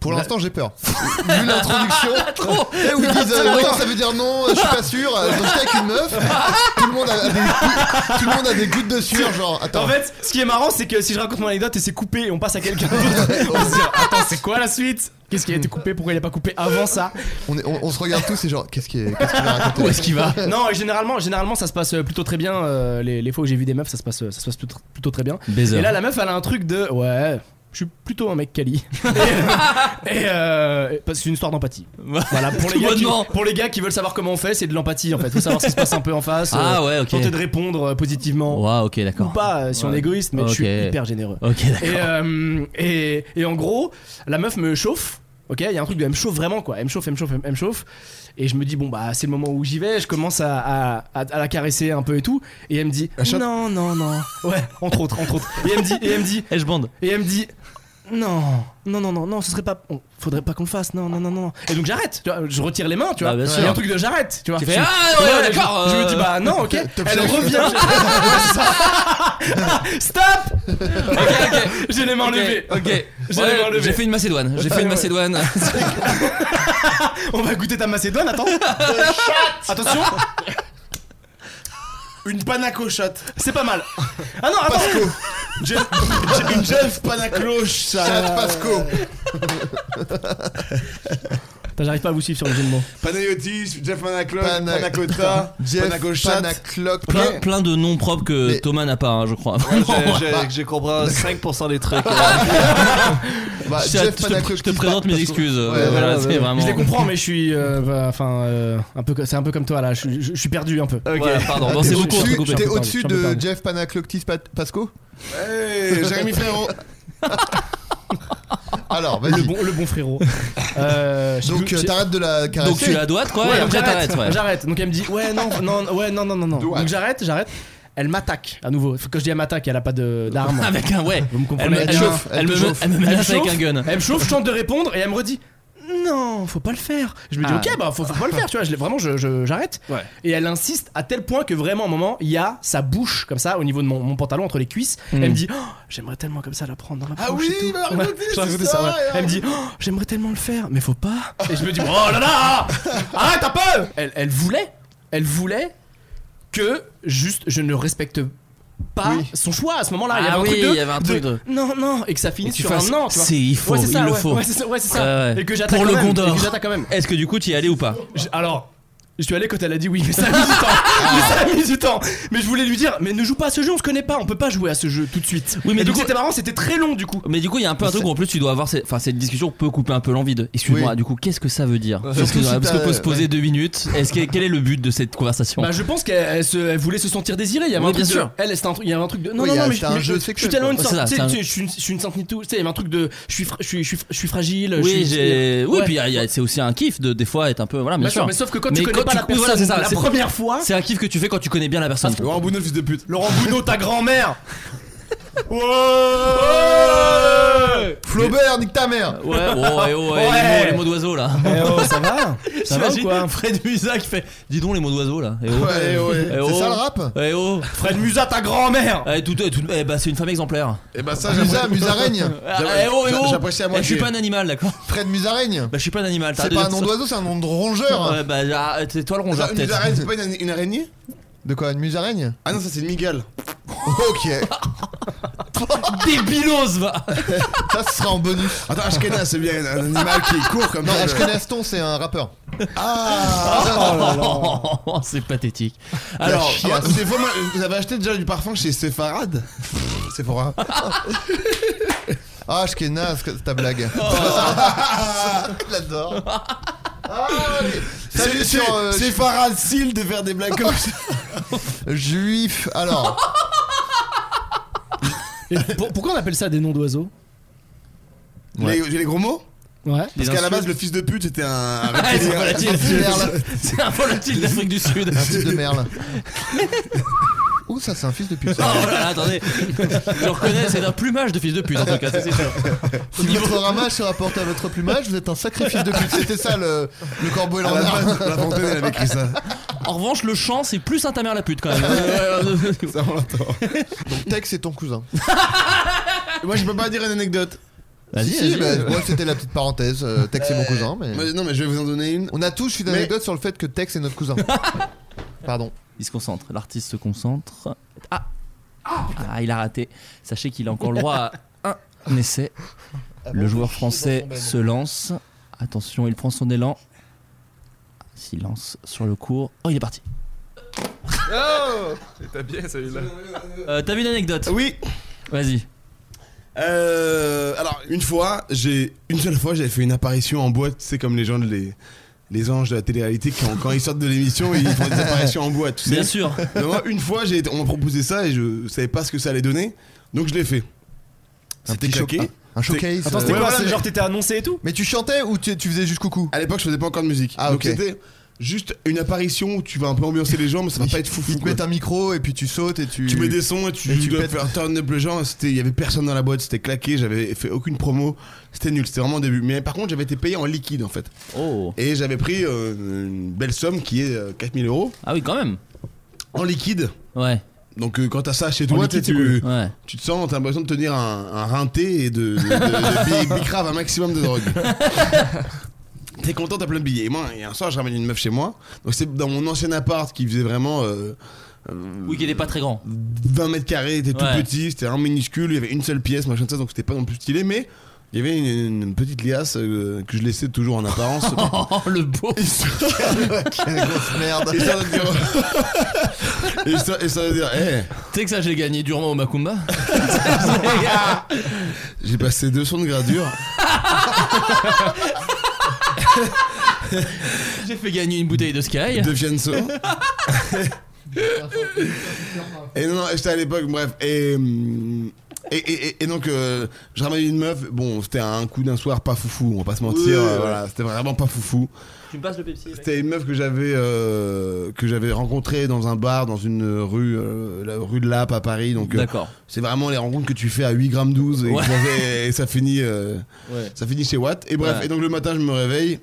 Speaker 7: Pour l'instant, j'ai peur. Vu l'introduction.
Speaker 8: Ah,
Speaker 7: Et où ils disent euh, non, ça veut dire non, je suis pas sûr. euh, Donc j'étais avec une meuf. Tout le monde a a des, tout le monde a des gouttes de sueur, genre. Attends.
Speaker 1: en fait ce qui est marrant c'est que si je raconte mon anecdote et c'est coupé et on passe à quelqu'un d'autre on va se dire attends c'est quoi la suite qu'est-ce qui a été coupé pourquoi il a pas coupé avant ça
Speaker 7: On, est- on- on se regarde tous et genre, qu'est-ce qu'il qu'est-ce qu'il va raconter
Speaker 8: Où est-ce qu'il va
Speaker 1: non et généralement généralement ça se passe plutôt très bien euh, les, les fois où j'ai vu des meufs ça se passe euh, ça se passe plutôt, plutôt très bien
Speaker 8: Baiser.
Speaker 1: et là la meuf elle a un truc de ouais je suis plutôt un mec quali et, euh, et, euh, parce que c'est une histoire d'empathie Voilà, pour les,
Speaker 8: Tout
Speaker 1: gars qui,
Speaker 8: bonnement.
Speaker 1: pour les gars qui veulent savoir comment on fait, c'est de l'empathie en fait. Faut savoir ce qui se passe un peu en face. euh,
Speaker 8: Ah ouais, ok.
Speaker 1: Tenter de répondre euh, positivement.
Speaker 8: Waouh, ok,
Speaker 1: Ou
Speaker 8: d'accord.
Speaker 1: pas euh, si on
Speaker 8: Ouais.
Speaker 1: est égoïste, mais je suis
Speaker 8: Ok.
Speaker 1: hyper généreux.
Speaker 8: Ok,
Speaker 1: Et,
Speaker 8: d'accord.
Speaker 1: euh, et, et en gros, la meuf me chauffe. Ok, il y a un truc de elle me chauffe vraiment quoi. Elle me chauffe, elle me chauffe, elle me chauffe. Et je me dis, bon bah c'est le moment où j'y vais. Je commence à, à, à- à la caresser un peu et tout. Et elle me dit,
Speaker 3: La chatte-
Speaker 1: non, non, non. Ouais, entre autres, entre autres. Et elle me dit, et elle me dit,
Speaker 8: Et je bande.
Speaker 1: et elle me dit non, non, non, non, non, ce serait pas. on- faudrait pas qu'on le fasse, non, non, non, non. non. Et donc j'arrête, tu vois, je retire les mains, tu vois.
Speaker 8: Ah, bien
Speaker 1: Il y
Speaker 8: sûr.
Speaker 1: a un truc de j'arrête, tu vois.
Speaker 8: Tu fais,
Speaker 1: Je-
Speaker 8: ah, ouais, ouais,
Speaker 1: je-
Speaker 8: d'accord,
Speaker 1: Je,
Speaker 8: euh,
Speaker 1: me dis, bah non, ok.
Speaker 7: top
Speaker 1: Elle
Speaker 7: chef.
Speaker 1: revient. Stop J'ai les mains
Speaker 8: Ok,
Speaker 1: levées.
Speaker 8: ok.
Speaker 1: J'ai
Speaker 8: Ouais,
Speaker 1: les mains
Speaker 8: J'ai
Speaker 1: levées.
Speaker 8: fait une Macédoine. J'ai fait une Macédoine.
Speaker 1: On va goûter ta Macédoine, attends. Attention,
Speaker 3: Une panacochotte.
Speaker 1: c'est pas mal. Ah non, attends.
Speaker 3: J'ai j'ai une jeff panacloche,
Speaker 7: Chat
Speaker 3: ça.
Speaker 7: Pasco.
Speaker 1: Attends, J'arrive pas à vous suivre sur le jeu de mots.
Speaker 3: Panayotis, Jeff panacloche,
Speaker 7: Pana-
Speaker 3: panacota,
Speaker 7: Jeff Bah,
Speaker 3: panacochat.
Speaker 7: Panacloc.
Speaker 8: Plein, plein de noms propres que
Speaker 7: Mais-
Speaker 8: Thomas n'a pas, hein, je crois.
Speaker 1: Ah,
Speaker 9: J'ai, j'ai, j'ai compris 5% des trucs. euh.
Speaker 7: Bah,
Speaker 8: Je te-
Speaker 7: Jeff
Speaker 8: je te-
Speaker 7: Panaclock
Speaker 8: je te
Speaker 7: qui
Speaker 8: présente
Speaker 7: parle,
Speaker 8: mes
Speaker 7: parce que-
Speaker 8: excuses. euh,
Speaker 7: Ouais,
Speaker 8: voilà,
Speaker 7: ouais,
Speaker 8: c'est
Speaker 7: ouais.
Speaker 8: vraiment.
Speaker 1: Je les comprends, mais je suis, euh, bah, enfin, euh, un peu, co- c'est un peu comme toi là. Je, je- je suis perdu un peu.
Speaker 8: Voilà, Ah,
Speaker 1: Ah,
Speaker 8: pardon, dans ces mots courts,
Speaker 7: Au-dessus-
Speaker 8: coupé. Je
Speaker 7: T'es
Speaker 8: suis un peu
Speaker 7: au-dessus
Speaker 8: perdu, je suis un peu
Speaker 7: de
Speaker 8: perdu.
Speaker 7: Jeff Panacloctis Pat- Pasco
Speaker 3: Hey, Jérémy Frérot
Speaker 7: Alors, vas-y.
Speaker 1: Le bon, le bon frérot. Euh, je sais
Speaker 7: Donc
Speaker 1: plus-
Speaker 7: euh,
Speaker 1: je-
Speaker 7: t'arrêtes de la caresser.
Speaker 8: tu la doigtes, quoi, et
Speaker 1: donc
Speaker 8: après,
Speaker 1: j'arrête,
Speaker 8: t'arrêtes, ouais.
Speaker 1: J'arrête. Donc elle me dit ouais non non ouais non non non non.
Speaker 7: Douane.
Speaker 1: Donc j'arrête j'arrête. Elle m'attaque à nouveau. Faut que je dis elle m'attaque, elle a pas de- d'arme.
Speaker 8: Avec un ouais.
Speaker 1: Vous me comprenez
Speaker 8: Elle me-
Speaker 1: bien.
Speaker 8: elle chauffe, elle me-
Speaker 1: Elle chauffe.
Speaker 8: elle me menace avec un gun.
Speaker 1: Elle me chauffe, je tente de répondre et elle me redit non, faut pas le faire. Je me dis
Speaker 8: Ah.
Speaker 1: ok bah faut, faut pas le faire, tu vois. Je l'ai- vraiment je- je- j'arrête.
Speaker 8: Ouais.
Speaker 1: Et elle insiste à tel point que vraiment à un moment il y a sa bouche comme ça au niveau de mon, mon pantalon entre les cuisses.
Speaker 8: Mm.
Speaker 1: Elle me dit Oh, j'aimerais tellement comme ça la prendre dans la
Speaker 3: Ah
Speaker 1: bouche
Speaker 3: oui,
Speaker 1: et tout.
Speaker 3: il m'a raconté,
Speaker 1: Je t'ai
Speaker 3: c'est
Speaker 1: raconté
Speaker 3: ça,
Speaker 1: ça, ouais.
Speaker 3: et
Speaker 1: Elle me
Speaker 3: alors
Speaker 1: dit Oh, j'aimerais tellement le faire mais faut pas. Et je me dis oh là là arrête un peu. Elle, elle voulait elle voulait que juste je ne respecte pas son choix à ce moment-là. il y
Speaker 8: Ah
Speaker 1: avait un
Speaker 8: oui,
Speaker 1: truc de,
Speaker 8: il y avait un truc de-
Speaker 1: non non et que ça
Speaker 8: Et
Speaker 1: finisse
Speaker 8: tu
Speaker 1: sur
Speaker 8: fasses-
Speaker 1: un non. tu vois.
Speaker 8: C'est il faut,
Speaker 1: Ouais, c'est ça,
Speaker 8: il le
Speaker 1: ouais,
Speaker 8: faut.
Speaker 1: ouais, c'est ça, ouais, c'est ça.
Speaker 8: Ouais, ouais.
Speaker 1: Et que j'attaque
Speaker 8: Pour
Speaker 1: quand
Speaker 8: le
Speaker 1: même, et que
Speaker 8: Gondor.
Speaker 1: j'attaque quand même.
Speaker 8: Est-ce que du coup tu y es allé ou pas
Speaker 1: Je- Alors, je suis allé quand elle a dit oui, mais ça a mis du temps.
Speaker 8: Ah.
Speaker 1: Mais ça a mis du temps. Mais je voulais lui dire, mais ne joue pas à ce jeu, on se connaît pas, on peut pas jouer à ce jeu tout de suite.
Speaker 8: Oui, mais
Speaker 1: Et
Speaker 8: du
Speaker 1: donc
Speaker 8: coup-
Speaker 1: c'était marrant, c'était très long du coup.
Speaker 8: Mais du coup, il y a un peu un truc où en plus tu dois avoir. ces- Enfin, cette discussion peut couper un peu l'envie de. Excuse-moi,
Speaker 1: Oui.
Speaker 8: du coup, qu'est-ce que ça veut dire
Speaker 1: Ouais.
Speaker 8: Parce que-
Speaker 1: Surtout si
Speaker 8: parce qu'on
Speaker 1: t'as-
Speaker 8: peut se poser
Speaker 1: ouais.
Speaker 8: deux minutes. Est-ce que- quel est le but de cette conversation
Speaker 1: Bah je pense qu'elle elle se- elle voulait se sentir désirée. Il y avait
Speaker 8: Oui,
Speaker 1: un truc
Speaker 8: bien
Speaker 1: de-
Speaker 8: sûr.
Speaker 1: Elle, c'était un truc. Il y avait un truc de. Non,
Speaker 7: Oui,
Speaker 1: non,
Speaker 7: il y
Speaker 1: non,
Speaker 7: a-
Speaker 1: mais je,
Speaker 7: c'était un
Speaker 1: je-
Speaker 7: jeu
Speaker 1: je-
Speaker 7: sexuel,
Speaker 1: Je suis tellement
Speaker 7: quoi.
Speaker 1: une
Speaker 8: C'est ça,
Speaker 1: sainte. tu sais,
Speaker 8: c'est un-
Speaker 1: tu sais, Je suis une- je suis une sainte ni tout. Tu sais, il y avait un truc de. Je suis, fra- je suis, je suis, je suis fragile. je
Speaker 8: Oui,
Speaker 1: suis-
Speaker 8: j'ai. Oui,
Speaker 1: Ouais.
Speaker 8: puis il y a- il y a- c'est aussi un kiff de des fois être un peu. Voilà, bien
Speaker 1: Bien sûr,
Speaker 8: sûr.
Speaker 1: mais sauf que quand tu connais pas la
Speaker 8: oui, voilà,
Speaker 1: personne
Speaker 8: c'est ça,
Speaker 1: la
Speaker 8: c'est-
Speaker 1: première fois-
Speaker 8: C'est un kiff que tu fais quand tu connais bien la
Speaker 1: Ah,
Speaker 8: personne.
Speaker 3: Laurent Bounot, le fils de pute.
Speaker 1: Laurent Bounot, ta grand-mère
Speaker 7: Flaubert, nique ta mère
Speaker 8: Ouais, oh, ouais, oh, ouais,
Speaker 7: Ouais.
Speaker 8: Les mots, les mots d'oiseau là.
Speaker 1: Eh oh, ça va Ça va ou
Speaker 8: J'imagine
Speaker 1: quoi
Speaker 8: Fred Musa qui fait Dis donc les mots d'oiseau là. Eh oh.
Speaker 7: Ouais, eh oh, ouais.
Speaker 8: Eh oh.
Speaker 7: C'est ça, le rap
Speaker 8: Eh oh.
Speaker 1: Fred Musa, ta grand-mère
Speaker 8: Eh, tout, eh, tout- eh, bah, c'est une femme exemplaire.
Speaker 3: Et bah ça,
Speaker 7: Musa,
Speaker 3: j'aimerais-
Speaker 7: Musa règne
Speaker 8: Ah, eh oh, eh oh.
Speaker 7: J'apprécie à
Speaker 8: Eh,
Speaker 7: moi.
Speaker 8: Je suis pas un animal, d'accord
Speaker 7: Fred Musaraigne
Speaker 8: Bah, je suis pas un animal. t'as
Speaker 7: C'est pas un
Speaker 8: arrêté de-
Speaker 7: nom d'oiseau, c'est un nom de rongeur
Speaker 8: Ouais, bah, ah, c'est toi le rongeur
Speaker 3: Attends, Une
Speaker 8: peut-être.
Speaker 3: araignée, c'est pas une, une araignée
Speaker 7: De quoi, une musaraigne
Speaker 3: Ah non, ça c'est une migale.
Speaker 7: Ok,
Speaker 8: Débilose, va
Speaker 7: ça ce sera en bonus.
Speaker 3: Attends, Ashkenaz, c'est bien un animal qui court comme Ah,
Speaker 7: Non,
Speaker 3: ça.
Speaker 7: Ashkenaston, c'est un rappeur.
Speaker 8: Oh, C'est pathétique.
Speaker 3: Alors,
Speaker 8: Alors,
Speaker 3: ah, des fois,
Speaker 7: euh,
Speaker 3: moi, vous avez acheté déjà du parfum chez Sepharad Sephora
Speaker 7: Ah, Ashkenaz, ta blague.
Speaker 3: Oh.
Speaker 7: J'adore. Ah,
Speaker 3: C'est
Speaker 7: Salut sur, euh,
Speaker 3: c'est Farad Seal de faire des blagues comme ça.
Speaker 7: Juif, alors.
Speaker 1: Et pour- Pourquoi on appelle ça des noms d'oiseaux
Speaker 7: Ouais.
Speaker 3: Les, les gros mots
Speaker 1: Ouais.
Speaker 8: Des
Speaker 3: Parce qu'à la
Speaker 8: insultes.
Speaker 3: base, le fils de pute c'était un.
Speaker 8: Ah, c'est
Speaker 3: reptilien.
Speaker 8: volatile.
Speaker 7: Merle.
Speaker 8: C'est un volatile d'Afrique du Sud.
Speaker 7: Un fils de merle. Ouh, ça, c'est un fils de pute.
Speaker 8: Oh
Speaker 7: ça.
Speaker 8: là là, attendez. Je reconnais, c'est un plumage de fils de pute en tout cas, ça, c'est sûr.
Speaker 7: Si votre ramage se rapporte à votre plumage, vous êtes un sacré fils de pute. C'était ça le, le corbeau et
Speaker 3: À Ah, la
Speaker 7: l'enfer.
Speaker 3: base, La fontaine, elle avait écrit ça.
Speaker 8: En revanche, le chant, c'est plus un ta mère la pute quand même. Euh, euh,
Speaker 3: Ça, on l'entend.
Speaker 7: Tex c'est ton cousin.
Speaker 3: Moi, je peux pas dire une anecdote.
Speaker 8: Vas-y,
Speaker 7: Si,
Speaker 8: vas-y.
Speaker 7: bah, moi c'était la petite parenthèse. euh, Tex est mon cousin, mais.
Speaker 3: Mais Non, mais je vais vous en donner une.
Speaker 7: On a tous une
Speaker 3: Mais-
Speaker 7: anecdote sur le fait que Tex est notre cousin. Pardon.
Speaker 8: Il se concentre, l'artiste se concentre. Ah Ah, il a raté. Sachez qu'il a encore le droit à un essai.
Speaker 7: Ah
Speaker 8: Le joueur français se lance. Attention, il prend son élan. Silence sur le cours. Oh, il est parti.
Speaker 9: T'as Oh, bien celui-là.
Speaker 8: Euh, T'as vu une anecdote
Speaker 3: Oui.
Speaker 8: Vas-y.
Speaker 3: Euh, alors, une fois, j'ai une seule fois, j'avais fait une apparition en boîte. C'est comme les gens de les. Les anges de la télé-réalité, quand, quand ils sortent de l'émission, ils font des apparitions en boîte. tu sais.
Speaker 8: Bien sûr.
Speaker 3: Mais moi, une fois, j'ai été- on m'a proposé ça et je savais pas ce que ça allait donner, donc je l'ai fait. C'était
Speaker 7: petit show-
Speaker 3: claqué.
Speaker 7: Un showcase.
Speaker 1: Attends, c'était
Speaker 7: euh,
Speaker 3: Ouais,
Speaker 1: quoi
Speaker 3: voilà,
Speaker 1: c'est
Speaker 3: mais-
Speaker 1: Genre t'étais annoncé et tout
Speaker 7: Mais tu chantais ou tu, tu faisais juste coucou
Speaker 3: À l'époque, je faisais pas encore de musique.
Speaker 7: Ah,
Speaker 3: donc
Speaker 7: ok.
Speaker 3: c'était juste une apparition où tu vas un peu ambiancer les gens, mais ça Ah, va pas être fou.
Speaker 7: Ils te mettent un micro et puis tu sautes et tu.
Speaker 3: Tu mets des sons et tu,
Speaker 7: Et tu
Speaker 3: dois
Speaker 7: pètes.
Speaker 3: faire turn up le genre. C'était, il y avait personne dans la boîte, c'était claqué. J'avais fait aucune promo. C'était nul. C'était vraiment au début. Mais par contre, j'avais été payé en liquide en fait.
Speaker 8: Oh.
Speaker 3: Et j'avais pris euh, une belle somme qui est euh, 4000 euros
Speaker 8: Ah oui, quand même.
Speaker 3: en liquide.
Speaker 8: Ouais.
Speaker 3: Donc euh, quand t'as ça chez
Speaker 8: En
Speaker 3: toi,
Speaker 8: liquide,
Speaker 3: tu,
Speaker 8: c'est cool. Ouais.
Speaker 3: tu te sens, t'as l'impression de tenir un, un rinté et de, de, de- de bi- bicrave un maximum de drogue. T'es content, t'as plein de billets. Et moi, il y a un soir, je ramène une meuf chez moi. Donc c'est dans mon ancien appart qui faisait vraiment. euh,
Speaker 8: Oui, qui n'est pas très grand.
Speaker 3: 20 mètres carrés, était tout
Speaker 8: Ouais.
Speaker 3: petit, c'était un minuscule, il y avait une seule pièce, machin de ça, donc c'était pas non plus stylé, mais il y avait une, une petite liasse euh, que je laissais toujours en apparence.
Speaker 8: Oh, le beau.
Speaker 7: Quelle grosse merde.
Speaker 3: Et ça de dire. et ça, et ça de dire, Eh,
Speaker 8: Tu sais que ça, j'ai gagné durement au Macumba.
Speaker 3: j'ai passé 200 de gradure.
Speaker 8: J'ai fait gagner une bouteille de Sky.
Speaker 3: De Fianso. Et non, non, j'étais à l'époque, bref. Et, hum, et, et- et- et donc, euh, je ramenais une meuf. Bon, c'était un coup d'un soir pas foufou, on va pas se mentir.
Speaker 9: Oui,
Speaker 3: euh,
Speaker 9: ouais.
Speaker 3: voilà, c'était vraiment pas foufou.
Speaker 8: Tu me passes le Pepsi.
Speaker 3: C'était une meuf que j'avais euh, que j'avais rencontrée dans un bar dans une euh, rue euh, la rue de Lappe à Paris donc euh,
Speaker 8: D'accord.
Speaker 3: c'est vraiment les rencontres que tu fais à 8 grammes 12 et, que
Speaker 8: Ouais.
Speaker 3: ça fait- et ça finit euh,
Speaker 8: Ouais.
Speaker 3: ça finit chez Watt et bref
Speaker 8: Ouais.
Speaker 3: et donc le matin je me réveille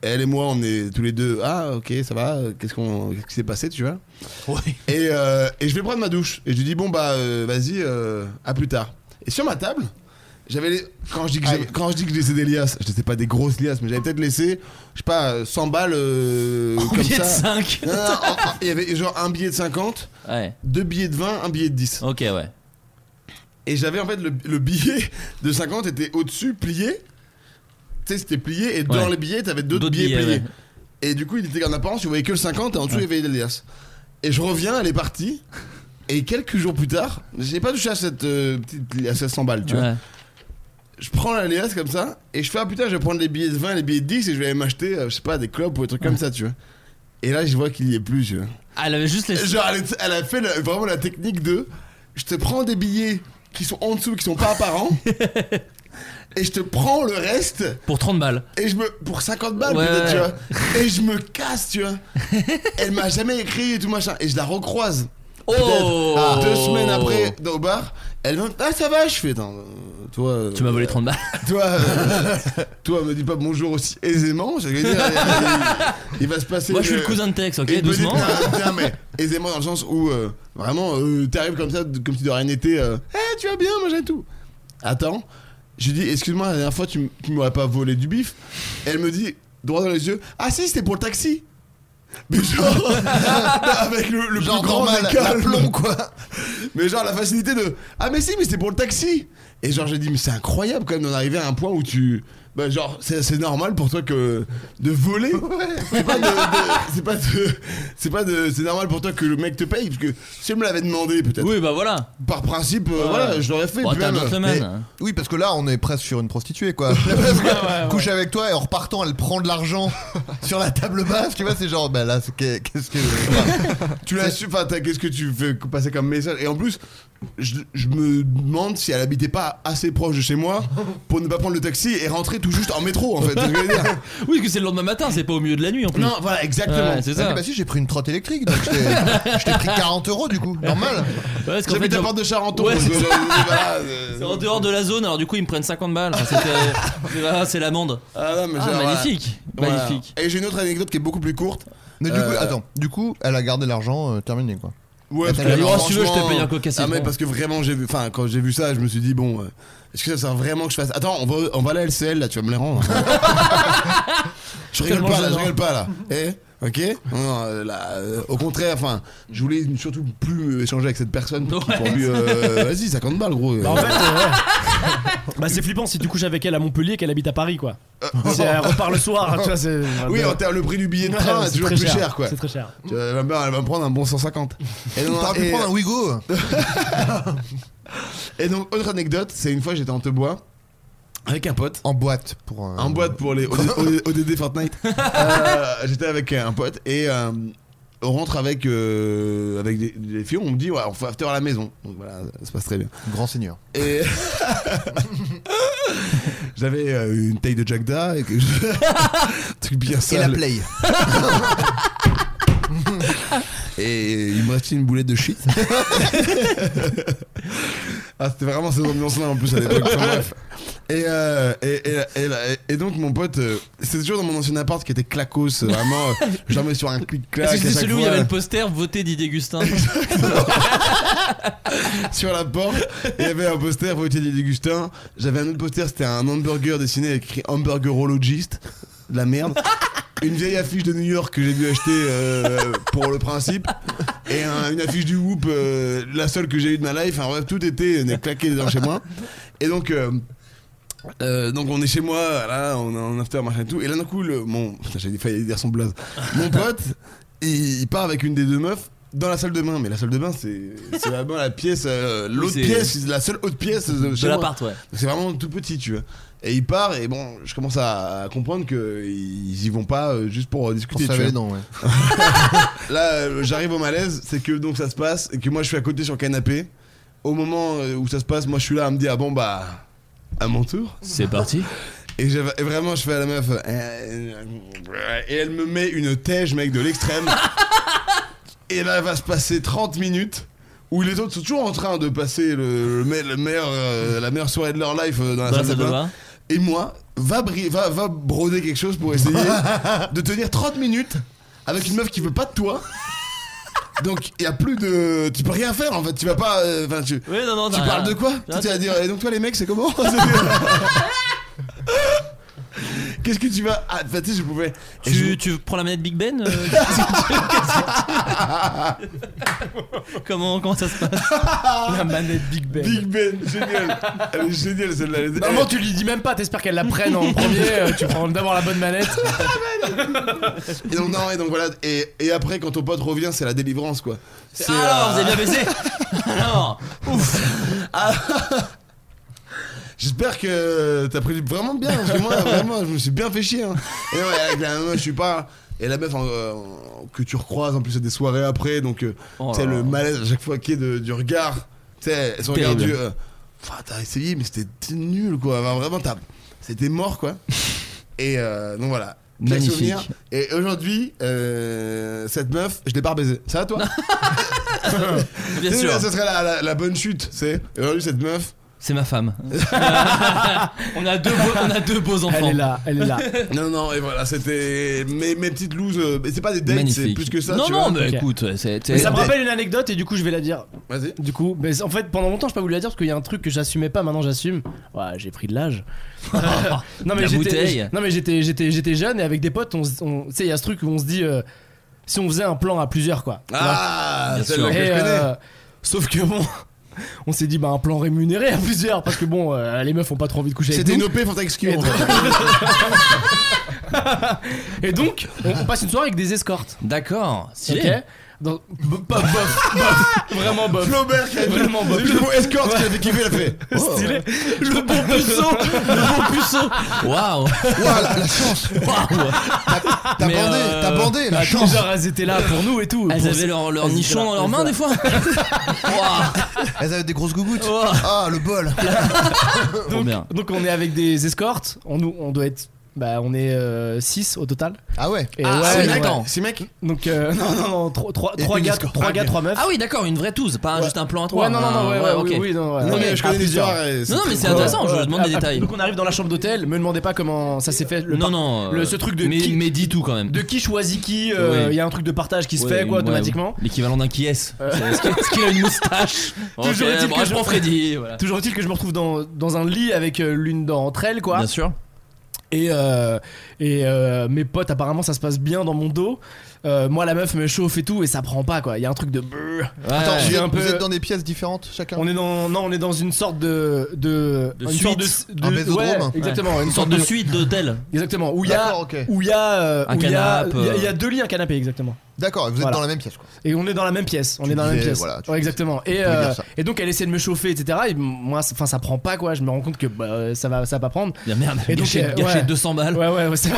Speaker 3: elle et moi on est tous les deux ah OK ça va euh, qu'est-ce qu'on qu'est-ce qui s'est passé tu vois et, euh, et je vais prendre ma douche et je lui dis bon bah euh, vas-y euh, à plus tard et sur ma table j'avais les- quand je dis que j'avais- quand je dis que j'ai laissé des liasses, je sais pas des grosses liasses, mais j'avais peut-être laissé, je sais pas, euh, 100 balles euh, comme
Speaker 8: billet
Speaker 3: ça.
Speaker 8: de cinq.
Speaker 3: Non, non, non, en- en- Il y avait genre un billet de 50,
Speaker 8: Ouais.
Speaker 3: deux billets de 20, un billet de 10.
Speaker 8: Ok, ouais.
Speaker 3: Et j'avais en fait le, le billet de 50 était au-dessus, plié. Tu sais, c'était plié et dans
Speaker 8: Ouais.
Speaker 3: les billets, t'avais d'autres
Speaker 8: D'autres
Speaker 3: billets,
Speaker 8: billets,
Speaker 3: pliés.
Speaker 8: ouais.
Speaker 3: Et du coup, il était en apparence, tu voyais que le 50 et en dessous, il y avait des liasses. Et je reviens, elle est partie. Et quelques jours plus tard, j'ai pas touché à cette euh, petite à 100 balles, tu vois.
Speaker 8: Ouais.
Speaker 3: Je prends la liasse comme ça et je fais ah putain, je vais prendre les billets de 20, les billets de 10 et je vais aller m'acheter, euh, je sais pas, des clubs ou des trucs comme ça, tu vois. Et là, je vois qu'il y est plus, tu vois.
Speaker 8: Ah, elle avait juste les.
Speaker 3: Genre, elle, est- elle a fait le- vraiment la technique de je te prends des billets qui sont en dessous, qui sont pas apparents, et je te prends le reste,
Speaker 8: Pour 30 balles.
Speaker 3: et je me. pour 50 balles,
Speaker 8: Ouais,
Speaker 3: peut-être, tu
Speaker 8: ouais.
Speaker 3: vois. Et je me casse, tu vois. Elle m'a jamais écrit et tout machin, et je la recroise.
Speaker 8: Oh
Speaker 3: Peut-être Ah, Deux semaines après, dans- au bar, elle me dit Ah, ça va Je fais Attends, euh, toi. euh,
Speaker 8: Tu m'as volé 30 balles.
Speaker 3: Toi, euh, toi, me dis pas bonjour aussi aisément. je veux dire, il, il- il va se passer.
Speaker 8: Moi, je suis
Speaker 3: euh,
Speaker 8: le cousin de Tex, ok,
Speaker 3: une petite-
Speaker 8: doucement.
Speaker 3: non, non, mais aisément dans le sens où euh, vraiment, euh, t'arrives comme ça, comme si de rien n'était. euh, Eh, tu vas bien, moi j'ai tout. Attends, je lui dis Excuse-moi, la dernière fois, tu, m- tu m'aurais pas volé du bif. Elle me dit, droit dans les yeux Ah, si, c'était pour le taxi. Mais genre, avec le, le
Speaker 7: Genre
Speaker 3: plus grand
Speaker 7: normal,
Speaker 3: des calmes.
Speaker 7: l'aplomb,
Speaker 3: quoi. Mais genre, la facilité de Ah, mais si, mais c'était pour le taxi. Et genre, j'ai dit, mais c'est incroyable quand même d'en arriver à un point où tu. Bah, genre, c'est c'est normal pour toi que. de voler. C'est pas de. de- c'est pas de. C'est pas de. C'est normal pour toi que le mec te paye, parce que si elle me l'avait demandé, peut-être.
Speaker 8: Oui, bah voilà. Bah,
Speaker 3: Par principe, euh, voilà, je l'aurais fait. puis même- hein.
Speaker 7: Mais- Eh, oui, parce que là, on est presque sur une prostituée, quoi. Parce que Couche avec toi et en repartant, elle prend de l'argent sur la table basse. Tu vois, c'est genre, bah là, c'est- qu'est- qu'est-ce que.
Speaker 3: Tu l'as su, enfin, t'as- qu'est-ce que tu fais passer comme message Et en plus, je, je me demande si elle habitait pas assez proche de chez moi pour ne pas prendre le taxi et rentrer tout juste en métro, en fait. Je veux dire.
Speaker 8: Oui, parce que c'est le lendemain matin, c'est pas au milieu de la nuit en plus.
Speaker 3: Non, voilà, exactement.
Speaker 8: Ouais, c'est ça.
Speaker 7: Ah, bah si, j'ai pris une trotte électrique, donc je t'ai- je t'ai pris 40 euros du coup, normal.
Speaker 8: Ouais, parce qu'en
Speaker 3: J'habite
Speaker 8: fait,
Speaker 3: à
Speaker 8: genre-
Speaker 3: Porte de Charenton.
Speaker 8: Ouais,
Speaker 3: donc,
Speaker 8: c'est
Speaker 3: euh,
Speaker 8: ça.
Speaker 3: voilà, euh,
Speaker 8: C'est en dehors de la zone, alors du coup, ils me prennent 50 balles. Enfin, c'était- c'est ah, c'est l'amende.
Speaker 3: Ah, non, mais
Speaker 8: Ah,
Speaker 3: genre, voilà.
Speaker 8: magnifique,
Speaker 3: Voilà.
Speaker 8: magnifique.
Speaker 3: Et j'ai une autre anecdote qui est beaucoup plus courte.
Speaker 7: Mais du coup,
Speaker 3: Euh,
Speaker 7: attends, du coup, elle a gardé l'argent euh, terminé quoi.
Speaker 3: Ouais,
Speaker 7: Elle
Speaker 3: parce
Speaker 7: t'a
Speaker 3: que
Speaker 7: dit,
Speaker 3: vraiment,
Speaker 7: oh, si tu veux, je te
Speaker 3: franchement,
Speaker 7: paye un coca, c'est
Speaker 3: Ah, mais
Speaker 7: bon.
Speaker 3: parce que vraiment, j'ai vu, enfin, quand j'ai vu ça, je me suis dit, bon, euh, est-ce que ça sert vraiment que je fasse. Attends, on va, on va à la LCL là, tu vas me les rendre. je rigole
Speaker 7: Tellement
Speaker 3: pas là, je
Speaker 7: gênant.
Speaker 3: rigole pas là. Eh Ok Non, non, euh, là, euh, Au contraire, enfin, je voulais surtout plus euh, échanger avec cette personne pour,
Speaker 1: Ouais.
Speaker 3: pour lui. euh, Vas-y, 50 balles, gros.
Speaker 1: Bah, en fait, euh, ouais. Bah, c'est flippant si tu couches avec elle à Montpellier qu'elle habite à Paris, quoi. Si elle repart le soir, tu vois, c'est.
Speaker 3: Oui, en termes, le prix du billet de train
Speaker 1: Ouais,
Speaker 3: est
Speaker 1: c'est
Speaker 3: toujours
Speaker 1: très
Speaker 3: plus
Speaker 1: cher,
Speaker 3: cher, quoi.
Speaker 1: c'est très cher.
Speaker 3: Tu vois, ma mère, elle va me prendre un bon 150. Et non,
Speaker 7: T'aurais pu
Speaker 3: et-
Speaker 7: prendre Ah, un euh, Wigo.
Speaker 3: Et donc, autre anecdote, c'est une fois j'étais en Tebois avec un pote.
Speaker 7: En boîte pour.
Speaker 3: En boîte pour les OD- OD- ODD Fortnite. Euh, j'étais avec un pote et euh, on rentre avec, euh, avec des, des filles. On me dit, ouais, on fait after à la maison. Donc voilà, ça se passe très bien.
Speaker 7: Grand seigneur.
Speaker 3: Et. J'avais euh, une taille de Jack Da et que truc bien
Speaker 7: Et
Speaker 3: sale.
Speaker 7: la play.
Speaker 3: Et il me restait une boulette de shit. ah, c'était vraiment ces ambiances-là en plus à l'époque. Enfin, bref. Et, euh, et, et, et, et donc, mon pote, euh, c'était toujours dans mon ancien appart qui était clacos, euh, vraiment. euh, je dormais sur un clic-clac.
Speaker 8: Parce que
Speaker 3: à
Speaker 8: c'était
Speaker 3: chaque
Speaker 8: celui où il y
Speaker 3: fois,
Speaker 8: avait
Speaker 3: euh,
Speaker 8: le poster voté Didier Gustin.
Speaker 3: sur la porte. Il y avait un poster pour Didier Dégustin. J'avais un autre poster, c'était un hamburger dessiné avec écrit Hamburgerologist. De la merde. Une vieille affiche de New York que j'ai dû acheter euh, pour le principe. Et un- une affiche du Whoop, euh, la seule que j'ai eue de ma life. Enfin bref, tout était euh, claqué dedans chez moi. Et donc. euh, euh, donc on est chez moi, là, on est en after, machin et tout. Et là d'un coup, le, mon, putain, j'ai failli dire son blaze. Mon pote, il, il part avec une des deux meufs dans la salle de bain, mais la salle de bain c'est c'est vraiment la pièce, euh, l'autre
Speaker 10: c'est-
Speaker 3: pièce, c'est la seule autre pièce de, chez moi.
Speaker 10: l'appart, ouais.
Speaker 3: C'est vraiment tout petit, tu vois. Et il part et bon, je commence à, à comprendre que ils y vont pas euh, juste pour euh, discuter.
Speaker 7: se laver
Speaker 3: tu
Speaker 7: les
Speaker 3: vois.
Speaker 7: dents, ouais.
Speaker 3: Là, euh, j'arrive au malaise, c'est que donc ça se passe et que moi je suis à côté sur le canapé. Au moment euh, où ça se passe, moi je suis là à me dire ah bon bah à mon tour.
Speaker 8: C'est parti.
Speaker 3: Et, j'avais- et vraiment, je fais à la meuf. euh, euh, et elle me met une tège, mec, de l'extrême. et là, va se passer 30 minutes où les autres sont toujours en train de passer le, le me- le meilleur, euh, la meilleure soirée de leur life euh, dans la
Speaker 8: Dans la
Speaker 3: salle de
Speaker 8: salle de
Speaker 3: bain.
Speaker 8: bain.
Speaker 3: Et moi, va, bri- va, va broder quelque chose pour essayer de tenir 30 minutes avec une meuf qui veut pas de toi. Donc il y a plus de, tu peux rien faire en fait. Tu vas pas, euh, enfin tu, tu
Speaker 10: t'as-
Speaker 3: parles de quoi
Speaker 10: t'as-
Speaker 3: Tu vas dire. Et donc toi les mecs c'est comment Qu'est-ce que tu vas. Ah, bah, tu sais, je pouvais.
Speaker 8: Tu, tu prends la manette Big Ben euh, comment, comment ça se passe
Speaker 1: La manette Big Ben.
Speaker 3: Big Ben, génial. Elle est géniale celle-là. Elle est-
Speaker 10: Normalement, tu lui dis même pas, t'espères qu'elle la prenne en premier. euh, tu prends d'abord la bonne manette.
Speaker 3: Et donc, non, et donc voilà. Et, et après, quand ton pote revient, c'est la délivrance quoi. C'est,
Speaker 8: Alors,
Speaker 3: euh,
Speaker 8: vous avez bien baisé Alors,
Speaker 3: Ah. J'espère que t'as pris vraiment bien, parce que moi, vraiment, je me suis bien fait chier. hein. Et ouais, avec la meuf, je suis pas. Et la meuf euh, que tu recroises, en plus, c'est des soirées après, donc euh,
Speaker 10: Oh
Speaker 3: tu sais,
Speaker 10: là
Speaker 3: le
Speaker 10: là.
Speaker 3: malaise à chaque fois qu'il y a de- du regard. Tu sais, son regard
Speaker 10: Terrible.
Speaker 3: du. euh, Enfin, t'as essayé, mais c'était nul, quoi. Enfin, vraiment, t'as- c'était mort, quoi. Et euh, donc voilà. Pire
Speaker 10: Magnifique.
Speaker 3: souvenir. Et aujourd'hui, euh, cette meuf, je l'ai pas baisée. Ça va toi
Speaker 8: Bien
Speaker 3: Tu sais,
Speaker 8: sûr.
Speaker 3: Ça serait la, la- la bonne chute, c'est. Et Aujourd'hui, cette meuf.
Speaker 8: C'est ma femme. on, a deux beaux, on a deux beaux enfants.
Speaker 3: non, non, et voilà, c'était mes, mes petites looses. euh, Mais c'est pas des dates,
Speaker 8: Magnifique.
Speaker 3: c'est plus que ça.
Speaker 8: Non,
Speaker 3: tu
Speaker 8: non,
Speaker 3: vois.
Speaker 8: mais écoute, c'est.
Speaker 1: Mais ça me
Speaker 8: c'est-
Speaker 1: rappelle une anecdote et du coup je vais la dire.
Speaker 3: Vas-y.
Speaker 1: Du coup, mais en fait pendant longtemps je pas voulu la dire parce qu'il y a un truc que j'assumais pas, maintenant j'assume. Ouais, j'ai pris de l'âge. non mais
Speaker 8: La
Speaker 1: j'étais
Speaker 8: bouteille.
Speaker 1: j'- non mais j'étais j'étais j'étais jeune et avec des potes on, se- on- tu sais il y a ce truc où on se dit euh, si on faisait un plan à plusieurs quoi. Tu
Speaker 3: Ah,
Speaker 1: vois
Speaker 3: celle-là que
Speaker 1: Et,
Speaker 3: je connais.
Speaker 1: euh, sauf que bon on s'est dit bah un plan rémunéré à plusieurs parce que bon euh, les meufs ont pas trop envie de coucher avec
Speaker 3: C'était une
Speaker 1: nous.
Speaker 3: OP Fantasque.
Speaker 1: Et donc- Et donc, on, on passe une soirée avec des escortes.
Speaker 8: D'accord,
Speaker 1: Ok.
Speaker 8: stylé.
Speaker 1: Dans- bo- bo- bof, bof, vraiment bof.
Speaker 3: Flaubert qui a
Speaker 1: Vraiment bof.
Speaker 3: Le mot escorte qui a fait kiffer, il a fait. Oh.
Speaker 1: Stylé. Le bon puceau, le bon puceau.
Speaker 8: Waouh!
Speaker 7: Ouah, la, la chance T'as
Speaker 8: Mais,
Speaker 7: bandé,
Speaker 8: euh,
Speaker 7: t'as
Speaker 3: bah,
Speaker 7: bandé, la
Speaker 1: Ah,
Speaker 7: chance
Speaker 1: Genre, elles étaient là pour nous et tout.
Speaker 8: Elles
Speaker 1: Pour-
Speaker 8: avaient leur, leur
Speaker 1: elles étaient
Speaker 8: nichon
Speaker 1: là.
Speaker 8: dans leurs mains des fois? Waouh!
Speaker 7: Elles avaient des grosses gougouttes
Speaker 8: Oh.
Speaker 7: Ah, le bol
Speaker 8: Trop bien.
Speaker 1: Donc, on est avec des escortes. On, nous- on doit être. Bah, on est 6 au total.
Speaker 7: Ah ouais
Speaker 1: Et
Speaker 8: Ah,
Speaker 1: ouais,
Speaker 8: six
Speaker 1: ouais.
Speaker 8: mecs.
Speaker 3: Attends, six mecs
Speaker 1: Donc, euh, non, non, non, 3
Speaker 3: Et une
Speaker 1: gars,
Speaker 3: escorte.
Speaker 1: 3
Speaker 3: Ah,
Speaker 1: gars,
Speaker 3: ok.
Speaker 1: 3 meufs.
Speaker 8: Ah oui, d'accord, une vraie touze, pas juste un plan à trois.
Speaker 1: Ouais, non, non, non, ouais,
Speaker 8: euh,
Speaker 1: ouais,
Speaker 8: ok.
Speaker 1: oui, oui, non, ouais.
Speaker 3: Non,
Speaker 1: ouais.
Speaker 3: mais je connais
Speaker 1: Ah,
Speaker 3: l'histoire.
Speaker 1: plusieurs.
Speaker 3: et
Speaker 8: Non, non, mais c'est
Speaker 1: Ouais,
Speaker 8: intéressant, je
Speaker 1: ouais.
Speaker 8: demande des
Speaker 1: Ah,
Speaker 8: détails.
Speaker 1: Donc on arrive dans la chambre d'hôtel, me demandez pas comment ça s'est fait. Le
Speaker 8: Non,
Speaker 1: par-
Speaker 8: non. euh,
Speaker 1: le- ce truc de
Speaker 8: Mais,
Speaker 1: qui-
Speaker 8: mais dis tout quand même.
Speaker 1: De qui choisit qui, euh, il y a un truc de partage qui se fait quoi
Speaker 8: Ouais,
Speaker 1: automatiquement. Euh.
Speaker 8: ouais, L'équivalent d'un qui est. C'est- Est-ce que- est-ce qu'il a une moustache? Ok,
Speaker 1: Toujours est-il
Speaker 8: bon,
Speaker 1: que
Speaker 8: je
Speaker 1: je-
Speaker 8: prends Freddy. voilà.
Speaker 1: Toujours est-il que je me retrouve dans, dans un lit avec euh, l'une d'entre elles quoi.
Speaker 8: Bien sûr.
Speaker 1: Et, euh, et euh, mes potes apparemment ça se passe bien dans mon dos. Euh, moi la meuf me chauffe et tout et ça prend pas quoi. Il y a un truc de brrr.
Speaker 8: Ouais.
Speaker 7: Attends,
Speaker 1: Je
Speaker 7: vous,
Speaker 1: suis
Speaker 7: êtes,
Speaker 1: un peu-
Speaker 7: vous êtes dans des pièces différentes chacun
Speaker 1: On est dans non on est dans une sorte de de,
Speaker 8: De
Speaker 1: une sorte
Speaker 8: suite.
Speaker 7: Un bésodrome.
Speaker 1: ouais, exactement
Speaker 8: Une sorte de suite d'hôtel.
Speaker 1: exactement où il y a
Speaker 7: D'accord, ok.
Speaker 1: où il y a euh,
Speaker 8: Un
Speaker 1: où il y a-
Speaker 8: canapé,
Speaker 1: il y a-
Speaker 8: euh.
Speaker 1: il y a deux lits un canapé exactement.
Speaker 7: D'accord, vous êtes
Speaker 1: Voilà.
Speaker 7: dans la même pièce quoi.
Speaker 1: Et on est dans la même pièce. On
Speaker 7: Tu
Speaker 1: est dans la même
Speaker 7: disais,
Speaker 1: pièce.
Speaker 7: voilà, tu
Speaker 1: Ouais,
Speaker 7: disais.
Speaker 1: exactement. Et,
Speaker 7: peux
Speaker 1: euh,
Speaker 7: dire ça.
Speaker 1: et donc elle essaie de me chauffer, etc. Et moi, c'est- enfin, ça prend pas quoi. Je me rends compte que bah, euh, ça va, ça va pas prendre.
Speaker 8: Bien, merde,
Speaker 1: Et donc,
Speaker 8: gâché,
Speaker 1: euh,
Speaker 8: gâché
Speaker 1: ouais.
Speaker 8: 200 balles.
Speaker 1: Ouais, ouais, ouais, c'est-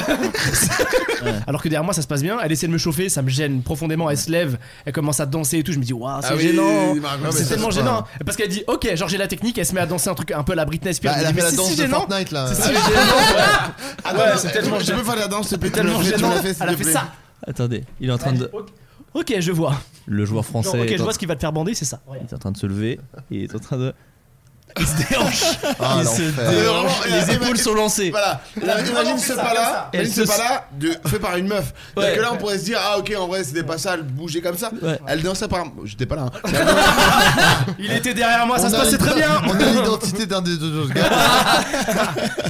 Speaker 1: Alors que derrière moi, ça se passe bien. Elle essaie de me chauffer, ça me gêne profondément. Elle se lève, elle commence à danser et tout. Je me dis, waouh, c'est
Speaker 3: Ah oui,
Speaker 1: gênant.
Speaker 3: il m'a raconté, mais
Speaker 1: c'est
Speaker 3: ça,
Speaker 1: tellement
Speaker 3: c'est
Speaker 1: gênant. Parce qu'elle dit, ok, genre j'ai la technique. Elle se met à danser un truc un peu à la Britney Spears.
Speaker 7: Bah, elle
Speaker 1: Je
Speaker 7: a
Speaker 1: me dis,
Speaker 7: fait la
Speaker 1: Ah, mais c'est
Speaker 7: danse
Speaker 1: si
Speaker 7: de
Speaker 1: gênant.
Speaker 7: Fortnite là.
Speaker 1: C'est si gênant.
Speaker 3: Ah,
Speaker 1: Ouais,
Speaker 3: non,
Speaker 1: c'est
Speaker 3: mais-
Speaker 1: tellement
Speaker 3: Je peux
Speaker 1: gênant.
Speaker 3: faire la danse, s'il te plaît.
Speaker 1: C'est tellement
Speaker 3: tu me l'as fait,
Speaker 1: gênant.
Speaker 3: tu me l'as fait, s'il
Speaker 1: Elle a
Speaker 3: te
Speaker 1: fait
Speaker 3: plaît.
Speaker 1: ça.
Speaker 8: Attendez, il est en train de.
Speaker 1: Ok, je vois.
Speaker 8: Le joueur
Speaker 1: Genre,
Speaker 8: français.
Speaker 1: ok,
Speaker 8: est
Speaker 1: je
Speaker 8: en-
Speaker 1: vois ce qui va te faire bander, c'est ça.
Speaker 8: Il est en train de se lever. Il est en train de. Il se déhanche.
Speaker 7: Ah,
Speaker 8: il se
Speaker 7: l'enfer.
Speaker 8: déhanche.
Speaker 3: Vraiment,
Speaker 8: Les
Speaker 3: euh,
Speaker 8: épaules sont lancées.
Speaker 3: Voilà, Là, imagine ce pas-là,
Speaker 8: Elle
Speaker 3: imagine ce
Speaker 8: se-
Speaker 3: pas-là, de- fait par une meuf. Parce
Speaker 8: Ouais.
Speaker 3: que là, on pourrait se dire, ah ok, en vrai, c'était pas ça, elle bougeait comme ça.
Speaker 8: Ouais.
Speaker 3: Elle dansait par. J'étais pas là. hein.
Speaker 1: Il était derrière moi, ça
Speaker 7: On
Speaker 1: se
Speaker 7: a
Speaker 1: passait
Speaker 7: l'ident-
Speaker 1: très bien.
Speaker 7: On a l'identité d'un des deux autres gars.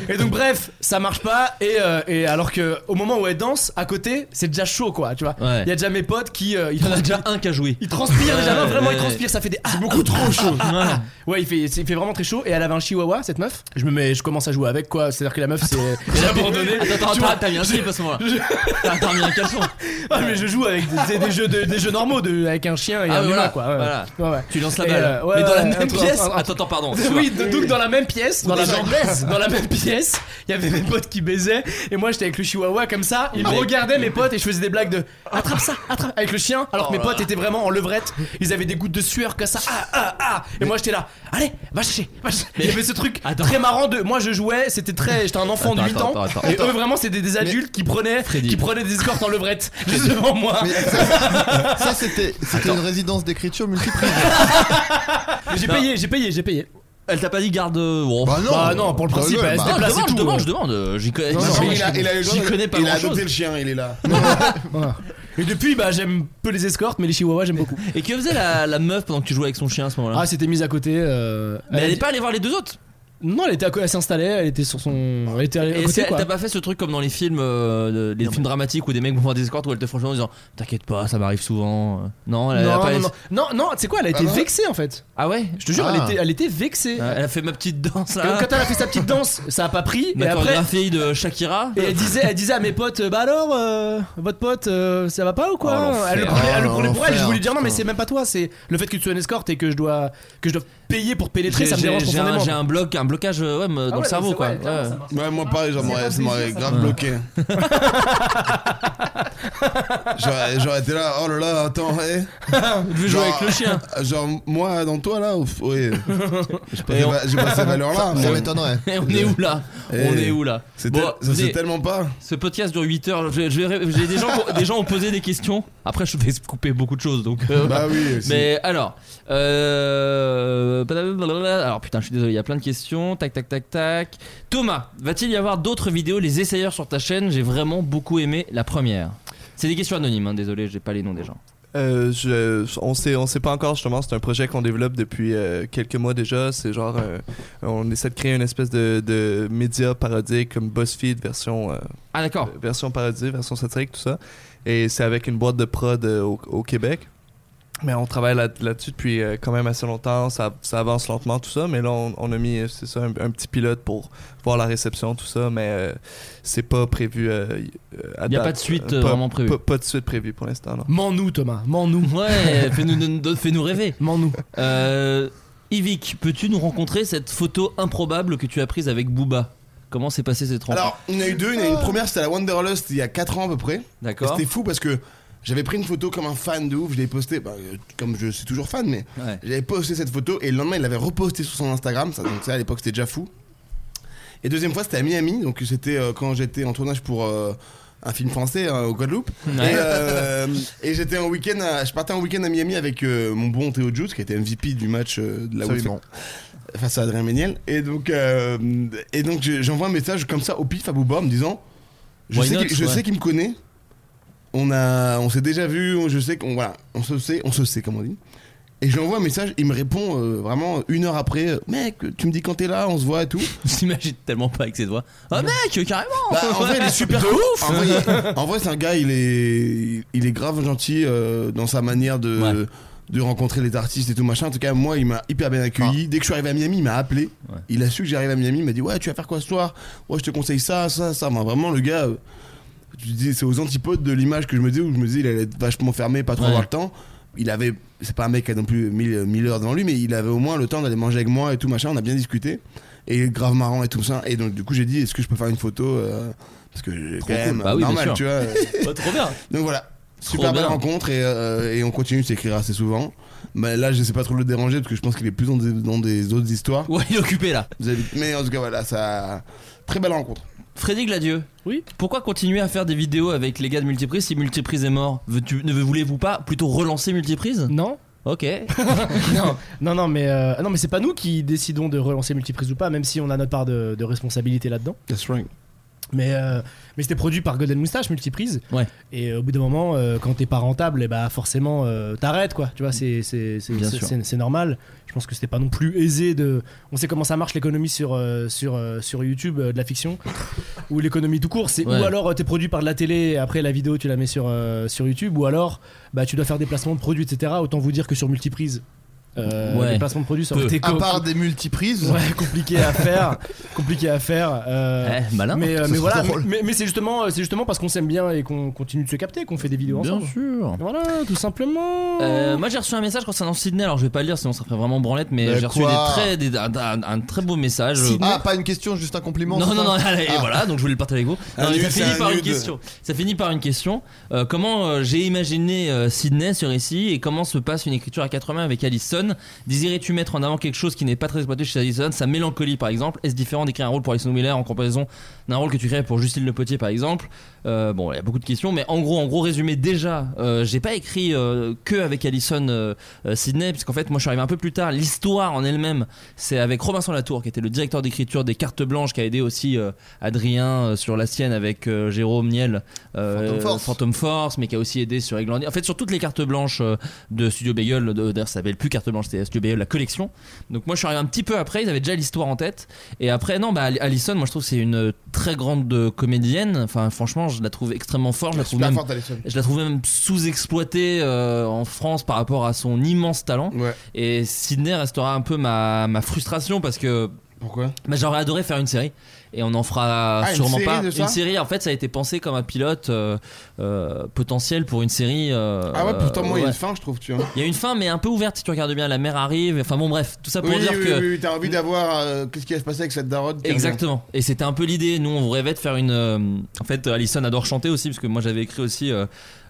Speaker 1: Et donc bref, ça marche pas et, euh, et alors que au moment où elle danse, à côté, c'est déjà chaud quoi, tu vois. Il
Speaker 8: Ouais.
Speaker 1: y a déjà mes potes qui euh, ils,
Speaker 8: Il y en a
Speaker 1: trans-
Speaker 8: déjà un qui a joué.
Speaker 1: ils transpirent
Speaker 8: Ouais,
Speaker 1: déjà, non, vraiment
Speaker 8: ouais,
Speaker 1: ils
Speaker 8: ouais.
Speaker 1: transpirent, ça fait des ah,
Speaker 3: Beaucoup trop chaud.
Speaker 1: ah. ouais, il fait il fait vraiment très chaud et elle avait un chihuahua cette meuf. Je me mets, je commence à jouer avec quoi. C'est-à-dire que la meuf c'est elle a abandonné.
Speaker 8: Attends,
Speaker 1: Tu
Speaker 8: attends,
Speaker 1: vois,
Speaker 8: t'as mis un
Speaker 1: je-
Speaker 8: slip à ce moment-là. T'as t'as mis un caleçon.
Speaker 1: Ah mais je joue avec des, des jeux de- des jeux normaux de, avec un chien et
Speaker 8: Ah,
Speaker 1: un
Speaker 8: oui,
Speaker 1: humain
Speaker 8: voilà,
Speaker 1: quoi. Ouais.
Speaker 8: voilà.
Speaker 1: Ouais, ouais.
Speaker 8: Tu lances la
Speaker 1: Et,
Speaker 8: balle.
Speaker 1: euh, ouais,
Speaker 8: mais dans la
Speaker 1: ouais,
Speaker 8: même
Speaker 1: entre-
Speaker 8: pièce.
Speaker 1: entre-
Speaker 8: Attends, attends, pardon.
Speaker 1: Oui,
Speaker 8: excuse-moi.
Speaker 1: donc dans la même pièce, dans la,
Speaker 8: Déjà,
Speaker 1: même,
Speaker 8: baise.
Speaker 1: dans la même pièce, il y avait mes potes qui baisaient et moi j'étais avec le chihuahua comme ça, ils me
Speaker 8: Mais-
Speaker 1: regardaient mes potes et je faisais des blagues de attrape ça, attrape avec le chien alors que mes
Speaker 8: Oh là
Speaker 1: potes
Speaker 8: là.
Speaker 1: étaient vraiment en levrette, ils avaient des gouttes de sueur comme ça ah ah ah et moi j'étais là allez, va chercher, va chercher. Il y avait ce truc très marrant de moi je jouais, c'était très j'étais un enfant
Speaker 8: Attends,
Speaker 1: de 8
Speaker 8: attends,
Speaker 1: ans
Speaker 8: attends,
Speaker 1: et
Speaker 8: attends.
Speaker 1: eux vraiment c'était des adultes qui prenaient qui prenaient des escortes en levrette juste devant moi.
Speaker 12: Ça, c'était c'était une résidence d'écriture multiprise.
Speaker 1: Mais J'ai payé, j'ai payé, j'ai payé.
Speaker 8: Elle t'a pas dit garde. euh, Bon.
Speaker 12: Bah non.
Speaker 1: pour le
Speaker 12: Bah
Speaker 1: principe,
Speaker 12: ouais,
Speaker 1: elle se
Speaker 12: bah-
Speaker 8: Ah,
Speaker 1: déplace et
Speaker 8: je
Speaker 1: tout.
Speaker 8: demande, je demande, je demande. J'y connais,
Speaker 12: Non, non,
Speaker 8: j'y-
Speaker 12: mais il a- il a eu le
Speaker 8: j'y
Speaker 12: droit de-
Speaker 8: connais pas
Speaker 12: il a
Speaker 8: grand
Speaker 12: adopté
Speaker 8: chose.
Speaker 12: le chien, il est là.
Speaker 1: Et depuis, bah, j'aime peu les escortes, mais les chihuahuas, j'aime beaucoup.
Speaker 8: Et que faisait la, la meuf pendant que tu jouais avec son chien à ce moment-là
Speaker 1: Ah, c'était mise à côté. euh,
Speaker 8: Hein. Mais elle
Speaker 1: a
Speaker 8: est
Speaker 1: dit-
Speaker 8: pas allée voir les deux autres
Speaker 1: Non, elle était à co- elle s'installait, elle était sur son. Elle était à à
Speaker 8: Ah. Et
Speaker 1: côté,
Speaker 8: c'est-
Speaker 1: quoi.
Speaker 8: t'as pas fait ce truc comme dans les films, euh, de- les films dramatiques où des mecs vont voir des escortes où elle te font le jeu en disant T'inquiète pas, ça m'arrive souvent. Euh, Non, elle, elle a
Speaker 1: non,
Speaker 8: pas
Speaker 1: non,
Speaker 8: laissé-
Speaker 1: non, non, non, tu sais quoi, elle a été
Speaker 8: Ah bon
Speaker 1: vexée en fait.
Speaker 8: Ah ouais
Speaker 1: Je te jure, elle,
Speaker 8: Ah.
Speaker 1: était, elle était vexée.
Speaker 8: Euh, Elle a fait ma petite danse
Speaker 1: Quand,
Speaker 8: là.
Speaker 1: quand elle a fait sa petite danse, ça a pas pris. Et
Speaker 8: Ma
Speaker 1: après,
Speaker 8: chorégraphie de Shakira.
Speaker 1: et elle disait, elle disait à mes potes, bah alors, euh, votre pote, euh, ça va pas ou
Speaker 8: Oh,
Speaker 1: quoi
Speaker 8: l'enfer.
Speaker 1: Elle le prenait, elle le
Speaker 8: Oh,
Speaker 1: prenait pour elle. Je
Speaker 8: l'enfer,
Speaker 1: voulais dire non, mais
Speaker 8: putain.
Speaker 1: c'est même pas toi, c'est le fait que tu sois une escorte et que je dois que je dois payer pour te pénétrer,
Speaker 8: J'ai-
Speaker 1: ça me
Speaker 8: j'ai-
Speaker 1: dérange
Speaker 8: j'ai un-
Speaker 1: profondément. Ah
Speaker 8: J'ai un bloc, un blocage euh, ouais, me- dans
Speaker 1: ouais,
Speaker 8: le cerveau
Speaker 1: mais
Speaker 8: quoi.
Speaker 1: c'est- ouais, clairement, ça
Speaker 8: Ouais, moi pareil,
Speaker 3: Ça m'aurait- ça m'aurait grave bloqué. J'aurais j'aurais été là, oh là là, attends, hé.
Speaker 8: Je vais jouer avec le chien.
Speaker 3: Genre, moi, dans toi là, ouf, oui. J'ai pas,
Speaker 8: Et on-
Speaker 3: j'ai pas cette valeur là.
Speaker 12: Ça- ça m'étonnerait.
Speaker 8: Et on est où là On
Speaker 3: Eh,
Speaker 8: est où là
Speaker 3: c'est
Speaker 8: Bon,
Speaker 3: tel- ça,
Speaker 8: vous
Speaker 3: c'est
Speaker 8: savez,
Speaker 3: tellement pas.
Speaker 8: Ce podcast dure 8 heures. je- je vais- J'ai des gens, des gens ont posé des questions. Après, je vais couper beaucoup de choses. Donc, euh,
Speaker 3: Bah oui, aussi.
Speaker 8: Mais alors, euh, blablabla. alors putain, je suis désolé. Il y a plein de questions. Tac, tac, tac, tac. Thomas, va-t-il y avoir d'autres vidéos les essayeurs sur ta chaîne J'ai vraiment beaucoup aimé la première. C'est des questions anonymes. hein, désolé, j'ai pas les noms des gens.
Speaker 7: Euh, je- on sait on sait pas encore justement c'est un projet qu'on développe depuis euh, quelques mois déjà c'est genre euh, on essaie de créer une espèce de, de média parodique comme BuzzFeed version euh,
Speaker 8: Ah, d'accord.
Speaker 7: euh, version parodie version satirique tout ça et c'est avec une boîte de prod euh, au, au Québec mais on travaille là- là-dessus depuis euh, quand même assez longtemps ça, ça avance lentement tout ça mais là on, on a mis euh, c'est ça un, un petit pilote pour voir la réception tout ça mais euh, c'est pas prévu euh, y- euh, à
Speaker 8: Y a
Speaker 7: date.
Speaker 8: pas de suite,
Speaker 7: Euh,
Speaker 8: euh, vraiment prévue.
Speaker 7: pas- pas de suite prévue pour l'instant non
Speaker 1: Mens-nous, Thomas, mens-nous.
Speaker 8: Ouais, fais-nous fais-nous rêver.
Speaker 1: Mens-nous.
Speaker 8: Euh, Yvick, peux-tu nous rencontrer cette photo improbable que tu as prise avec Booba Comment s'est passée cette rencontre
Speaker 3: Alors, il y en a eu deux. Il y en a eu une première, c'était à la Wanderlust il y a 4 ans à peu près. Et
Speaker 8: D'accord.
Speaker 3: C'était fou parce que j'avais pris une photo comme un fan de ouf. Je l'ai postée, bah, euh, comme je suis toujours fan, mais
Speaker 8: Ouais.
Speaker 3: j'avais posté cette photo et le lendemain, il l'avait repostée sur son Instagram. Ça, donc, ça à l'époque, c'était déjà fou. Et deuxième fois, c'était à Miami. Donc, c'était euh, quand j'étais en tournage pour. euh, un film français euh, au Guadeloupe.
Speaker 8: Ouais.
Speaker 3: Et, euh, et j'étais en week-end, à- je partais en week-end à Miami avec euh, mon bon Théo Juice qui était MVP du match euh, de la
Speaker 12: Absolument.
Speaker 3: Wii- face à Adrien Méniel. Et donc, euh, et donc je- j'envoie un message comme ça au pif à Booba en me disant Je
Speaker 8: Why
Speaker 3: sais
Speaker 8: not,
Speaker 3: qu'il- je
Speaker 8: ouais.
Speaker 3: sais qu'il me connaît, on, a, on s'est déjà vu, on- je sais qu'on voilà, on se sait, on se sait comme on dit. Et je lui envoie un message, il me répond euh, vraiment une heure après euh, Mec, tu me dis quand t'es là, on se voit et tout.
Speaker 8: J'imagine tellement pas avec ses doigts. Oh mec, carrément
Speaker 3: Bah, en vrai, il est super
Speaker 8: De
Speaker 3: cool.
Speaker 8: ouf
Speaker 3: En vrai, il- en vrai, c'est un gars, il est, il est grave gentil euh, dans sa manière de, de rencontrer les artistes et tout machin. En tout cas, moi, il m'a hyper bien
Speaker 8: Ah.
Speaker 3: accueilli. Dès que je suis arrivé à Miami, il m'a appelé. Il a su que j'arrive à Miami. Il m'a dit Ouais, tu vas faire quoi ce soir Ouais, je te conseille ça, ça, ça. Enfin, vraiment, le gars. euh, tu te dis, c'est aux antipodes de l'image que je me disais où je me disais il allait être vachement fermé, pas trop
Speaker 8: Ouais.
Speaker 3: avoir le temps. Il avait, c'est pas un mec qui a non plus 1000 mille heures devant lui, mais il avait au moins le temps d'aller manger avec moi et tout machin. On a bien discuté et il est grave marrant et tout ça. Et donc, du coup, j'ai dit, est-ce que je peux faire une photo euh, Parce que j'ai quand
Speaker 8: cool.
Speaker 3: même
Speaker 8: Bah oui, bien
Speaker 3: normal,
Speaker 8: sûr.
Speaker 3: tu vois. euh.
Speaker 8: Bah, trop bien.
Speaker 3: donc voilà.
Speaker 8: Trop
Speaker 3: Super belle
Speaker 8: bien.
Speaker 3: rencontre et, euh, et on continue de s'écrire assez souvent. Mais là, je sais pas trop le déranger parce que je pense qu'il est plus dans des, dans des autres histoires.
Speaker 8: Ouais, il est occupé là.
Speaker 3: Vous avez- Mais en tout cas, voilà, ça. Très belle rencontre.
Speaker 8: Freddy Gladieux. Oui. Pourquoi continuer à faire des vidéos avec les gars de Multiprise si Multiprise est mort Veux-tu- Ne voulez-vous pas plutôt relancer Multiprise
Speaker 1: Non.
Speaker 8: Ok. Eh,
Speaker 1: non, non, non, mais, euh, non, mais c'est pas nous qui décidons de relancer Multiprise ou pas, même si on a notre part de, de responsabilité là-dedans.
Speaker 3: That's right.
Speaker 1: Mais, euh, mais c'était produit par Golden Moustache, Multiprise.
Speaker 8: Ouais.
Speaker 1: Et euh, au bout d'un moment, euh, quand t'es pas rentable, et bah forcément, euh, t'arrêtes, quoi. Tu vois, c'est c'est- c'est-
Speaker 8: Bien
Speaker 1: c'est-
Speaker 8: sûr.
Speaker 1: c'est- c'est normal. Je pense que c'était pas non plus aisé de. On sait comment ça marche l'économie sur, euh, sur, euh, sur YouTube euh, de la fiction, ou l'économie tout court. c'est
Speaker 8: Ouais.
Speaker 1: Ou alors euh, t'es produit par de la télé, et après la vidéo tu la mets sur, euh, sur YouTube, ou alors bah, tu dois faire des placements de produits, etc. Autant vous dire que sur Multiprise, Euh,
Speaker 8: Ouais.
Speaker 1: Les placements de produits, ça aurait
Speaker 8: Peu.
Speaker 1: été
Speaker 8: À
Speaker 1: co-
Speaker 8: part
Speaker 7: des multiprises.
Speaker 1: Ouais, compliqué à faire. compliqué à faire. euh,
Speaker 8: Eh, malin.
Speaker 1: Mais, euh,
Speaker 8: Ça
Speaker 1: mais
Speaker 8: serait
Speaker 1: voilà,
Speaker 8: trop drôle.
Speaker 1: mais, mais c'est justement, euh, c'est justement parce qu'on s'aime bien et qu'on continue de se capter qu'on fait des vidéos
Speaker 8: Bien
Speaker 1: ensemble.
Speaker 8: sûr.
Speaker 1: Voilà, tout simplement.
Speaker 8: Euh, moi j'ai reçu un message concernant Sydney, alors je vais pas le lire sinon ça ferait vraiment branlette, mais
Speaker 7: Mais
Speaker 8: j'ai reçu
Speaker 7: quoi
Speaker 8: des très, des- un, un- un très beau message.
Speaker 7: Ah, pas une question, juste un compliment.
Speaker 8: Non,
Speaker 7: c'est
Speaker 8: non,
Speaker 7: ça
Speaker 8: non, allez,
Speaker 7: Ah.
Speaker 8: voilà, donc je voulais le partager avec vous.
Speaker 7: Un
Speaker 8: Non, mais
Speaker 7: nude,
Speaker 8: ça, finit
Speaker 7: Ah c'est un
Speaker 8: par une
Speaker 7: nude.
Speaker 8: question. ça finit par une question. Euh, comment euh, j'ai imaginé euh, Sydney sur ici et comment se passe une écriture à 80 avec Allison Désirais-tu mettre en avant quelque chose qui n'est pas très exploité chez Allison Sa mélancolie par exemple Est-ce différent d'écrire un rôle pour Alison Wheeler en comparaison d'un rôle que tu crées pour Justine Le Potier par exemple Euh, Bon, il y a beaucoup de questions, mais en gros, en gros résumé déjà, euh, j'ai pas écrit euh, que avec Allison euh, euh, Sydney, parce qu'en fait, moi je suis arrivé un peu plus tard. L'histoire en elle-même, c'est avec Robinson Latour, qui était le directeur d'écriture des Cartes Blanches, qui a aidé aussi euh, Adrien euh, sur la sienne avec euh, Jérôme Niel, euh,
Speaker 7: Phantom Force.
Speaker 8: Phantom Force, mais qui a aussi aidé sur Egglandia. En fait, sur toutes les cartes blanches euh, de Studio Bagel, de- d'ailleurs, ça s'appelle plus carte blanche, c'était Studio Bagel, la collection. Donc, moi, je suis arrivé un petit peu après, ils avaient déjà l'histoire en tête. Et après, non, bah, Al- Allison, moi, je trouve que c'est une très grande euh, comédienne. Enfin, franchement, je la trouve extrêmement forte. Je la trouve
Speaker 3: Super
Speaker 8: même,
Speaker 3: forte, Allison.
Speaker 8: je la trouve même sous-exploitée euh, en France par rapport à son immense talent. Et Sydney restera un peu ma, ma frustration parce que.
Speaker 3: Pourquoi
Speaker 8: bah, J'aurais adoré faire une série. Et on en fera
Speaker 3: Ah, une
Speaker 8: sûrement
Speaker 3: série
Speaker 8: pas.
Speaker 3: de ça
Speaker 8: une série, en fait, ça a été pensé comme un pilote euh, euh, potentiel pour une série. euh,
Speaker 3: Ah ouais, pourtant, moi, il y a
Speaker 8: ouais.
Speaker 3: une fin, je trouve, tu vois.
Speaker 8: Il y a une fin, mais un peu ouverte si tu regardes bien. La mer arrive. Enfin bon, bref, tout ça pour
Speaker 3: oui,
Speaker 8: dire
Speaker 3: oui,
Speaker 8: que.
Speaker 3: oui, oui, t'as envie d'avoir euh, qu'est-ce qui va se passer avec cette daronne qui
Speaker 8: Exactement. Et c'était un peu l'idée. Nous, on rêvait de faire une. euh, En fait, Alison adore chanter aussi, parce que moi, j'avais écrit aussi. euh,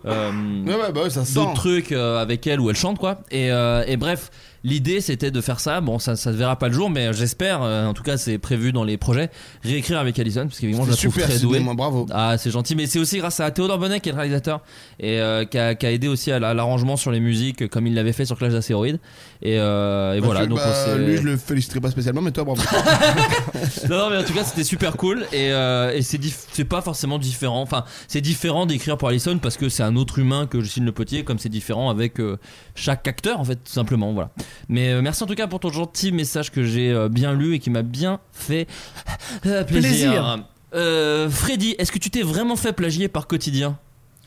Speaker 8: euh,
Speaker 3: ouais, bah ouais, ça se
Speaker 8: D'autres
Speaker 3: sent.
Speaker 8: trucs euh, avec elle où elle chante, quoi. Et, euh, et bref, l'idée, c'était de faire ça. Bon, ça ça ne verra pas le jour, mais j'espère, euh, en tout cas, c'est prévu dans les projets, réécrire avec Alison, parce qu'évidemment, je la
Speaker 3: C'est
Speaker 8: trouve
Speaker 3: super,
Speaker 8: très
Speaker 3: Sidney,
Speaker 8: douée.
Speaker 3: moi, bravo.
Speaker 8: Ah, c'est gentil, mais c'est aussi grâce à Théodore Bonnet qui est le réalisateur et euh, qui, a, qui a aidé aussi à la- l'arrangement sur les musiques, euh, comme il l'avait fait sur Clash d'Astéroïdes. Et, euh, et
Speaker 3: Parce
Speaker 8: voilà,
Speaker 3: que,
Speaker 8: donc
Speaker 3: bah,
Speaker 8: on s'est-
Speaker 3: lui, je le féliciterai pas spécialement, mais toi, bravo.
Speaker 8: non, non, mais en tout cas, c'était super cool et, euh, et c'est diff- c'est pas forcément différent. Enfin, c'est différent d'écrire pour Allison parce que c'est un autre humain que Justine Le Potier, comme c'est différent avec euh, chaque acteur en fait, tout simplement. Voilà. Mais euh, merci en tout cas pour ton gentil message que j'ai euh, bien lu et qui m'a bien fait euh, plaisir.
Speaker 1: Plaisir.
Speaker 8: Euh, Freddy, est-ce que tu t'es vraiment fait plagier par quotidien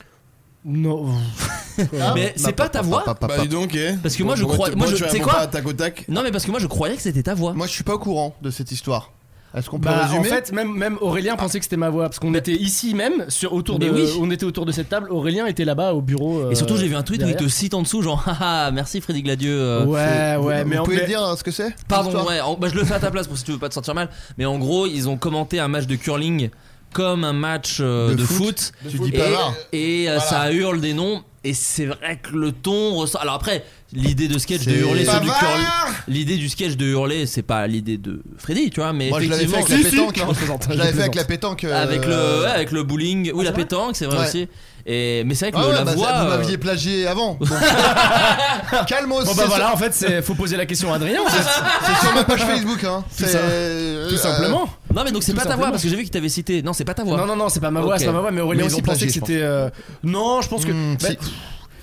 Speaker 1: Non.
Speaker 8: Ah,
Speaker 1: Ah,
Speaker 8: Mais c'est pas ta
Speaker 7: Ah,
Speaker 8: voix
Speaker 3: Bah, dis donc, eh.
Speaker 8: Parce que moi, je
Speaker 3: Pourquoi
Speaker 8: crois-
Speaker 3: tu-
Speaker 8: moi,
Speaker 3: pourquoi
Speaker 8: je-
Speaker 3: tu
Speaker 8: c'est
Speaker 3: réponds
Speaker 8: quoi
Speaker 3: pas à tac au tac
Speaker 8: Non, mais parce que moi je croyais que c'était ta voix.
Speaker 7: Moi, je suis pas au courant de cette histoire. Est-ce qu'on peut
Speaker 1: Bah, en
Speaker 7: résumer
Speaker 1: fait, même, même Aurélien pensait que c'était ma voix parce qu'on était ici même sur autour
Speaker 8: Bah- Mais
Speaker 1: de
Speaker 8: oui.
Speaker 1: on était autour de cette table. Aurélien était là-bas au bureau. euh,
Speaker 8: Et surtout, j'ai vu un tweet où il te
Speaker 1: derrière.
Speaker 8: cite en dessous, genre, haha, merci Freddy Gladieux. euh,
Speaker 1: Ouais,
Speaker 8: c'est-
Speaker 1: ouais,
Speaker 7: Vous
Speaker 1: mais en
Speaker 7: pouvez
Speaker 1: mais-
Speaker 7: dire euh, ce que c'est
Speaker 8: Pardon,
Speaker 7: l'histoire
Speaker 8: ouais, en- bah, je le fais à ta place pour si tu veux pas te sentir mal. Mais en gros, ils ont commenté un match de curling comme un match euh,
Speaker 7: De
Speaker 8: de,
Speaker 7: foot.
Speaker 8: foot.
Speaker 7: Tu
Speaker 8: et,
Speaker 7: dis pas là.
Speaker 8: Et euh, ça hurle des noms. Et c'est vrai que le ton ressort. Alors après, l'idée de sketch de
Speaker 7: C'est
Speaker 8: hurler sur du
Speaker 7: bavard
Speaker 8: curling. L'idée du sketch de hurler, c'est pas l'idée de Freddy, tu vois, mais
Speaker 7: Moi, je l'avais fait
Speaker 8: effectivement.
Speaker 7: avec la pétanque.
Speaker 8: non, je plaisante,
Speaker 7: Je
Speaker 8: je
Speaker 7: l'avais fait avec
Speaker 8: plaisante.
Speaker 7: la pétanque. euh, Ah,
Speaker 8: Avec le, ouais, avec le bowling, oui, la pétanque, c'est vrai
Speaker 7: Ouais.
Speaker 8: aussi. Et, mais c'est vrai que
Speaker 7: Ah
Speaker 8: le-
Speaker 7: ouais,
Speaker 8: la
Speaker 7: bah, ça,
Speaker 8: voix.
Speaker 7: Vous
Speaker 8: euh,
Speaker 7: m'aviez plagié avant. Bon.
Speaker 1: Bon
Speaker 7: Calmos. c'est
Speaker 1: bah voilà,
Speaker 7: sur-
Speaker 1: en fait, c'est faut poser la question à Adrien. en fait.
Speaker 7: C'est sur ma page Facebook, hein.
Speaker 1: Tout,
Speaker 7: C'est-
Speaker 1: ça-
Speaker 7: euh,
Speaker 1: tout simplement.
Speaker 8: Non, mais donc c'est
Speaker 1: Tout
Speaker 8: pas ta voix
Speaker 1: simplement.
Speaker 8: parce que j'ai vu que t'avais cité. Non, c'est pas ta voix.
Speaker 1: euh, Non non non, c'est pas ma voix,
Speaker 8: Ok.
Speaker 1: c'est pas ma voix. Mais Aurélien
Speaker 7: Mais ils ont
Speaker 1: aussi pensait
Speaker 7: plagié,
Speaker 1: que
Speaker 7: je pense.
Speaker 1: c'était. euh, Non, je pense que.
Speaker 7: Hmm,
Speaker 1: bah,
Speaker 7: si.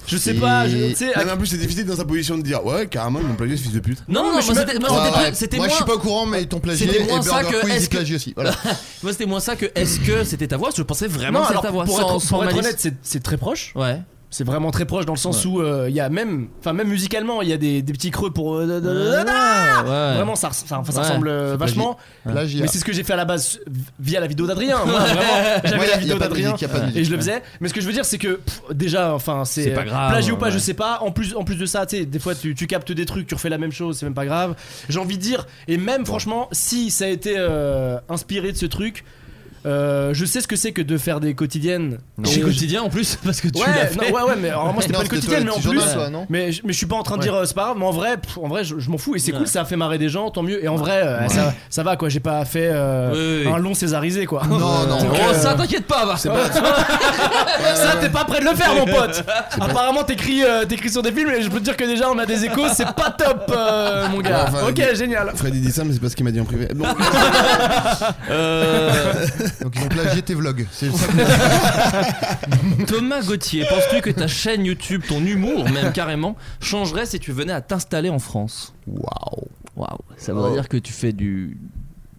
Speaker 1: Je sais
Speaker 7: Si.
Speaker 1: pas. je- Tu sais,
Speaker 3: Ah, Non, mais en plus, c'est difficile dans sa position de dire ouais, carrément, ils m'ont plagié ce fils de pute.
Speaker 8: Non, non,
Speaker 1: mais
Speaker 8: moi,
Speaker 1: je suis
Speaker 8: c'était moi,
Speaker 7: Ah
Speaker 8: c'était
Speaker 7: ouais.
Speaker 8: plus- c'était
Speaker 7: Moi, je suis
Speaker 8: moins-
Speaker 7: pas au courant, mais ils t'ont plagié.
Speaker 8: C'était
Speaker 7: Et
Speaker 8: moins ça
Speaker 7: Burger
Speaker 8: que
Speaker 7: Quiz,
Speaker 8: est-ce
Speaker 7: ils
Speaker 8: que-
Speaker 7: plagient aussi. Voilà.
Speaker 8: Moi, c'était moins ça que est-ce que c'était ta voix Je pensais vraiment
Speaker 1: Non,
Speaker 8: que c'était
Speaker 1: alors
Speaker 8: ta voix.
Speaker 1: pour
Speaker 8: sans,
Speaker 1: être,
Speaker 8: sans
Speaker 1: pour être
Speaker 8: malice.
Speaker 1: honnête, c'est- c'est très proche.
Speaker 8: Ouais.
Speaker 1: C'est vraiment très proche dans le sens
Speaker 8: Ouais.
Speaker 1: où euh, il y a même, enfin même musicalement, il y a des, des petits creux pour. euh, da- da- da- da- da-
Speaker 8: Ouais.
Speaker 1: Ah, Vraiment, ça, res- ça, enfin, ça
Speaker 8: Ah. Ouais.
Speaker 1: ressemble euh,
Speaker 7: C'est
Speaker 1: vachement.
Speaker 7: Plagiat.
Speaker 1: Mais c'est ce que j'ai fait à la base v- via la vidéo d'Adrien. Moi, vraiment,
Speaker 7: Moi,
Speaker 1: j'avais
Speaker 7: y a- y a
Speaker 1: la vidéo
Speaker 7: pas de
Speaker 1: d'Adrien
Speaker 7: musique, y a pas de
Speaker 1: et
Speaker 7: musique.
Speaker 1: je le faisais. Mais ce que je veux dire, c'est que pff, déjà, enfin, c'est
Speaker 8: C'est pas
Speaker 1: euh,
Speaker 8: grave,
Speaker 1: plagiat ou pas,
Speaker 8: ouais.
Speaker 1: je sais pas. En plus, en plus de ça, tu sais, des fois, tu, tu captes des trucs, tu refais la même chose, c'est même pas grave. J'ai envie de dire, et même franchement, si ça a été euh, inspiré de ce truc. euh, je sais ce que c'est que de faire des quotidiennes.
Speaker 8: Chez
Speaker 1: Et je-
Speaker 8: quotidien en plus parce que tu l'as
Speaker 1: Ouais,
Speaker 8: fait.
Speaker 1: non, ouais, ouais, mais alors moi c'était
Speaker 7: Non,
Speaker 1: pas le
Speaker 7: c'était
Speaker 1: quotidien,
Speaker 7: toi,
Speaker 1: mais en
Speaker 7: tu
Speaker 1: plus.
Speaker 7: journal, toi, non
Speaker 1: mais, je, mais je suis pas en train de
Speaker 7: Ouais.
Speaker 1: dire euh, c'est pas grave, mais en vrai, pff, en vrai, je, je m'en fous et c'est
Speaker 8: Ouais.
Speaker 1: cool, ça a fait marrer des gens, tant mieux. Et en vrai, euh,
Speaker 8: Ouais.
Speaker 1: ça, ça va quoi, j'ai pas fait euh,
Speaker 8: Oui, oui, oui.
Speaker 1: un long césarisé quoi.
Speaker 7: Non, non.
Speaker 1: Donc,
Speaker 8: Oh,
Speaker 1: euh,
Speaker 8: ça t'inquiète pas, va.
Speaker 1: ça t'es pas prêt de le faire, mon pote. Apparemment, t'écris euh, t'écris sur des films et je peux te dire que déjà on a des échos, c'est pas top, euh,
Speaker 8: Ah,
Speaker 1: mon gars.
Speaker 3: Ouais, enfin,
Speaker 1: ok,
Speaker 3: euh,
Speaker 1: génial.
Speaker 3: Freddy dit ça, mais c'est parce qu'il m'a dit en privé. Bon,
Speaker 8: Euh,
Speaker 7: Donc, ils ont plagié tes vlogs. C'est ça que-
Speaker 8: Thomas Gauthier, penses-tu que ta chaîne YouTube, ton humour même carrément, changerait si tu venais à t'installer en France
Speaker 7: Waouh.
Speaker 8: Waouh, ça voudrait
Speaker 7: Oh.
Speaker 8: dire que tu fais du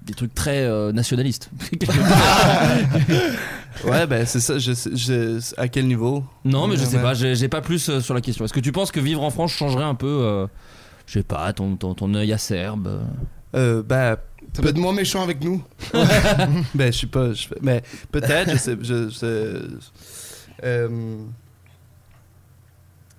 Speaker 8: des trucs très euh, nationalistes.
Speaker 9: Ouais, ben c'est ça. Je, je- à quel niveau
Speaker 8: non, mais je sais
Speaker 9: Ouais.
Speaker 8: pas, j'ai j'ai pas plus euh, sur la question. Est-ce que tu penses que vivre en France changerait un peu euh, je sais pas, ton, ton, ton œil acerbe
Speaker 7: Euh, ben.
Speaker 3: Ça peut être moins méchant avec nous.
Speaker 7: ben, je sais pas. je- mais peut-être, je sais. je- je- euh,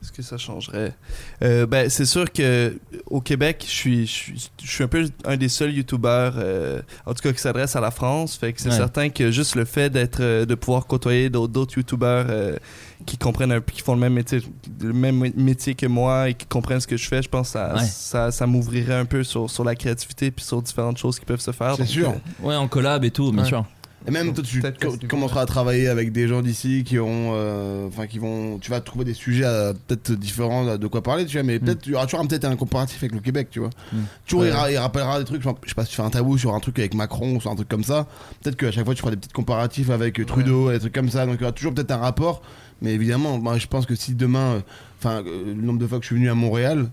Speaker 7: Est-ce que ça changerait Euh, Ben, c'est sûr que au Québec, je suis, je suis, je suis un peu un des seuls youtubeurs, euh, en tout cas, qui s'adresse à la France. Fait que c'est
Speaker 13: Ouais.
Speaker 7: certain que juste le fait d'être, euh, de pouvoir côtoyer d'autres d'autres youtubeurs euh, qui comprennent, un- qui font le même métier, le même métier que moi et qui comprennent ce que je fais, je pense que ça,
Speaker 8: Ouais.
Speaker 7: ça, ça m'ouvrirait un peu sur, sur la créativité puis sur différentes choses qui peuvent se faire. Donc, euh,
Speaker 8: Ouais, en collab et tout, bien
Speaker 7: Ouais.
Speaker 8: sûr.
Speaker 3: Et même toi, tu co- commenceras à travailler avec des gens d'ici qui auront, euh, enfin, qui vont, tu vas trouver des sujets euh, peut-être différents euh, de quoi parler, tu vois, mais peut-être tu auras toujours un- peut-être un comparatif avec le Québec, tu vois. Toujours il,
Speaker 7: Ouais.
Speaker 3: ra- il rappellera des trucs, genre, je sais pas si tu fais un tabou sur un truc avec Macron ou sur un truc comme ça, peut-être qu'à chaque fois tu feras des petits comparatifs avec euh, Trudeau, et des trucs comme ça, donc il y aura toujours peut-être un rapport, mais évidemment, moi, je pense que si demain, euh, enfin, euh, le nombre de fois que je suis venu à Montréal,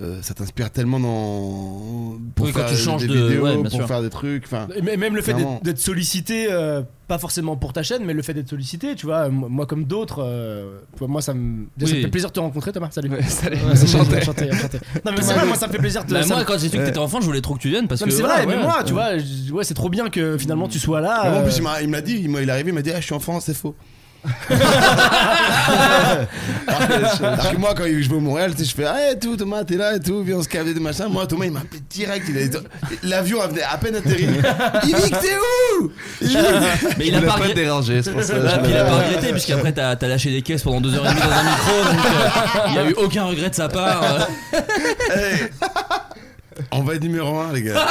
Speaker 3: euh, ça t'inspire tellement dans pour
Speaker 8: Oui, quand
Speaker 3: faire
Speaker 8: tu changes
Speaker 3: des
Speaker 8: de-
Speaker 3: vidéos,
Speaker 8: ouais, bien
Speaker 3: pour
Speaker 8: sûr.
Speaker 3: faire des trucs, enfin,
Speaker 1: Et m- même le fait
Speaker 3: vraiment.
Speaker 1: d'être- d'être sollicité, euh, pas forcément pour ta chaîne, mais le fait d'être sollicité, tu vois, moi moi comme d'autres, euh, tu vois, moi ça me déjà, ça
Speaker 8: Oui.
Speaker 1: me fait plaisir de te rencontrer Thomas, salut.
Speaker 7: salut,
Speaker 8: Enchanté.
Speaker 1: enchanté, enchanté. Non mais c'est vrai, moi ça me fait plaisir de
Speaker 8: Bah,
Speaker 1: ça
Speaker 8: moi,
Speaker 1: me-
Speaker 8: quand j'ai su que t'étais enfant, je voulais trop que tu viennes parce
Speaker 1: Non,
Speaker 8: que.
Speaker 1: mais c'est
Speaker 8: voilà,
Speaker 1: vrai, mais
Speaker 8: ouais.
Speaker 1: moi, tu vois, je- ouais, c'est trop bien que finalement tu sois là.
Speaker 7: Bah,
Speaker 3: Mais moi, en plus,
Speaker 1: euh,
Speaker 3: il m'a- il me l'a dit, il m'a- il est arrivé, il m'a dit Ah, je suis en France, c'est faux. Alors que- alors que moi, quand je vais au Montréal, tu sais, je fais Ah, tout, Thomas, t'es là et tout, viens, on se cave des machins. Moi, Thomas, il m'a appelé direct. il est- L'avion avait à peine atterri. Il dit que t'es où Il dit-
Speaker 8: Mais il a
Speaker 7: voulais
Speaker 8: pas
Speaker 7: pas
Speaker 8: regret-
Speaker 7: te déranger, c'est pour ça que
Speaker 8: Bah,
Speaker 7: je
Speaker 8: puis il a
Speaker 7: l'avais-
Speaker 8: pas regretté, puisqu'après t'as t'as lâché des caisses pendant deux heures et demie dans un micro, donc euh, il y a eu aucun regret de sa part. euh.
Speaker 3: On va être numéro 1, les gars.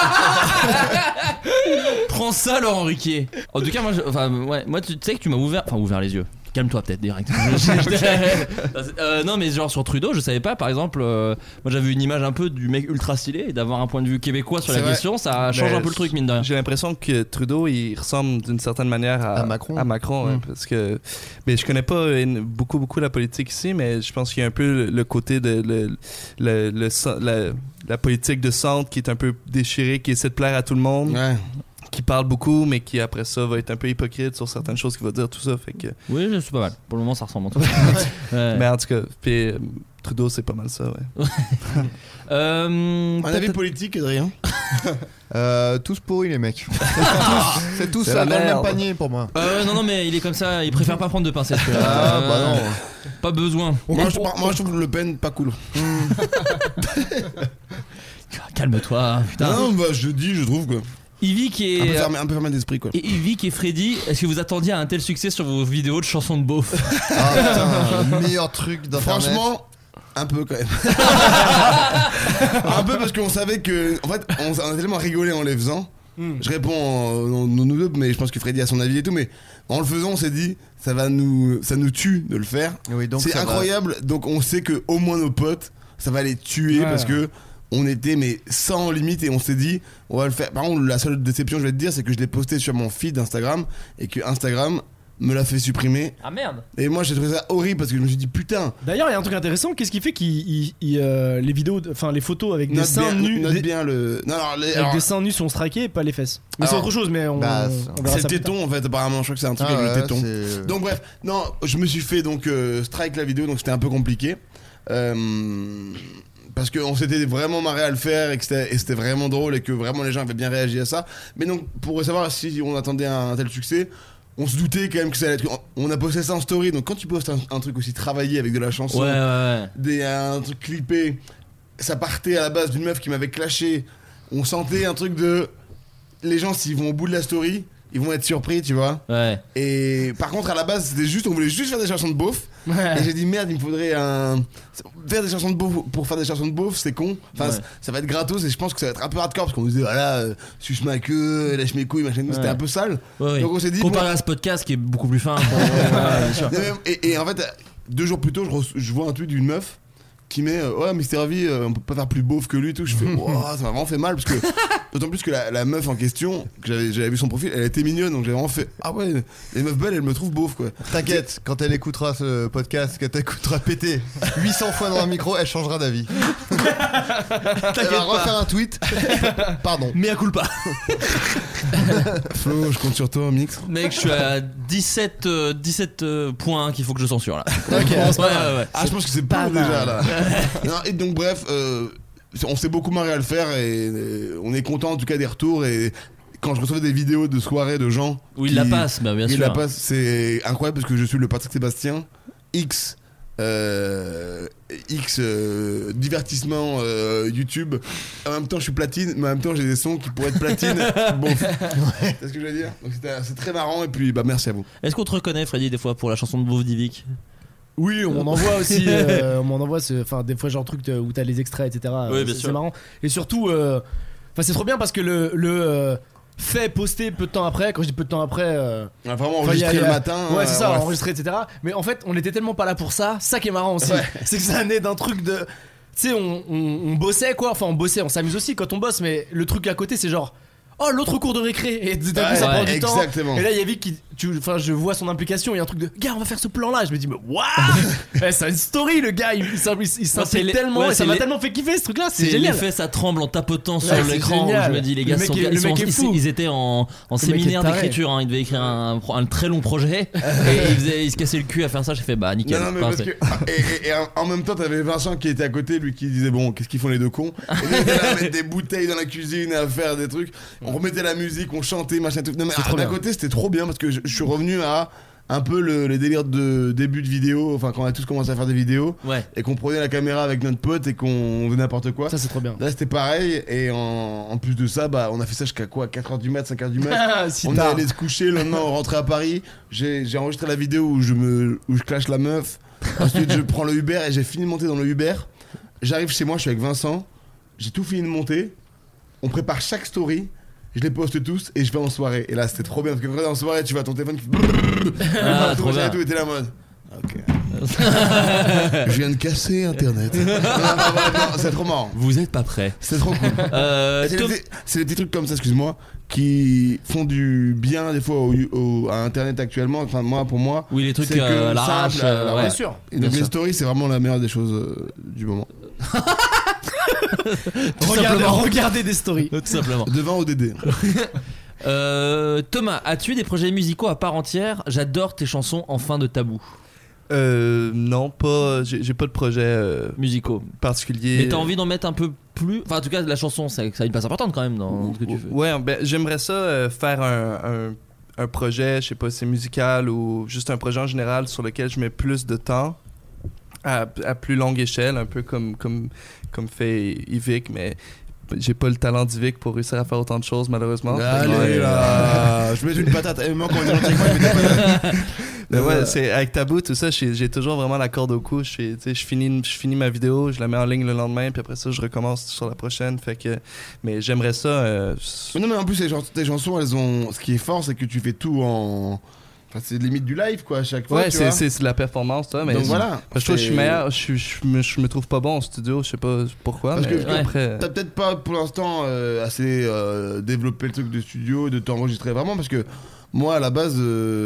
Speaker 8: Prends ça, Laurent Ruquier. En tout cas, moi, je- enfin, ouais, moi tu tu sais que tu m'as ouvert, enfin, ouvert les yeux. Calme-toi peut-être direct. Euh, non, mais genre sur Trudeau, je savais pas. Par exemple, euh, moi j'avais une image un peu du mec ultra stylé et d'avoir un point de vue québécois sur la
Speaker 7: C'est vrai.
Speaker 8: question, ça change
Speaker 7: Mais
Speaker 8: un peu le truc mine de rien.
Speaker 7: J'ai l'impression que Trudeau, il ressemble d'une certaine manière à,
Speaker 8: À Macron.
Speaker 7: ouais,
Speaker 8: Mm.
Speaker 7: parce que, mais je connais pas une- beaucoup, beaucoup la politique ici, mais je pense qu'il y a un peu le- le côté de le- le- le cen- la, la politique de centre qui est un peu déchirée, qui essaie de plaire à tout le monde. Qui parle beaucoup, mais qui après ça va être un peu hypocrite sur certaines choses qu'il va dire, tout ça. Fait que...
Speaker 8: Oui, c'est pas mal. Pour le moment, ça ressemble en tout
Speaker 7: Mais en tout cas, puis, euh, Trudeau, c'est pas mal ça, ouais.
Speaker 8: Euh,
Speaker 3: Un avis politique, Adrien
Speaker 14: Euh, tous pourris, les mecs. C'est tous
Speaker 8: C'est
Speaker 14: euh,
Speaker 8: la
Speaker 14: dans le même
Speaker 8: merde.
Speaker 14: panier pour moi.
Speaker 8: Euh, non, non, mais il est comme ça, il préfère pas prendre de pincettes. celui-là.
Speaker 14: Ah, bah non.
Speaker 8: Pas besoin.
Speaker 3: moi, je, moi, je trouve Le Pen pas cool.
Speaker 8: Calme-toi,
Speaker 14: Ah.
Speaker 8: putain.
Speaker 3: Non, bah, je dis, je trouve quoi.
Speaker 8: Ivy qui est.
Speaker 14: euh,
Speaker 3: Un peu fermé, un peu fermé d'esprit quoi.
Speaker 8: Et Yvick et Freddy, est-ce que vous attendiez à un tel succès sur vos vidéos de chansons de beauf
Speaker 14: Ah putain, le meilleur truc d'internet.
Speaker 3: Franchement, un peu quand même. un peu parce qu'on savait que. En fait, on, s- on a tellement rigolé en les faisant. Je réponds en- en- nous nous deux, mais je pense que Freddy a son avis et tout. Mais en le faisant, on s'est dit, ça va nous, ça nous tue de le faire.
Speaker 8: Ah,
Speaker 14: donc
Speaker 3: c'est
Speaker 14: ça va-
Speaker 3: incroyable. Donc on sait que au moins nos potes, ça va les tuer
Speaker 14: Ouais.
Speaker 3: parce que on était mais sans limite et on s'est dit, on va le faire. Par contre, la seule déception, je vais te dire, c'est que je l'ai posté sur mon feed Instagram et que Instagram me l'a fait supprimer.
Speaker 8: Ah merde
Speaker 3: Et moi, j'ai trouvé ça horrible parce que je me suis dit, putain,
Speaker 1: D'ailleurs, il y a un truc intéressant. Qu'est-ce qui fait que euh, les vidéos, de- enfin les photos avec des
Speaker 3: Note
Speaker 1: seins
Speaker 3: bien-
Speaker 1: nus,
Speaker 3: note
Speaker 1: des-
Speaker 3: bien le. Non, alors, les-
Speaker 1: avec
Speaker 3: alors-
Speaker 1: des seins nus sont straqués, et pas les fesses. Mais c'est
Speaker 3: alors-
Speaker 1: autre chose. Mais on, on verra
Speaker 3: c'est
Speaker 1: ça
Speaker 3: le
Speaker 1: plus tard.
Speaker 3: téton en fait, apparemment. Je crois que c'est un truc
Speaker 14: Ah
Speaker 3: avec
Speaker 14: ouais,
Speaker 3: le téton.
Speaker 14: c'est-
Speaker 3: Donc, bref, non, je me suis fait donc euh, strike la vidéo, donc c'était un peu compliqué. Euh, Parce qu'on s'était vraiment marré à le faire et que c'était et c'était vraiment drôle et que vraiment les gens avaient bien réagi à ça. Mais donc, pour savoir si on attendait un tel succès, on se doutait quand même que ça allait être. On a posté ça en story, donc quand tu postes un, un truc aussi travaillé avec de la chanson,
Speaker 8: Ouais, ouais, ouais.
Speaker 3: des, un truc clippé. Ça partait à la base d'une meuf qui m'avait clashé. On sentait un truc de. Les gens, s'ils vont au bout de la story, ils vont être surpris, tu vois.
Speaker 8: Ouais.
Speaker 3: Et par contre, à la base, c'était juste. On voulait juste faire des chansons de beauf.
Speaker 1: Ouais.
Speaker 3: Et j'ai dit, merde, il me faudrait un. Faire des chansons de beauf pour faire des chansons de beauf, c'est con. Enfin,
Speaker 8: Ouais.
Speaker 3: c- ça va être gratos et je pense que ça va être un peu hardcore parce qu'on nous disait, voilà, euh, suce ma queue, lâche mes couilles, machin. C'était
Speaker 8: Ouais.
Speaker 3: un peu sale.
Speaker 8: Ouais, ouais.
Speaker 3: Donc on s'est dit.
Speaker 8: Comparé
Speaker 3: bon,
Speaker 8: à ce podcast qui est beaucoup plus fin. pour- Ouais, bien sûr.
Speaker 3: non, mais- et, et en fait, deux jours plus tôt, je, reço- je vois un tweet d'une meuf qui met euh, Ouais, Mister V, euh, on peut pas faire plus beauf que lui et tout. Je fais Wouah, ça m'a vraiment fait mal parce que. D'autant plus que la, la meuf en question, que j'avais, j'avais vu son profil, elle était mignonne donc j'avais vraiment fait Ah ouais, les meufs belles, elles me trouvent beauf quoi.
Speaker 14: T'inquiète, quand elle écoutera ce podcast, quand elle écoutera péter 800 fois dans un micro, elle changera d'avis. elle va refaire un tweet. Pardon.
Speaker 8: Mais à coup pas.
Speaker 3: Flo, je compte sur toi, Mix.
Speaker 8: Mec, je suis à 17, euh, 17 euh, points qu'il faut que je censure là.
Speaker 3: Ok,
Speaker 8: Ouais,
Speaker 3: c'est pas
Speaker 8: ouais,
Speaker 3: mal.
Speaker 8: ouais.
Speaker 3: Ah, je pense que c'est pas
Speaker 8: pas
Speaker 3: déjà
Speaker 8: mal.
Speaker 3: là. non, et donc, bref, euh, on s'est beaucoup marré à le faire et euh, on est content en tout cas des retours et quand je reçois des vidéos de soirées de gens
Speaker 8: Où ils la passent, bah, bien
Speaker 3: ils
Speaker 8: sûr.
Speaker 3: la passent, c'est incroyable parce que je suis le Patrick Sébastien X euh, X euh, divertissement euh, YouTube. En même temps, je suis platine, mais en même temps, j'ai des sons qui pourraient être platine. bon, c'est ce que je veux dire. Donc, c'était- c'est très marrant. Et puis, bah, merci à vous.
Speaker 15: Est-ce qu'on te reconnaît, Freddy, des fois pour la chanson de Beauve Divic
Speaker 3: Oui,
Speaker 15: on
Speaker 1: On envoie aussi, euh, on m'en envoie ce, enfin des fois genre truc de- où t'as les extraits, etc.
Speaker 15: Oui,
Speaker 1: Euh,
Speaker 15: bien
Speaker 1: c'est-
Speaker 15: sûr.
Speaker 1: C'est marrant. Et surtout, euh, enfin c'est trop bien parce que le, le euh, fait posté peu de temps après, quand je dis peu de temps après, euh,
Speaker 3: On a vraiment
Speaker 1: enfin, il y a-
Speaker 3: enregistré
Speaker 1: il y a-
Speaker 3: le matin.
Speaker 1: Ouais, c'est
Speaker 3: euh,
Speaker 1: ça,
Speaker 3: on a-
Speaker 1: enregistré, etc. Mais en fait, on était tellement pas là pour ça. Ça qui est marrant aussi,
Speaker 3: Ouais.
Speaker 1: c'est que ça naît d'un truc de, tu sais, on, on- on bossait quoi. Enfin, on bossait, on s'amuse aussi quand on bosse, mais le truc à côté, c'est genre. Oh l'autre cours de récré et d'un coup
Speaker 3: Ouais,
Speaker 1: ça prend du
Speaker 3: exactement.
Speaker 1: temps et là il y a Vic qui tu enfin je vois son implication il y a un truc de gars on va faire ce plan là je me dis mais waouh Eh, c'est une story le gars il, il s'im- il
Speaker 8: Ouais, c'est
Speaker 1: s'implique
Speaker 8: les-
Speaker 1: tellement
Speaker 8: ouais,
Speaker 1: et ça
Speaker 8: c'est
Speaker 1: m'a
Speaker 8: les-
Speaker 1: tellement fait kiffer ce truc là c'est
Speaker 8: C'est
Speaker 1: génial
Speaker 8: l'effet, ça tremble en tapotant sur
Speaker 1: Ouais, c'est
Speaker 8: l'écran. où
Speaker 1: génial.
Speaker 8: Je me dis, les gars,
Speaker 1: Le mec
Speaker 8: sont-
Speaker 1: est- le
Speaker 8: ils, sont-
Speaker 1: mec est
Speaker 8: ils-
Speaker 1: fou.
Speaker 8: ils étaient en, en
Speaker 1: Le mec est
Speaker 8: séminaire
Speaker 1: taré.
Speaker 8: d'écriture. hein. Ils devaient écrire un, un très long projet. et ils, faisaient- ils se cassaient le cul à faire ça. J'ai fait, bah nickel.
Speaker 3: Non, non, mais
Speaker 8: Enfin,
Speaker 3: parce que.
Speaker 8: c'est-
Speaker 3: ah, Et, et- et en- en même temps, t'avais Vincent qui était à côté, lui qui disait Bon, qu'est-ce qu'ils font les deux cons Et nous, on était là à mettre des bouteilles dans la cuisine, à faire des trucs. On remettait la musique, on chantait, machin, tout. Non, mais
Speaker 1: C'est trop
Speaker 3: à- d'un
Speaker 1: bien.
Speaker 3: côté, c'était trop bien parce que je, je suis revenu à un peu le, les délires de début de vidéo, enfin, quand on a tous commencé à faire des vidéos.
Speaker 8: Ouais.
Speaker 3: Et qu'on prenait la caméra avec notre pote et qu'on faisait n'importe quoi.
Speaker 1: Ça, c'est trop bien.
Speaker 3: Là, c'était pareil. Et en, en plus de ça, bah, on a fait ça jusqu'à quoi 4h du mat, 5h du mat.
Speaker 1: Si
Speaker 3: on est
Speaker 1: tard.
Speaker 3: allé se coucher, le lendemain, on rentrait à Paris. J'ai j'ai enregistré la vidéo où je, me, où je clash la meuf. Ensuite, je prends le Uber et j'ai fini de monter dans le Uber. J'arrive chez moi, je suis avec Vincent. J'ai tout fini de monter. On prépare chaque story. Je les poste tous et je vais en soirée. Et là, c'était trop bien parce que quand t'es en soirée, tu vas à ton téléphone qui fait
Speaker 8: Ah,
Speaker 3: tout,
Speaker 8: trop bien.
Speaker 3: et tout, et t'es là en mode. Ok. je viens de casser Internet. Non, non, non, c'est trop marrant.
Speaker 8: Vous êtes pas Euh, prêt.
Speaker 3: C'est trop cool.
Speaker 9: Euh,
Speaker 3: Et c'est des petits- C'est des petits trucs comme ça, excuse-moi, qui font du bien des fois au- au- à Internet actuellement. Enfin, moi, pour moi.
Speaker 8: Oui, les trucs,
Speaker 3: c'est que
Speaker 8: euh, à l'arrache,
Speaker 3: simple,
Speaker 8: euh,
Speaker 3: alors,
Speaker 8: ouais.
Speaker 3: bien sûr. Et
Speaker 8: Bien
Speaker 3: donc, les
Speaker 8: sûr.
Speaker 3: stories, c'est vraiment la meilleure des choses euh, du moment.
Speaker 1: regardez,
Speaker 8: simplement.
Speaker 1: regardez des stories
Speaker 8: tout simplement
Speaker 3: devant ODD
Speaker 8: Euh, Thomas, as-tu des projets musicaux à part entière J'adore tes chansons en fin de tabou.
Speaker 9: Euh, non, pas. J'ai j'ai pas de projet euh,
Speaker 8: musicaux
Speaker 9: particulier.
Speaker 8: Mais t'as envie d'en mettre un peu plus Enfin, en tout cas, la chanson, ça, ça a une place importante quand même dans ce que tu fais.
Speaker 9: Ouais, ben, j'aimerais ça euh, faire un, un- un projet, je sais pas si c'est musical ou juste un projet en général sur lequel je mets plus de temps à, à plus longue échelle, un peu comme, comme, comme fait Yvick, mais j'ai pas le talent d'Yvick pour réussir à faire autant de choses malheureusement.
Speaker 3: Allez,
Speaker 9: Ouais.
Speaker 3: là. Je mets une patate. Et moi, quand on est gentil avec moi, je mets une patate.
Speaker 9: Mais ouais,
Speaker 3: Euh,
Speaker 9: c'est avec Tabou, tout ça, j'ai j'ai toujours vraiment la corde au cou. Je, fais- tu sais, je, finis, je finis ma vidéo, je la mets en ligne le lendemain, puis après ça, je recommence sur la prochaine. Fait que, mais j'aimerais ça. euh, s-
Speaker 3: Mais non, mais en plus, les chans- tes chansons, elles ont. Ce qui est fort, c'est que tu fais tout en. Enfin, c'est limite du live, quoi, à chaque fois.
Speaker 9: ouais,
Speaker 3: tu
Speaker 9: c'est-
Speaker 3: vois.
Speaker 9: c'est c'est de la performance, toi. Mais
Speaker 3: Donc voilà.
Speaker 9: Parce que je trouve que je suis
Speaker 3: C'est-
Speaker 9: meilleur, je, je me, je me trouve pas bon en studio, je sais pas pourquoi.
Speaker 3: Parce que
Speaker 9: mais
Speaker 3: t'as-
Speaker 9: après. euh,
Speaker 3: t'as peut-être pas pour l'instant euh, assez euh, développé le truc de studio, de t'enregistrer vraiment, parce que moi à la base,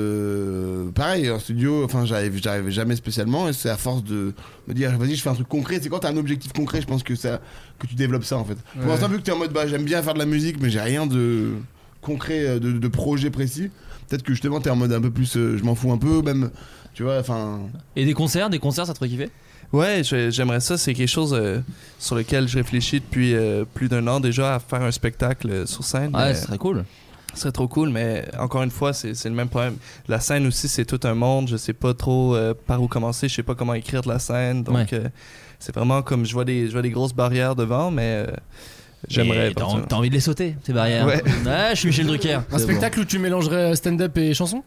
Speaker 3: euh, pareil, en studio, enfin j'arrive, j'arrivais jamais spécialement, et c'est à force de me dire vas-y, je fais un truc concret. C'est quand t'as un objectif concret, je pense que ça, que tu développes ça en fait. Pour
Speaker 9: Ouais.
Speaker 3: l'instant, vu que t'es en mode bah j'aime bien faire de la musique, mais j'ai rien de concret, euh, de, de projet précis. Peut-être que justement t'es en mode un peu plus, euh, je m'en fous un peu, même, tu vois, enfin.
Speaker 8: Et des concerts, des concerts, ça te fait kiffer
Speaker 9: Ouais, je- j'aimerais ça. C'est quelque chose euh, sur lequel je réfléchis depuis euh, plus d'un an déjà à faire un spectacle euh, sur scène.
Speaker 8: Ouais,
Speaker 9: mais-
Speaker 8: ce serait cool.
Speaker 9: Ce serait trop cool, mais encore une fois, c'est c'est le même problème. La scène aussi, c'est tout un monde. Je sais pas trop euh, par où commencer. Je sais pas comment écrire de la scène. Donc,
Speaker 8: Ouais.
Speaker 9: euh, c'est vraiment comme je vois des, je vois des grosses barrières devant, mais euh, j'aimerais.
Speaker 8: Et T'as
Speaker 9: éventuellement-
Speaker 8: t'as envie de les sauter, ces barrières.
Speaker 9: Ouais.
Speaker 8: je suis Michel Drucker.
Speaker 1: un spectacle où tu mélangerais euh, stand-up et chanson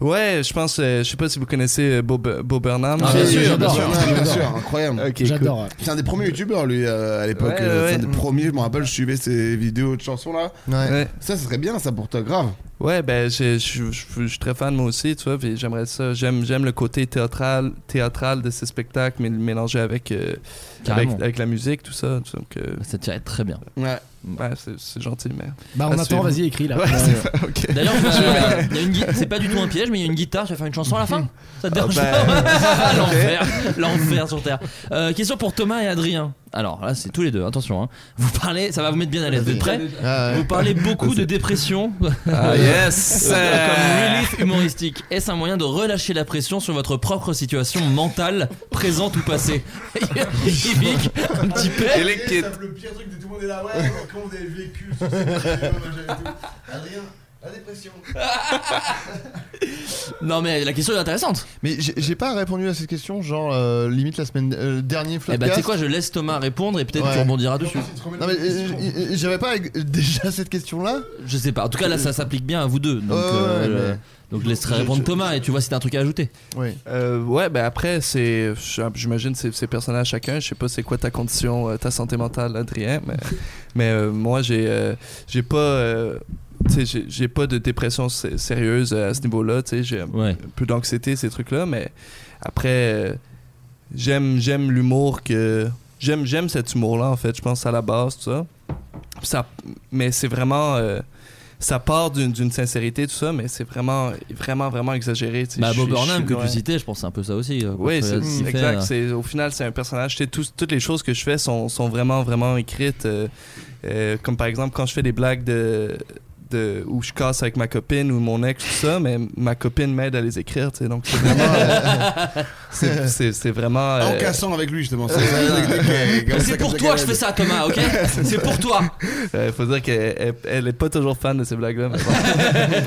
Speaker 9: Ouais, je pense. euh, je sais pas si vous connaissez euh, Bob, Bob Burnham.
Speaker 3: Ah,
Speaker 9: Euh,
Speaker 3: bien sûr, bien
Speaker 9: j'adore.
Speaker 3: sûr, bien sûr, incroyable.
Speaker 9: Ok, cool. J'adore, ouais.
Speaker 3: C'est un des premiers youtubeurs, lui, euh, à l'époque.
Speaker 9: Ouais,
Speaker 3: euh,
Speaker 9: ouais,
Speaker 3: c'est un
Speaker 9: ouais.
Speaker 3: des premiers, je me rappelle, je suivais ses vidéos de chansons là.
Speaker 9: Ouais.
Speaker 3: Ça, ça serait bien, ça, pour toi, grave.
Speaker 9: Ouais, ben je, je- je- je suis très fan moi aussi, tu vois, puis j'aimerais ça. J'aime, j'aime le côté théâtral, théâtral de ces spectacles, mais le mélanger avec, euh, avec,
Speaker 8: Carrément.
Speaker 9: avec la musique, tout ça. Donc, euh,
Speaker 8: ça tirait très bien.
Speaker 3: Ouais,
Speaker 9: ouais c'est, c'est gentil, mais.
Speaker 1: Bah, on
Speaker 9: À
Speaker 1: attend,
Speaker 9: suivre.
Speaker 1: vas-y, écris, là.
Speaker 9: Ah, Ouais,
Speaker 1: Ouais,
Speaker 9: c'est
Speaker 1: ouais.
Speaker 9: pas- ok.
Speaker 8: D'ailleurs, on va-
Speaker 9: Je vais-
Speaker 8: il y a une gui- c'est pas du tout un piège, mais il y a une guitare. Je vais faire une chanson à la fin. Ça te
Speaker 9: Ah
Speaker 8: dérange
Speaker 9: bah,
Speaker 8: pas
Speaker 9: ok.
Speaker 8: L'enfer, l'enfer sur terre. Euh, question pour Thomas et Adrien. Alors là, c'est tous les deux, attention. hein. Vous parlez, ça va vous mettre bien à l'aise. Vous êtes prêts
Speaker 16: Ah ouais.
Speaker 8: Vous parlez beaucoup de dépression.
Speaker 16: Ah, yes.
Speaker 8: Euh, Comme relief humoristique. Est-ce un moyen de relâcher la pression sur votre propre situation mentale, présente ou passée Yvick, un petit peu.
Speaker 3: Et les kids. Le pire truc de tout le monde est là, ouais, quand vous avez vécu ce sujet, hommage à tout. Adrien, la dépression.
Speaker 8: Non mais la question est intéressante.
Speaker 7: Mais j'ai j'ai pas répondu à cette question, genre euh, limite la semaine euh, dernier
Speaker 8: Eh
Speaker 7: flop.
Speaker 8: bah, tu sais quoi, je laisse Thomas répondre et peut-être
Speaker 7: Ouais.
Speaker 8: tu rebondiras dessus.
Speaker 7: Non mais euh, j- j- j'avais pas euh, déjà cette question là.
Speaker 8: Je sais pas. En tout cas, là, ça s'applique bien à vous deux. Donc,
Speaker 7: Ouais,
Speaker 8: euh,
Speaker 7: ouais,
Speaker 8: le-
Speaker 7: mais-
Speaker 8: donc je laisserai
Speaker 1: Je-
Speaker 8: répondre
Speaker 1: je-
Speaker 8: Thomas et tu vois si t'as un truc à ajouter.
Speaker 7: Oui.
Speaker 1: ouais, ben après, c'est, j'imagine c'est, c'est personnel à chacun. Je sais pas c'est quoi ta condition, euh, ta santé mentale, Adrien, mais, mais euh, moi, j'ai, euh, j'ai pas. euh, tu sais, j'ai, j'ai pas de dépression sé- sérieuse euh, à ce niveau-là. tu sais, J'ai un, un peu d'anxiété, ces trucs-là, mais après, euh, j'aime, j'aime l'humour que. J'aime, j'aime cet humour-là, en fait, je pense, à la base, tout ça. ça mais c'est vraiment. euh, ça part d'une, d'une sincérité, tout ça, mais c'est vraiment, vraiment, vraiment exagéré. tu sais.
Speaker 8: Bah,
Speaker 1: Je
Speaker 8: Bob
Speaker 1: suis- je
Speaker 8: Burnham
Speaker 1: suis-
Speaker 8: que
Speaker 1: ouais.
Speaker 8: tu citais, je pense, c'est un peu ça aussi. euh,
Speaker 1: Oui,
Speaker 8: contre-
Speaker 1: c'est
Speaker 8: ce qu'il fait,
Speaker 1: exact.
Speaker 8: euh.
Speaker 1: c'est- Au final, c'est un personnage. Tu sais, tous- toutes les choses que je fais sont, sont vraiment, vraiment écrites. euh, euh, comme par exemple, quand je fais des blagues de, de, où je casse avec ma copine ou mon ex, tout ça, mais ma copine m'aide à les écrire. tu sais, donc, c'est vraiment. euh, c'est- c'est c'est vraiment.
Speaker 3: Ah, En
Speaker 1: euh,
Speaker 3: cassant avec lui, justement. C'est-
Speaker 8: Mais C'est pour toi que je fais ça, Thomas, ok C'est pour toi.
Speaker 1: euh, faut dire qu'elle elle, elle est pas toujours fan de ces blagues-là. mais bon.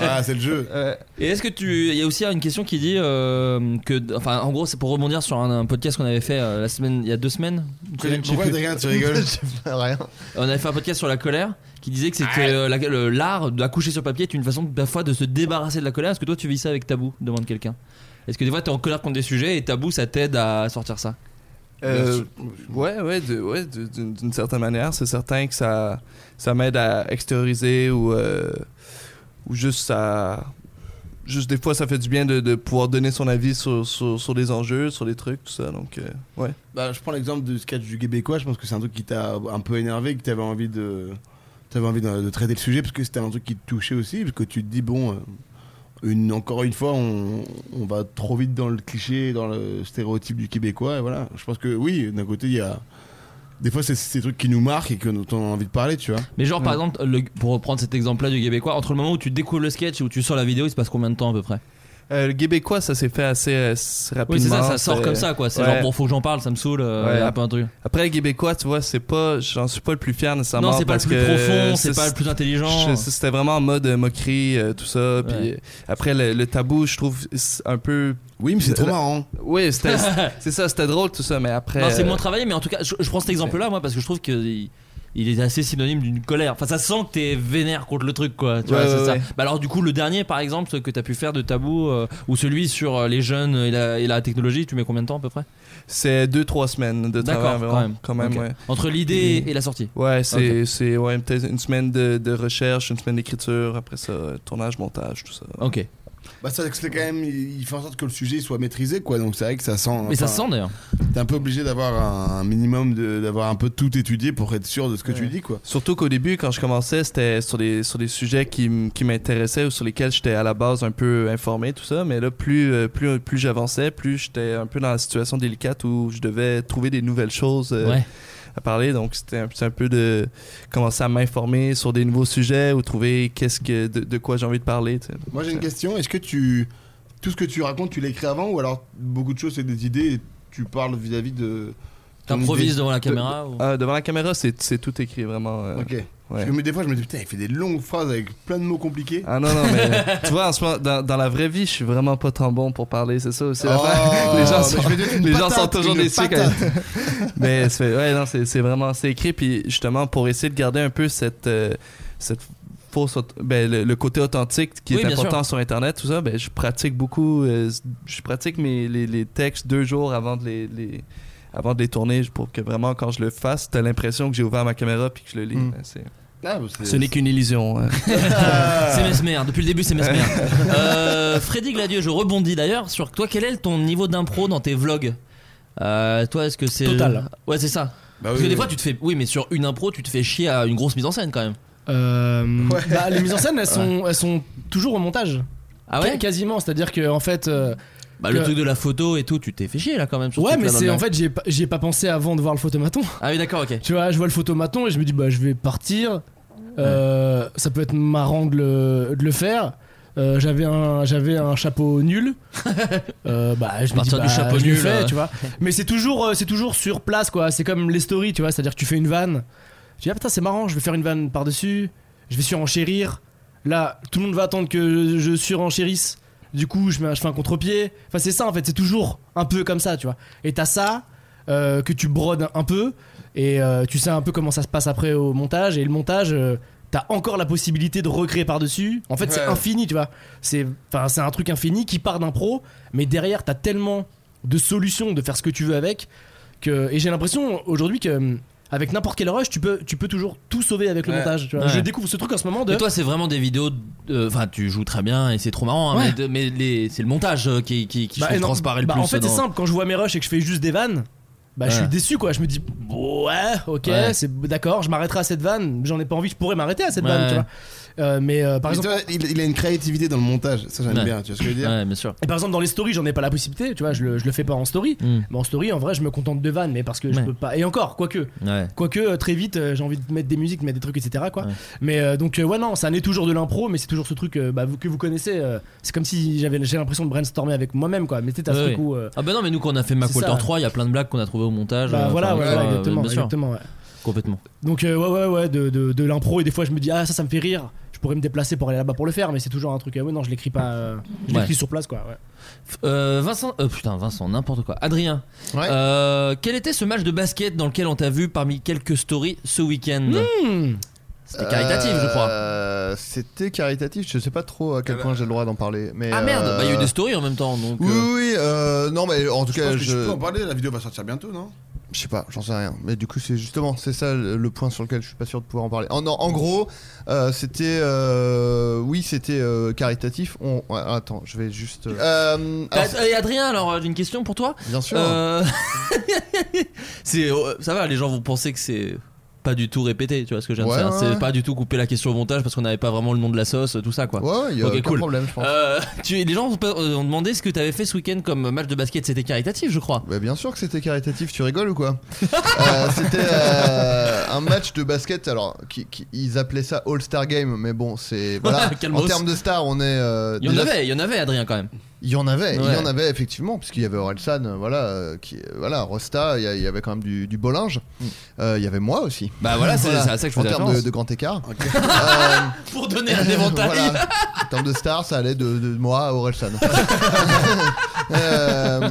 Speaker 3: Ah, c'est le jeu.
Speaker 8: Et est-ce que tu. Il y a aussi une question qui dit euh, que. Enfin, en gros, c'est pour rebondir sur un, un podcast qu'on avait fait euh, la semaine, il y a deux semaines. Une semaine, je sais
Speaker 7: Pourquoi
Speaker 8: plus.
Speaker 7: Adrien, tu rigoles J'ai pas rien.
Speaker 8: On avait fait un podcast sur la colère qui disait que c'était euh, la- le- l'art d'accoucher sur papier est une façon parfois de se débarrasser de la colère. Est-ce que toi tu vis ça avec tabou Demande quelqu'un. Est-ce que des fois t'es en colère contre des sujets et tabou ça t'aide à sortir ça
Speaker 1: Euh, ouais, ouais, de- ouais, de- d'une d'une certaine manière, c'est certain que ça, ça m'aide à extérioriser ou, euh, ou juste ça. Juste des fois, ça fait du bien de, de pouvoir donner son avis sur, sur, sur des enjeux, sur des trucs, tout ça. Donc, euh, ouais.
Speaker 3: Bah, je prends l'exemple du sketch du Québécois. Je pense que c'est un truc qui t'a un peu énervé, que t'avais envie de, t'avais envie de, de traiter le sujet parce que c'était un truc qui te touchait aussi, parce que tu te dis bon, euh, une encore une fois, on, on va trop vite dans le cliché, dans le stéréotype du Québécois. Et voilà. Je pense que oui, d'un côté, il y a des fois c'est c'est des trucs qui nous marquent et que dont on a envie de parler, tu vois.
Speaker 8: Mais genre par exemple, le- pour reprendre cet exemple-là du Québécois, entre le moment où tu découvres le sketch et où tu sors la vidéo, il se passe combien de temps à peu près
Speaker 1: Euh, le Québécois, ça s'est fait assez euh, s- rapidement.
Speaker 8: Oui, c'est ça, ça sort
Speaker 1: c'est-
Speaker 8: comme ça quoi. C'est
Speaker 1: Ouais.
Speaker 8: genre bon, faut que j'en parle, ça me saoule, euh,
Speaker 1: Ouais,
Speaker 8: y a
Speaker 1: ap-
Speaker 8: pas un truc.
Speaker 1: Après, le Québécois, tu vois, c'est pas. J'en suis pas le plus fier nécessairement.
Speaker 8: Non, c'est pas le
Speaker 1: parce
Speaker 8: plus
Speaker 1: que
Speaker 8: profond, c'est
Speaker 1: ça,
Speaker 8: pas le plus intelligent.
Speaker 1: je- ça, C'était vraiment en mode euh, moquerie, euh, tout ça. Puis euh, après, le, le tabou, je trouve c'est un peu.
Speaker 3: Oui, mais c'est trop marrant.
Speaker 1: Oui, c'était- c'est ça, c'était drôle tout ça, mais après.
Speaker 8: Non, c'est
Speaker 1: euh,
Speaker 8: moins travaillé, mais en tout cas, je, je prends cet exemple-là, moi, parce que je trouve que il, il est assez synonyme d'une colère. Enfin, ça sent que t'es vénère contre le truc, quoi. Tu vois,
Speaker 1: Ouais,
Speaker 8: c'est
Speaker 1: ouais,
Speaker 8: ça.
Speaker 1: ouais.
Speaker 8: Bah alors, du coup, le dernier, par exemple, ce que t'as pu faire de tabou, euh, ou celui sur euh, les jeunes et la, et la technologie, tu mets combien de temps à peu près
Speaker 1: C'est 2-3 semaines de travail
Speaker 8: D'accord,
Speaker 1: environ,
Speaker 8: quand même. Ok.
Speaker 1: ouais.
Speaker 8: Entre l'idée et la sortie.
Speaker 1: Ouais, c'est
Speaker 8: Ok.
Speaker 1: c'est, ouais, peut-être une semaine de, de recherche, une semaine d'écriture, après ça, euh, tournage, montage, tout ça.
Speaker 8: Ok.
Speaker 3: Bah ça c'est quand même, il il fait en sorte que le sujet soit maîtrisé quoi. Donc c'est vrai que ça sent.
Speaker 8: Mais ça
Speaker 3: enfin,
Speaker 8: sent, d'ailleurs.
Speaker 3: T'es un peu obligé d'avoir un, un minimum de, d'avoir un peu tout étudié pour être sûr de ce que tu dis quoi.
Speaker 1: Surtout qu'au début, quand je commençais, c'était sur des, sur des sujets qui, m- qui m'intéressaient ou sur lesquels j'étais à la base un peu informé, tout ça. Mais là, plus, euh, plus, plus j'avançais, plus j'étais un peu dans la situation délicate où je devais trouver des nouvelles choses euh,
Speaker 8: Ouais.
Speaker 1: à parler. Donc, c'était un, c'est un peu de commencer à m'informer sur des nouveaux sujets ou trouver qu'est-ce que, de, de quoi j'ai envie de parler. tu sais.
Speaker 3: Moi j'ai une question, est-ce que tu tout ce que tu racontes, tu l'écris avant ou alors beaucoup de choses c'est des idées et tu parles vis-à-vis de ton idée Ah,
Speaker 1: De- de- Ah, devant la caméra, c'est c'est tout écrit vraiment. euh,
Speaker 3: OK.
Speaker 1: ouais.
Speaker 3: Parce que, mais des fois je me dis putain, il fait des longues phrases avec plein de mots compliqués.
Speaker 1: Ah non, non, mais tu vois, en ce moment, dans, dans la vraie vie, je suis vraiment pas tant bon pour parler, c'est ça aussi. la
Speaker 3: Oh,
Speaker 1: fin. les gens
Speaker 3: mais
Speaker 1: sont,
Speaker 3: je vais dire une
Speaker 1: les gens
Speaker 3: patate,
Speaker 1: sont toujours
Speaker 3: une
Speaker 1: déçus quand
Speaker 3: patate.
Speaker 1: Mais c'est- ouais, non, c'est c'est vraiment assez écrit. Puis justement, pour essayer de garder un peu cette, euh, cette fausse. aut- Ben, le, le côté authentique qui
Speaker 8: Oui,
Speaker 1: est
Speaker 8: bien sûr.
Speaker 1: important sur Internet, tout ça, ben, je pratique beaucoup. euh, je pratique mes, les, les textes deux jours avant de les. les- avant de les tourner, pour que vraiment, quand je le fasse, t'as l'impression que j'ai ouvert ma caméra puis que je le lis.
Speaker 3: Mm.
Speaker 1: Ben, c'est-
Speaker 3: Ah, bah, c'est-
Speaker 1: Ce n'est qu'une illusion. hein.
Speaker 8: c'est mesmer, depuis le début, c'est mesmer. euh, Freddy Gladieux, je rebondis d'ailleurs sur toi. Quel est ton niveau d'impro dans tes vlogs Euh, Toi, est-ce que c'est.
Speaker 17: Total.
Speaker 8: Ouais, c'est ça.
Speaker 1: Bah
Speaker 8: Parce
Speaker 17: oui,
Speaker 8: que des
Speaker 17: oui.
Speaker 8: fois, tu te fais. Oui, mais sur une impro, tu te fais chier à une grosse mise en scène quand même.
Speaker 17: Euh,
Speaker 8: Ouais.
Speaker 17: bah, les mises en scène, elles
Speaker 8: Ouais.
Speaker 17: sont, elles sont toujours au montage.
Speaker 8: Ah ouais
Speaker 17: Quasiment. C'est-à-dire que en fait, euh,
Speaker 8: Bah, le
Speaker 1: Que-
Speaker 8: truc de la photo et tout, tu t'es fait chier là quand même. sur ce
Speaker 1: Ouais, mais
Speaker 8: truc-là dans
Speaker 1: c'est
Speaker 8: le-
Speaker 1: en fait, j'y ai, pas- j'y ai pas pensé avant de voir le photomaton.
Speaker 8: Ah oui, d'accord, ok.
Speaker 1: Tu vois, je vois le photomaton et je me dis, bah, je vais partir. Euh, Ça peut être marrant de le, de le faire. Euh, j'avais un j'avais un chapeau nul Euh, bah je me dis,
Speaker 8: Partir
Speaker 1: bah,
Speaker 8: du chapeau
Speaker 1: je le
Speaker 8: nul,
Speaker 1: fais,
Speaker 8: euh.
Speaker 1: tu vois mais c'est toujours euh, c'est toujours sur place quoi c'est comme les stories tu vois c'est à dire que tu fais une vanne tu dis ah putain c'est marrant je vais faire une vanne par dessus je vais surenchérir là tout le monde va attendre que je, je surenchérisse du coup je, mets un- je fais un contre-pied enfin c'est ça en fait c'est toujours un peu comme ça tu vois et t'as ça euh, que tu brodes un peu et euh, tu sais un peu comment ça se passe après au montage et le montage euh, T'as encore la possibilité de recréer par-dessus. En fait, c'est
Speaker 10: Ouais.
Speaker 1: infini, tu vois. C'est enfin, c'est un truc infini qui part d'un pro, mais derrière, t'as tellement de solutions de faire ce que tu veux avec que. Et j'ai l'impression aujourd'hui que. hum, Avec n'importe quel rush, tu peux, tu peux toujours tout sauver avec le
Speaker 8: Ouais.
Speaker 1: montage. tu vois.
Speaker 8: Ouais.
Speaker 1: Je découvre ce truc en ce moment de.
Speaker 8: Et toi, c'est vraiment des vidéos. euh, Enfin, tu joues très bien et c'est trop marrant. hein,
Speaker 1: Ouais.
Speaker 8: mais de- mais les- c'est le montage euh, qui, qui, qui je
Speaker 1: Bah,
Speaker 8: trouve,
Speaker 1: et non,
Speaker 8: transparaît le
Speaker 1: bah,
Speaker 8: plus.
Speaker 1: En fait,
Speaker 8: dans-
Speaker 1: c'est simple. Quand je vois mes rushs et que je fais juste des vannes, bah, je
Speaker 8: Ouais.
Speaker 1: suis déçu, quoi. Je me dis, ouais, ok,
Speaker 8: Ouais.
Speaker 1: c'est d'accord, je m'arrêterai à cette vanne. J'en ai pas envie, je pourrais m'arrêter à cette
Speaker 8: Ouais.
Speaker 1: vanne, tu vois. Euh, mais euh, par
Speaker 3: Mais
Speaker 1: exemple.
Speaker 3: toi, il, il a une créativité dans le montage, ça j'aime
Speaker 1: Ouais.
Speaker 3: bien, tu vois ce que je veux dire
Speaker 8: Ouais, bien sûr.
Speaker 1: Et par exemple, dans les stories, j'en ai pas la possibilité, tu vois, je le, je le fais pas en story.
Speaker 8: Mm.
Speaker 1: Mais en story, en vrai, je me contente de vannes, mais parce que je
Speaker 8: Ouais.
Speaker 1: peux pas. Et encore, quoique.
Speaker 8: Ouais.
Speaker 1: Quoique, euh, très vite, euh, j'ai envie de mettre des musiques, de mettre des trucs, etc. Quoi. Mais euh, donc, euh, ouais, non, ça n'est toujours de l'impro, mais c'est toujours ce truc euh, bah, vous- que vous connaissez. euh, c'est comme si j'avais j'ai l'impression de brainstormer avec moi-même, quoi. Mais tu sais, t'as ce
Speaker 8: Ouais,
Speaker 1: truc
Speaker 8: ouais.
Speaker 1: où. euh,
Speaker 8: Ah bah non, mais nous, quand on a fait Mac
Speaker 1: c'est
Speaker 8: Walter
Speaker 1: ça.
Speaker 8: 3, il y a plein de blagues qu'on a trouvées au montage.
Speaker 1: Bah
Speaker 8: euh,
Speaker 1: voilà,
Speaker 8: enfin,
Speaker 1: ouais,
Speaker 8: tu vois,
Speaker 1: ouais,
Speaker 8: euh,
Speaker 1: exactement,
Speaker 8: bien sûr.
Speaker 1: exactement, ouais.
Speaker 8: Complètement.
Speaker 1: Donc euh, ouais ouais ouais de, de, de l'impro et des fois je me dis ah ça ça me fait rire je pourrais me déplacer pour aller là-bas pour le faire mais c'est toujours un truc euh, ouais non je l'écris pas euh, je
Speaker 8: Ouais.
Speaker 1: l'écris sur place quoi ouais.
Speaker 8: Euh, Vincent, euh, putain, Vincent, n'importe quoi. Adrien, euh, quel était ce match de basket dans lequel on t'a vu parmi quelques stories ce week-end C'était caritatif, je crois.
Speaker 7: Hmm. Euh, C'était caritatif, je sais pas trop à quel
Speaker 3: Eh ben.
Speaker 7: point j'ai le droit d'en parler. Mais
Speaker 8: Ah merde,
Speaker 7: euh,
Speaker 8: bah il y a eu des stories en même temps. Donc,
Speaker 7: Oui,
Speaker 8: euh,
Speaker 7: oui, euh, non, mais en tout
Speaker 3: Je
Speaker 7: cas,
Speaker 3: pense que
Speaker 7: je.
Speaker 3: je peux en parler, la vidéo va sortir bientôt, non
Speaker 7: Je sais pas, j'en sais rien. Mais du coup, c'est justement, c'est ça le le point sur lequel je suis pas sûr de pouvoir en parler. En, en gros, euh, c'était, euh, oui, c'était euh, caritatif. On, ouais, attends, je vais juste. euh, euh,
Speaker 8: T'as-
Speaker 7: alors,
Speaker 8: Et Adrien, alors euh, j'ai une question pour toi.
Speaker 7: Bien sûr. hein.
Speaker 8: Euh, c'est euh, ça va, les gens vont penser que c'est pas du tout répété, tu vois ce que je viens
Speaker 7: Ouais,
Speaker 8: de dire.
Speaker 7: ouais,
Speaker 8: c'est
Speaker 7: ouais.
Speaker 8: pas du tout couper la question au montage parce qu'on n'avait pas vraiment le nom de la sauce, tout ça quoi.
Speaker 7: Ouais, ouais, y a
Speaker 8: Ok,
Speaker 7: aucun
Speaker 8: cool.
Speaker 7: problème, je pense.
Speaker 8: Euh, tu- les gens ont, pas- euh, ont demandé ce que t'avais fait ce week-end comme match de basket, c'était caritatif, je crois.
Speaker 7: Bah, bien sûr que c'était caritatif, tu rigoles ou quoi Euh, C'était euh, un match de basket, alors qui- qui- ils appelaient ça All-Star Game, mais bon, c'est. Voilà,
Speaker 8: Calmos.
Speaker 7: en termes de stars, on est. euh,
Speaker 8: Il y en
Speaker 7: déjà-
Speaker 8: avait, il y en avait, Adrien quand même.
Speaker 7: Il y en avait, il
Speaker 8: Ouais.
Speaker 7: y en avait effectivement, puisqu'il y avait Orelsan, euh, voilà, euh, qui, euh, voilà, Rosta, il y, a- il y avait quand même du, du Bollinge, Euh, il y avait moi aussi.
Speaker 8: Mm. Bah voilà, c'est- c'est à ça que je
Speaker 7: En
Speaker 8: faisais
Speaker 7: termes de,
Speaker 8: référence.
Speaker 7: de grand écart.
Speaker 8: Pour donner un éventail.
Speaker 7: Voilà. En termes de stars, ça allait de, de moi à Orelsan. Euh,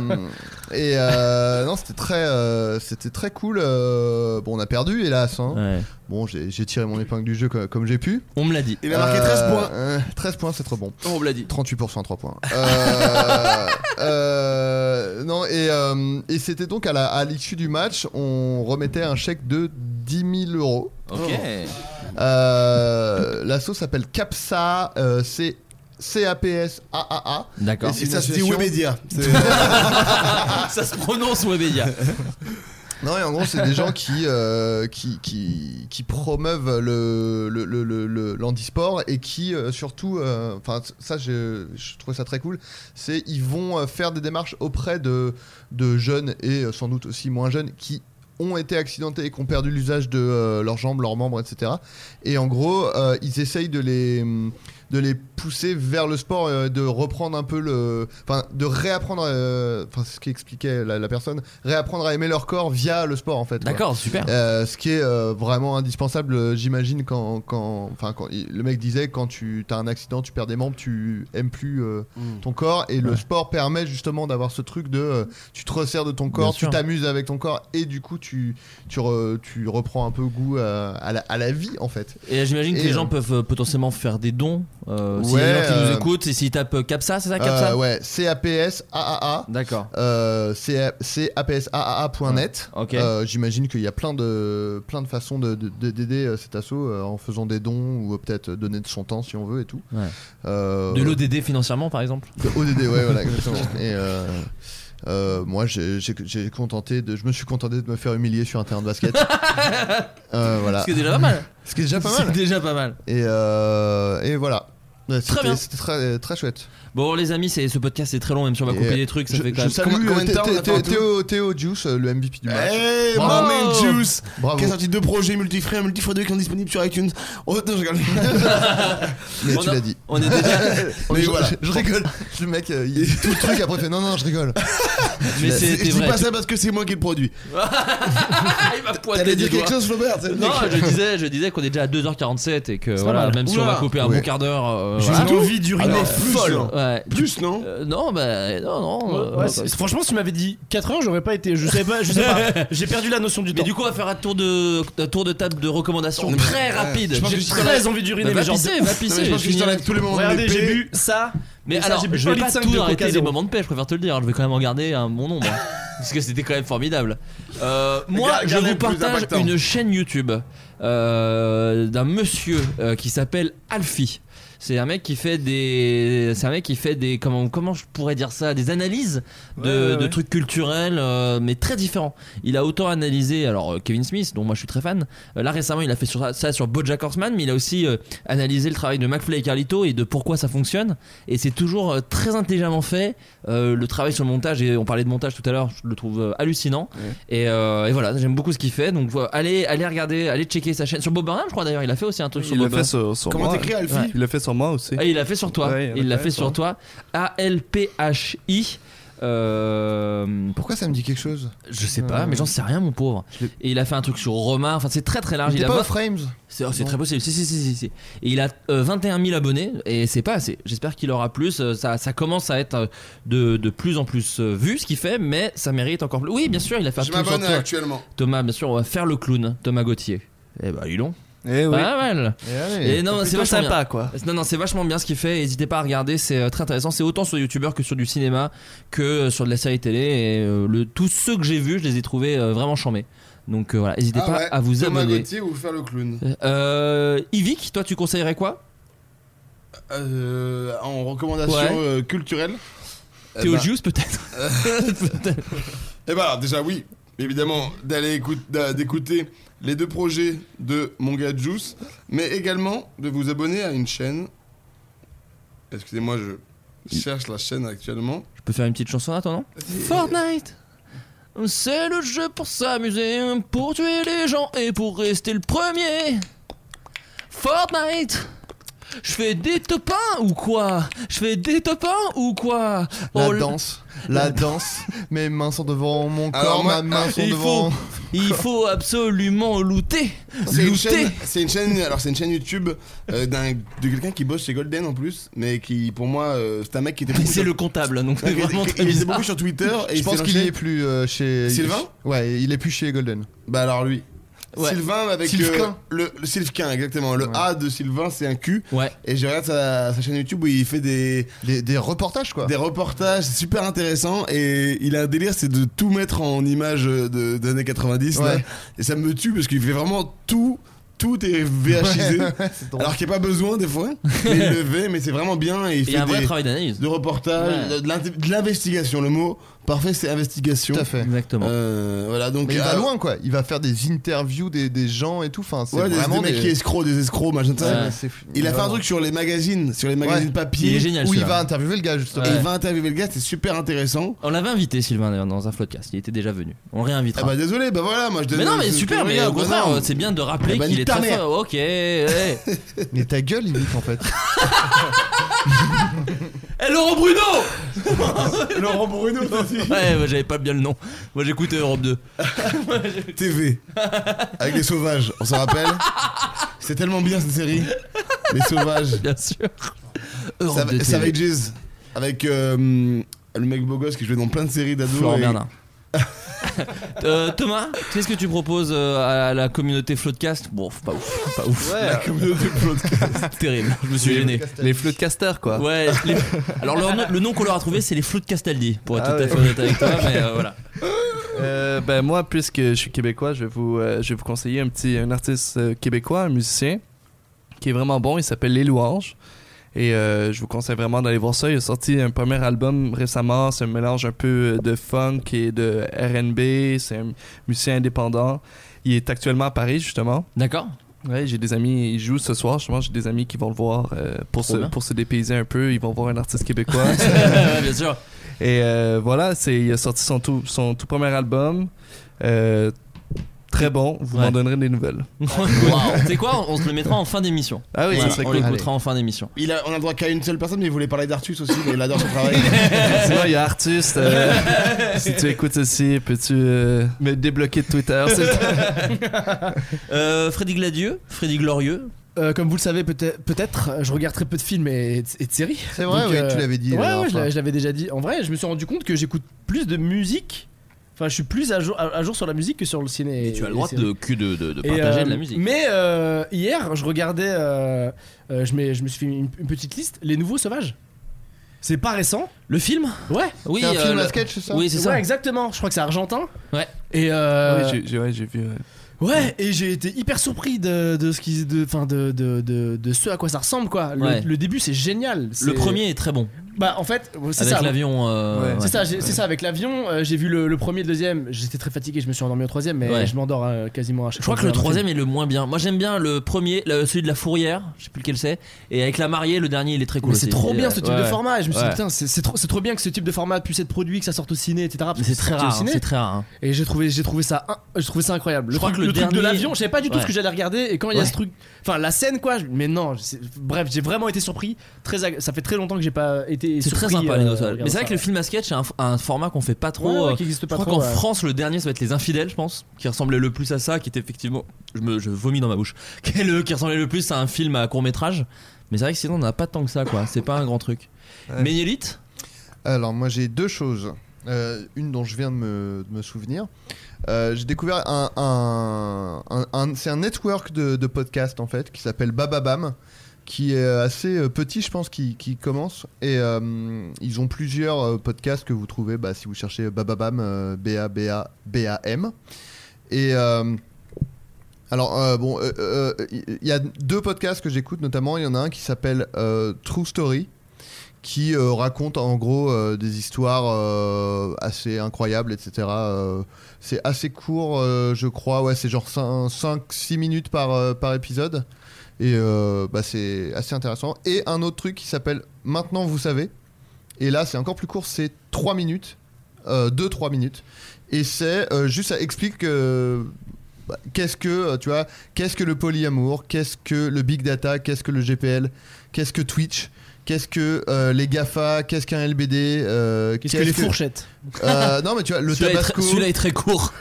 Speaker 7: et euh, non, c'était très, euh, c'était très cool. euh, bon, on a perdu, hélas. hein. Bon, j'ai j'ai tiré mon épingle du jeu co- comme, j'ai pu.
Speaker 8: On me l'a dit.
Speaker 3: Il a marqué 13 points.
Speaker 7: euh, 13 points, c'est trop bon.
Speaker 8: On me l'a dit.
Speaker 7: 38% 3 points. Euh, euh, non, et, euh, et c'était donc à la- à l'issue du match, on remettait un chèque de 10 000 euros.
Speaker 8: Ok.
Speaker 7: Oh. Euh, L'asso s'appelle CAPSA, euh, c'est C-A-P-S-A-A-A.
Speaker 8: D'accord.
Speaker 7: c'est
Speaker 3: Et
Speaker 7: une
Speaker 3: ça se dit
Speaker 7: association-
Speaker 3: Webedia. C'est-
Speaker 8: Ah, ça se prononce Webedia.
Speaker 7: Non, et en gros, c'est des gens qui, euh, qui, qui, qui promeuvent le, le, le, le- le- l'handisport et qui, euh, surtout, euh, enfin, ça, je, je trouvais ça très cool. C'est ils vont euh, faire des démarches auprès de, de jeunes et euh, sans doute aussi moins jeunes qui ont été accidentés et qui ont perdu l'usage de euh, leurs jambes, leurs membres, etc. Et en gros, euh, ils essayent de les, mm, de les pousser vers le sport, euh, de reprendre un peu le. Enfin, de réapprendre. euh, Enfin, c'est ce qu'expliquait la, la personne, réapprendre à aimer leur corps via le sport, en fait. quoi.
Speaker 8: D'accord, super.
Speaker 7: Euh, ce qui est euh, vraiment indispensable, euh, j'imagine, quand, quand, enfin, quand il- le mec disait quand tu as un accident, tu perds des membres, tu aimes plus euh,
Speaker 8: Mm.
Speaker 7: ton corps. Et le sport permet justement d'avoir ce truc de euh, tu te resserres de ton corps, tu
Speaker 8: sûr.
Speaker 7: t'amuses avec ton corps et du coup tu, tu, re- tu reprends un peu goût à, à la, à la vie en fait.
Speaker 8: Et j'imagine que
Speaker 7: Et,
Speaker 8: les gens
Speaker 7: euh,
Speaker 8: peuvent euh, potentiellement faire des dons. Euh, si
Speaker 7: Ouais,
Speaker 8: les gens qui nous
Speaker 7: euh,
Speaker 8: écoutent, et s'ils tapent euh, CAPSA, c'est ça CAPSA
Speaker 7: Euh, ouais, CAPS AAA.
Speaker 8: D'accord.
Speaker 7: Euh, c'est c'est apsaaa.net.
Speaker 8: Ok.
Speaker 7: Euh, J'imagine qu'il y a plein de, plein de façons de- de- de- d'aider euh, cet asso euh, en faisant des dons ou euh, peut-être donner de son temps si on veut et tout.
Speaker 8: Ouais.
Speaker 7: Euh,
Speaker 8: De l'ODD financièrement, par exemple
Speaker 7: de ODD, ouais, voilà, exactement. Et euh, euh, moi, j'ai j'ai- j'ai contenté de, je me suis contenté de me faire humilier sur un terrain de basket. Euh, voilà.
Speaker 8: Ce qui est déjà pas mal.
Speaker 7: Ce qui est déjà pas mal.
Speaker 8: C'est déjà pas mal.
Speaker 7: Et, euh, et voilà. Ouais,
Speaker 8: Très
Speaker 7: c'était-
Speaker 8: bien.
Speaker 7: C'était très, très chouette.
Speaker 8: Bon, les amis, c'est- ce podcast est très long, même si on va
Speaker 7: Et,
Speaker 8: couper
Speaker 7: euh,
Speaker 8: des trucs, ça
Speaker 7: je-
Speaker 8: fait quand
Speaker 7: je
Speaker 8: même.
Speaker 7: salue,
Speaker 8: Combien-
Speaker 7: euh,
Speaker 8: combien de
Speaker 7: Thé-
Speaker 8: temps,
Speaker 7: Thé-
Speaker 8: attends, tout
Speaker 7: Théo, Théo Juice, euh, le MVP du match.
Speaker 3: Hey,
Speaker 7: Bravo.
Speaker 3: my man Juice
Speaker 7: Bravo.
Speaker 3: Qui a sorti deux projets multifrais, multifrais 2 qui sont disponibles sur iTunes. Oh, non, je rigole.
Speaker 7: Mais
Speaker 8: On
Speaker 7: tu
Speaker 8: a-
Speaker 7: l'as dit.
Speaker 8: on est déjà-
Speaker 7: Mais
Speaker 3: Mais
Speaker 7: je,
Speaker 3: voilà.
Speaker 7: je- je rigole. Le mec, euh, il dit tout le truc après il fait non, non, je rigole.
Speaker 8: Mais
Speaker 3: C'est-
Speaker 8: c'était
Speaker 3: Je dis
Speaker 8: vrai.
Speaker 3: pas ça parce que c'est moi qui le produis.
Speaker 8: Ah, Il m'a pointé
Speaker 3: T'allais
Speaker 8: du
Speaker 3: dire quelque
Speaker 8: doigt.
Speaker 3: chose, Flaubert c'est le
Speaker 8: Non,
Speaker 3: mec.
Speaker 8: je disais, je disais qu'on est déjà à 2h47 et que
Speaker 3: pas
Speaker 8: voilà,
Speaker 3: mal.
Speaker 8: même si on
Speaker 3: Oula.
Speaker 8: va couper un
Speaker 3: Ouais.
Speaker 8: bon quart d'heure. euh,
Speaker 3: J'ai
Speaker 8: voilà.
Speaker 3: une envie d'uriner
Speaker 8: Alors,
Speaker 3: plus,
Speaker 8: folle.
Speaker 3: hein.
Speaker 8: Ouais.
Speaker 3: Plus, non
Speaker 8: Euh, Non, bah non, non. euh,
Speaker 1: Ouais, c'est-
Speaker 8: bah,
Speaker 1: franchement, si tu m'avais dit 4 heures, j'aurais pas été. Je sais pas, je sais pas. J'ai perdu la notion du
Speaker 8: Mais
Speaker 1: temps.
Speaker 8: du coup, on va faire un tour de, un tour de table de recommandations très rapide.
Speaker 1: Je pense que je t'enlève- Bah,
Speaker 8: Va pisser, va pisser. finis-
Speaker 1: Regardez, j'ai bu ça.
Speaker 8: Mais
Speaker 1: ça,
Speaker 8: alors,
Speaker 1: j'ai bu
Speaker 8: je vais
Speaker 1: un
Speaker 8: pas
Speaker 1: litre cinq
Speaker 8: tout
Speaker 1: de
Speaker 8: arrêter
Speaker 1: Coca
Speaker 8: les
Speaker 1: Zéro.
Speaker 8: moments de paix, je préfère te le dire. hein, Je vais quand même en garder un bon nombre. hein. parce que c'était quand même formidable. Euh, moi,
Speaker 3: Gar-
Speaker 8: je
Speaker 3: gardez
Speaker 8: vous
Speaker 3: le plus
Speaker 8: partage
Speaker 3: impactant.
Speaker 8: une chaîne YouTube euh, d'un monsieur euh, qui s'appelle Alfie. C'est un mec qui fait des, c'est un mec qui fait des, comment, comment je pourrais dire ça, des analyses de,
Speaker 15: Ouais, ouais,
Speaker 8: de
Speaker 15: ouais.
Speaker 8: trucs culturels, euh, mais très différents. Il a autant analysé, alors euh, Kevin Smith, dont moi je suis très fan. Euh, là récemment, il a fait sur, ça sur BoJack Horseman, mais il a aussi euh, analysé le travail de McFly et Carlito et de pourquoi ça fonctionne. Et c'est toujours euh, très intelligemment fait. Euh, le travail sur le montage, et on parlait de montage tout à l'heure, je le trouve euh, hallucinant. Et, euh, et voilà, j'aime beaucoup ce qu'il fait. Donc voilà, allez, allez regarder, allez checker sa chaîne sur Bob Burnham, je crois d'ailleurs. Il a fait aussi un truc sur
Speaker 9: Il l'a
Speaker 8: Bob
Speaker 9: fait
Speaker 8: Burnham.
Speaker 9: sur, sur moi. Ouais. Il l'a fait sur moi aussi.
Speaker 8: Ah, il l'a fait sur toi.
Speaker 9: Ouais,
Speaker 8: il l'a
Speaker 9: ouais,
Speaker 8: fait sur toi. A L P H I. Euh,
Speaker 7: Pourquoi ça me dit quelque chose
Speaker 8: Je sais pas,
Speaker 7: Euh.
Speaker 8: mais j'en sais rien, mon pauvre. Et il a fait un truc sur Romain. Enfin, c'est très très large.
Speaker 7: Il était
Speaker 8: a
Speaker 7: pas
Speaker 8: vingt-
Speaker 7: au Frames
Speaker 8: C'est oh, c'est très possible. Si, si, si, si, si. Et il a euh, 21 000 abonnés et c'est pas assez. J'espère qu'il aura plus. Euh, Ça, ça commence à être euh, de, de plus en plus euh, vu ce qu'il fait, mais ça mérite encore plus. Oui, bien sûr, il a fait un
Speaker 3: Je
Speaker 8: truc sur
Speaker 3: m'abonne
Speaker 8: toi.
Speaker 3: actuellement.
Speaker 8: Thomas, bien sûr, on va faire le clown, Thomas Gauthier. Eh bah, il long.
Speaker 9: Eh oui.
Speaker 8: Pas mal.
Speaker 7: Ah,
Speaker 9: Eh oui.
Speaker 8: Et non,
Speaker 9: C'est
Speaker 8: c'est
Speaker 9: plutôt
Speaker 8: vachement
Speaker 9: sympa,
Speaker 8: bien.
Speaker 9: quoi.
Speaker 8: Non, non, c'est vachement bien ce qu'il fait. N'hésitez pas à regarder, c'est euh, très intéressant. C'est autant sur YouTubeur que sur du cinéma, que euh, sur de la série télé. Et euh, le, tous ceux que j'ai vus, je les ai trouvés euh, vraiment charmés. Donc euh, voilà, n'hésitez
Speaker 3: Ah
Speaker 8: pas
Speaker 3: ouais,
Speaker 8: à vous
Speaker 3: Thomas
Speaker 8: abonner.
Speaker 3: Gauthier ou faire le clown.
Speaker 8: Euh, Yvick, toi, tu conseillerais quoi
Speaker 3: Euh, en recommandation
Speaker 8: Ouais.
Speaker 3: euh, culturelle.
Speaker 8: Théo
Speaker 3: bah-
Speaker 8: Gius, peut-être
Speaker 3: Eh ben alors, déjà oui, évidemment d'aller écoute- d'a- d'écouter les deux projets de mon gars Juice, mais également de vous abonner à une chaîne. Excusez-moi, je cherche la chaîne actuellement.
Speaker 8: Je peux faire une petite chanson en attendant Fortnite C'est le jeu pour s'amuser, pour tuer les gens et pour rester le premier Fortnite Je fais des top 1 ou quoi Je fais des top 1 ou quoi
Speaker 7: La
Speaker 8: Oh, le-
Speaker 7: danse, la danse. Mes mains sont devant mon
Speaker 3: Alors
Speaker 7: corps,
Speaker 3: moi-
Speaker 7: ma main sont
Speaker 8: il
Speaker 7: devant.
Speaker 8: faut, il faut absolument looter
Speaker 3: C'est une
Speaker 8: Looter
Speaker 3: chaîne, c'est une chaîne, alors c'est une chaîne YouTube euh, d'un- de quelqu'un qui bosse chez Golden en plus, mais qui pour moi euh, c'est un mec qui était.
Speaker 8: Mais Ah, c'est le comptable, donc c'est
Speaker 3: Il était-
Speaker 8: vraiment
Speaker 3: il
Speaker 8: très
Speaker 3: était
Speaker 8: bizarre.
Speaker 3: beaucoup sur Twitter et
Speaker 7: Je
Speaker 3: il
Speaker 7: pense
Speaker 3: s'est
Speaker 7: qu'il
Speaker 3: lancé-
Speaker 7: est plus euh, chez.
Speaker 3: Sylvain
Speaker 7: Ouais, il est plus chez Golden.
Speaker 3: Bah alors lui.
Speaker 7: Ouais.
Speaker 3: Sylvain avec
Speaker 7: Sylvain.
Speaker 3: euh, le, le Sylvain exactement le A de Sylvain c'est un Q
Speaker 8: ouais.
Speaker 3: et je regarde sa, sa chaîne YouTube où il fait des
Speaker 7: des, reportages quoi
Speaker 3: des reportages c'est super intéressant et il a un délire c'est de tout mettre en images de d'années 90 là.
Speaker 7: Ouais.
Speaker 3: et ça me tue parce qu'il fait vraiment tout tout est VHisé
Speaker 7: Ouais, ouais, c'est drôle.
Speaker 3: alors qu'il n'y a pas besoin des fois mais il le fait mais c'est vraiment bien et il
Speaker 8: Il
Speaker 3: fait
Speaker 8: y a un
Speaker 3: des,
Speaker 8: vrai travail d'analyse.
Speaker 3: de reportage
Speaker 8: Ouais.
Speaker 3: de l'inté- de l'investigation le mot parfait c'est investigation
Speaker 7: Tout à fait.
Speaker 8: Exactement.
Speaker 3: Euh, voilà donc
Speaker 7: Mais il va
Speaker 3: euh,
Speaker 7: loin quoi, il va faire des interviews des, des gens et tout. Enfin, c'est
Speaker 3: Ouais, des,
Speaker 7: vraiment
Speaker 3: des mecs qui escrocs, des escrocs, machin de ça.
Speaker 7: Ouais, c'est fou.
Speaker 3: Il a fait un
Speaker 7: Vraiment.
Speaker 3: truc sur les magazines, sur les magazines
Speaker 7: Ouais.
Speaker 3: papier.
Speaker 7: Où il va interviewer le gars justement.
Speaker 3: Et il va interviewer le gars, c'est super intéressant.
Speaker 8: On l'avait invité Sylvain d'ailleurs, dans un podcast, il était déjà venu. On réinvitera.
Speaker 3: Ah bah désolé, bah voilà, moi je
Speaker 8: mais
Speaker 3: donne-
Speaker 8: non mais
Speaker 3: je-
Speaker 8: super,
Speaker 3: je
Speaker 8: mais
Speaker 3: regarde,
Speaker 8: au
Speaker 3: bah
Speaker 8: contraire
Speaker 3: non.
Speaker 8: c'est bien de rappeler
Speaker 3: Eh bah,
Speaker 8: qu'il
Speaker 3: nique
Speaker 8: est
Speaker 3: ta
Speaker 8: très
Speaker 3: mère.
Speaker 8: fort. Ok. ouais.
Speaker 7: Mais ta gueule, limite en fait.
Speaker 8: Eh Laurent Bruno
Speaker 3: Laurent Bruno, aussi.
Speaker 8: Ouais, moi j'avais pas bien le nom. Moi j'écoutais Europe 2.
Speaker 3: TV. Avec les sauvages, on s'en rappelle. C'est tellement bien cette série. Les sauvages.
Speaker 8: Bien sûr.
Speaker 3: Ça,
Speaker 8: Europe 2 TV.
Speaker 3: Savages. Avec euh, le mec beau gosse qui jouait dans plein de séries d'ado.
Speaker 8: Florent Bernard. Euh, Thomas, qu'est-ce que tu proposes euh, à la communauté Floodcast Bon, pas ouf, pas ouf.
Speaker 9: Ouais.
Speaker 8: La communauté Floodcast. Terrible, je me suis gêné.
Speaker 9: Les flots de caster quoi.
Speaker 8: Ouais, les- alors leur nom- le nom qu'on leur a trouvé c'est les Flood Castaldi, pour être
Speaker 9: Ah
Speaker 8: tout à
Speaker 9: ouais.
Speaker 8: fait honnête avec toi, mais euh, voilà.
Speaker 9: Euh, ben moi, puisque je suis québécois, je vais vous, euh, je vais vous conseiller un petit un artiste euh, québécois, un musicien, qui est vraiment bon. Il s'appelle Les Louanges. Et euh, je vous conseille vraiment d'aller voir ça. Il a sorti un premier album récemment. C'est un mélange un peu de funk et de RB. C'est un musicien indépendant. Il est actuellement à Paris, justement.
Speaker 8: D'accord
Speaker 18: Ouais, j'ai des amis, ils jouent ce soir, justement, j'ai des amis qui vont le voir euh, pour,
Speaker 8: Trop
Speaker 18: se,
Speaker 8: bien.
Speaker 18: pour se dépayser un peu, ils vont voir un artiste québécois.
Speaker 8: bien sûr.
Speaker 18: Et euh, voilà, c'est, il a sorti son tout, son tout premier album. Euh, très bon, vous
Speaker 8: Ouais.
Speaker 18: m'en donnerez des nouvelles.
Speaker 8: Tu sais quoi, on, on se le mettra en fin d'émission.
Speaker 18: Ah oui,
Speaker 8: Voilà,
Speaker 18: ça serait
Speaker 8: on
Speaker 18: cool.
Speaker 8: l'écoutera en fin d'émission.
Speaker 3: Il a- on a le droit qu'à une seule personne, mais il voulait parler d'Artus aussi, mais il adore son travail.
Speaker 18: Sinon, il y a Artus. euh, si tu écoutes ceci, peux-tu euh, me débloquer de Twitter s'il te plaît?
Speaker 8: Euh, Freddy Gladieux, Freddy Glorieux.
Speaker 1: Euh, comme vous le savez peut-être, peut-être, euh, je regarde très peu de films et, et de séries. euh,
Speaker 7: C'est vrai, oui, tu l'avais dit la
Speaker 1: Ouais,
Speaker 7: dernière
Speaker 1: ouais, je
Speaker 7: fois.
Speaker 1: l'avais- je l'avais déjà dit. En vrai, je me suis rendu compte que j'écoute plus de musique. Enfin, je suis plus à jour, à, à jour sur la musique que sur le ciné.
Speaker 8: Et tu as
Speaker 1: et
Speaker 8: le droit
Speaker 1: les séries.
Speaker 8: de, que de, de- de
Speaker 1: Et,
Speaker 8: partager
Speaker 1: euh,
Speaker 8: de la musique.
Speaker 1: Mais euh, hier, je regardais, euh, euh, je, mets- je me suis fait une, une petite liste, Les Nouveaux Sauvages. C'est pas récent.
Speaker 8: Le film
Speaker 1: Ouais.
Speaker 8: Oui, C'est un euh, film à le- sketch, c'est ça oui, c'est ça.
Speaker 1: Ouais, exactement. Je crois que c'est argentin.
Speaker 8: Ouais.
Speaker 1: Et euh,
Speaker 18: Oui, j'ai, j'ai- Ah ouais, j'ai vu. ouais.
Speaker 1: Ouais, et j'ai été hyper surpris de, de ce qui, de, enfin de, de, de, de ce à quoi ça ressemble quoi. Le,
Speaker 8: Ouais.
Speaker 1: le début c'est génial. c'est-
Speaker 8: Le premier est très bon.
Speaker 1: Bah en fait, c'est
Speaker 8: Avec
Speaker 1: ça.
Speaker 8: l'avion, euh, ouais.
Speaker 1: C'est ça, j'ai-
Speaker 8: Ouais.
Speaker 1: c'est ça avec l'avion. euh, j'ai vu le, le premier, le deuxième. J'étais très fatigué, je me suis endormi au troisième, mais
Speaker 8: Ouais.
Speaker 1: je m'endors euh, quasiment à chaque
Speaker 8: Je crois que
Speaker 1: fois
Speaker 8: le
Speaker 1: je regarde un film.
Speaker 8: troisième est le moins bien. Moi j'aime bien le premier, le- celui de la fourrière, je sais plus lequel c'est. Et avec la mariée, le dernier il est très cool.
Speaker 1: Mais c'est
Speaker 8: aussi.
Speaker 1: trop
Speaker 8: Il est-
Speaker 1: bien ce type
Speaker 8: euh, ouais.
Speaker 1: de format. Et je me suis
Speaker 8: Ouais.
Speaker 1: dit, putain, c'est c'est trop, c'est trop bien que ce type de format puisse être produit, que ça sorte au ciné, etc. parce
Speaker 8: Mais
Speaker 1: que
Speaker 8: c'est très
Speaker 1: sorti au
Speaker 8: rare, hein,
Speaker 1: ciné.
Speaker 8: c'est très rare. hein.
Speaker 1: Et j'ai trouvé, j'ai trouvé ça, in- j'ai trouvé ça incroyable. Le,
Speaker 8: Je crois
Speaker 1: truc,
Speaker 8: que le
Speaker 1: le truc de
Speaker 8: dernier-
Speaker 1: l'avion, je savais pas du tout
Speaker 8: Ouais.
Speaker 1: ce que j'allais regarder. Et quand il y a
Speaker 8: Ouais.
Speaker 1: ce truc, enfin la scène quoi, je- mais non. c'est- Bref, j'ai vraiment été surpris. Très, ag- ça fait très longtemps que j'ai pas été.
Speaker 8: C'est très
Speaker 1: surpris,
Speaker 8: sympa
Speaker 1: euh,
Speaker 8: les
Speaker 1: en
Speaker 8: Noces.
Speaker 1: regardant
Speaker 8: Mais c'est vrai
Speaker 1: ça.
Speaker 8: que le film à sketch c'est un, un format qu'on fait pas trop.
Speaker 1: Ouais, ouais,
Speaker 8: euh,
Speaker 1: qui existe pas
Speaker 8: je crois
Speaker 1: trop,
Speaker 8: qu'en
Speaker 1: ouais.
Speaker 8: France le dernier ça va être les infidèles je pense, qui ressemblait le plus à ça, qui était effectivement, je me je vomis dans ma bouche, qui, est le- qui ressemblait le plus à un film à court métrage. Mais c'est vrai que sinon on n'a pas tant que ça quoi. C'est pas un grand truc. Ménélite
Speaker 7: Alors, moi, j'ai deux choses. Euh, une dont je viens de me, de me souvenir. Euh, j'ai découvert un. un- un- un- c'est un network de, de podcasts, en fait, qui s'appelle Bababam, qui est assez euh, petit, je pense, qui, qui commence. Et euh, ils ont plusieurs euh, podcasts que vous trouvez bah, si vous cherchez Bababam, euh, B-A-B-A-B-A-M. Et. euh, alors, euh, bon, euh, euh, il y, y a deux podcasts que j'écoute, notamment, il y en a un qui s'appelle euh, True Story, qui euh, raconte en gros euh, des histoires euh, assez incroyables, etc. Euh, c'est assez court, euh, je crois, ouais, c'est genre 5-6 minutes par, euh, par épisode. Et euh, bah, c'est assez intéressant. Et un autre truc qui s'appelle Maintenant vous savez. Et là, c'est encore plus court, c'est 3 minutes, 2-3 minutes. Et c'est euh, juste, ça explique euh, bah, qu'est-ce que euh, tu vois qu'est-ce que le polyamour qu'est-ce que le big data qu'est-ce que le GPL qu'est-ce que Twitch qu'est-ce que euh, les Gafa qu'est-ce qu'un LBD euh,
Speaker 1: Qu'est-ce que les fourchettes
Speaker 7: Euh, non mais tu vois le
Speaker 8: Celui-là est
Speaker 7: tabasco
Speaker 8: très- celui-là est très court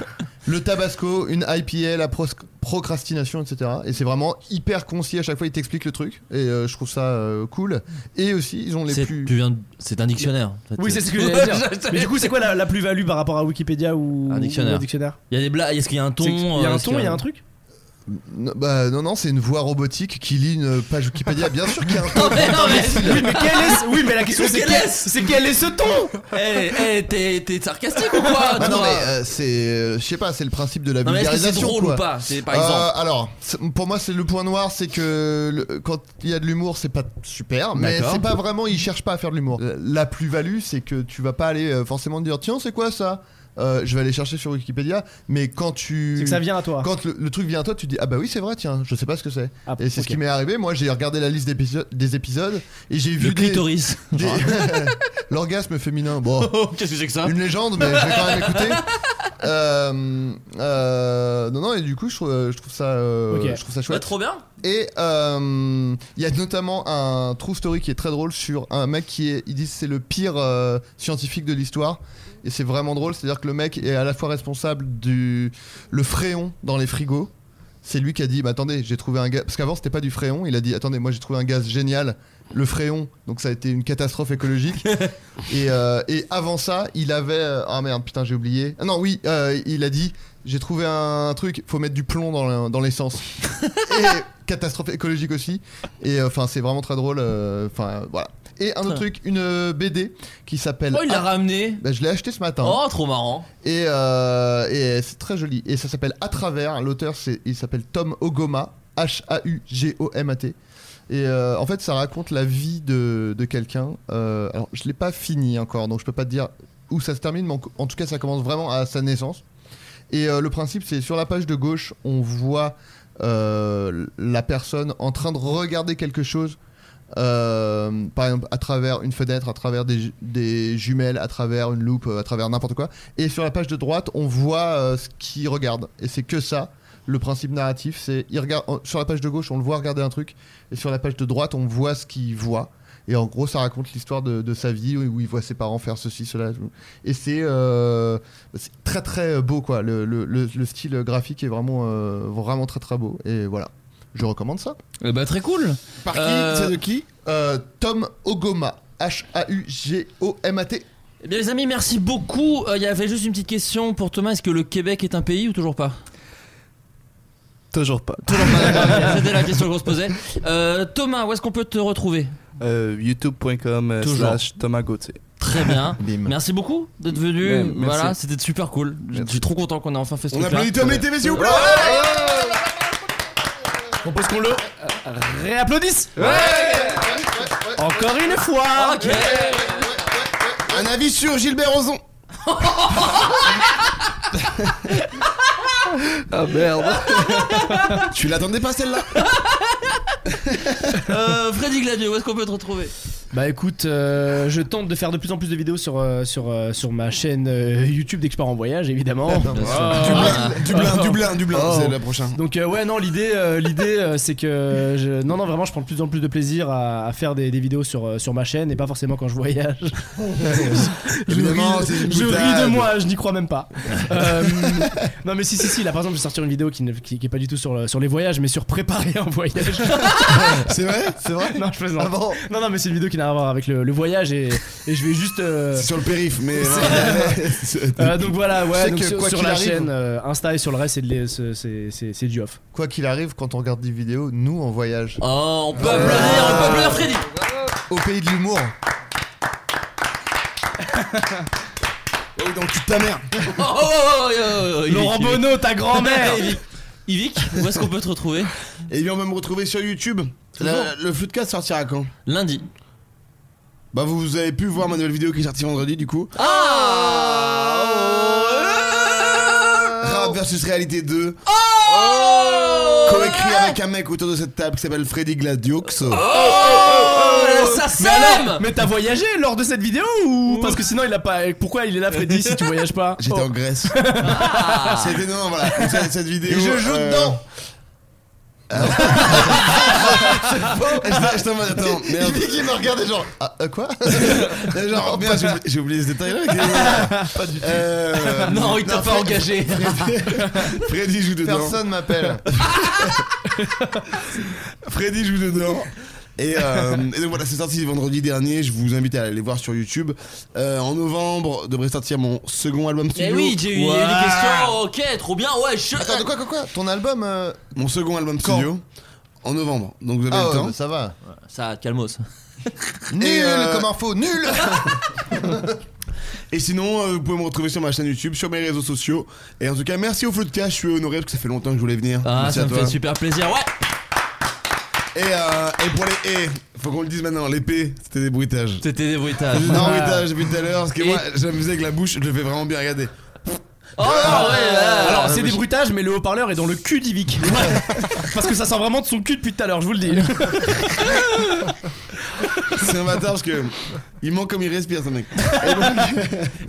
Speaker 7: le tabasco une IPA la pros- procrastination etc et c'est vraiment hyper concis à chaque fois ils t'expliquent le truc et euh, je trouve ça euh, cool et aussi ils ont les
Speaker 8: C'est-
Speaker 7: plus
Speaker 8: tu viens de- c'est un dictionnaire. en fait.
Speaker 1: Oui, c'est ce que j'allais dire. Mais du coup, c'est quoi la, la plus-value par rapport à Wikipédia ou
Speaker 8: un dictionnaire.
Speaker 1: ou un dictionnaire
Speaker 8: Il y a des blagues, est-ce qu'il y a un ton
Speaker 1: C'est- Il y a
Speaker 8: euh,
Speaker 1: un
Speaker 8: est-ce
Speaker 1: ton,
Speaker 8: qu'il
Speaker 1: il y a un truc
Speaker 7: Non, bah non non c'est une voix robotique qui lit une page Wikipédia bien sûr qu'il y a un
Speaker 8: Non mais non mais
Speaker 1: Oui, mais quel est Oui, mais la question c'est
Speaker 8: Quel
Speaker 1: quel,
Speaker 8: est-
Speaker 1: c'est quel est ce ton
Speaker 8: Eh, eh, t'es- t'es sarcastique ou quoi
Speaker 7: Ah non
Speaker 8: toi
Speaker 7: mais euh, c'est euh, je sais pas c'est le principe de la
Speaker 8: Non, mais est-ce que c'est
Speaker 7: vulgarisation
Speaker 8: drôle
Speaker 7: quoi.
Speaker 8: ou pas C'est par
Speaker 7: Euh,
Speaker 8: exemple.
Speaker 7: alors c'est- pour moi c'est le point noir c'est que le- quand il y a de l'humour c'est pas super mais
Speaker 8: D'accord.
Speaker 7: c'est pas vraiment ils cherchent pas à faire de l'humour. Euh, La plus value c'est que tu vas pas aller euh, forcément dire tiens c'est quoi ça Euh, je vais aller chercher sur Wikipédia, mais quand tu.
Speaker 1: C'est que ça vient à toi.
Speaker 7: Quand le, le truc vient à toi, tu dis Ah bah oui, c'est vrai, tiens, je sais pas ce que c'est.
Speaker 1: Ah,
Speaker 7: et c'est ce
Speaker 1: ok.
Speaker 7: qui m'est arrivé. Moi, j'ai regardé la liste d'épiso- des épisodes et j'ai vu.
Speaker 8: Le
Speaker 7: des-
Speaker 8: clitoris.
Speaker 7: des-
Speaker 1: Ah.
Speaker 7: L'orgasme féminin, bon.
Speaker 8: Qu'est-ce que c'est que ça
Speaker 7: Une légende, mais je vais quand même écouter. Euh, euh, non, non, et du coup, je trouve, je trouve ça, euh,
Speaker 8: Ok.
Speaker 7: je trouve ça
Speaker 8: Ouais,
Speaker 7: chouette.
Speaker 8: Bah, trop bien.
Speaker 7: Et euh, il y a notamment un true story qui est très drôle sur un mec qui est, ils disent c'est le pire euh, scientifique de l'histoire. Et c'est vraiment drôle, c'est-à-dire que le mec est à la fois responsable du le fréon dans les frigos. C'est lui qui a dit, bah attendez, j'ai trouvé un gaz. Parce qu'avant c'était pas du fréon, il a dit, attendez, moi j'ai trouvé un gaz génial, le fréon. Donc ça a été une catastrophe écologique. et, euh, et avant ça, il avait, ah merde, putain j'ai oublié. Ah non, oui, euh, il a dit, j'ai trouvé un truc, faut mettre du plomb dans le- dans l'essence et catastrophe écologique aussi. Et enfin, c'est vraiment très drôle. euh, Enfin, euh, voilà. Et un autre
Speaker 8: Très bien.
Speaker 7: truc, une euh, BD qui s'appelle.
Speaker 8: Oh, il l'a
Speaker 7: Ah-
Speaker 8: ramené.
Speaker 7: Bah, je l'ai acheté ce matin.
Speaker 8: Oh, trop marrant.
Speaker 7: Et, euh, et c'est très joli. Et ça s'appelle À travers. L'auteur, c'est, il s'appelle Tom Ogoma. H-A-U-G-O-M-A-T. Et euh, en fait, ça raconte la vie de, de quelqu'un. Euh, alors, je l'ai pas fini encore, donc je peux pas te dire où ça se termine, mais en, en tout cas, ça commence vraiment à sa naissance. Et euh, le principe, c'est sur la page de gauche, on voit euh, la personne en train de regarder quelque chose, euh, par exemple à travers une fenêtre, à travers des, ju- des jumelles, à travers une loupe, euh, à travers n'importe quoi. Et sur la page de droite, on voit euh, ce qu'il regarde. Et c'est que ça. Le principe narratif, c'est il regarde en- sur la page de gauche, on le voit regarder un truc, et sur la page de droite, on voit ce qu'il voit. Et en gros, ça raconte l'histoire de, de sa vie où il voit ses parents faire ceci, cela. tout. Et c'est euh, c'est très très beau, quoi. Le, le- le- le style graphique est vraiment, euh, vraiment très très beau. Et voilà, je recommande ça.
Speaker 8: bah très cool.
Speaker 7: Par qui
Speaker 8: Euh,
Speaker 7: C'est de qui Euh, Tom Ogoma. H-A-U-G-O-M-A-T.
Speaker 8: Eh bien les amis, merci beaucoup. Euh, Il y avait juste une petite question pour Thomas. Est-ce que le Québec est un pays ou toujours pas
Speaker 9: Toujours pas.
Speaker 8: C'était la question qu'on se posait. Euh, Thomas, où est-ce qu'on peut te retrouver
Speaker 9: Euh, youtube.com euh,
Speaker 8: Toujours.
Speaker 9: slash Thomas Gauthier.
Speaker 8: Très bien.
Speaker 7: Bim.
Speaker 8: Merci beaucoup d'être venu.
Speaker 9: Ouais, merci.
Speaker 8: voilà, c'était super cool. Je suis trop content qu'on ait enfin fait ce
Speaker 3: On
Speaker 8: truc-là.
Speaker 3: applaudit Tom les TV, s'il vous plaît
Speaker 10: On pense qu'on le réapplaudisse Encore une fois
Speaker 3: Un avis sur Gilbert Rozon
Speaker 9: Ah merde
Speaker 3: Tu l'attendais pas celle-là
Speaker 8: Euh, Freddy Gladieux, où est-ce qu'on peut te retrouver
Speaker 1: Bah écoute, euh, je tente de faire de plus en plus de vidéos sur, euh, sur, euh, sur ma chaîne euh, YouTube d'Expert en Voyage, évidemment.
Speaker 3: Ah, bien sûr. Dublin, Dublin, Dublin, Dublin,
Speaker 9: Oh.
Speaker 3: c'est le prochain.
Speaker 1: Donc euh, ouais, non, l'idée, euh, l'idée, euh, c'est que je- non, non, vraiment, je prends de plus en plus de plaisir à, à faire des, des vidéos sur, euh, sur ma chaîne et pas forcément quand je voyage. je ris,
Speaker 3: Évidemment, c'est une
Speaker 1: je ris
Speaker 3: boutade.
Speaker 1: de moi, je n'y crois même pas. Euh, non, mais si, si, si. Là, par exemple, je vais sortir une vidéo qui ne qui, qui est pas du tout sur le- sur les voyages, mais sur préparer un voyage.
Speaker 3: C'est vrai C'est vrai Ah
Speaker 1: Non, je plaisante. Non, non, mais c'est une vidéo qui n'a rien à voir avec le, le voyage et, et je vais juste. euh,
Speaker 3: C'est sur le périph', mais.
Speaker 1: euh, donc voilà,
Speaker 7: Je
Speaker 1: ouais,
Speaker 7: sais
Speaker 1: donc
Speaker 7: que
Speaker 1: sur,
Speaker 7: quoi
Speaker 1: sur
Speaker 7: qu'il
Speaker 1: la
Speaker 7: arrive-
Speaker 1: chaîne euh, Insta et sur le reste, c'est de les- c'est- c'est c'est- c'est du off.
Speaker 7: Quoi qu'il arrive, quand on regarde des vidéos, nous on voyage.
Speaker 8: Oh, on peut applaudir, on peut applaudir Freddy.
Speaker 7: Au pays de l'humour.
Speaker 3: Oh, dans le cul de ta mère
Speaker 8: Oh, oh, oh, oh, oh, Yvick,
Speaker 1: Laurent
Speaker 8: Yvick.
Speaker 1: Bonneau, ta grand-mère
Speaker 8: Yvick, Yvick, où est-ce qu'on peut te retrouver
Speaker 3: Et bien, on va me retrouver sur YouTube. La- le Floodcast sortira quand
Speaker 8: Lundi.
Speaker 3: Bah, vous, vous avez pu voir ma nouvelle vidéo qui est sortie vendredi, du coup. Rap versus réalité 2. Coécrit avec un mec autour de cette table qui s'appelle Freddy Gladioux.
Speaker 8: Oh, ça
Speaker 1: mais, alors, mais t'as voyagé lors de cette vidéo ou parce que sinon il a pas pourquoi il est là Freddy si tu voyages pas
Speaker 3: J'étais
Speaker 7: Oh.
Speaker 3: en Grèce. C'était non, voilà. Cette, cette vidéo.
Speaker 7: Ah.
Speaker 3: euh, Ah.
Speaker 7: Et je joue dedans.
Speaker 3: Je t'en mode, attends, merde.
Speaker 7: Yvick, il m'a regardé genre. Ah, euh, quoi
Speaker 3: Genre, oh, merde, j'ai oublié- j'ai oublié ce détail-là. Euh, Pas du tout.
Speaker 8: Non, il t'a pas engagé.
Speaker 3: Freddy joue dedans.
Speaker 7: Personne m'appelle.
Speaker 3: Freddy joue dedans. Et, euh, et donc voilà, c'est sorti vendredi dernier. Je vous invite à aller voir sur YouTube. Euh, en novembre, devrait sortir mon second album
Speaker 8: Eh
Speaker 3: studio.
Speaker 8: oui, j'ai eu il y a eu
Speaker 3: Ouah.
Speaker 8: des questions. Ok, trop bien. Ouais, je.
Speaker 7: Attends, de quoi, quoi, quoi Ton album. euh,
Speaker 3: Mon second album
Speaker 7: Quand
Speaker 3: studio en novembre. Donc vous avez
Speaker 7: Ah,
Speaker 3: le
Speaker 7: ouais,
Speaker 3: temps.
Speaker 7: bah, ça va.
Speaker 8: Ça, calmos.
Speaker 7: Nul
Speaker 3: Et, euh,
Speaker 7: comme info, nul
Speaker 3: Et sinon, euh, vous pouvez me retrouver sur ma chaîne YouTube, sur mes réseaux sociaux. Et en tout cas, merci au Feu de Cash. Je suis honoré parce que ça fait longtemps que je voulais venir.
Speaker 8: Ah,
Speaker 3: merci à
Speaker 8: ça me
Speaker 3: toi.
Speaker 8: fait super plaisir. Ouais,
Speaker 3: Et, euh, et pour les et, faut qu'on le dise maintenant. Les P, c'était des bruitages.
Speaker 8: c'était des bruitages.
Speaker 3: C'était des bruitages depuis tout à l'heure. Parce que
Speaker 8: Ah. Et-
Speaker 3: moi, j'amusais avec la bouche. Je le fais vraiment bien regarder.
Speaker 8: Oh, ouais, ouais.
Speaker 1: alors c'est des bruitages mais le haut-parleur est dans le cul d'Ivic parce que ça sent vraiment de son cul depuis tout à l'heure je vous le dis
Speaker 7: Ah,
Speaker 3: C'est un bâtard parce que il ment comme il respire ce mec.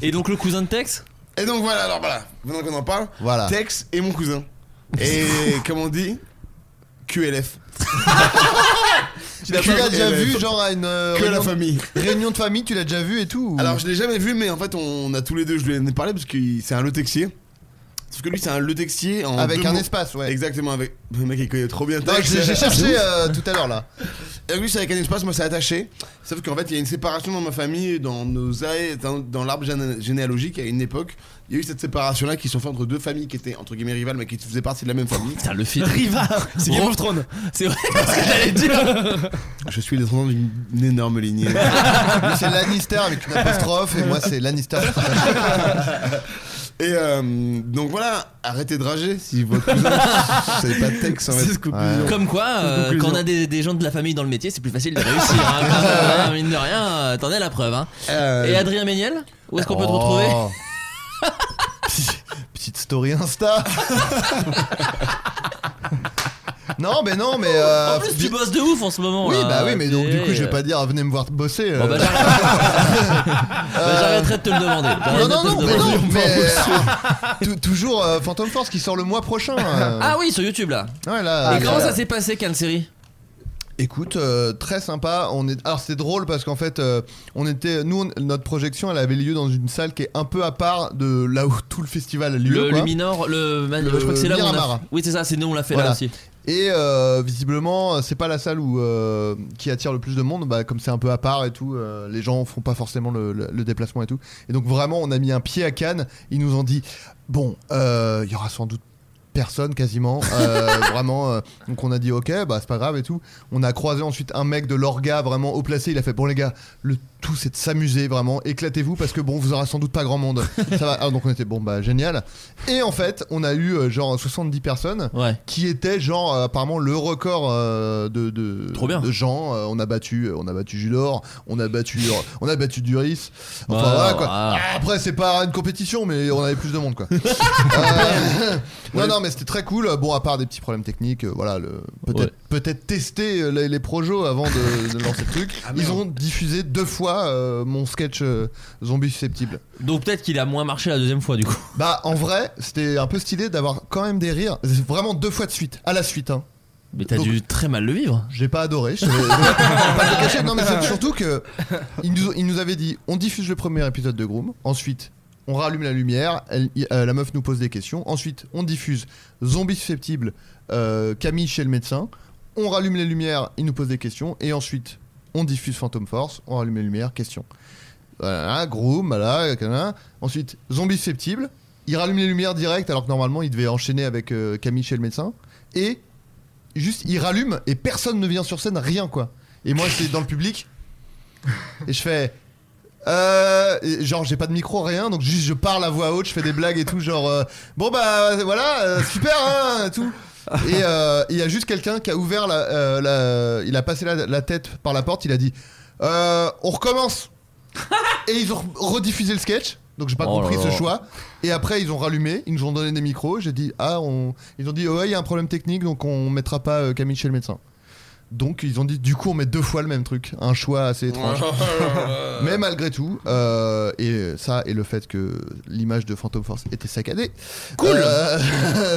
Speaker 8: Et donc, le cousin de Tex
Speaker 3: Et donc voilà, alors voilà, maintenant qu'on en parle,
Speaker 7: Voilà.
Speaker 3: Tex est mon cousin. Et comme on dit, QLF.
Speaker 7: Tu l'as déjà
Speaker 3: QLF.
Speaker 7: vu, genre à une euh,
Speaker 3: Que la
Speaker 7: réunion,
Speaker 3: famille.
Speaker 7: réunion de famille, tu l'as déjà vu et tout ou-
Speaker 3: Alors je l'ai jamais vu, mais en fait on a tous les deux, je lui en ai parlé parce que c'est un le Texier. Sauf que lui c'est un le Texier en
Speaker 7: Avec
Speaker 3: deux
Speaker 7: un
Speaker 3: mots.
Speaker 7: espace, ouais.
Speaker 3: Exactement, avec. Le mec il connaît trop bien
Speaker 7: Non,
Speaker 3: Tex.
Speaker 7: J'ai j'ai cherché euh, tout à l'heure là.
Speaker 3: Et lui c'est avec un espace, moi c'est attaché. Sauf qu'en fait il y a une séparation dans ma famille, dans nos aé- dans, dans l'arbre géné- généalogique à une époque. Il y a eu cette séparation là qui sont faites entre deux familles qui étaient entre guillemets rivales mais qui faisaient partie de la même famille.
Speaker 8: Putain, le film.
Speaker 1: Rivard c'est Game of Thrones
Speaker 8: C'est vrai c'est ce que j'allais dire.
Speaker 3: Je suis descendant d'une d'une énorme lignée.
Speaker 7: Lui, c'est Lannister avec une apostrophe et moi c'est Lannister.
Speaker 3: Et euh, donc voilà, arrêtez de rager si votre cousin. C'est pas de texte en fait.
Speaker 1: c'est ce qu'on
Speaker 7: Ouais.
Speaker 8: Comme quoi, euh,
Speaker 3: Conclusion.
Speaker 8: quand on a des, des gens de la famille dans le métier, c'est plus facile de réussir. hein. Comme, euh, mine de rien, euh, t'en es la preuve. hein.
Speaker 3: Euh,
Speaker 8: Et Adrien Méniel Où est-ce qu'on peut te retrouver
Speaker 7: Oh. Petit- Petite story Insta. Non, mais non, mais. euh,
Speaker 8: en plus,
Speaker 7: dis-
Speaker 8: tu bosses de ouf en ce moment.
Speaker 7: Oui,
Speaker 8: là.
Speaker 7: bah oui, mais donc du coup, je vais
Speaker 8: Euh,
Speaker 7: pas dire venez me voir bosser. euh.
Speaker 8: Bon, bah, j'arrête- bah, j'arrêterai de te le demander.
Speaker 7: non,
Speaker 8: J'arrêterai
Speaker 7: Euh, non,
Speaker 8: de te
Speaker 7: non,
Speaker 8: le
Speaker 7: mais
Speaker 8: demander.
Speaker 7: non, mais. euh, tou- toujours euh, Phantom Force qui sort le mois prochain. euh.
Speaker 8: Ah oui, sur YouTube là.
Speaker 7: Ouais, là,
Speaker 8: Et
Speaker 7: là,
Speaker 8: comment
Speaker 7: là.
Speaker 8: ça s'est passé, Cannes Série
Speaker 7: Écoute, euh, très sympa. On est... Alors c'est drôle parce qu'en fait, euh, on était, nous, on- notre projection, elle avait lieu dans une salle qui est un peu à part de là où tout le festival a lieu.
Speaker 8: Le,
Speaker 7: quoi.
Speaker 8: le Minor, le, Man- je crois que c'est là où on a.
Speaker 7: Miramar.
Speaker 8: Oui, c'est ça, c'est nous, on l'a fait là
Speaker 7: Voilà.
Speaker 8: aussi.
Speaker 7: Et euh, visiblement, c'est pas la salle où euh, qui attire le plus de monde. Bah, comme c'est un peu à part et tout, euh, les gens font pas forcément le, le- le déplacement et tout. Et donc vraiment, on a mis un pied à Cannes. Ils nous ont dit bon, euh, il y aura sans doute personne quasiment euh, vraiment euh, donc on a dit ok bah c'est pas grave et tout on a croisé ensuite un mec de l'orga vraiment haut placé il a fait bon les gars le tout c'est de s'amuser vraiment éclatez-vous parce que bon vous aurez sans doute pas grand monde ça va alors donc on était bon bah génial et en fait on a eu euh, genre 70 personnes qui étaient genre euh, apparemment le record euh, de, de, de gens Euh, on a battu euh, on a battu Judor on a battu euh, on a battu Duris enfin
Speaker 8: Ouais,
Speaker 7: voilà quoi
Speaker 8: ouais.
Speaker 7: après c'est pas une compétition mais on avait plus de monde quoi Euh, non, non, mais c'était très cool. Bon, à part des petits problèmes techniques, euh, voilà, le- peut-être peut-être tester euh, les, les projos avant de, de lancer le truc. Ils ont diffusé deux fois euh, mon sketch euh, zombie susceptible.
Speaker 8: Donc peut-être qu'il a moins marché la deuxième fois du coup.
Speaker 7: Bah, en vrai, c'était un peu stylé d'avoir quand même des rires. C'est Vraiment deux fois de suite, à la suite, hein.
Speaker 8: Mais t'as
Speaker 7: Donc-
Speaker 8: dû très mal le vivre.
Speaker 7: J'ai pas adoré. je te- je vais pas te le cacher. Non, mais c'est surtout que ils nous, ils nous avaient dit on diffuse le premier épisode de Groom, ensuite on rallume la lumière, elle- y- euh, la meuf nous pose des questions, ensuite on diffuse Zombie susceptible, euh, Camille chez le médecin, on rallume les lumières, il nous pose des questions, et ensuite on diffuse Phantom Force, on rallume les lumières, questions. Voilà, Groom, voilà, voilà. ensuite Zombie susceptible, il rallume les lumières direct alors que normalement il devait enchaîner avec euh, Camille chez le médecin, et juste il rallume et personne ne vient sur scène, rien quoi. Et moi c'est dans le public et je fais euh, et genre j'ai pas de micro rien donc juste je parle à voix haute, je fais des blagues et tout genre euh, bon bah voilà euh, super hein et tout. Et euh, il y a juste quelqu'un qui a ouvert la, euh, la- il a passé la, la tête par la porte, il a dit Euh, on recommence. Et ils ont rediffusé le sketch. Donc j'ai pas
Speaker 8: Oh
Speaker 7: compris
Speaker 8: là
Speaker 7: ce
Speaker 8: là.
Speaker 7: choix. Et après ils ont rallumé, ils nous ont donné des micros. J'ai dit ah on, ils ont dit ouais il y a un problème technique donc on mettra pas euh, Camille chez le médecin. Donc ils ont dit du coup on met deux fois le même truc, un choix assez étrange. Mais malgré tout, euh, et ça et le fait que l'image de Phantom Force était saccadée.
Speaker 8: Cool.
Speaker 7: Euh,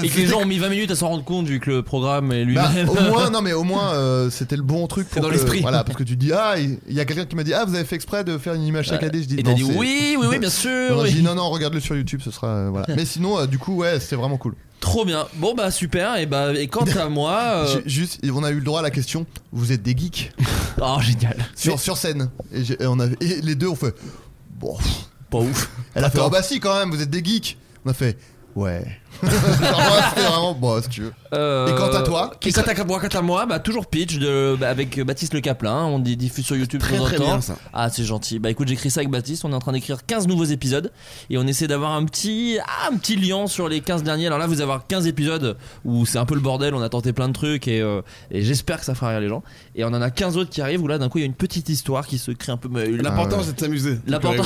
Speaker 8: Et que les gens ont mis 20 minutes à s'en rendre compte vu que le programme est
Speaker 7: bah,
Speaker 8: lui-même.
Speaker 7: au moins non mais au moins euh, c'était le bon truc
Speaker 8: C'est
Speaker 7: pour
Speaker 8: dans
Speaker 7: que-
Speaker 8: l'esprit.
Speaker 7: voilà parce que tu dis ah il il y a quelqu'un qui m'a dit ah vous avez fait exprès de faire une image
Speaker 8: Ouais.
Speaker 7: saccadée je dis
Speaker 8: Bah, Et t'as
Speaker 7: non,
Speaker 8: dit
Speaker 7: c'est-
Speaker 8: oui, oui, oui, bien sûr,
Speaker 7: non,
Speaker 8: oui.
Speaker 7: je dis, non non regarde le sur YouTube ce sera euh, voilà mais sinon euh, du coup ouais c'était vraiment cool
Speaker 8: Trop bien. Bon bah super. Et bah et quant à moi, euh,
Speaker 7: Ju- juste on a eu le droit à la question vous êtes des geeks
Speaker 8: oh génial.
Speaker 7: sur, sur scène. Et, j'ai- et on avait- et les deux ont fait Bon, pff,
Speaker 8: pas ouf.
Speaker 7: Elle a fait
Speaker 8: Attends.
Speaker 7: Oh bah si, quand même, vous êtes des geeks. On a fait Ouais. Genre, ouais, C'était vraiment bon, si tu veux.
Speaker 8: Euh,
Speaker 7: Et quant à toi
Speaker 8: et quant à, moi, quant à moi, bah, toujours pitch de, bah, avec euh, Baptiste Le Caplin. On dit- diffuse sur YouTube
Speaker 3: Très,
Speaker 8: de temps en
Speaker 3: très
Speaker 8: temps.
Speaker 3: bien, ça.
Speaker 8: Ah, c'est gentil. Bah écoute, j'écris ça avec Baptiste. On est en train d'écrire 15 nouveaux épisodes et on essaie d'avoir un petit, ah, un petit lien sur les 15 derniers. Alors là, vous allez avoir 15 épisodes où c'est un peu le bordel. On a tenté plein de trucs et, euh, et j'espère que ça fera rire les gens. Et on en a 15 autres qui arrivent où là, d'un coup, il y a une petite histoire qui se crée un peu. mais-
Speaker 3: L'important, c'est de s'amuser.
Speaker 8: L'important.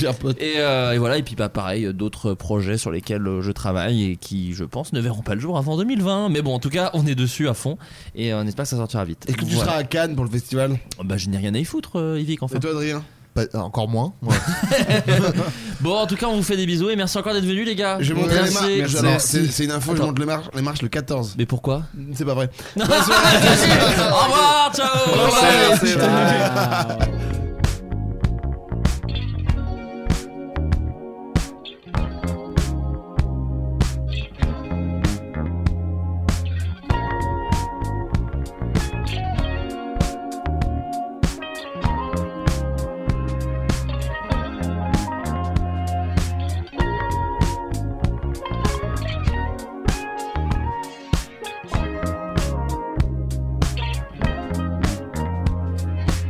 Speaker 3: L'important.
Speaker 8: Et, euh, et voilà, et puis bah, pareil, euh, d'autres projets sur lesquels euh, je travaille et qui, je pense, ne verront pas le jour avant 2020. Mais bon, en tout cas, on est dessus à fond et euh, on espère que ça sortira vite.
Speaker 3: Et que tu
Speaker 8: Voilà.
Speaker 3: seras à Cannes pour le festival
Speaker 8: Bah, je n'ai rien à y foutre, euh, Yvick, enfin.
Speaker 3: Et toi, Adrien
Speaker 7: Pas- Encore moins.
Speaker 8: Bon, en tout cas, on vous fait des bisous et merci encore d'être venus, les gars.
Speaker 3: Je vais monter les
Speaker 8: Merci.
Speaker 3: marches. Merci. Alors, Ah C'est c'est une info, je
Speaker 8: Attends.
Speaker 3: monte les marches, les marches le 14.
Speaker 8: Mais pourquoi
Speaker 3: C'est pas vrai.
Speaker 8: Au revoir, ciao
Speaker 3: Bonne soirée.
Speaker 8: Bye.
Speaker 7: Ah.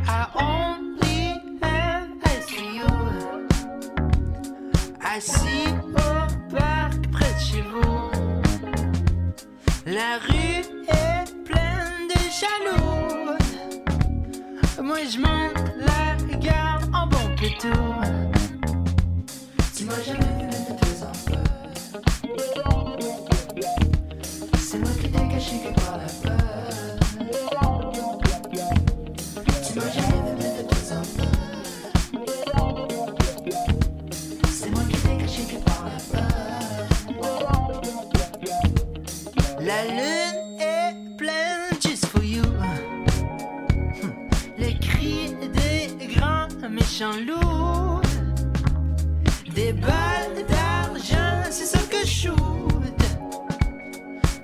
Speaker 19: I only have eyes for you. Assis au parc près de chez vous. La rue est pleine de jaloux. Moi je monte la gare en bon pétou. C'est moi jamais vu de tes enfants. C'est moi qui t'ai caché
Speaker 7: La lune est pleine just for you. Hmm. Les cris des grands méchants loups. Des balles d'argent, c'est ça que je shoot.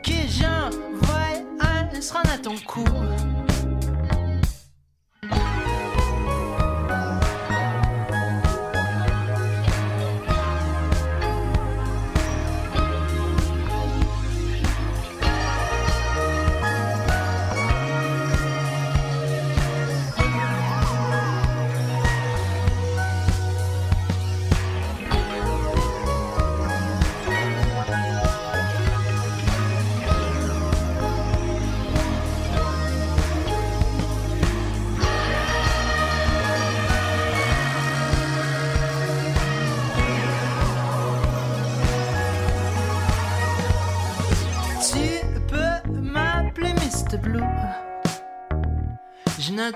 Speaker 7: Que j'envoie un se rendre à ton cou. Tu peux m'appeler Mr. Blue. Je note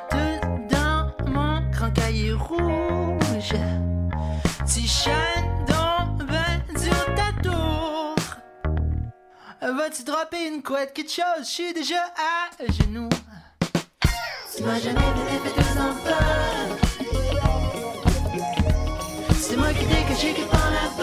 Speaker 7: dans mon grand cahier rouge. Tu chaînes dans ben du haut de ta tour. Vas-tu dropper une couette, quelque chose? Je suis déjà à genoux. Tu m'as jamais donné fait deux enfants. C'est moi qui t'ai caché que dans la